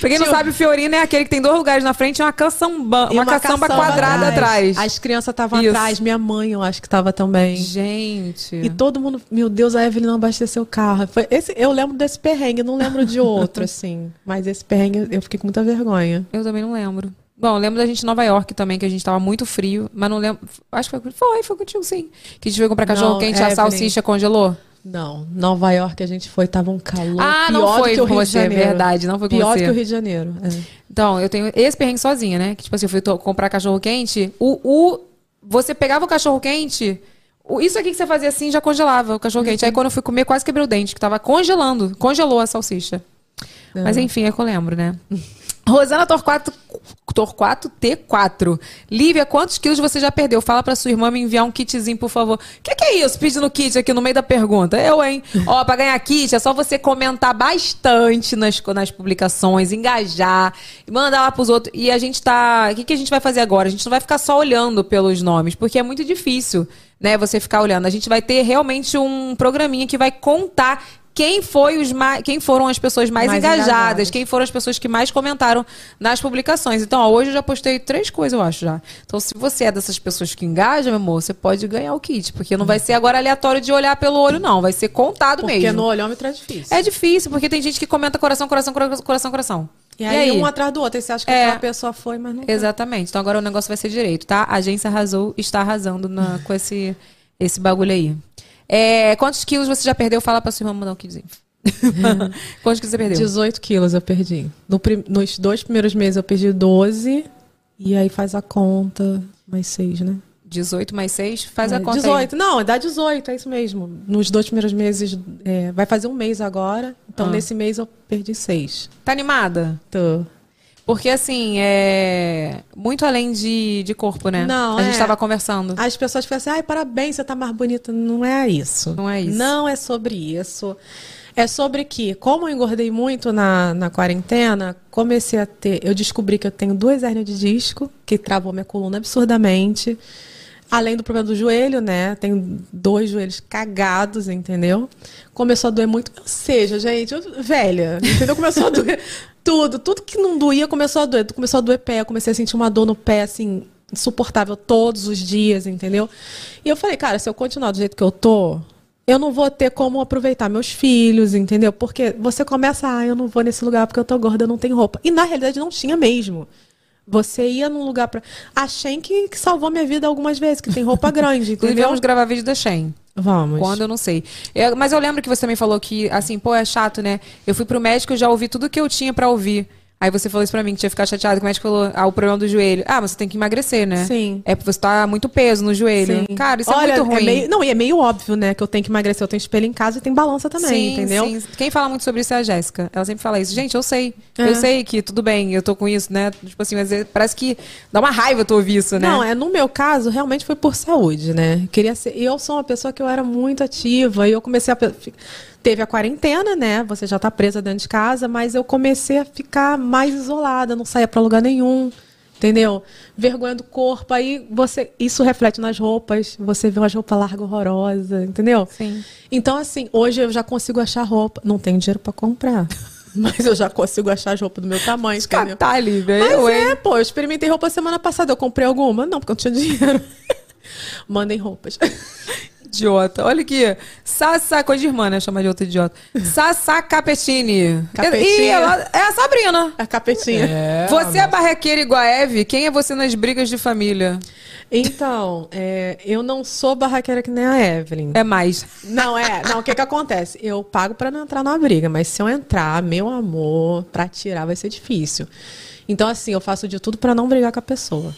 Speaker 3: Pra quem não sabe, Fiorino é aquele que tem dois lugares na frente e uma caçamba,
Speaker 7: E
Speaker 3: uma caçamba quadrada atrás.
Speaker 7: As crianças estavam
Speaker 3: Isso.
Speaker 7: atrás, minha mãe eu acho que estava também.
Speaker 3: Gente.
Speaker 7: E todo mundo, meu Deus, a Evelyn não abasteceu o carro. Foi esse, eu lembro desse perrengue, não lembro de *laughs* outro, assim. Mas esse perrengue eu fiquei com muita vergonha.
Speaker 3: Eu também não lembro. Bom, eu lembro da gente em Nova York também, que a gente tava muito frio, mas não lembro. Acho que foi, foi, foi contigo sim. Que a gente foi comprar
Speaker 7: Não,
Speaker 3: cachorro quente, a
Speaker 7: Evelyn.
Speaker 3: salsicha congelou.
Speaker 7: Não, Nova York a gente foi, tava um calor.
Speaker 3: Ah, não
Speaker 7: pior
Speaker 3: foi
Speaker 7: do que o
Speaker 3: com
Speaker 7: Rio de
Speaker 3: você, é
Speaker 7: Janeiro.
Speaker 3: verdade, não foi com
Speaker 7: pior
Speaker 3: você.
Speaker 7: do que o Rio de Janeiro. é.
Speaker 3: Então, eu tenho esse perrengue sozinha, né? Que, tipo assim, eu fui to- comprar cachorro quente, o, o- Você pegava o cachorro quente, o- isso aqui que você fazia assim já congelava o cachorro quente. Aí quando eu fui comer, quase quebrei o dente, que tava congelando. Congelou a salsicha. Mas enfim, é que eu lembro, né? Rosana Torquato, Torquato T4. Lívia, quantos quilos você já perdeu? Fala pra sua irmã me enviar um kitzinho, por favor. O que, que é isso? Pedindo kit aqui no meio da pergunta. Eu,
Speaker 7: *laughs*
Speaker 3: hein? Ó, pra ganhar kit é só você comentar bastante nas, co- nas publicações, engajar, mandar lá pros outros. E a gente tá. O que, que a gente vai fazer agora? A gente não vai ficar só olhando pelos nomes, porque é muito difícil, né, você ficar olhando. A gente vai ter realmente um programinha que vai contar. Quem, foi os mais, quem foram as pessoas mais,
Speaker 7: Mais
Speaker 3: engajadas,
Speaker 7: engajadas.
Speaker 3: quem foram as pessoas que mais comentaram nas publicações. Então, ó, hoje eu já postei três coisas, eu acho, já. Então, se você é dessas pessoas que engajam, meu amor, você pode ganhar o kit. Porque não vai ser agora aleatório de olhar pelo olho, não. Vai ser contado
Speaker 7: Hum. Porque
Speaker 3: mesmo.
Speaker 7: no olhômetro é difícil.
Speaker 3: É difícil, porque tem gente que comenta coração, coração, cora- coração, coração.
Speaker 7: E aí, um atrás do outro. Aí você acha que
Speaker 3: É.
Speaker 7: aquela pessoa foi, mas não foi.
Speaker 3: Exatamente. Então agora o negócio vai ser direito, tá? A agência arrasou, está arrasando
Speaker 7: *laughs*
Speaker 3: na- com esse, esse bagulho aí. É, quantos quilos você já perdeu? Fala pra sua irmã mandar um quilzinho. *laughs* quantos quilos você perdeu?
Speaker 7: 18 quilos eu perdi. No prim- Nos dois primeiros meses eu perdi 12. E aí faz a conta, mais 6, né?
Speaker 3: 18 mais 6? Faz a
Speaker 7: É,
Speaker 3: conta aí.
Speaker 7: 18. Não, dá 18, é isso mesmo. Nos dois primeiros meses, é, vai fazer um mês agora. Então
Speaker 3: Ah.
Speaker 7: nesse mês eu perdi 6.
Speaker 3: Tá animada?
Speaker 7: Tô.
Speaker 3: Porque assim, é... Muito além de, de corpo, né?
Speaker 7: Não,
Speaker 3: A gente
Speaker 7: é.
Speaker 3: tava conversando.
Speaker 7: As pessoas ficam assim, ai, parabéns, você tá mais bonita. Não é isso.
Speaker 3: Não é isso.
Speaker 7: Não é sobre isso. É sobre que, como eu engordei muito na, na quarentena, comecei a ter. Eu descobri que eu tenho duas hérnias de disco, que travou minha coluna absurdamente. Além do problema do joelho, né? Tenho dois joelhos cagados, entendeu? Começou a doer muito. Ou seja, gente, eu- velha, entendeu? Começou a doer *laughs* tudo. Tudo que não doía começou a doer. Começou a doer pé. Eu comecei a sentir uma dor no pé, assim, insuportável todos os dias, entendeu? E eu falei, cara, se eu continuar do jeito que eu tô, eu não vou ter como aproveitar meus filhos, entendeu? Porque você começa, ah, eu não vou nesse lugar porque eu tô gorda, eu não tenho roupa. E na realidade não tinha mesmo. Você ia num lugar pra. A Shen que, que salvou minha vida algumas vezes, que tem roupa grande,
Speaker 3: *laughs* Inclusive,
Speaker 7: entendeu?
Speaker 3: vamos gravar vídeo da Shen.
Speaker 7: Vamos.
Speaker 3: Quando eu não sei. Eu- mas eu lembro que você também falou que, assim, pô, é chato, né? Eu fui pro médico e já ouvi tudo que eu tinha pra ouvir. Aí você falou isso pra mim, que tinha ficado chateado, que o médico falou, ah, o problema do joelho. Ah, mas você tem que emagrecer, né?
Speaker 7: Sim.
Speaker 3: É porque você tá muito peso no joelho.
Speaker 7: Sim.
Speaker 3: Cara, isso
Speaker 7: Olha,
Speaker 3: é muito ruim.
Speaker 7: meio- não, e é meio óbvio, né? Que eu tenho que emagrecer. Eu tenho espelho em casa e tem balança também,
Speaker 3: Sim,
Speaker 7: entendeu?
Speaker 3: sim. Quem fala muito sobre isso é a Jéssica. Ela sempre fala isso. Gente, eu sei.
Speaker 7: É.
Speaker 3: Eu sei que tudo bem, eu tô com isso, né? Tipo assim, mas é- parece que dá uma raiva tu ouvir isso, né?
Speaker 7: Não, é, no meu caso, realmente foi por saúde, né? Queria ser, e eu sou uma pessoa que eu era muito ativa e eu comecei a pe- fi- teve a quarentena, né? Você já tá presa dentro de casa, mas eu comecei a ficar mais isolada, não saía pra lugar nenhum. Entendeu? Vergonha do corpo, aí você. Isso reflete nas roupas. Você vê umas roupas largas horrorosas, entendeu?
Speaker 3: Sim.
Speaker 7: Então, assim, hoje eu já consigo achar roupa. Não tenho dinheiro pra comprar. *laughs* Mas eu já consigo achar as roupas do meu tamanho, entendeu?
Speaker 3: Tá ali,
Speaker 7: Mas
Speaker 3: velho.
Speaker 7: é, pô, eu experimentei roupa semana passada. Eu comprei alguma? Não, porque eu não tinha *laughs* dinheiro. Mandem roupas. *laughs*
Speaker 3: Idiota. Olha aqui. Sassá, coisa de irmã, né? Chamar de outra idiota. *laughs* Sassá Capetini.
Speaker 7: Capetinha.
Speaker 3: Ih, ela é a Sabrina.
Speaker 7: A capetinha.
Speaker 3: Você é barraqueira igual a Eve? Quem é você nas brigas de família?
Speaker 7: Então, é, eu não sou barraqueira que nem a Evelyn.
Speaker 3: É mais.
Speaker 7: Não, é. Não, o que que acontece? Eu pago pra não entrar numa briga, mas se eu entrar, meu amor, pra tirar vai ser difícil. Então, assim, eu faço de tudo pra não brigar com a pessoa.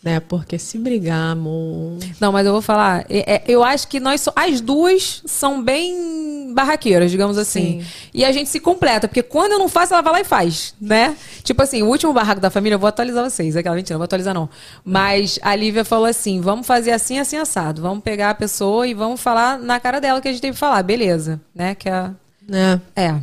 Speaker 7: Né? Porque se brigar, amor.
Speaker 3: Não, mas eu vou falar. é- é- eu acho que nós so- as duas são bem barraqueiras, digamos assim. E a gente se completa, porque quando eu não faço, ela vai lá e faz, né? Tipo assim, o último barraco da família, eu vou atualizar vocês. Aquela mentira, não vou atualizar não. Mas a Lívia falou assim: vamos fazer assim, assim, assado. Vamos pegar a pessoa e vamos falar na cara dela o que a gente tem que falar. Beleza, né? Que é.
Speaker 7: Né?
Speaker 3: É.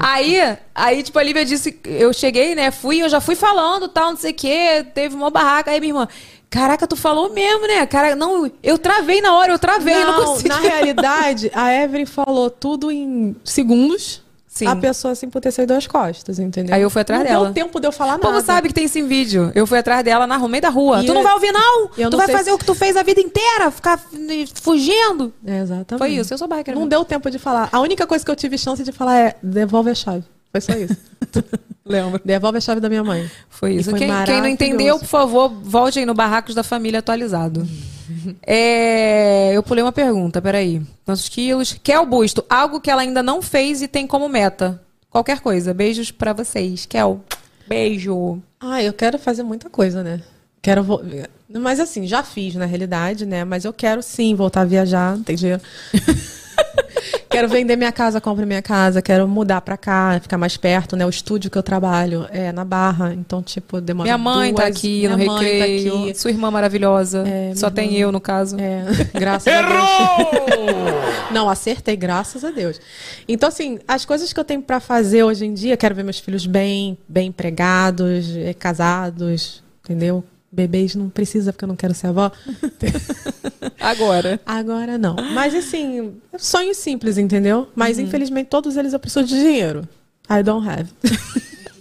Speaker 3: Aí, aí, tipo, a Lívia disse, eu cheguei, né? Fui, eu já fui falando, tal, não sei o quê, teve uma barraca. Aí minha irmã, caraca, tu falou mesmo, né? Cara, não, eu travei na hora, eu travei, eu não
Speaker 7: Não,
Speaker 3: consegui.
Speaker 7: na realidade, a Evelyn falou tudo em segundos.
Speaker 3: Sim.
Speaker 7: A pessoa assim por ter saído das costas, entendeu?
Speaker 3: Aí eu fui atrás
Speaker 7: não
Speaker 3: dela.
Speaker 7: Não deu tempo de eu falar
Speaker 3: *laughs* O povo
Speaker 7: nada.
Speaker 3: sabe que tem esse vídeo. Eu fui atrás dela na meio da rua.
Speaker 7: E
Speaker 3: tu não
Speaker 7: eu-
Speaker 3: vai ouvir, não? tu
Speaker 7: eu não
Speaker 3: vai
Speaker 7: sei
Speaker 3: fazer
Speaker 7: se-
Speaker 3: o que tu fez a vida inteira, ficar eh, fugindo.
Speaker 7: É, exatamente.
Speaker 3: Foi isso, eu sou né? barraqueira.
Speaker 7: Não
Speaker 3: mesmo.
Speaker 7: deu tempo de falar. A única coisa que eu tive chance de falar é devolve a chave. Foi só
Speaker 3: *laughs*
Speaker 7: isso.
Speaker 3: Lembra.
Speaker 7: devolve a chave da minha mãe.
Speaker 3: Foi isso.
Speaker 7: E
Speaker 3: quem,
Speaker 7: foi
Speaker 3: quem não
Speaker 7: maravilhoso.
Speaker 3: entendeu, por favor, volte aí no Barracos da Família
Speaker 7: *laughs*
Speaker 3: atualizado. É, eu pulei uma pergunta, peraí. Quantos quilos? Kel Busto, algo que ela ainda não fez e tem como meta. Qualquer coisa. Beijos pra vocês. Kel, beijo.
Speaker 7: Ah, eu quero fazer muita coisa, né? Quero. vo- Mas assim, já fiz na realidade, né? Mas eu quero sim voltar a viajar, não tem dinheiro. *laughs* Quero vender minha casa, compro minha casa, quero mudar pra cá, ficar mais perto, né? O estúdio que eu trabalho é na Barra, então, tipo, demora
Speaker 3: Minha mãe tá
Speaker 7: duas-
Speaker 3: aqui no
Speaker 7: minha mãe tá
Speaker 3: recreio. *laughs*
Speaker 7: aqui.
Speaker 3: Sua irmã maravilhosa.
Speaker 7: É,
Speaker 3: Só
Speaker 7: minha
Speaker 3: tem
Speaker 7: irmã.
Speaker 3: eu, no caso.
Speaker 7: É, graças a
Speaker 3: *laughs*
Speaker 7: Deus. Não, acertei, graças a Deus. Então, assim, as coisas que eu tenho pra fazer hoje em dia, quero ver meus filhos bem, bem empregados, eh, casados, entendeu? Bebês não precisa, porque eu não quero ser avó.
Speaker 3: Agora.
Speaker 7: Agora não. Mas assim, sonhos simples, entendeu? Mas infelizmente todos eles eu preciso de dinheiro. I don't have.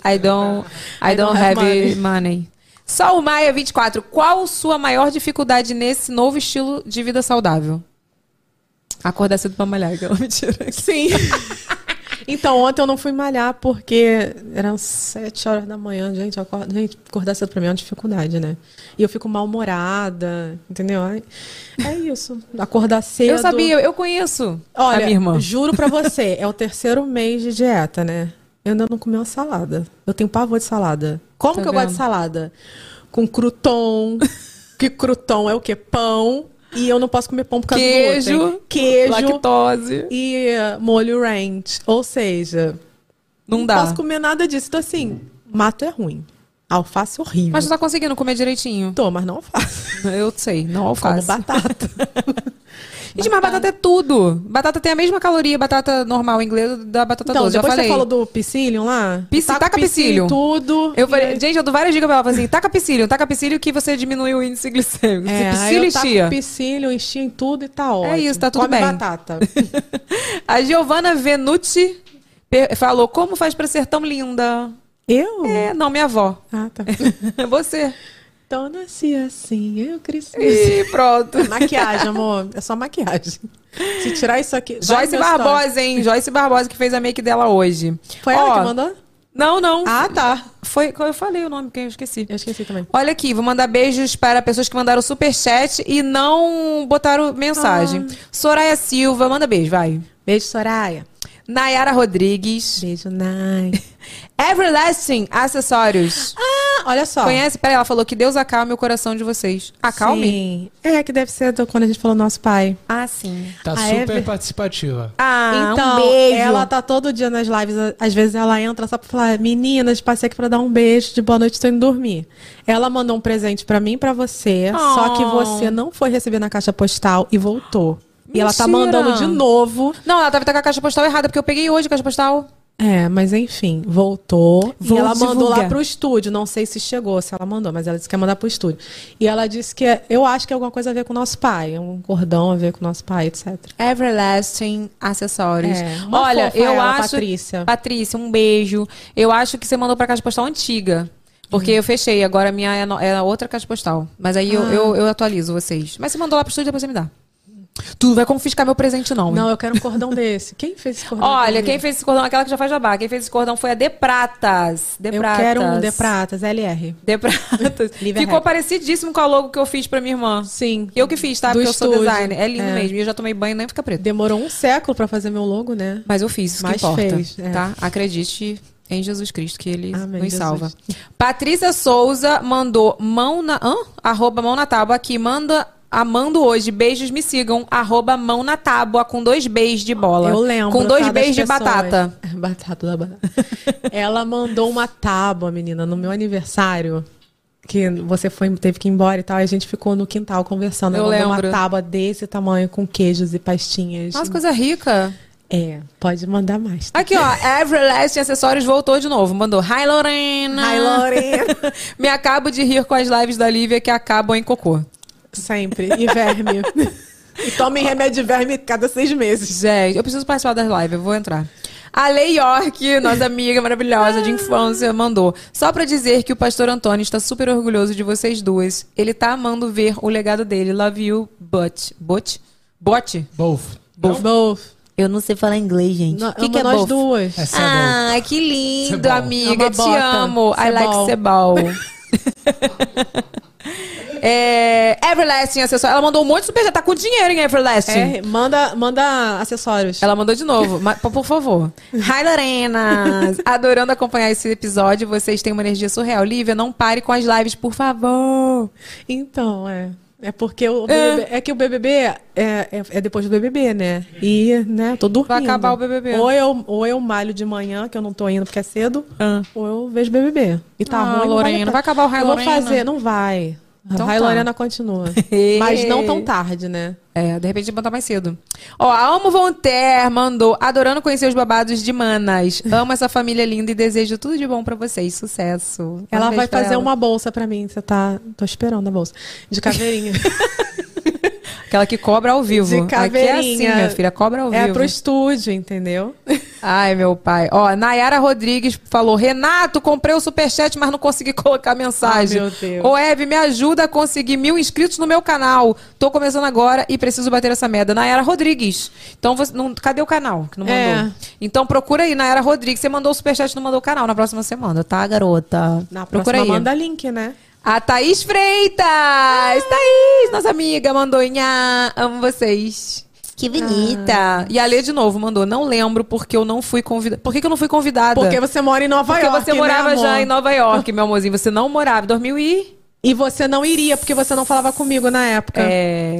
Speaker 3: I don't, I don't have money. Só o Maia 24. Qual sua maior dificuldade nesse novo estilo de vida *laughs* saudável? Acordar cedo pra malhar, aquela mentira.
Speaker 7: Sim. Então, ontem eu não fui malhar porque eram sete horas da manhã, gente. eu acordo- gente, acordar cedo pra mim é uma dificuldade, né? E eu fico mal-humorada, entendeu? Ai, É isso. Acordar cedo.
Speaker 3: Eu sabia, eu conheço
Speaker 7: Olha,
Speaker 3: a minha irmã.
Speaker 7: juro pra você, é o terceiro mês de dieta, né? Eu ainda não comi uma salada. Eu tenho pavor de salada. Como
Speaker 3: Tá
Speaker 7: que eu gosto de
Speaker 3: vendo?
Speaker 7: salada? Com crouton. que crouton é o quê? Pão. E eu não posso comer pão por causa
Speaker 3: Queijo,
Speaker 7: do glúten. Queijo.
Speaker 3: lactose.
Speaker 7: E eh, molho ranch. Ou seja...
Speaker 3: Não
Speaker 7: não
Speaker 3: dá.
Speaker 7: posso comer nada disso. Então, assim, mato é ruim. Alface é horrível.
Speaker 3: Mas tu tá conseguindo comer direitinho.
Speaker 7: Tô, mas não alface.
Speaker 3: Eu sei, não
Speaker 7: Como
Speaker 3: alface. *laughs*
Speaker 7: batata.
Speaker 3: Tá Gente, mas batata é tudo. Batata tem a mesma caloria, batata normal inglesa da batata
Speaker 7: Então,
Speaker 3: doce. Já
Speaker 7: depois
Speaker 3: falei.
Speaker 7: você falou do psyllium lá.
Speaker 3: Pici,
Speaker 7: Taca
Speaker 3: taca,
Speaker 7: o
Speaker 3: psílio.
Speaker 7: psyllium em tudo.
Speaker 3: Eu
Speaker 7: E
Speaker 3: falei,
Speaker 7: aí-
Speaker 3: gente, eu dou várias dicas pra ela, falei assim, taca psílio, taca psílio que você diminui o índice glicêmico.
Speaker 7: É,
Speaker 3: É,
Speaker 7: aí
Speaker 3: psílio e
Speaker 7: eu taco
Speaker 3: chia.
Speaker 7: psyllium, enchia em tudo e tá ótimo.
Speaker 3: isso, tá tudo
Speaker 7: Come
Speaker 3: bem.
Speaker 7: batata.
Speaker 3: *laughs* A Giovana Venuti per- falou, como faz pra ser tão linda?
Speaker 7: Eu?
Speaker 3: *laughs* É, não, minha avó.
Speaker 7: Ah, tá.
Speaker 3: você.
Speaker 7: Então eu nasci assim, eu cresci assim.
Speaker 3: *laughs* E pronto.
Speaker 7: Maquiagem, amor. É só maquiagem. Se tirar isso aqui... vai
Speaker 3: Joyce
Speaker 7: no meu story.
Speaker 3: Barbosa, hein? Joyce Barbosa que fez a make dela hoje.
Speaker 7: Foi ela que mandou?
Speaker 3: Não, não.
Speaker 7: Ah, tá.
Speaker 3: Foi, eu falei o nome, que eu esqueci.
Speaker 7: Eu esqueci também.
Speaker 3: Olha aqui, vou mandar beijos para pessoas que mandaram superchat e não botaram mensagem. Soraya Silva, manda beijo, vai.
Speaker 7: Beijo, Ah. Soraya.
Speaker 3: Nayara Rodrigues.
Speaker 7: Beijo, Nai.
Speaker 3: Everlasting Acessórios.
Speaker 7: Ah, olha só.
Speaker 3: Conhece? Peraí, ela falou que Deus acalme o coração de vocês. Acalme?
Speaker 7: Sim. É, que deve ser do- quando a gente falou nosso pai.
Speaker 3: Ah, sim.
Speaker 8: Tá
Speaker 7: A
Speaker 8: super
Speaker 7: Ever-
Speaker 8: participativa.
Speaker 3: Ah,
Speaker 7: então,
Speaker 3: um beijo.
Speaker 7: ela tá todo dia nas lives. a- Às vezes ela entra só pra falar: Meninas, passei aqui pra dar um beijo, de boa noite, tô indo dormir. Ela mandou um presente pra mim e pra você, só que
Speaker 3: Oh.
Speaker 7: você não foi receber na caixa postal e voltou. E ela tá
Speaker 3: Mentira.
Speaker 7: mandando de novo.
Speaker 3: Não, ela deve estar com a caixa postal errada, porque eu peguei hoje a caixa postal.
Speaker 7: É, mas enfim, voltou.
Speaker 3: Vou
Speaker 7: e ela mandou
Speaker 3: divulgar.
Speaker 7: lá pro estúdio. Não sei se chegou, se ela mandou, mas ela disse que ia mandar pro estúdio. E ela disse que é- eu acho que é alguma coisa a ver com o nosso pai. é Um cordão a ver com o nosso pai, etc.
Speaker 3: Everlasting Acessórios.
Speaker 7: É, uma
Speaker 3: Olha,
Speaker 7: fofa
Speaker 3: eu
Speaker 7: ela,
Speaker 3: acho.
Speaker 7: Patrícia.
Speaker 3: Patrícia, um beijo. Eu acho que você mandou pra caixa postal antiga. Porque eu fechei, agora a minha é, no- é a outra caixa postal. Mas aí
Speaker 7: Ah.
Speaker 3: eu, eu, eu atualizo vocês. Mas você mandou lá pro estúdio, depois você me dá. Tu não vai confiscar meu presente, não. hein?
Speaker 7: Não, eu quero um cordão desse. Quem fez esse cordão? pra
Speaker 3: Olha,
Speaker 7: mim?
Speaker 3: quem fez esse cordão, aquela que já faz jabá, quem fez esse cordão foi a De Pratas. De
Speaker 7: Eu
Speaker 3: Pratas.
Speaker 7: quero um de pratas, LR.
Speaker 3: De
Speaker 7: *laughs*
Speaker 3: Pratas.
Speaker 7: Live
Speaker 3: Ficou
Speaker 7: and happy.
Speaker 3: parecidíssimo com a logo que eu fiz pra minha irmã.
Speaker 7: Sim.
Speaker 3: Eu que fiz, tá?
Speaker 7: Do
Speaker 3: Porque eu sou
Speaker 7: estúdio.
Speaker 3: designer. É lindo
Speaker 7: É.
Speaker 3: mesmo. E eu já tomei banho, nem fica preto.
Speaker 7: Demorou um século pra fazer meu logo, né?
Speaker 3: Mas eu fiz, isso que
Speaker 7: Mas
Speaker 3: importa.
Speaker 7: fez, é.
Speaker 3: Tá? Acredite em Jesus Cristo, que ele
Speaker 7: Amém,
Speaker 3: nos
Speaker 7: Jesus.
Speaker 3: salva. Patrícia Souza mandou mão na... Hã? Arroba mão na tábua aqui. Manda... Amando hoje, beijos me sigam, arroba mão na tábua, com dois beijos de bola.
Speaker 7: Eu lembro.
Speaker 3: Com dois
Speaker 7: tá, das
Speaker 3: beijos de
Speaker 7: pessoas.
Speaker 3: batata.
Speaker 7: *laughs* Batata da batata. Ela mandou uma tábua, menina, no meu aniversário. Que você foi, teve que ir embora e tal. E a gente ficou no quintal conversando. Ela
Speaker 3: Eu
Speaker 7: mandou
Speaker 3: lembro.
Speaker 7: uma tábua desse tamanho com queijos e pastinhas.
Speaker 3: Nossa, coisa rica.
Speaker 7: É, pode mandar mais. tá?
Speaker 3: Aqui, ó,
Speaker 7: *laughs*
Speaker 3: Everlasting Acessórios voltou de novo. Mandou, hi Lorena.
Speaker 7: Ai, Lorena.
Speaker 3: *laughs* Me acabo de rir com as lives da Lívia que acabam em cocô.
Speaker 7: *laughs* Sempre. E
Speaker 3: *laughs*
Speaker 7: verme. e tomem remédio de verme cada seis meses.
Speaker 3: Gente, eu preciso participar das lives, eu vou entrar. A Lei York, nossa amiga maravilhosa de infância, mandou. Só pra dizer que o pastor Antônio está super orgulhoso de vocês duas. Ele tá amando ver o legado dele. Love you, but. But? Bot?
Speaker 8: Both.
Speaker 7: Both. Both.
Speaker 3: Eu não sei falar inglês, gente.
Speaker 7: No- amo nós duas.
Speaker 8: Essa é both.
Speaker 3: Ah, que lindo,
Speaker 8: Cebol.
Speaker 7: É
Speaker 3: amiga.
Speaker 7: uma
Speaker 3: Te
Speaker 7: bota.
Speaker 3: amo. I like é cebal. *laughs* é, Everlasting acessório. Ela mandou um monte de superchat. Tá com dinheiro em Everlasting.
Speaker 7: É, manda, manda acessórios.
Speaker 3: Ela mandou de novo, mas, por por favor. Hi, Lorenas! *laughs* Adorando acompanhar esse episódio, vocês têm uma energia surreal. Lívia, não pare com as lives, por favor.
Speaker 7: Então, é. É porque o BBB, é. que o BBB é, é, é depois do BBB, né? E, né, tô dormindo.
Speaker 3: acabar o BBB.
Speaker 7: Ou eu, ou eu malho de manhã, que eu não tô indo porque é cedo, ou eu vejo BBB. E tá
Speaker 3: Ah,
Speaker 7: ruim. não
Speaker 3: Lorena,
Speaker 7: vale a
Speaker 3: vai acabar o Rai
Speaker 7: Eu vou
Speaker 3: Lorena.
Speaker 7: fazer, não vai.
Speaker 3: Então
Speaker 7: Rai
Speaker 3: tá.
Speaker 7: Lorena continua.
Speaker 3: *laughs*
Speaker 7: Mas não tão tarde, né?
Speaker 3: É, de repente botar mais cedo. Ó, a Almo Vonter mandou, adorando conhecer os babados de Manas. Amo essa família linda e desejo tudo de bom pra vocês. Sucesso. Um
Speaker 7: Ela
Speaker 3: beijo
Speaker 7: vai
Speaker 3: pra
Speaker 7: fazer
Speaker 3: ela.
Speaker 7: uma bolsa pra mim, você tá... Tô esperando a bolsa.
Speaker 3: *laughs*
Speaker 7: De caveirinha.
Speaker 3: Aquela que cobra ao vivo.
Speaker 7: De
Speaker 3: Aqui é assim,
Speaker 7: caveirinha.
Speaker 3: minha filha, cobra ao
Speaker 7: é
Speaker 3: vivo. *laughs*
Speaker 7: pro estúdio, entendeu?
Speaker 3: Ai, meu pai. Ó, Nayara Rodrigues falou: Renato, comprei o superchat, mas não consegui *laughs* colocar mensagem.
Speaker 7: Ah, meu Deus.
Speaker 3: Ô, Eve, me ajuda a conseguir mil inscritos no meu canal. Tô começando agora e preciso bater essa merda. Nayara Rodrigues. Então, você, não, cadê o canal que não mandou?
Speaker 7: É.
Speaker 3: Então, procura aí, Nayara Rodrigues. Você mandou o superchat e não mandou o canal na próxima semana, tá, garota?
Speaker 7: Na
Speaker 3: procura
Speaker 7: próxima
Speaker 3: aí.
Speaker 7: manda link, né?
Speaker 3: A Thaís Freitas!
Speaker 7: Ah.
Speaker 3: Thaís, nossa amiga, mandou nha. Amo vocês. Que bonita. E a Lê de novo mandou. Não lembro porque eu não fui convidada. Por que, que eu não fui convidada?
Speaker 7: Porque você mora em Nova
Speaker 3: Porque
Speaker 7: York,
Speaker 3: você
Speaker 7: né,
Speaker 3: morava
Speaker 7: amor?
Speaker 3: já em Nova York, meu amorzinho. Você não morava. 2000 e...
Speaker 7: E você não iria, porque você não falava comigo na época.
Speaker 3: É,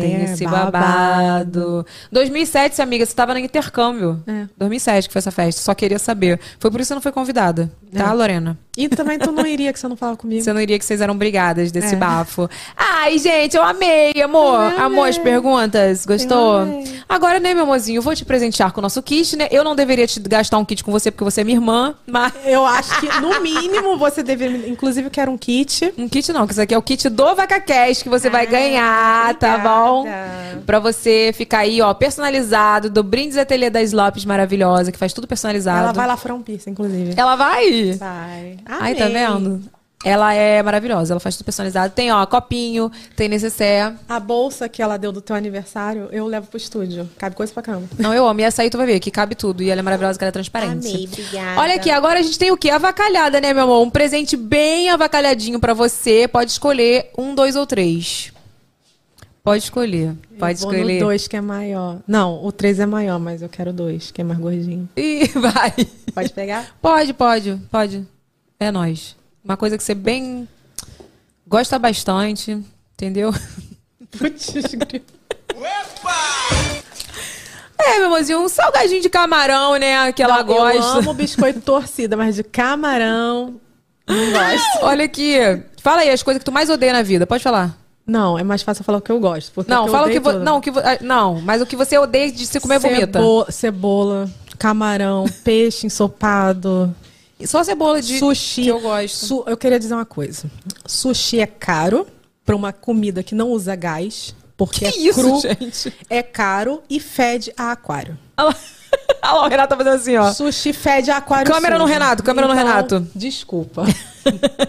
Speaker 3: tem esse babado. 2007, sua amiga, você tava no intercâmbio.
Speaker 7: É.
Speaker 3: 2007 que foi essa festa. Só queria saber. Foi por isso que você não foi convidada, tá,
Speaker 7: É.
Speaker 3: Lorena?
Speaker 7: E também tu não iria, que você não falava comigo.
Speaker 3: Você não iria que vocês eram brigadas desse
Speaker 7: É.
Speaker 3: bafo. Ai, gente, eu amei, amor. Amor, as perguntas. Gostou? Agora, né, meu amorzinho, eu vou te presentear com o nosso kit, né? Eu não deveria te gastar um kit com você porque você é minha irmã, mas.
Speaker 7: Eu acho que, no mínimo, você deveria. Inclusive, eu quero um kit.
Speaker 3: Um kit não, que isso aqui é o kit do VacaCast que você
Speaker 7: Ah,
Speaker 3: vai ganhar, tá bom? Pra você ficar aí, ó, personalizado, do Brindes Ateliê das Lopes maravilhosa, que faz tudo personalizado.
Speaker 7: Ela vai lá furar um piercing, inclusive.
Speaker 3: Ela vai?
Speaker 7: Vai.
Speaker 3: Ai, tá
Speaker 7: Amei.
Speaker 3: vendo? Ela é maravilhosa, ela faz tudo personalizado. Tem, ó, copinho, tem necessaire.
Speaker 7: A bolsa que ela deu do teu aniversário, eu levo pro estúdio. Cabe coisa pra cama.
Speaker 3: Não, eu amo. E essa aí tu vai ver, que cabe tudo. E ela é maravilhosa, que ela é transparente. Olha aqui, agora a gente tem o quê? Avacalhada, né, meu amor? Um presente bem avacalhadinho pra você. Pode escolher um, dois ou três. Pode escolher. Pode
Speaker 7: Vou
Speaker 3: escolher.
Speaker 7: no dois que é maior. Não, o três é maior, mas eu quero o dois, que é mais gordinho.
Speaker 3: Ih, *laughs* vai.
Speaker 7: Pode
Speaker 3: *laughs*
Speaker 7: pegar?
Speaker 3: Pode, pode, pode. É nós. Uma coisa que você bem gosta bastante, entendeu? É, meu amorzinho, um salgadinho de camarão, né? Que ela
Speaker 7: Não,
Speaker 3: gosta.
Speaker 7: Eu amo biscoito torcida, mas de camarão. Não gosto.
Speaker 3: *laughs* Olha aqui. Fala aí as coisas que tu mais odeia na vida. Pode falar.
Speaker 7: Não, é mais fácil eu falar o É que eu gosto. porque
Speaker 3: Não,
Speaker 7: eu
Speaker 3: fala o que
Speaker 7: odeio
Speaker 3: vo...
Speaker 7: tudo.
Speaker 3: não, o que vo- ah, não, mas o que você odeia de se comer é vomita.
Speaker 7: Cebo- Cebola,
Speaker 3: *laughs*
Speaker 7: camarão, peixe ensopado.
Speaker 3: Só cebola de
Speaker 7: Sushi.
Speaker 3: que eu gosto.
Speaker 7: Su- eu queria dizer uma coisa. Sushi é caro pra uma comida que não usa gás, porque é cru,
Speaker 3: gente?
Speaker 7: é caro e fede a aquário.
Speaker 3: *laughs* Olha lá. Olha lá, o Renato tá fazendo assim, ó.
Speaker 7: *laughs* Sushi fede a aquário.
Speaker 3: Câmera no
Speaker 7: sujo.
Speaker 3: Renato, câmera no
Speaker 7: Então,
Speaker 3: Renato. *laughs*
Speaker 7: Desculpa.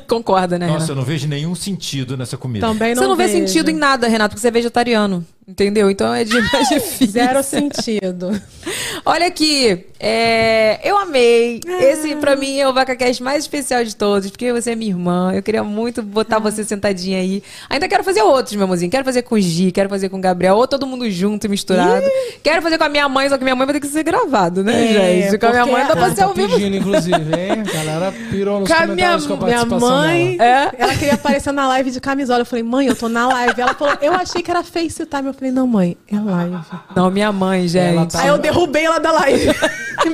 Speaker 3: Concorda, né,
Speaker 4: Nossa,
Speaker 3: Renato?
Speaker 4: eu não vejo nenhum sentido nessa comida.
Speaker 7: Também não
Speaker 3: Você não vê
Speaker 7: vejo.
Speaker 3: sentido em nada, Renato, porque você é vegetariano. Entendeu? Então é de *laughs* mais difícil.
Speaker 7: Zero sentido.
Speaker 3: *laughs* Olha aqui, é, eu amei. Esse pra mim é o VacaCast mais especial de todos, porque você é minha irmã. Eu queria muito botar você sentadinha aí. Ainda quero fazer outros, meu amorzinho. Quero fazer com o Gi, quero fazer com o Gabriel, ou todo mundo junto e misturado. Quero fazer com a minha mãe, só que minha mãe vai ter que ser gravado, né,
Speaker 7: É,
Speaker 3: gente? Com a minha
Speaker 7: porque
Speaker 3: mãe dá pra
Speaker 7: a-
Speaker 3: ser ao vivo.
Speaker 8: tá Pedindo, inclusive, hein? A galera pirou nos
Speaker 7: Com a minha,
Speaker 8: comentários com a
Speaker 7: minha
Speaker 8: participação
Speaker 7: mãe,
Speaker 8: dela.
Speaker 3: É.
Speaker 7: ela queria aparecer na live de camisola. Eu falei, mãe, eu tô na live. Ela falou, eu achei que era FaceTime. Eu falei, não, mãe, é live.
Speaker 3: Não, minha mãe, gente.
Speaker 8: Ela tá-
Speaker 7: Aí eu derrubei ela da live.
Speaker 3: *laughs*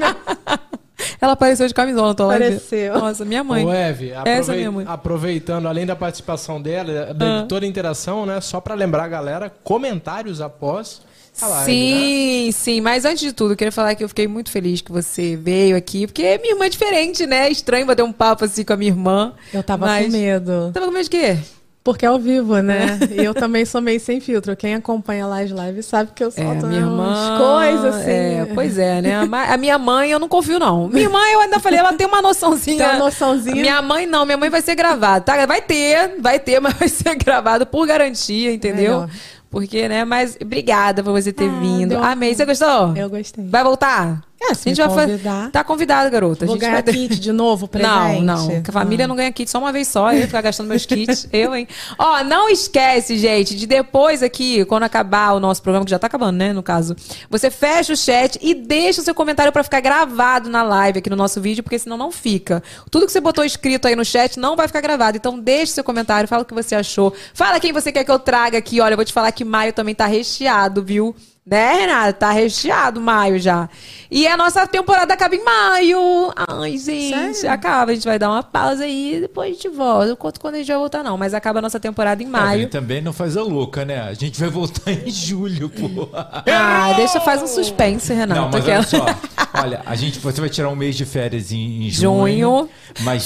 Speaker 3: Ela apareceu de camisola, não tô lá.
Speaker 7: Apareceu.
Speaker 3: Nossa, minha mãe.
Speaker 8: Ô, Eve,
Speaker 3: Essa é
Speaker 8: aprovei-
Speaker 3: minha mãe. Ah.
Speaker 8: aproveitando, além da participação dela, da, de toda a interação, né? Só pra lembrar a galera, comentários após a live, né?
Speaker 3: Sim, sim. Mas antes de tudo, eu queria falar que eu fiquei muito feliz que você veio aqui, porque minha irmã é diferente, né? É estranho bater um papo assim com a minha irmã.
Speaker 7: *laughs* Eu tava
Speaker 3: mas-
Speaker 7: com medo.
Speaker 3: Tava com medo de quê?
Speaker 7: Porque é ao vivo, né?
Speaker 3: É.
Speaker 7: E eu também sou meio sem filtro. Quem acompanha lá as lives sabe que eu
Speaker 3: É,
Speaker 7: solto
Speaker 3: minha irmã.
Speaker 7: umas coisas assim.
Speaker 3: É, pois é, né? Mas A minha mãe eu não confio,
Speaker 7: *laughs*
Speaker 3: não. Minha irmã, eu ainda falei, ela tem uma noçãozinha.
Speaker 7: Tem uma noçãozinha.
Speaker 3: Minha mãe não, minha mãe vai ser gravada, tá? Vai ter, vai ter, mas vai ser gravado por garantia, entendeu?
Speaker 7: Melhor. Ah,
Speaker 3: Porque, né? Mas obrigada por você ter vindo.
Speaker 7: meu
Speaker 3: Amei. Você gostou?
Speaker 7: Eu gostei.
Speaker 3: Vai voltar?
Speaker 7: É, se me
Speaker 3: fa-
Speaker 7: convidar.
Speaker 3: Tá convidada, garota.
Speaker 7: Vou
Speaker 3: a gente
Speaker 7: ganhar
Speaker 3: vai ter-
Speaker 7: kit de novo, presente? Ah.
Speaker 3: Não, não. Porque a família não ganha kit só uma vez só. Eu ia ficar gastando meus
Speaker 7: *laughs*
Speaker 3: kits. Eu, hein? Ó, não esquece, gente, de depois aqui, quando acabar o nosso programa, que já tá acabando, né? No caso, você fecha o chat e deixa o seu comentário pra ficar gravado na live aqui no nosso vídeo, porque senão não fica. Tudo que você botou escrito aí no chat não vai ficar gravado. Então, deixa o seu comentário, fala o que você achou. Fala quem você quer que eu traga aqui. Olha, eu vou te falar que maio também tá recheado, viu? Né, Renata? Tá recheado maio já. E é a nossa temporada acaba em maio. Ai, gente, acaba. A gente vai dar uma pausa aí e depois a gente volta. Eu conto quando a gente vai voltar, não. Mas acaba a nossa
Speaker 7: É
Speaker 3: temporada em
Speaker 4: Ele
Speaker 3: maio.
Speaker 4: também não faz a louca, né? A gente vai voltar em julho, pô.
Speaker 3: Ah, deixa, faz um suspense, Renata.
Speaker 4: *laughs* Não, mas
Speaker 3: aquela-
Speaker 4: olha só. Olha, a gente, você vai tirar um mês de férias em, em
Speaker 3: Junho.
Speaker 4: junho. Mas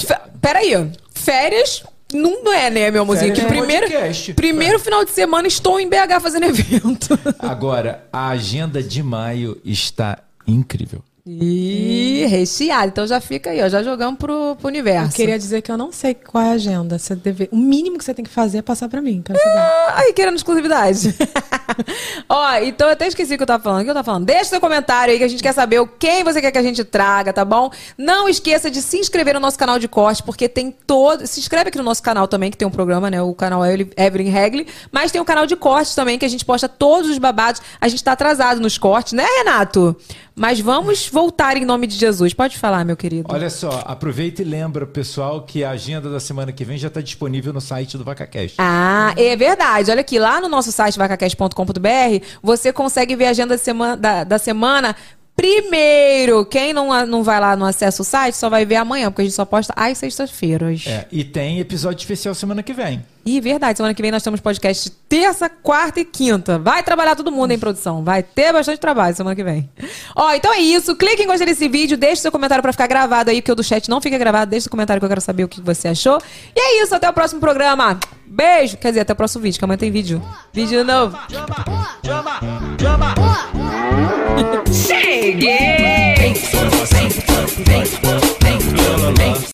Speaker 3: *laughs* Fe- Peraí, férias não não é, né, meu amorzinho? Que
Speaker 4: Férias é
Speaker 3: primeiro,
Speaker 4: podcast.
Speaker 3: primeiro final de semana estou em BH fazendo evento. *laughs*
Speaker 4: agora, a agenda de maio está incrível.
Speaker 3: E recheado. Então já fica aí, ó. Já jogamos pro, pro universo.
Speaker 7: Eu queria dizer que eu não sei qual é a agenda. Você deve... O mínimo que você tem que fazer é passar pra mim. Pra eu saber.
Speaker 3: Ah, Aí, querendo exclusividade. Ó, então eu até esqueci o que eu tava falando. O que eu tava falando? Deixa seu comentário aí que a gente quer saber o quem você quer que a gente traga, tá bom? Não esqueça de se inscrever no nosso canal de corte, porque tem todo. Se inscreve aqui no nosso canal também, que tem um programa, né? O canal Evelyn- Evelyn Regli. Mas tem o canal de cortes também, que a gente posta todos os babados. A gente tá atrasado nos cortes, né, Renato? Mas vamos voltar em nome de Jesus. Pode falar, meu querido.
Speaker 4: Olha só, aproveita e lembra, pessoal, que a agenda da semana que vem já está disponível no site do VacaCast.
Speaker 3: Ah, é verdade. Olha aqui, lá no nosso site vacacast.com.br, você consegue ver a agenda da semana, da, da semana primeiro. Quem não, a- não vai lá, não acessa o site, só vai ver amanhã, porque a gente só posta às sextas-feiras.
Speaker 4: É, e tem episódio especial semana que vem.
Speaker 3: E verdade, semana que vem nós temos podcast terça, quarta e quinta. Vai trabalhar todo mundo em produção. Vai ter bastante trabalho semana que vem. Ó, então é isso. Clique em gostei desse vídeo, deixe seu comentário pra ficar gravado aí, porque o do chat não fica gravado. Deixe seu comentário que eu quero saber o que você achou. E é isso, até o próximo programa. Beijo. Quer dizer, até o próximo vídeo, que amanhã tem vídeo. Vídeo novo.
Speaker 1: Cheguei!